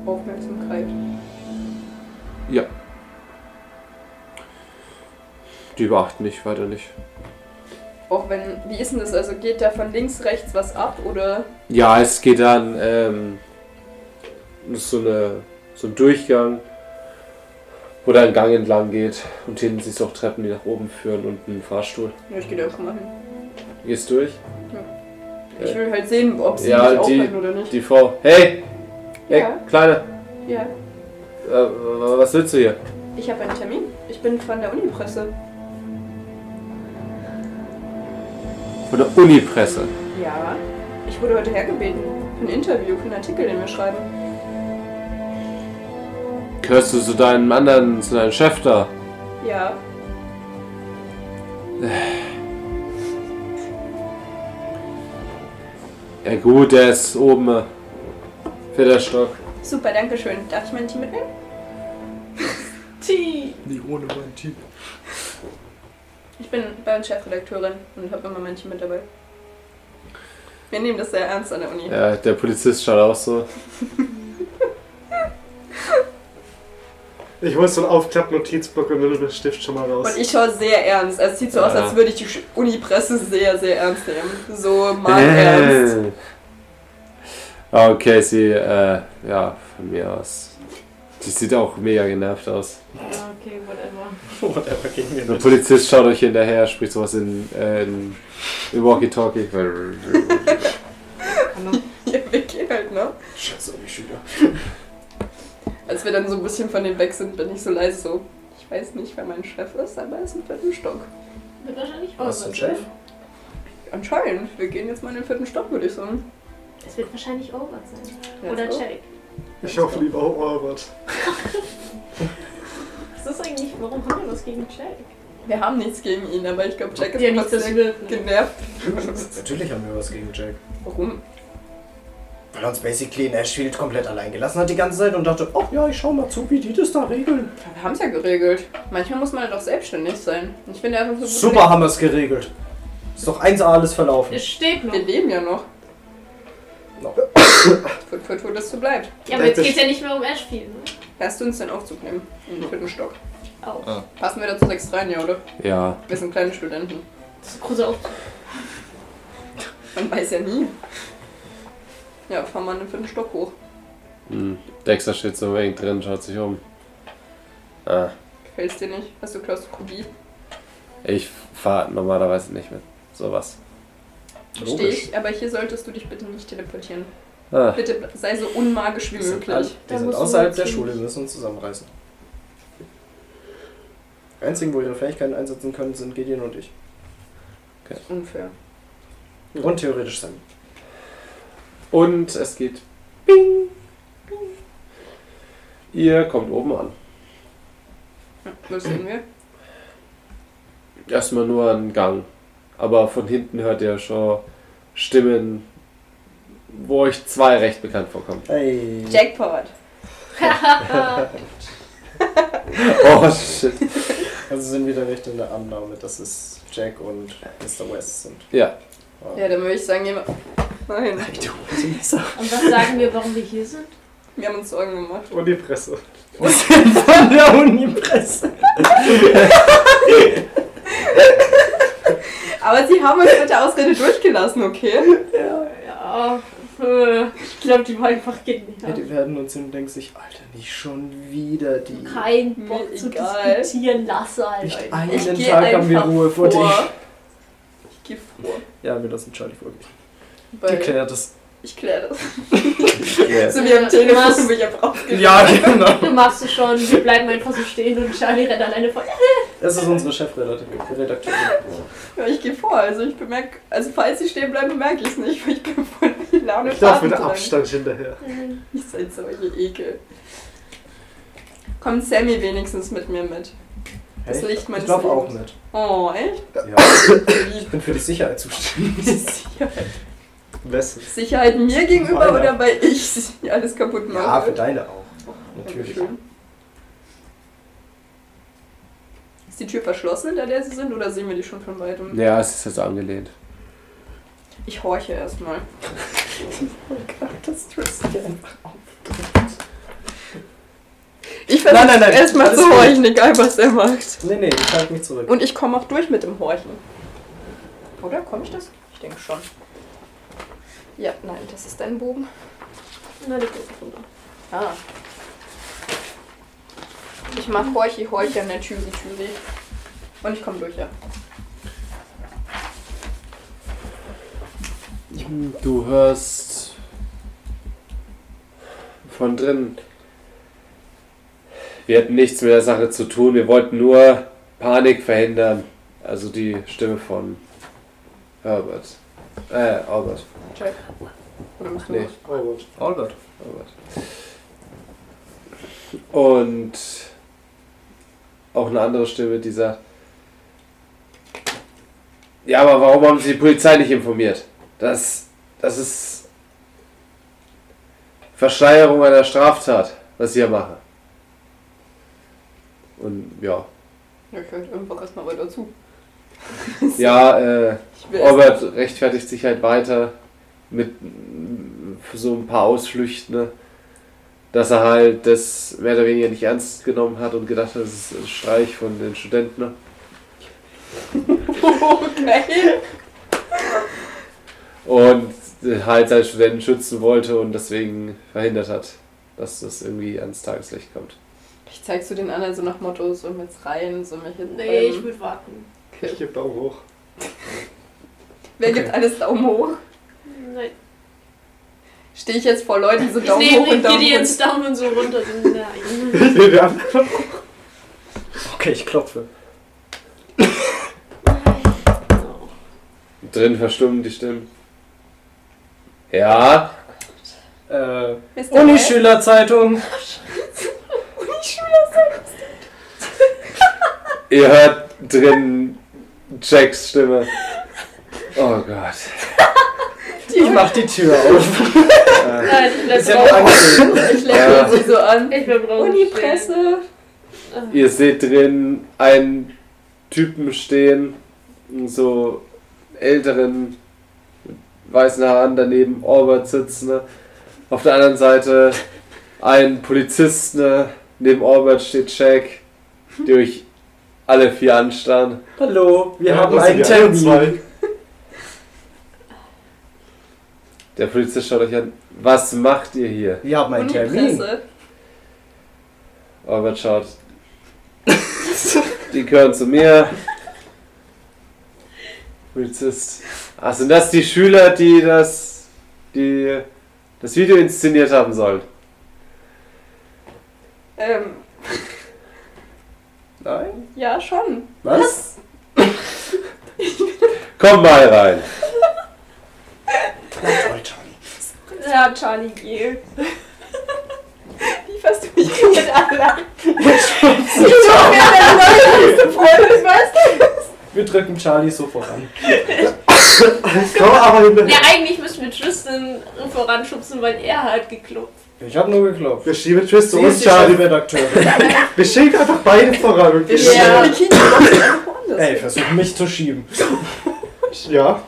S2: Aufmerksamkeit.
S1: Die beachten dich weiter nicht.
S2: Auch wenn, wie ist denn das? Also geht da von links, rechts was ab oder?
S1: Ja, es geht dann ähm, ist so, eine, so ein Durchgang, wo dann ein Gang entlang geht und hinten siehst du auch Treppen, die nach oben führen und einen Fahrstuhl.
S2: Ja, ich gehe da einfach mal hin.
S1: Du Gehst durch.
S2: Ich will halt sehen, ob sie
S1: Ja,
S2: mich
S1: die-
S2: aufhalten oder nicht.
S1: Die Frau. Hey! Hey,
S2: Ja.
S1: Kleine!
S2: Ja,
S1: Äh, was willst du hier?
S2: ich habe einen Termin. Ich bin von der Unipresse.
S1: Von der Unipresse.
S2: Ja. Ich wurde heute hergebeten. Für ein Interview, für einen Artikel, den wir schreiben.
S1: Gehörst du zu deinem anderen, zu deinem Chef da?
S2: Ja.
S1: Ja gut, der ist oben. äh, Vierter Stock.
S2: Super, danke schön. Darf ich mein Team mitnehmen?
S4: Tee.
S9: Nie ohne mein Team.
S2: Ich bin bei uns Chefredakteurin und habe immer mein Team mit dabei. Wir nehmen das sehr ernst an der Uni.
S1: Ja, der Polizist schaut auch so.
S5: Ich hol so einen Aufklapp-Notizblock und nimm den Stift schon mal raus.
S2: Und ich schaue sehr ernst. Also es sieht so aus,
S1: Ja.
S2: als würde ich die Sch- Unipresse sehr, sehr ernst nehmen. So mal ernst.
S1: Äh. Okay, sie, äh, ja, von mir aus. Die sieht auch mega genervt aus.
S4: Okay, whatever.
S3: Whatever, gehen wir
S1: Der
S3: mit.
S1: Polizist schaut euch hinterher, spricht sowas in, äh, in, in Walkie-Talkie.
S2: Ja, wir gehen halt, ne?
S9: Scheiße, die Schüler.
S2: Als wir dann so ein bisschen von dem weg sind, bin ich so leise so. Ich weiß nicht, wer mein Chef ist, aber er ist im vierten Stock.
S4: Wird wahrscheinlich
S3: Hast du einen
S4: Olbert
S3: Chef?
S4: sein.
S2: Anscheinend. Wir gehen jetzt mal in den vierten Stock, würde ich sagen.
S4: Es wird wahrscheinlich Olbert sein.
S2: Let's
S4: Oder
S2: go.
S4: Jack.
S5: Ich hoffe lieber Albert.
S4: Ist das eigentlich, warum haben wir was gegen Jack?
S2: Wir haben nichts gegen ihn, aber ich glaube, Jack ist
S4: Ja, nicht
S2: immer
S4: das
S2: sehr
S4: Wirken.
S2: genervt.
S3: Natürlich haben wir was gegen Jack.
S2: Warum?
S3: Weil er uns basically in Ashfield komplett allein gelassen hat die ganze Zeit und dachte, oh ja, ich schau mal zu, wie die das da regeln.
S2: Wir haben es ja geregelt. Manchmal muss man doch selbstständig sein. Ich bin einfach so.
S3: Super haben wir es geregelt. Ist doch 1A alles verlaufen.
S4: Es steht noch.
S2: Wir leben ja noch.
S3: No.
S2: Tut, tut, tut, dass du bleibst.
S4: Ja, aber jetzt geht's ja nicht mehr um Ashfield, ne?
S2: Lass du uns den Aufzug nehmen. In den vierten Stock.
S4: Auch.
S3: Ah.
S2: Passen wir dazu sechs rein, ja, oder?
S1: ja,
S2: Wir sind kleine Studenten.
S4: Das ist ein großer Aufzug.
S2: Man weiß ja nie. Ja, fahren wir in den vierten Stock hoch.
S1: hm. Dexter steht so eng drin, schaut sich um. Ah,
S2: Gefällt's dir nicht? Hast du Klaustrophobie?
S1: ich fahre normalerweise nicht mit sowas.
S2: Verstehe ich, aber hier solltest du dich bitte nicht teleportieren.
S1: Ah,
S2: Bitte sei so unmagisch wie
S3: Wir sind,
S2: möglich.
S3: alle, wir
S4: Da
S3: sind
S4: musst du
S3: außerhalb
S4: jetzt
S3: der
S4: hin.
S3: Schule, wir müssen uns zusammenreißen. Die einzigen, wo ihre Fähigkeiten einsetzen können, sind Gideon und ich.
S2: Unfair.
S3: Und theoretisch Sam.
S1: und es geht. Bing, bing. Ihr kommt oben an.
S2: Hm, Wo sind wir?
S3: Mhm.
S1: Erstmal nur einen Gang. Aber von hinten hört ihr schon Stimmen, wo euch zwei recht bekannt vorkommen.
S3: Hey.
S2: Jackpot.
S1: Oh shit.
S3: Also sind wieder recht in der Annahme, dass es Jack und Mr. West sind.
S1: Ja.
S2: Ja, dann würde ich sagen, gehen wir. Nein,
S4: Und was sagen wir, warum wir hier sind?
S2: wir haben uns Sorgen gemacht.
S5: Und die Presse.
S3: Was denn von der Unipresse?
S2: Aber sie haben uns mit der Ausrede durchgelassen, okay?
S4: Ja, äh, ich glaube, die war einfach
S3: Ja,
S4: genial.
S3: die werden uns hin und denken sich, Alter, nicht schon wieder die.
S4: Kein Bock
S2: Mir
S4: zu
S2: egal.
S4: diskutieren, lass halt.
S3: Nicht
S4: Leute.
S2: Ich
S3: einen
S2: geh
S3: Tag haben wir
S2: einfach
S3: Ruhe vor dir.
S2: Ich gehe vor.
S3: Ja, wir lassen Charlie vorgehen.
S2: Weil
S3: Geklärt ist.
S2: ich kläre das.
S1: Yeah.
S2: So wie am
S4: Ja,
S2: Telefon
S4: was?
S2: bin ich einfach aufgeregt.
S3: Ja, genau.
S4: Du machst es schon, wir bleiben einfach so stehen und Charlie rennt alleine vor.
S3: Das ist unsere Chefredakteurin.
S2: Ja, ich gehe vor. Also ich bemerke, also falls sie stehen bleiben, bemerke ich es nicht, weil ich bin voll die Laune
S5: Ich laufe mit
S2: Faden zu
S5: Abstand hinterher.
S2: lang. Ihr seid solche Ekel. Kommt Sammy wenigstens mit mir mit. Das
S3: Hey,
S2: Licht meines
S3: ich laufe auch
S2: Lebens.
S3: mit.
S2: Oh, echt?
S3: Ja,
S2: Wie
S3: ich bin für die Sicherheit zuständig.
S2: Sicherheit.
S5: Wessen?
S2: Sicherheit mir gegenüber
S3: Meiner.
S2: oder weil ich alles kaputt mache?
S3: Ja, für deine auch.
S2: Dankeschön.
S3: Natürlich.
S2: Ist die Tür verschlossen, hinter der sie sind, oder sehen wir die schon von weitem?
S1: ja, es ist jetzt angelehnt.
S2: Ich horche erstmal.
S3: Oh Gott, das tröstet ja einfach auf.
S2: Ich
S3: Nein, nein,
S2: versuche
S3: nein,
S2: erstmal
S3: alles
S2: zu
S3: gut.
S2: horchen, egal was er macht.
S3: Nee, nee, ich halte mich zurück.
S2: Und ich komme auch durch mit dem Horchen. Oder komme ich das? Ich denke schon. Ja, nein, das ist dein Bogen.
S4: Na, die geht runter.
S2: Ah. Ich mach Horchi Horchi an der Tüsi Tüsi. Und ich komme durch, ja.
S1: Du hörst von drinnen. Wir hatten nichts mit der Sache zu tun. Wir wollten nur Panik verhindern. Also die Stimme von Herbert. Äh, Albert.
S2: Check. Oder machst du
S1: Nee.
S2: was?
S5: Oh gut.
S3: Albert.
S1: Albert. Und auch eine andere Stimme, die sagt: Ja, aber warum haben Sie die Polizei nicht informiert? Das, das ist Verschleierung einer Straftat, was Sie hier machen. Und ja.
S2: Ja, ich höre einfach erstmal weiter zu.
S1: Ja, äh.
S2: Ich will
S1: Robert rechtfertigt sich halt weiter mit mm, so ein paar Ausflüchten, ne? dass er halt das mehr oder weniger nicht ernst genommen hat und gedacht hat, das ist ein Streich von den Studenten. Ne?
S2: erst- Okay.
S1: Und halt seine Studenten schützen wollte und deswegen verhindert hat, dass das irgendwie ans Tageslicht kommt.
S2: Ich zeig zu den anderen so nach Motto, so jetzt rein, so mich hinten.
S4: Nee, ich
S2: rein.
S4: würde warten.
S5: Ich
S2: okay.
S5: gebe Daumen hoch.
S2: Wer gibt alles Daumen hoch?
S4: Nein.
S2: Stehe ich jetzt vor Leuten, die so
S4: Ich
S2: Daumen hoch
S4: nehme
S2: und Daumen
S4: die
S2: runter.
S4: ins Daumen und so runter. Nein.
S5: Wir haben
S3: Okay, ich klopfe.
S1: Drin verstummen die Stimmen. Ja,
S3: Äh,
S2: Mr. Red?
S3: Unischülerzeitung.
S1: ihr hört drin Jacks Stimme. Oh Gott.
S3: Ich mach die Tür auf.
S4: Nein, ich bleib
S3: Ist ja
S4: draußen.
S3: angeschrieben.
S2: Ich lächle
S1: Ja.
S2: sie so an.
S4: Ich bleib draußen. stehen. Ah.
S2: Uni-Presse.
S1: Ihr seht drin einen Typen stehen, einen so älteren, mit weißen Haaren, daneben Orbert sitzt, ne? Auf der anderen Seite ein Polizist, ne? Neben Orbert steht Jack, die euch alle vier anstarren.
S3: Hallo, wir
S5: Ja,
S3: haben
S5: das sind
S3: einen
S5: die anderen
S3: Termin.
S1: Der Polizist schaut euch an. Was macht ihr hier?
S3: Wir haben einen Termin.
S2: Uni-Presse.
S1: Orbert Oh, schaut. Die gehören zu mir. Polizist. Ach, sind das die Schüler, die das, die das Video inszeniert haben sollen?
S2: Ähm,
S3: Nein?
S2: ja, schon.
S3: Was?
S1: Komm mal rein.
S4: Ja, Charlie, geh.
S2: Wie fasst du mich mit an?
S3: Wir drücken Charlie so voran.
S5: Komm aber hinterher.
S4: Ja, eigentlich müssen wir Tristan voranschubsen, weil er halt geklopft.
S3: Ich habe nur geklopft.
S5: Wir schieben Tristan
S3: Sie
S5: und
S3: ist die Charlie
S5: Charlie.
S3: Redakteurin.
S5: Wir schieben einfach beide voran. Und
S2: Ich
S4: Ja.
S2: ja. Bikini, du machst einfach woanders.
S3: Ey, versuch mich zu schieben.
S5: ja.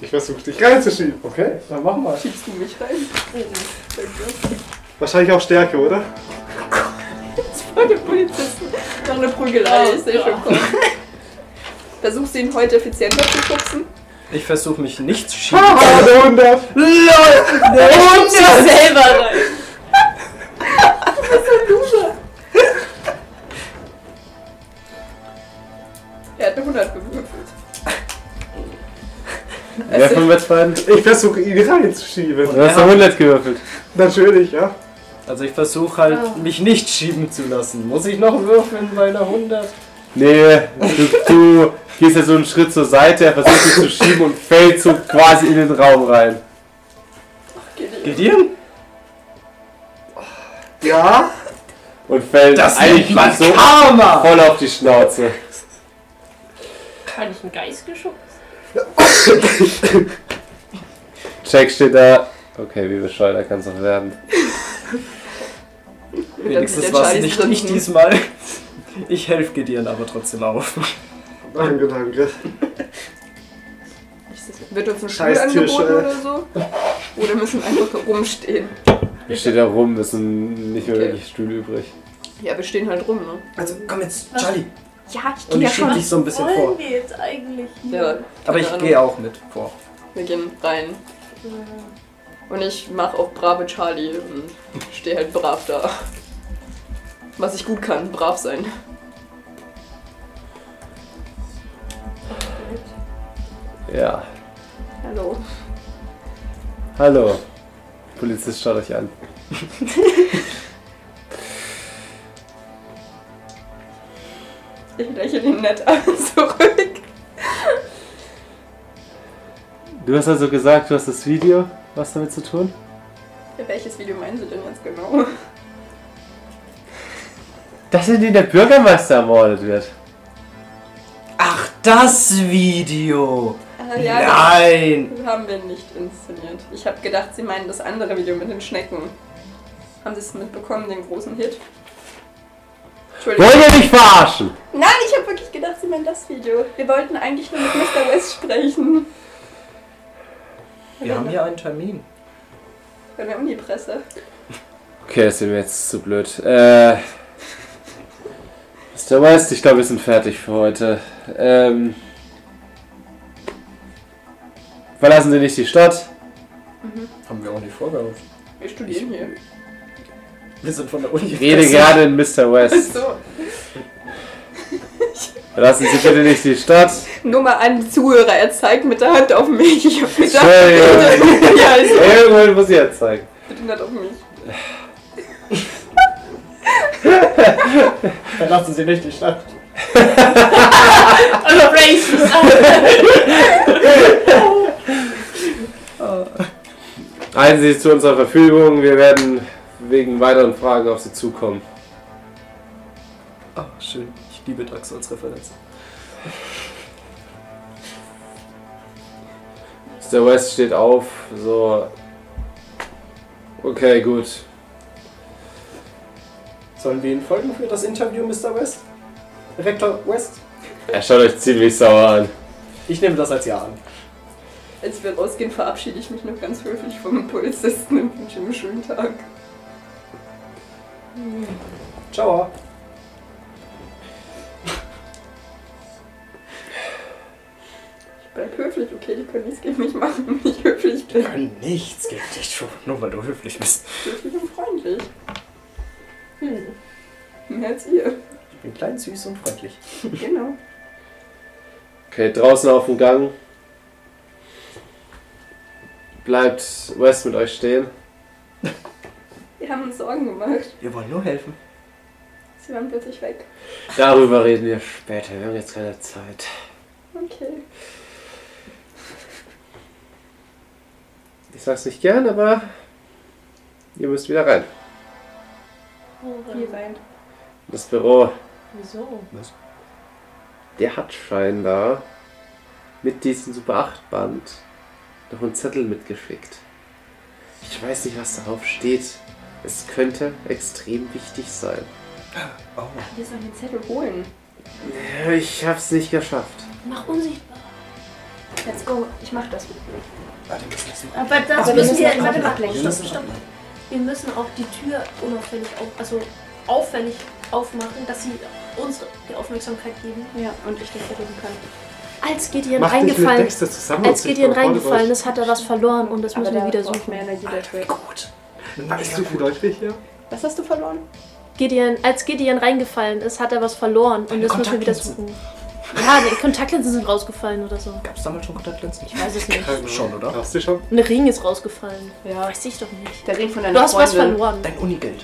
S5: Ich versuche dich reinzuschieben.
S3: Okay, dann mach mal.
S2: Schiebst du mich rein? Danke.
S5: Wahrscheinlich auch Stärke, oder?
S2: Bei den Polizisten. Noch eine Prügelei, ich sehe schon kommen. Versuchst du ihn heute effizienter zu schubsen?
S3: Ich versuche mich nicht zu schieben.
S5: Ah, 100.
S4: Selber rein.
S2: Er hat eine 100 gewürfelt.
S1: Wer von uns beiden?
S5: Ich versuche ihn reinzuschieben.
S1: Du hast eine 100 gewürfelt.
S5: Natürlich, ja.
S3: Also ich versuche halt,
S2: Oh.
S4: Ah.
S3: mich nicht schieben zu lassen. Muss ich noch würfeln bei einer 100?
S1: Nee, du, du gehst ja so einen Schritt zur Seite, er versucht dich zu schieben und fällt so quasi in den Raum rein.
S3: Geht ihr?
S5: Ja.
S1: Und fällt eigentlich so
S3: Karma!
S1: voll auf die Schnauze.
S4: Kann ich einen Geist geschubst?
S1: Jack steht da. Okay, wie bescheuert er kann es noch werden.
S3: Wenigstens war es nicht ich diesmal. Ich helfe dir aber trotzdem auf.
S5: Danke, danke.
S2: Wird uns ein Stuhl
S5: Scheiß Tisch, äh.
S2: angeboten
S5: ey.
S2: oder so? Oder müssen wir einfach rumstehen?
S1: Er steht da rum, es sind nicht mehr
S2: Okay.
S1: wirklich Stühle übrig.
S2: Ja, wir stehen halt rum, ne?
S6: Also komm jetzt, Charlie.
S10: Ja, ich
S11: Und
S10: gehe ja
S11: ich schieb
S10: schon.
S11: dich so ein bisschen
S12: wollen
S11: vor.
S12: wir jetzt eigentlich hier?
S2: Ja,
S3: Aber
S2: keine
S3: ich
S2: Ahnung.
S3: gehe auch mit vor.
S2: Wir gehen rein. Und ich mache auch brave Charlie und stehe halt brav da. Was ich gut kann, brav sein.
S1: Ja.
S2: Hallo.
S1: Hallo. Polizist, schaut euch an.
S2: Ich lächle ihn nett an zurück.
S1: Du hast also gesagt, du hast das Video. Was damit zu tun?
S2: Welches Video meinen Sie denn jetzt genau?
S1: Das, in dem der Bürgermeister ermordet wird.
S3: Ach, das Video!
S2: Ah, ja,
S3: Nein!
S2: Das haben wir nicht inszeniert. Ich habe gedacht, Sie meinen das andere Video mit den Schnecken. Haben Sie es mitbekommen, den großen Hit? Entschuldigung.
S1: Wollt ihr mich verarschen?
S2: Nein, ich habe wirklich gedacht, Sie meinen das Video. Wir wollten eigentlich nur mit Mr. West sprechen.
S3: Wir haben hier einen Termin.
S2: Von der Unipresse.
S1: Okay, das sind mir jetzt zu blöd. Äh. Mr. West, ich glaube, wir sind fertig für heute. Ähm. Verlassen Sie nicht die Stadt.
S13: Haben wir auch nicht vorgehabt.
S2: Wir studieren hier.
S11: Wir sind von der Uni.
S1: Ich rede gerade in Mr. West.
S2: So,
S1: Verlassen Sie bitte nicht die Stadt.
S2: nur mal an die Zuhörer, er zeigt mit der Hand auf mich. Ich hab gedacht,
S1: Entschuldigung.
S2: ja, also,
S1: Irgendwann muss ich jetzt zeigen.
S2: bitte nicht auf mich.
S11: Verlassen Sie nicht die Stadt.
S1: Halten Sie sich zu unserer Verfügung. Wir werden wegen weiteren Fragen auf Sie zukommen.
S11: Ah, schön. Ich liebe Dax als Referenz.
S1: Mr. West steht auf, so. Okay, gut.
S11: Sollen wir Ihnen folgen für das Interview, Mr. West? Rektor West?
S1: Er schaut euch ziemlich sauer an.
S11: Ich nehme das als Ja an.
S2: Als wir rausgehen, verabschiede ich mich noch ganz höflich vom Polizisten und wünsche ihm einen schönen Tag.
S11: Ciao.
S2: Ich bleib höflich, okay, die können nichts gegen mich machen, wenn ich höflich bin.
S3: Können nichts gegen dich tun, nur weil du höflich bist.
S2: Höflich und freundlich. Hm. Mehr als ihr.
S3: Ich bin klein, süß und freundlich.
S2: Genau.
S1: Okay, draußen auf dem Gang. Bleibt West mit euch stehen.
S2: Wir haben uns Sorgen gemacht.
S3: Wir wollen nur helfen.
S2: Sie waren plötzlich weg.
S1: Darüber reden wir später. Wir haben jetzt keine Zeit.
S2: Okay.
S1: Ich sag's nicht gern, aber ihr müsst wieder rein.
S2: Ihr
S4: Hm.
S2: seid.
S1: Das Büro,
S10: Wieso?
S1: der hat scheinbar mit diesem Super 8 Band noch einen Zettel mitgeschickt. Ich weiß nicht, was darauf steht. Es könnte extrem wichtig sein.
S10: Wir sollen den Zettel.
S2: Wir holen.
S1: Ja, Ich hab's nicht geschafft.
S10: Mach unsichtbar.
S4: Let's go. Ich mach das.
S10: Aber das
S4: Aber wir
S10: müssen
S4: müssen
S10: wir.
S4: das
S10: Warte mal,
S4: ablenken.
S10: stopp, stopp. Wir müssen auch die Tür unauffällig auf, also auffällig aufmachen, dass sie uns die Aufmerksamkeit geben.
S4: Ja, und ich das verrücken kann. Als geht ihr
S5: Macht nicht mit
S4: reingefallen.
S5: Dexter zusammen.
S4: Als geht ihr
S5: und singt mal
S4: reingefallen
S5: vorne
S4: ist, hat er was verloren und das müssen wir wieder
S2: braucht
S4: suchen.
S2: mehr Energie dafür.
S5: durch. Weißt du, wie Leute hier?
S2: Was hast du verloren?
S4: Gideon, als Gideon reingefallen ist, hat er was verloren und das müssen wir wieder
S3: Kontaktlinsen.
S4: suchen. Ja, die Kontaktlinsen sind rausgefallen oder so.
S3: Gab's damals schon Kontaktlinsen?
S4: Ich weiß es nicht.
S3: Schon, oder?
S5: Hast du schon?
S4: Ein Ring ist rausgefallen.
S2: Ja.
S4: Weiß ich doch nicht.
S2: Der Ring von deiner
S4: Du hast was
S2: Freundin.
S4: verloren.
S3: Dein Unigeld.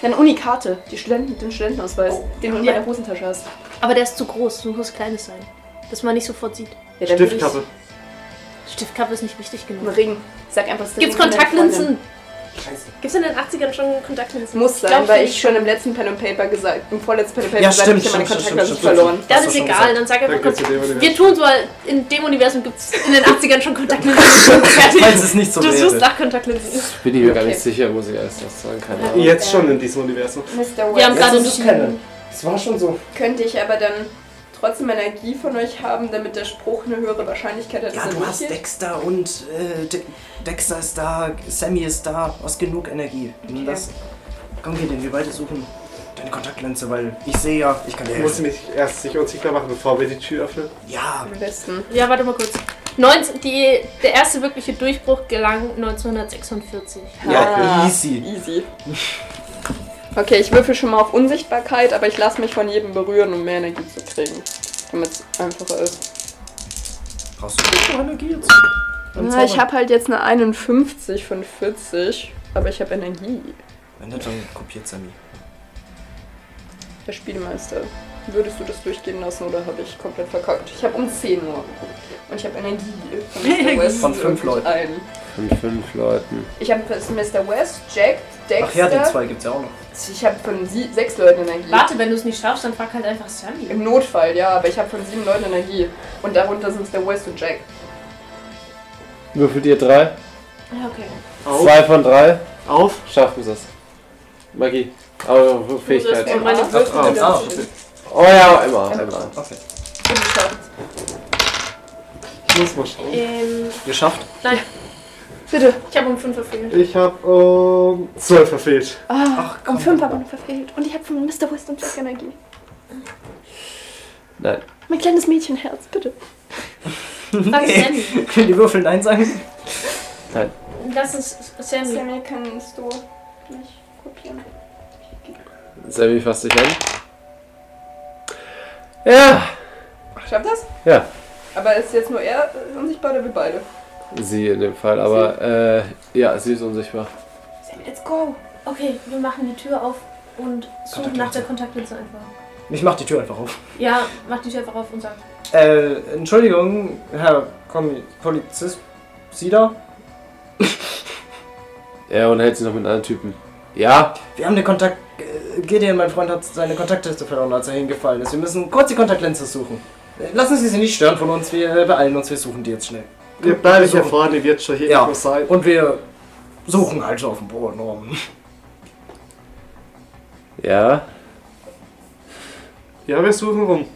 S2: Deine Unikarte. Die Studenten, den Studentenausweis,
S4: Oh,
S2: den du in deiner Hosentasche hast.
S4: Aber der ist zu groß. Du musst kleines sein. Dass man nicht sofort sieht.
S2: Ja, dann würde ich-
S5: Stiftkappe.
S4: Stiftkappe ist nicht wichtig
S2: Ein
S4: genug.
S2: Ring. Sag einfach, es ist der Ring
S4: Gibt's
S2: von deiner
S4: Kontaktlinsen?
S2: Freundin.
S4: Gibt's in den 80ern schon Kontaktlinsen?
S2: Muss sein,
S4: Glaubst du
S2: weil
S4: nicht?
S2: ich schon im letzten Pen and Paper gesagt, im vorletzten Pen and Paper
S3: Ja,
S2: gesagt, habe,
S3: stimmt,
S2: ich habe meine
S3: stimmt, stimmt, stimmt,
S2: Kontaktlinsen
S3: stimmt,
S2: verloren.
S3: stimmt.
S4: Das
S3: Hast
S4: ist
S3: du schon
S4: egal, dann sag
S5: Dann
S4: einfach
S5: geht's in
S4: kurz.
S5: dem
S4: Wir
S5: Universum.
S4: tun so, weil in dem Universum gibt es in den 80ern schon Kontaktlinsen.
S3: Falls
S4: Fertig.
S3: es nicht so
S4: Du suchst
S3: wäre.
S4: nach Kontaktlinsen.
S1: Bin ich mir gar
S2: Okay.
S1: nicht sicher, muss ich erst noch sagen. Keine Ahnung.
S5: Jetzt schon in diesem Universum.
S2: Mr.
S4: Wir haben
S2: West,
S4: gerade
S11: ist es
S4: entschieden.
S11: Es war schon so.
S2: könnte ich aber dann trotzdem Energie von euch haben, damit der Spruch eine höhere Wahrscheinlichkeit hat,
S3: Ja,
S2: dass er
S3: du hast
S2: durchgeht?
S3: Dexter und äh, De Dexter ist da, Sammy ist da. Du hast genug Energie. Nimm
S2: Okay.
S3: das. Komm, geh denn, wir beide suchen
S6: Deine Kontaktlinse, weil ich sehe ja, ich kann dir
S5: Ich muss
S6: helfen.
S5: mich erst sicher und sicher machen, bevor wir die Tür öffnen.
S6: Ja,
S2: Am besten.
S8: Ja, warte mal kurz. 19, die, der erste wirkliche Durchbruch gelang 1946.
S4: Ah.
S6: ja, easy.
S2: Easy. Okay, ich würfel schon mal auf Unsichtbarkeit, aber ich lasse mich von jedem berühren, um mehr Energie zu kriegen. Damit es einfacher ist.
S6: Brauchst du nicht noch Energie jetzt? Beim
S2: Na, ich
S6: Zaubern?
S2: habe halt jetzt eine 51 von 40, aber ich habe Energie.
S6: Wenn nicht, dann kopiert Sammy.
S2: Der Spielmeister. Würdest du das durchgehen lassen oder habe ich komplett verkackt? Ich habe um 10 Uhr. Und ich habe Energie von Mr. West.
S3: Von fünf Leuten.
S2: Ein.
S1: Von fünf Leuten.
S2: Ich habe von Mr. West, Jack, Dexter.
S3: Ach ja, die zwei gibt's ja auch noch.
S2: Ich habe von sie sechs Leuten Energie.
S4: Warte, wenn du es nicht schaffst, dann frag halt einfach Sammy.
S2: Im Notfall, ja, aber ich habe von sieben Leuten Energie. Und darunter sind Mr. West und Jack.
S1: Würfelt ihr drei?
S2: Ah,
S4: Ja, okay.
S5: Auf,
S1: Zwei von drei?
S5: auf.
S1: Schaffen sie es. Magie. Aber Fähigkeit.
S2: Und
S1: Oh
S2: meine Würfel
S3: ah,
S2: wieder
S3: ah,
S2: sind
S3: okay.
S1: ja, immer, immer.
S2: geschafft.
S5: Ich muss mal schauen.
S4: Ähm,
S3: Geschafft.
S2: Bitte.
S4: ich habe um 5 verfehlt.
S5: Ich habe um 12 verfehlt.
S2: Ah, um fünf habe ich verfehlt. Und ich habe von Mr. West und Jack Energie.
S1: Nein.
S2: Mein kleines Mädchenherz, bitte.
S3: Mhm.
S4: Frag Sammy.
S3: Können die Würfel Nein sagen?
S4: Das ist Sammy.
S2: Sammy, kannst du mich kopieren?
S1: Sammy fasst dich an. Ja.
S2: Schafft das?
S1: Ja.
S2: Aber ist jetzt nur er äh, unsichtbar oder wir beide?
S1: Sie in dem Fall, aber äh, ja, sie ist unsichtbar.
S2: Sammy, let's go.
S4: Okay, wir machen die Tür auf und suchen nach der Kontaktlinse einfach.
S3: Ich mach die Tür einfach auf.
S4: Ja, mach die Tür einfach auf und sag.
S3: Äh, Entschuldigung, Herr Kommi- Polizist. Sida?
S1: Er unterhält sich noch mit einem anderen Typen. Ja,
S3: Wir haben den Kontakt. äh, Gideon, mein Freund, hat seine Kontaktliste verloren, als er hingefallen ist. Wir müssen kurz die Kontaktlinse suchen. Äh, Lassen Sie sich nicht stören von uns, wir äh, beeilen uns, wir suchen die jetzt schnell.
S5: Wir bleiben hier
S3: So.
S5: vorne, die wird schon hier
S3: Ja.
S5: irgendwo sein.
S3: Und wir suchen halt schon auf dem Boden rum.
S1: ja.
S5: Ja, wir suchen rum.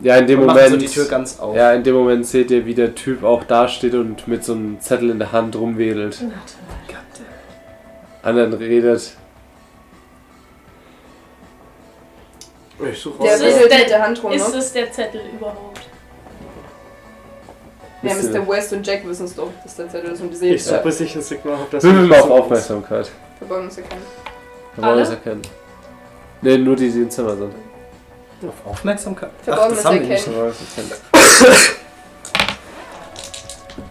S1: Ja, in dem
S3: Wir machen
S1: Moment.
S3: so die Tür ganz auf.
S1: ja, in dem Moment seht ihr, wie der Typ auch da steht und mit so einem Zettel in der Hand rumwedelt. Anderen redet.
S5: Ich suche
S2: Der
S4: Ist es
S2: wedelt
S4: der-
S2: mit der Hand rum,
S4: Ist
S2: ne?
S4: es der Zettel überhaupt?
S2: Ja,
S1: Wisst ihr-
S2: Mr. West und Jack wissen es doch, dass der Zettel ist und die sehen
S5: Ich
S2: es.
S5: suche, bis ich ein Signal habe, dass
S1: Würfel mal auf
S5: so-
S1: Aufmerksamkeit.
S2: Verborgenserkennung.
S1: Wir wollen
S4: Alle?
S1: es erkennen. Ne, nur die, die im Zimmer sind.
S3: Auf Aufmerksamkeit. Ach,
S2: Verborgenes
S3: das haben wir nicht.
S2: Erkennen.
S1: Wir wollen es erkennen.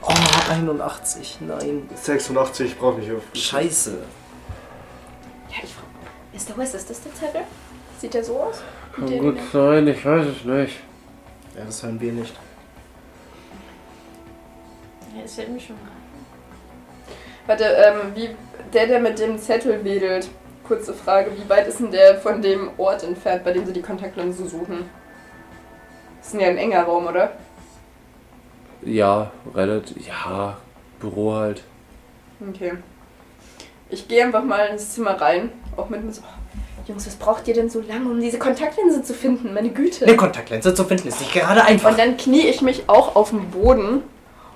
S3: Oh, 81, nein.
S5: 86, ich brauche nicht öffnen.
S3: Scheiße.
S2: Ja, ich frage. Mr. West, ist das der Zettel? Sieht der so aus?
S1: Kann gut sein, ich weiß es nicht.
S3: Ja, das hören wir nicht.
S4: Ja, es hält mich schon rein.
S2: Warte, ähm, wie der, der mit dem Zettel wedelt, kurze Frage, wie weit ist denn der von dem Ort entfernt, bei dem sie die Kontaktlinsen suchen? Das ist denn ja ein enger Raum, oder?
S1: Ja, relativ. Ja, Büro halt.
S2: Okay. Ich gehe einfach mal ins Zimmer rein, auch mit mir so. "Oh, Jungs, was braucht ihr denn so lange, um diese Kontaktlinse zu finden? Meine Güte.
S3: Eine Kontaktlinse zu finden ist nicht gerade einfach.
S2: Und dann knie ich mich auch auf den Boden.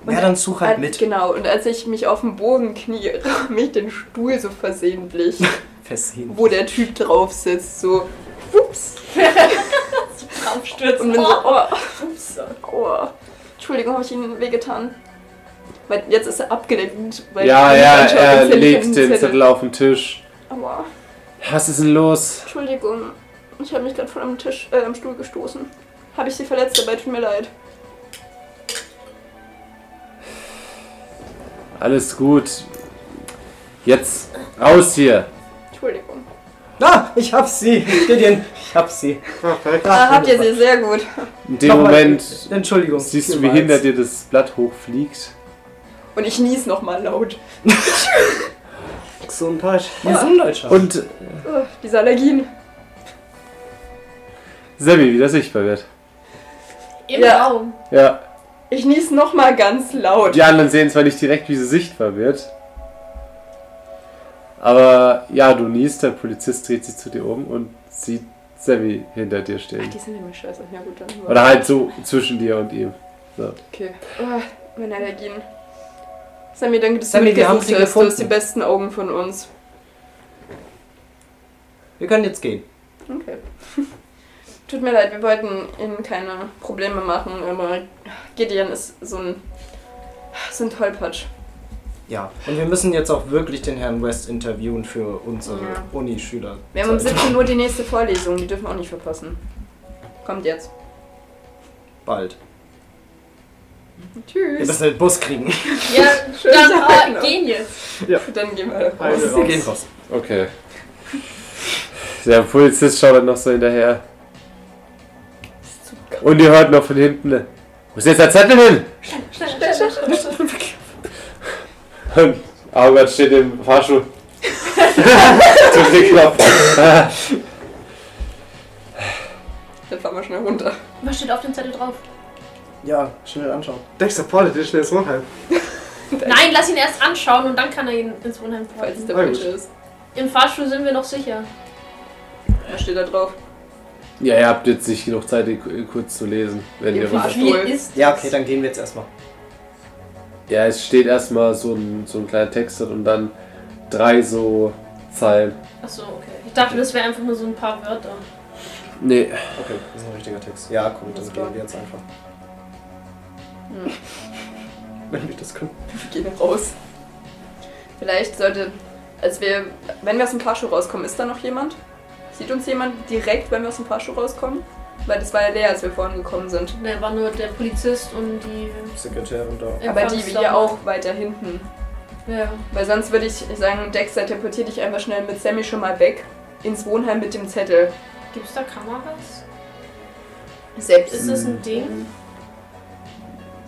S2: Und
S3: ja, dann such halt
S2: Al-
S3: mit.
S2: Genau, und als ich mich auf den Boden knie, ramme ich den Stuhl so versehentlich,
S3: Versehen.
S2: wo der Typ drauf sitzt, so. Ups.
S4: Draufstürzt.
S2: Und bin so, oh, ups, oh. Entschuldigung, habe ich Ihnen wehgetan? Weil jetzt ist er abgelenkt. Weil
S1: Ja,
S2: ich
S1: ja,
S2: anschaue,
S1: er
S2: den Zettel,
S1: legt
S2: den
S1: den Zettel auf den Tisch.
S2: Aua,
S1: Was ist denn los?
S2: Entschuldigung, ich habe mich gerade von am Tisch, äh, am Stuhl gestoßen. Habe ich Sie verletzt dabei, tut mir leid.
S1: Alles gut. Jetzt raus hier.
S2: Entschuldigung.
S3: Ah, ich hab sie. Gideon, ich hab sie.
S5: Perfekt.
S2: Ah, habt ihr Sie sehr gut.
S1: In dem
S3: Nochmal, äh,
S1: Moment
S3: Entschuldigung.
S1: siehst du, wie
S3: vielmals.
S1: hinter dir das Blatt hochfliegt.
S2: Und ich nies nochmal laut.
S5: Gesundheit.
S3: Wir sind Deutscher.
S1: Und
S2: Ugh, diese Allergien.
S1: Sammy wieder sichtbar wird.
S4: Im
S2: Ja.
S4: Raum.
S1: Ja.
S2: Ich nies nochmal ganz laut.
S1: Die anderen sehen zwar nicht direkt, wie sie sichtbar wird. Aber ja, du niest, der Polizist dreht sich zu dir um und sieht Sammy hinter dir
S2: Ach,
S1: stehen.
S2: die sind ja mal scheiße. Ja gut, dann.
S1: Oder halt so zwischen dir und ihm.
S2: Okay. Ah, meine Allergien. Sammy, danke, dass
S3: Sammy,
S2: du
S3: wir haben
S2: mitgesucht
S3: sie
S2: hast. Du hast die
S3: gefunden.
S2: besten Augen von uns.
S3: Wir können jetzt gehen.
S2: Okay. Tut mir leid, wir wollten Ihnen keine Probleme machen, aber Gideon ist so ein, so ein Tollpatsch.
S3: Ja. Und wir müssen jetzt auch wirklich den Herrn West interviewen für unsere
S2: Ja.
S3: Uni-Schüler.
S2: Wir haben um 17 Uhr die nächste Vorlesung, die dürfen wir auch nicht verpassen. Kommt jetzt.
S3: Bald. Wir
S2: Tschüss.
S3: müssen den Bus kriegen.
S8: Ja,
S2: Schönen
S4: ah,
S2: Tag
S8: dann
S2: noch.
S8: äh, gehen jetzt.
S2: Dann gehen wir raus.
S5: Eine raus.
S3: gehen raus.
S1: Okay. Der Polizist schaut dann noch so hinterher. Und ihr hört noch von hinten. ne, Wo ist jetzt der Zettel hin? Und Albert steht im Fahrstuhl. Drückt den Knopf.
S2: Dann fahren wir schnell runter.
S4: Was steht auf dem Zettel drauf?
S3: Ja, schnell anschauen.
S5: Dexter Politician ist Wohnheim.
S4: Nein, lass ihn erst anschauen und dann kann er ihn ins Wohnheim
S2: Falls es
S4: folgen.
S2: der
S5: Na
S2: Wunsch
S5: gut.
S2: ist.
S4: Im Fahrstuhl sind wir noch sicher.
S2: Was steht da drauf?
S1: Ja, ihr habt jetzt nicht genug Zeit, die ku- kurz zu lesen, wenn ihr
S2: Im
S1: runter.
S2: Fahrstuhl.
S3: Ja, okay, dann gehen wir jetzt erstmal.
S1: Ja, es steht erstmal so ein, so ein kleiner Text drin und dann drei so Zeilen.
S4: Achso, okay. Ich dachte, das wäre einfach nur so ein paar Wörter.
S1: Nee.
S3: Okay, das ist ein richtiger Text. Ja, gut, dann gehen wir jetzt einfach.
S2: Hm.
S3: Wenn wir das können.
S2: Wir gehen raus. Vielleicht sollte, als wir, wenn wir aus dem Fahrschuh rauskommen, ist da noch jemand? Sieht uns jemand direkt, wenn wir aus dem Fahrschuh rauskommen? Weil das war ja leer, als wir vorhin gekommen sind.
S4: Da war nur der Polizist und die.
S3: Sekretärin da.
S2: Aber die
S4: Empfangsdame.
S2: ja auch weiter hinten.
S4: Ja.
S2: Weil sonst würde ich sagen, Dexter, teleportier dich einfach schnell mit Sammy schon mal weg ins Wohnheim mit dem Zettel.
S4: Gibt's da Kameras?
S2: Selbst
S4: Ist das ein Ding?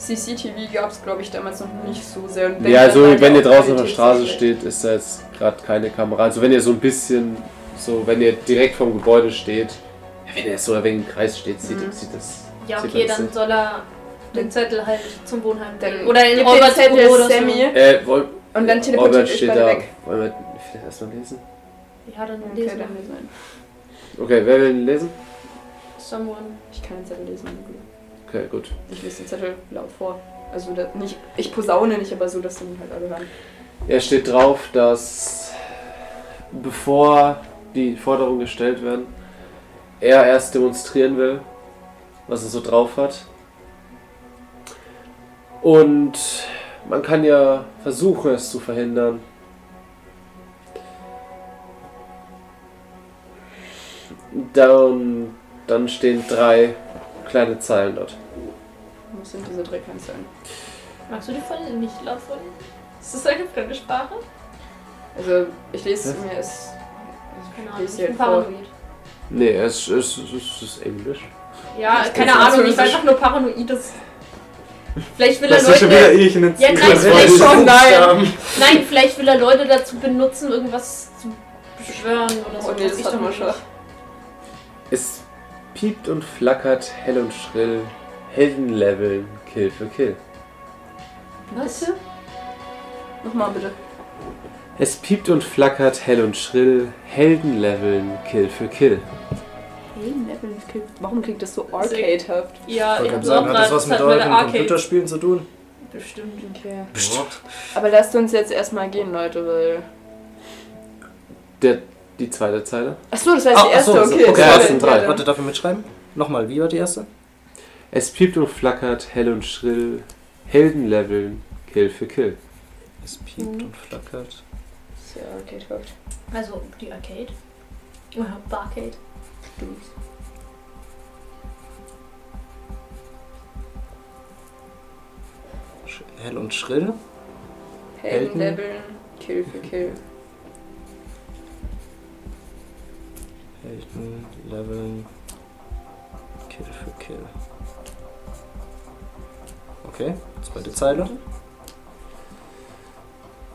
S2: CCTV gab es, glaube ich, damals noch nicht so sehr. Und
S1: ja, also
S2: dann war die
S1: wenn ihr
S2: auch
S1: draußen auf der Straße
S2: qualitätsschlecht.
S1: steht, ist da jetzt gerade keine Kamera. Also wenn ihr so ein bisschen, so wenn ihr direkt vorm Gebäude steht, ja, wenn ihr so ein wenig im Kreis steht, sieht,
S4: Mhm.
S1: sieht das.
S4: Ja,
S1: sieht
S4: okay,
S1: das
S4: dann
S1: nicht.
S4: soll er den Zettel halt zum Wohnheim
S2: Dann
S4: bringen. Oder in
S2: gib den
S4: Roberts
S2: Zettel
S4: Büro oder
S2: Sammy
S1: Äh, wollen,
S2: und dann
S1: Robert
S2: teleportiert ich
S1: steht
S2: beide
S1: da.
S2: weg.
S1: Wollen wir vielleicht erstmal lesen?
S4: so. Ja, dann
S2: Okay,
S4: lesen
S2: dann
S4: wir.
S2: lesen wir.
S1: Okay, wer will lesen?
S4: Someone.
S2: Ich kann den Zettel lesen.
S1: Okay, gut.
S2: Ich lese den Zettel laut vor. Also da- nicht, ich posaune nicht, aber so, dass dann halt alle hören.
S1: Er steht drauf, dass bevor die Forderungen gestellt werden, er erst demonstrieren will, was er so drauf hat. Und man kann ja versuchen, es zu verhindern. Dann, dann stehen drei kleine Zeilen dort.
S2: Muss sind diese drei Kanzeln.
S4: Magst du die von nicht laut vorlesen? Ist das eine fremde Sprache?
S2: Also ich lese mir es.
S4: Keine
S2: Lies
S4: Ahnung. Ich
S2: sie
S4: bin
S2: halt vor.
S4: paranoid.
S1: Nee, es, es, es ist Englisch.
S4: Ja,
S2: Ich
S4: keine
S2: bin's
S4: Ahnung, ich
S2: französisch.
S4: war einfach nur paranoid. Das vielleicht will er
S5: Das ist schon wieder
S4: Leute.
S5: ich in den
S4: Ja, nein,
S5: Zukunft.
S4: vielleicht schon,
S5: Buchstaben.
S4: nein. Nein, vielleicht will er Leute dazu benutzen, irgendwas zu beschwören oder so.
S2: Oh nee, das
S4: Ich
S2: hat
S4: doch
S2: immer
S4: nicht.
S2: Schach.
S1: Es piept und flackert hell und schrill. Heldenleveln, Kill für Kill.
S4: Was?
S2: Nochmal bitte.
S1: Es piept und flackert hell und schrill. Heldenleveln, Kill für Kill.
S2: Hey, Neville, warum klingt das so arcadehaft?
S4: Ja,
S3: Ich
S4: ich
S3: kann
S4: glaube
S3: sagen, hat das
S4: gerade,
S3: was
S4: das
S3: mit
S4: hat mit
S3: euren
S4: der
S2: Ah,
S4: Arcade.
S3: Computerspielen zu tun?
S4: Bestimmt.
S2: Okay.
S3: Bestimmt.
S2: Aber lasst uns jetzt erstmal gehen, Leute, weil.
S1: Der, die zweite Zeile.
S2: Achso, das war jetzt die erste,
S3: so,
S2: okay.
S1: Ah, okay,
S2: sorry.
S1: das sind drei.
S2: Ja, dann-
S3: Warte, darf ich mitschreiben? Nochmal, wie war die erste?
S1: Es piept und flackert hell und schrill. Heldenleveln, Kill für Kill.
S3: Es piept und flackert.
S2: Sehr arcadehaft.
S4: Also die Arcade. Oder Barcade.
S2: Stimmt.
S3: Sch- Hell und schrill. Helden.
S2: Heldenleveln, Kill für Kill.
S3: Helden, leveln. Kill für Kill. Okay, zweite Zeile.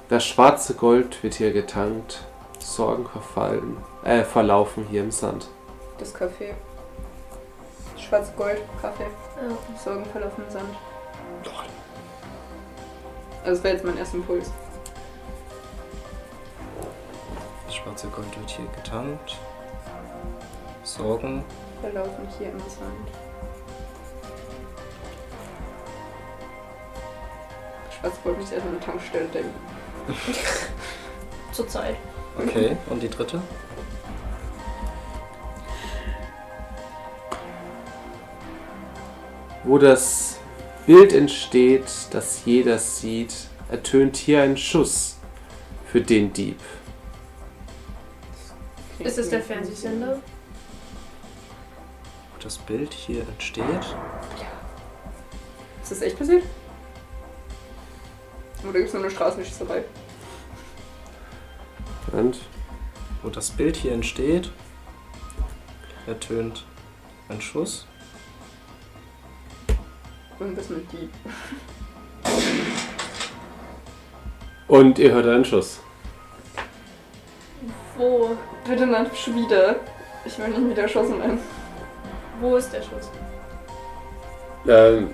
S1: Das schwarze Gold wird hier getankt. Sorgen verfallen, äh, verlaufen hier im Sand.
S2: Das Kaffee. Schwarz-Gold, Kaffee.
S4: Ja.
S2: Sorgen verlaufen im Sand. Also das wäre jetzt mein erster Impuls.
S3: Das schwarze Gold wird hier getankt. Sorgen.
S2: Verlaufen hier im Sand. Schwarz-Gold muss ich erstmal an eine Tankstelle denken.
S4: Zurzeit.
S1: Mhm.
S3: Okay, und die dritte?
S1: wo das Bild entsteht, das jeder sieht, ertönt hier ein Schuss für den Dieb.
S4: Ist es der Fernsehsender?
S3: Wo das Bild hier entsteht.
S2: Ist das echt passiert? Oder gibt es nur eine Straßenschießerei?
S1: Und
S3: Wo das Bild hier entsteht. Ertönt ein Schuss.
S2: Irgendwas mit Dieb.
S1: Und ihr hört einen Schuss.
S4: Wo?
S2: Bitte nicht schon wieder. Ich will nicht wieder erschossen werden.
S4: Wo ist der Schuss?
S1: Ähm,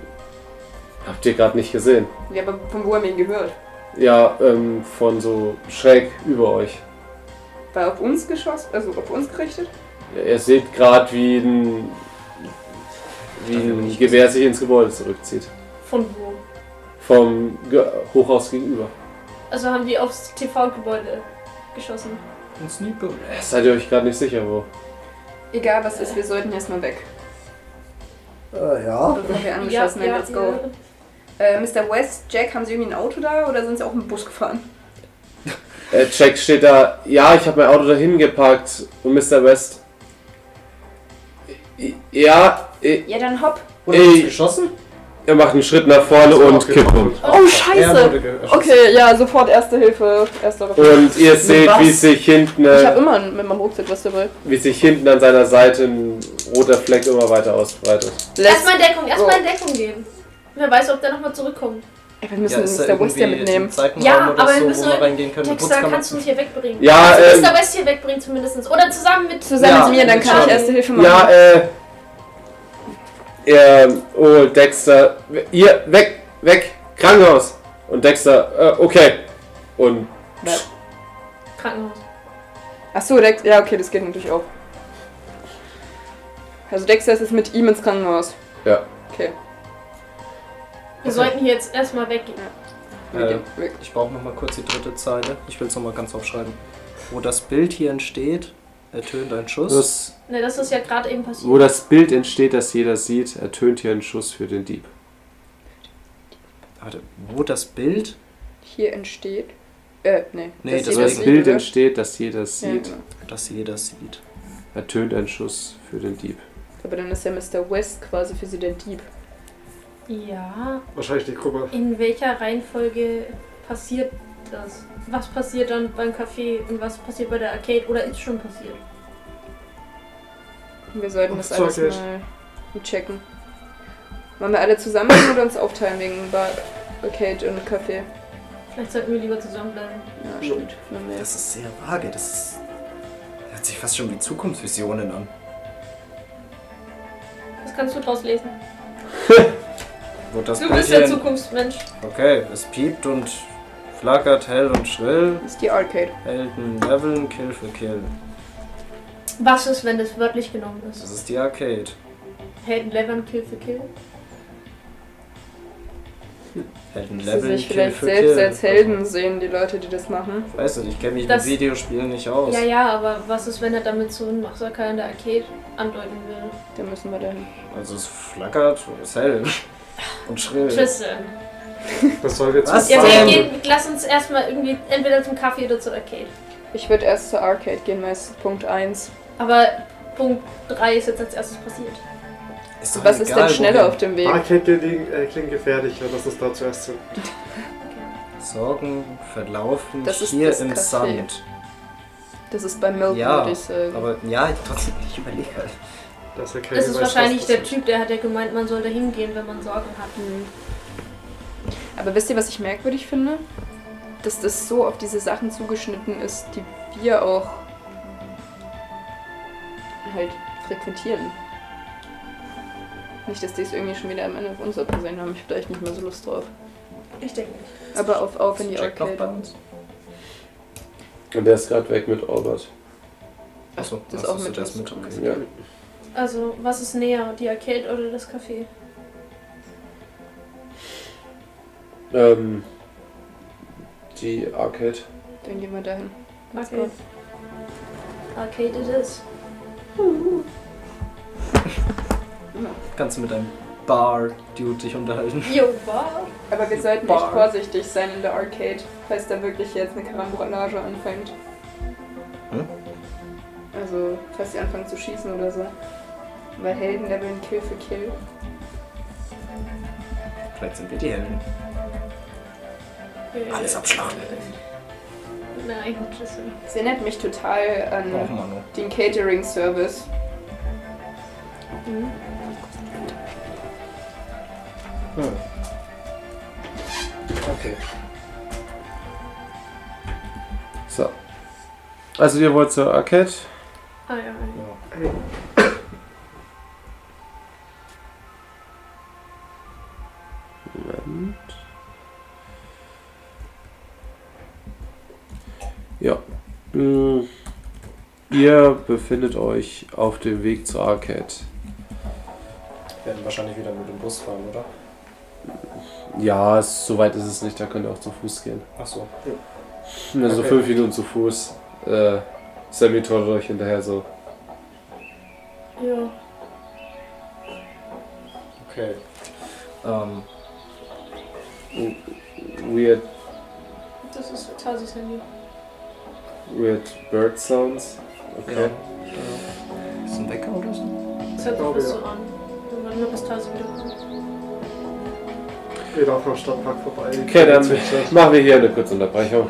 S1: habt ihr gerade nicht gesehen.
S2: Ja, aber von wo haben wir ihn gehört?
S1: Ja, ähm, von so schräg über euch.
S2: War er auf uns geschossen? Also auf uns gerichtet?
S1: Ja, ihr seht gerade, wie ein, wie ein Gewehr sich ins Gebäude zurückzieht.
S4: Von wo?
S1: Vom Ge Hochhaus gegenüber.
S4: Also haben die aufs TV-Gebäude geschossen.
S14: Ein Sniper.
S1: Seid ihr euch gerade nicht sicher, wo?
S2: Egal was ist, wir sollten erstmal weg.
S15: Äh, ja.
S2: Bevor wir angeschossen werden. Let's go. Äh, Mr. West, Jack, haben Sie irgendwie ein Auto da oder sind Sie auch mit dem Bus gefahren?
S1: Äh, Jack steht da, ja, ich habe mein Auto dahin gepackt. Und Mr. West. I- Ja, i-
S2: Ja, dann hopp.
S15: Wurde jetzt
S1: Ey.
S15: geschossen?
S1: er macht einen Schritt nach vorne und
S14: abgebrochen.
S1: kippt um.
S2: Oh,
S15: Er
S2: scheiße.
S15: wurde geschossen.
S2: Okay, ja, sofort Erste Hilfe. Erster
S1: Und ihr seht,
S2: was?
S1: wie sich hinten,
S2: Ich habe
S1: äh,
S2: immer mit meinem Rucksack was dabei.
S1: wie sich hinten an seiner Seite ein roter Fleck immer weiter ausbreitet.
S2: Let's
S4: Erstmal in Deckung, erstmal in Deckung geben. Wer weiß, ob der nochmal zurückkommt.
S2: Ey, wir müssen
S3: Ja, ist da
S2: Mr. West ja
S3: irgendwie
S2: mitnehmen.
S3: ein Seitenraum
S4: Ja,
S3: oder
S4: aber wir
S3: so,
S4: müssen
S3: wo wir
S4: halt-
S3: reingehen können? Eine
S4: Dexter,
S3: Putzkammer?
S4: kannst du mich hier wegbringen.
S1: Ja,
S4: also
S1: ähm,
S4: Mr. West hier wegbringen zumindest. Oder zusammen mit...
S2: Zusammen
S3: Ja,
S2: mit mir, dann kann
S3: schade.
S2: ich Erste Hilfe machen.
S1: Ja, äh. Er holt Dexter. Ihr, weg, weg, Krankenhaus! Und Dexter, äh, okay. Und
S4: Krankenhaus.
S2: Achso, Dex. Ja, okay, das geht natürlich auch. Also Dexter ist jetzt mit ihm ins Krankenhaus.
S1: Ja.
S2: Okay,
S4: Wir sollten hier jetzt erstmal weggehen.
S2: wir
S3: Äh,
S2: gehen weg.
S3: Ich brauche nochmal kurz die dritte Zeile. Ich will es nochmal ganz aufschreiben. Wo das Bild hier entsteht, ertönt ein Schuss.
S1: das,
S4: Ne, das ist ja gerade eben passiert.
S1: wo das Bild entsteht, das jeder sieht, ertönt hier ein Schuss für den Dieb.
S3: Warte, wo das Bild?
S2: Hier entsteht. Äh, nee.
S3: Nee, das
S1: Das,
S2: jeder
S1: Also das
S2: sieht,
S3: Bild
S1: Bild
S2: oder?
S1: entsteht, das jeder
S2: Ja,
S1: sieht,
S2: genau.
S3: Das jeder sieht.
S1: ertönt ein Schuss für den Dieb.
S2: Aber dann ist ja Mr. West quasi für sie der Dieb.
S4: Ja,
S5: Wahrscheinlich die Gruppe.
S4: in welcher Reihenfolge passiert das? Was passiert dann beim Café und was passiert bei der Arcade oder ist schon passiert?
S2: Wir sollten das
S5: Ach,
S2: alles
S5: Zeug ist.
S2: mal checken. Wollen wir alle zusammen oder uns aufteilen wegen Bar, Arcade und Café?
S4: Vielleicht sollten wir lieber zusammenbleiben.
S2: Ja, stimmt. Wenn wir-
S3: Das ist sehr vage. Das ist, hört sich fast schon wie Zukunftsvisionen an.
S4: Das kannst du draus lesen.
S3: Wo das
S4: Du
S3: Bild
S4: bist der
S3: hier-
S4: Zukunftsmensch.
S3: Okay, es piept und flackert hell und schrill.
S2: Das ist die Arcade.
S3: Elden leveln, Kill für Kill.
S4: Was ist, wenn das wörtlich genommen
S3: Das
S4: ist?
S3: ist die Arcade.
S4: Helden levern Kill für Kill?
S3: Helden
S2: Sie
S3: leveln,
S2: sich
S3: Kill
S2: vielleicht
S3: für
S2: selbst
S3: Kill.
S2: als Helden sehen, die Leute, die das machen.
S3: Ich weiß nicht, ich kenne mich
S4: Das-
S3: mit Videospielen nicht aus.
S4: Ja, ja, aber was ist, wenn er damit so einen Massaker in der Arcade andeuten will?
S2: Da müssen wir dahin.
S3: Also es flackert, es hell und schrill.
S4: Tristan.
S5: Das sollen wir jetzt
S3: Was?
S4: Ja, wir
S3: Ähm.
S4: gehen, lass uns erstmal irgendwie entweder zum Kaffee oder zur Arcade.
S2: Ich würde erst zur Arcade gehen, weil es ist Punkt 1.
S4: Aber Punkt 3 ist jetzt als erstes passiert.
S3: Ist doch
S2: Was ist
S3: egal,
S2: denn schneller
S3: wohin.
S2: auf dem Weg?
S5: Arcade klingt, äh, klingt gefährlich, wenn das uns da zuerst sind.
S3: Sorgen verlaufen
S2: Das ist
S3: hier
S2: das
S3: im
S2: Café.
S3: Sand.
S2: Das ist bei Milton,
S3: Ja,
S2: würde ich sagen.
S3: Aber ja, trotzdem halt. nicht überlegt.
S5: Das ist ja kein
S4: Das ist
S5: Hinweis,
S4: wahrscheinlich
S5: was
S4: der
S5: passiert.
S4: Typ, der hat ja gemeint, man soll da hingehen, wenn man Sorgen hat.
S2: Mhm. Aber wisst ihr, was ich merkwürdig finde? Dass das so auf diese Sachen zugeschnitten ist, die wir auch halt frequentieren. Nicht, dass die es irgendwie schon wieder am Ende auf uns abgesehen haben. Ich habe da echt nicht mehr so Lust drauf.
S4: Ich denke nicht.
S2: Aber auf, auf in die
S3: Jack noch bei
S2: Arcade.
S3: uns?
S1: Und der ist gerade weg mit Albert.
S3: Achso,
S2: das
S3: das
S2: ist
S3: ist
S2: auch
S3: auch
S2: mit
S3: das
S2: uns.
S3: mit. Okay.
S1: Ja.
S4: Also, was ist näher, die Arcade oder das Café?
S1: Ähm, die Arcade.
S2: Dann gehen wir dahin. Let's
S4: Arcade. Arcade it is.
S3: Kannst du mit einem Bar-Dude dich unterhalten.
S4: Jo, wow.
S2: Aber wir sollten echt
S3: Bar.
S2: vorsichtig sein in der Arcade, falls da wirklich jetzt eine Karambolage anfängt.
S3: Hm?
S2: Also, falls die anfangen zu schießen oder so. Weil Helden leveln Kill für Kill.
S3: Vielleicht sind wir die Helden. Alles abschlachten.
S4: Nein, das ist
S2: Das erinnert mich total
S3: Brauchen
S2: an
S3: wir nur.
S2: den Catering-Service.
S5: Okay.
S1: So. Also ihr wollt zur Arcade.
S4: Ah, ja, ja.
S1: Moment. Ja. Mm. Ihr befindet euch auf dem Weg zur Arcade.
S9: Wir werden wahrscheinlich wieder mit dem Bus fahren, oder?
S1: Ja, es, so weit ist es nicht, da könnt ihr auch zu Fuß gehen.
S9: Achso.
S1: Also
S5: Okay.
S1: fünf Minuten zu Fuß. Äh, Sammy trollt euch hinterher so.
S4: ja.
S9: Okay.
S3: Ähm,
S1: Weird,
S4: Das ist Tasis Handy.
S1: weird bird sounds. Okay.
S3: ist ein Wecker oder so?
S4: Das hört sich
S5: glaube,
S4: fast
S5: ja.
S4: so an. Wir wollen nur bis Tasi wiederkommt.
S5: Wir laufen am Stadtpark vorbei.
S1: Okay, dann machen wir hier eine kurze Unterbrechung.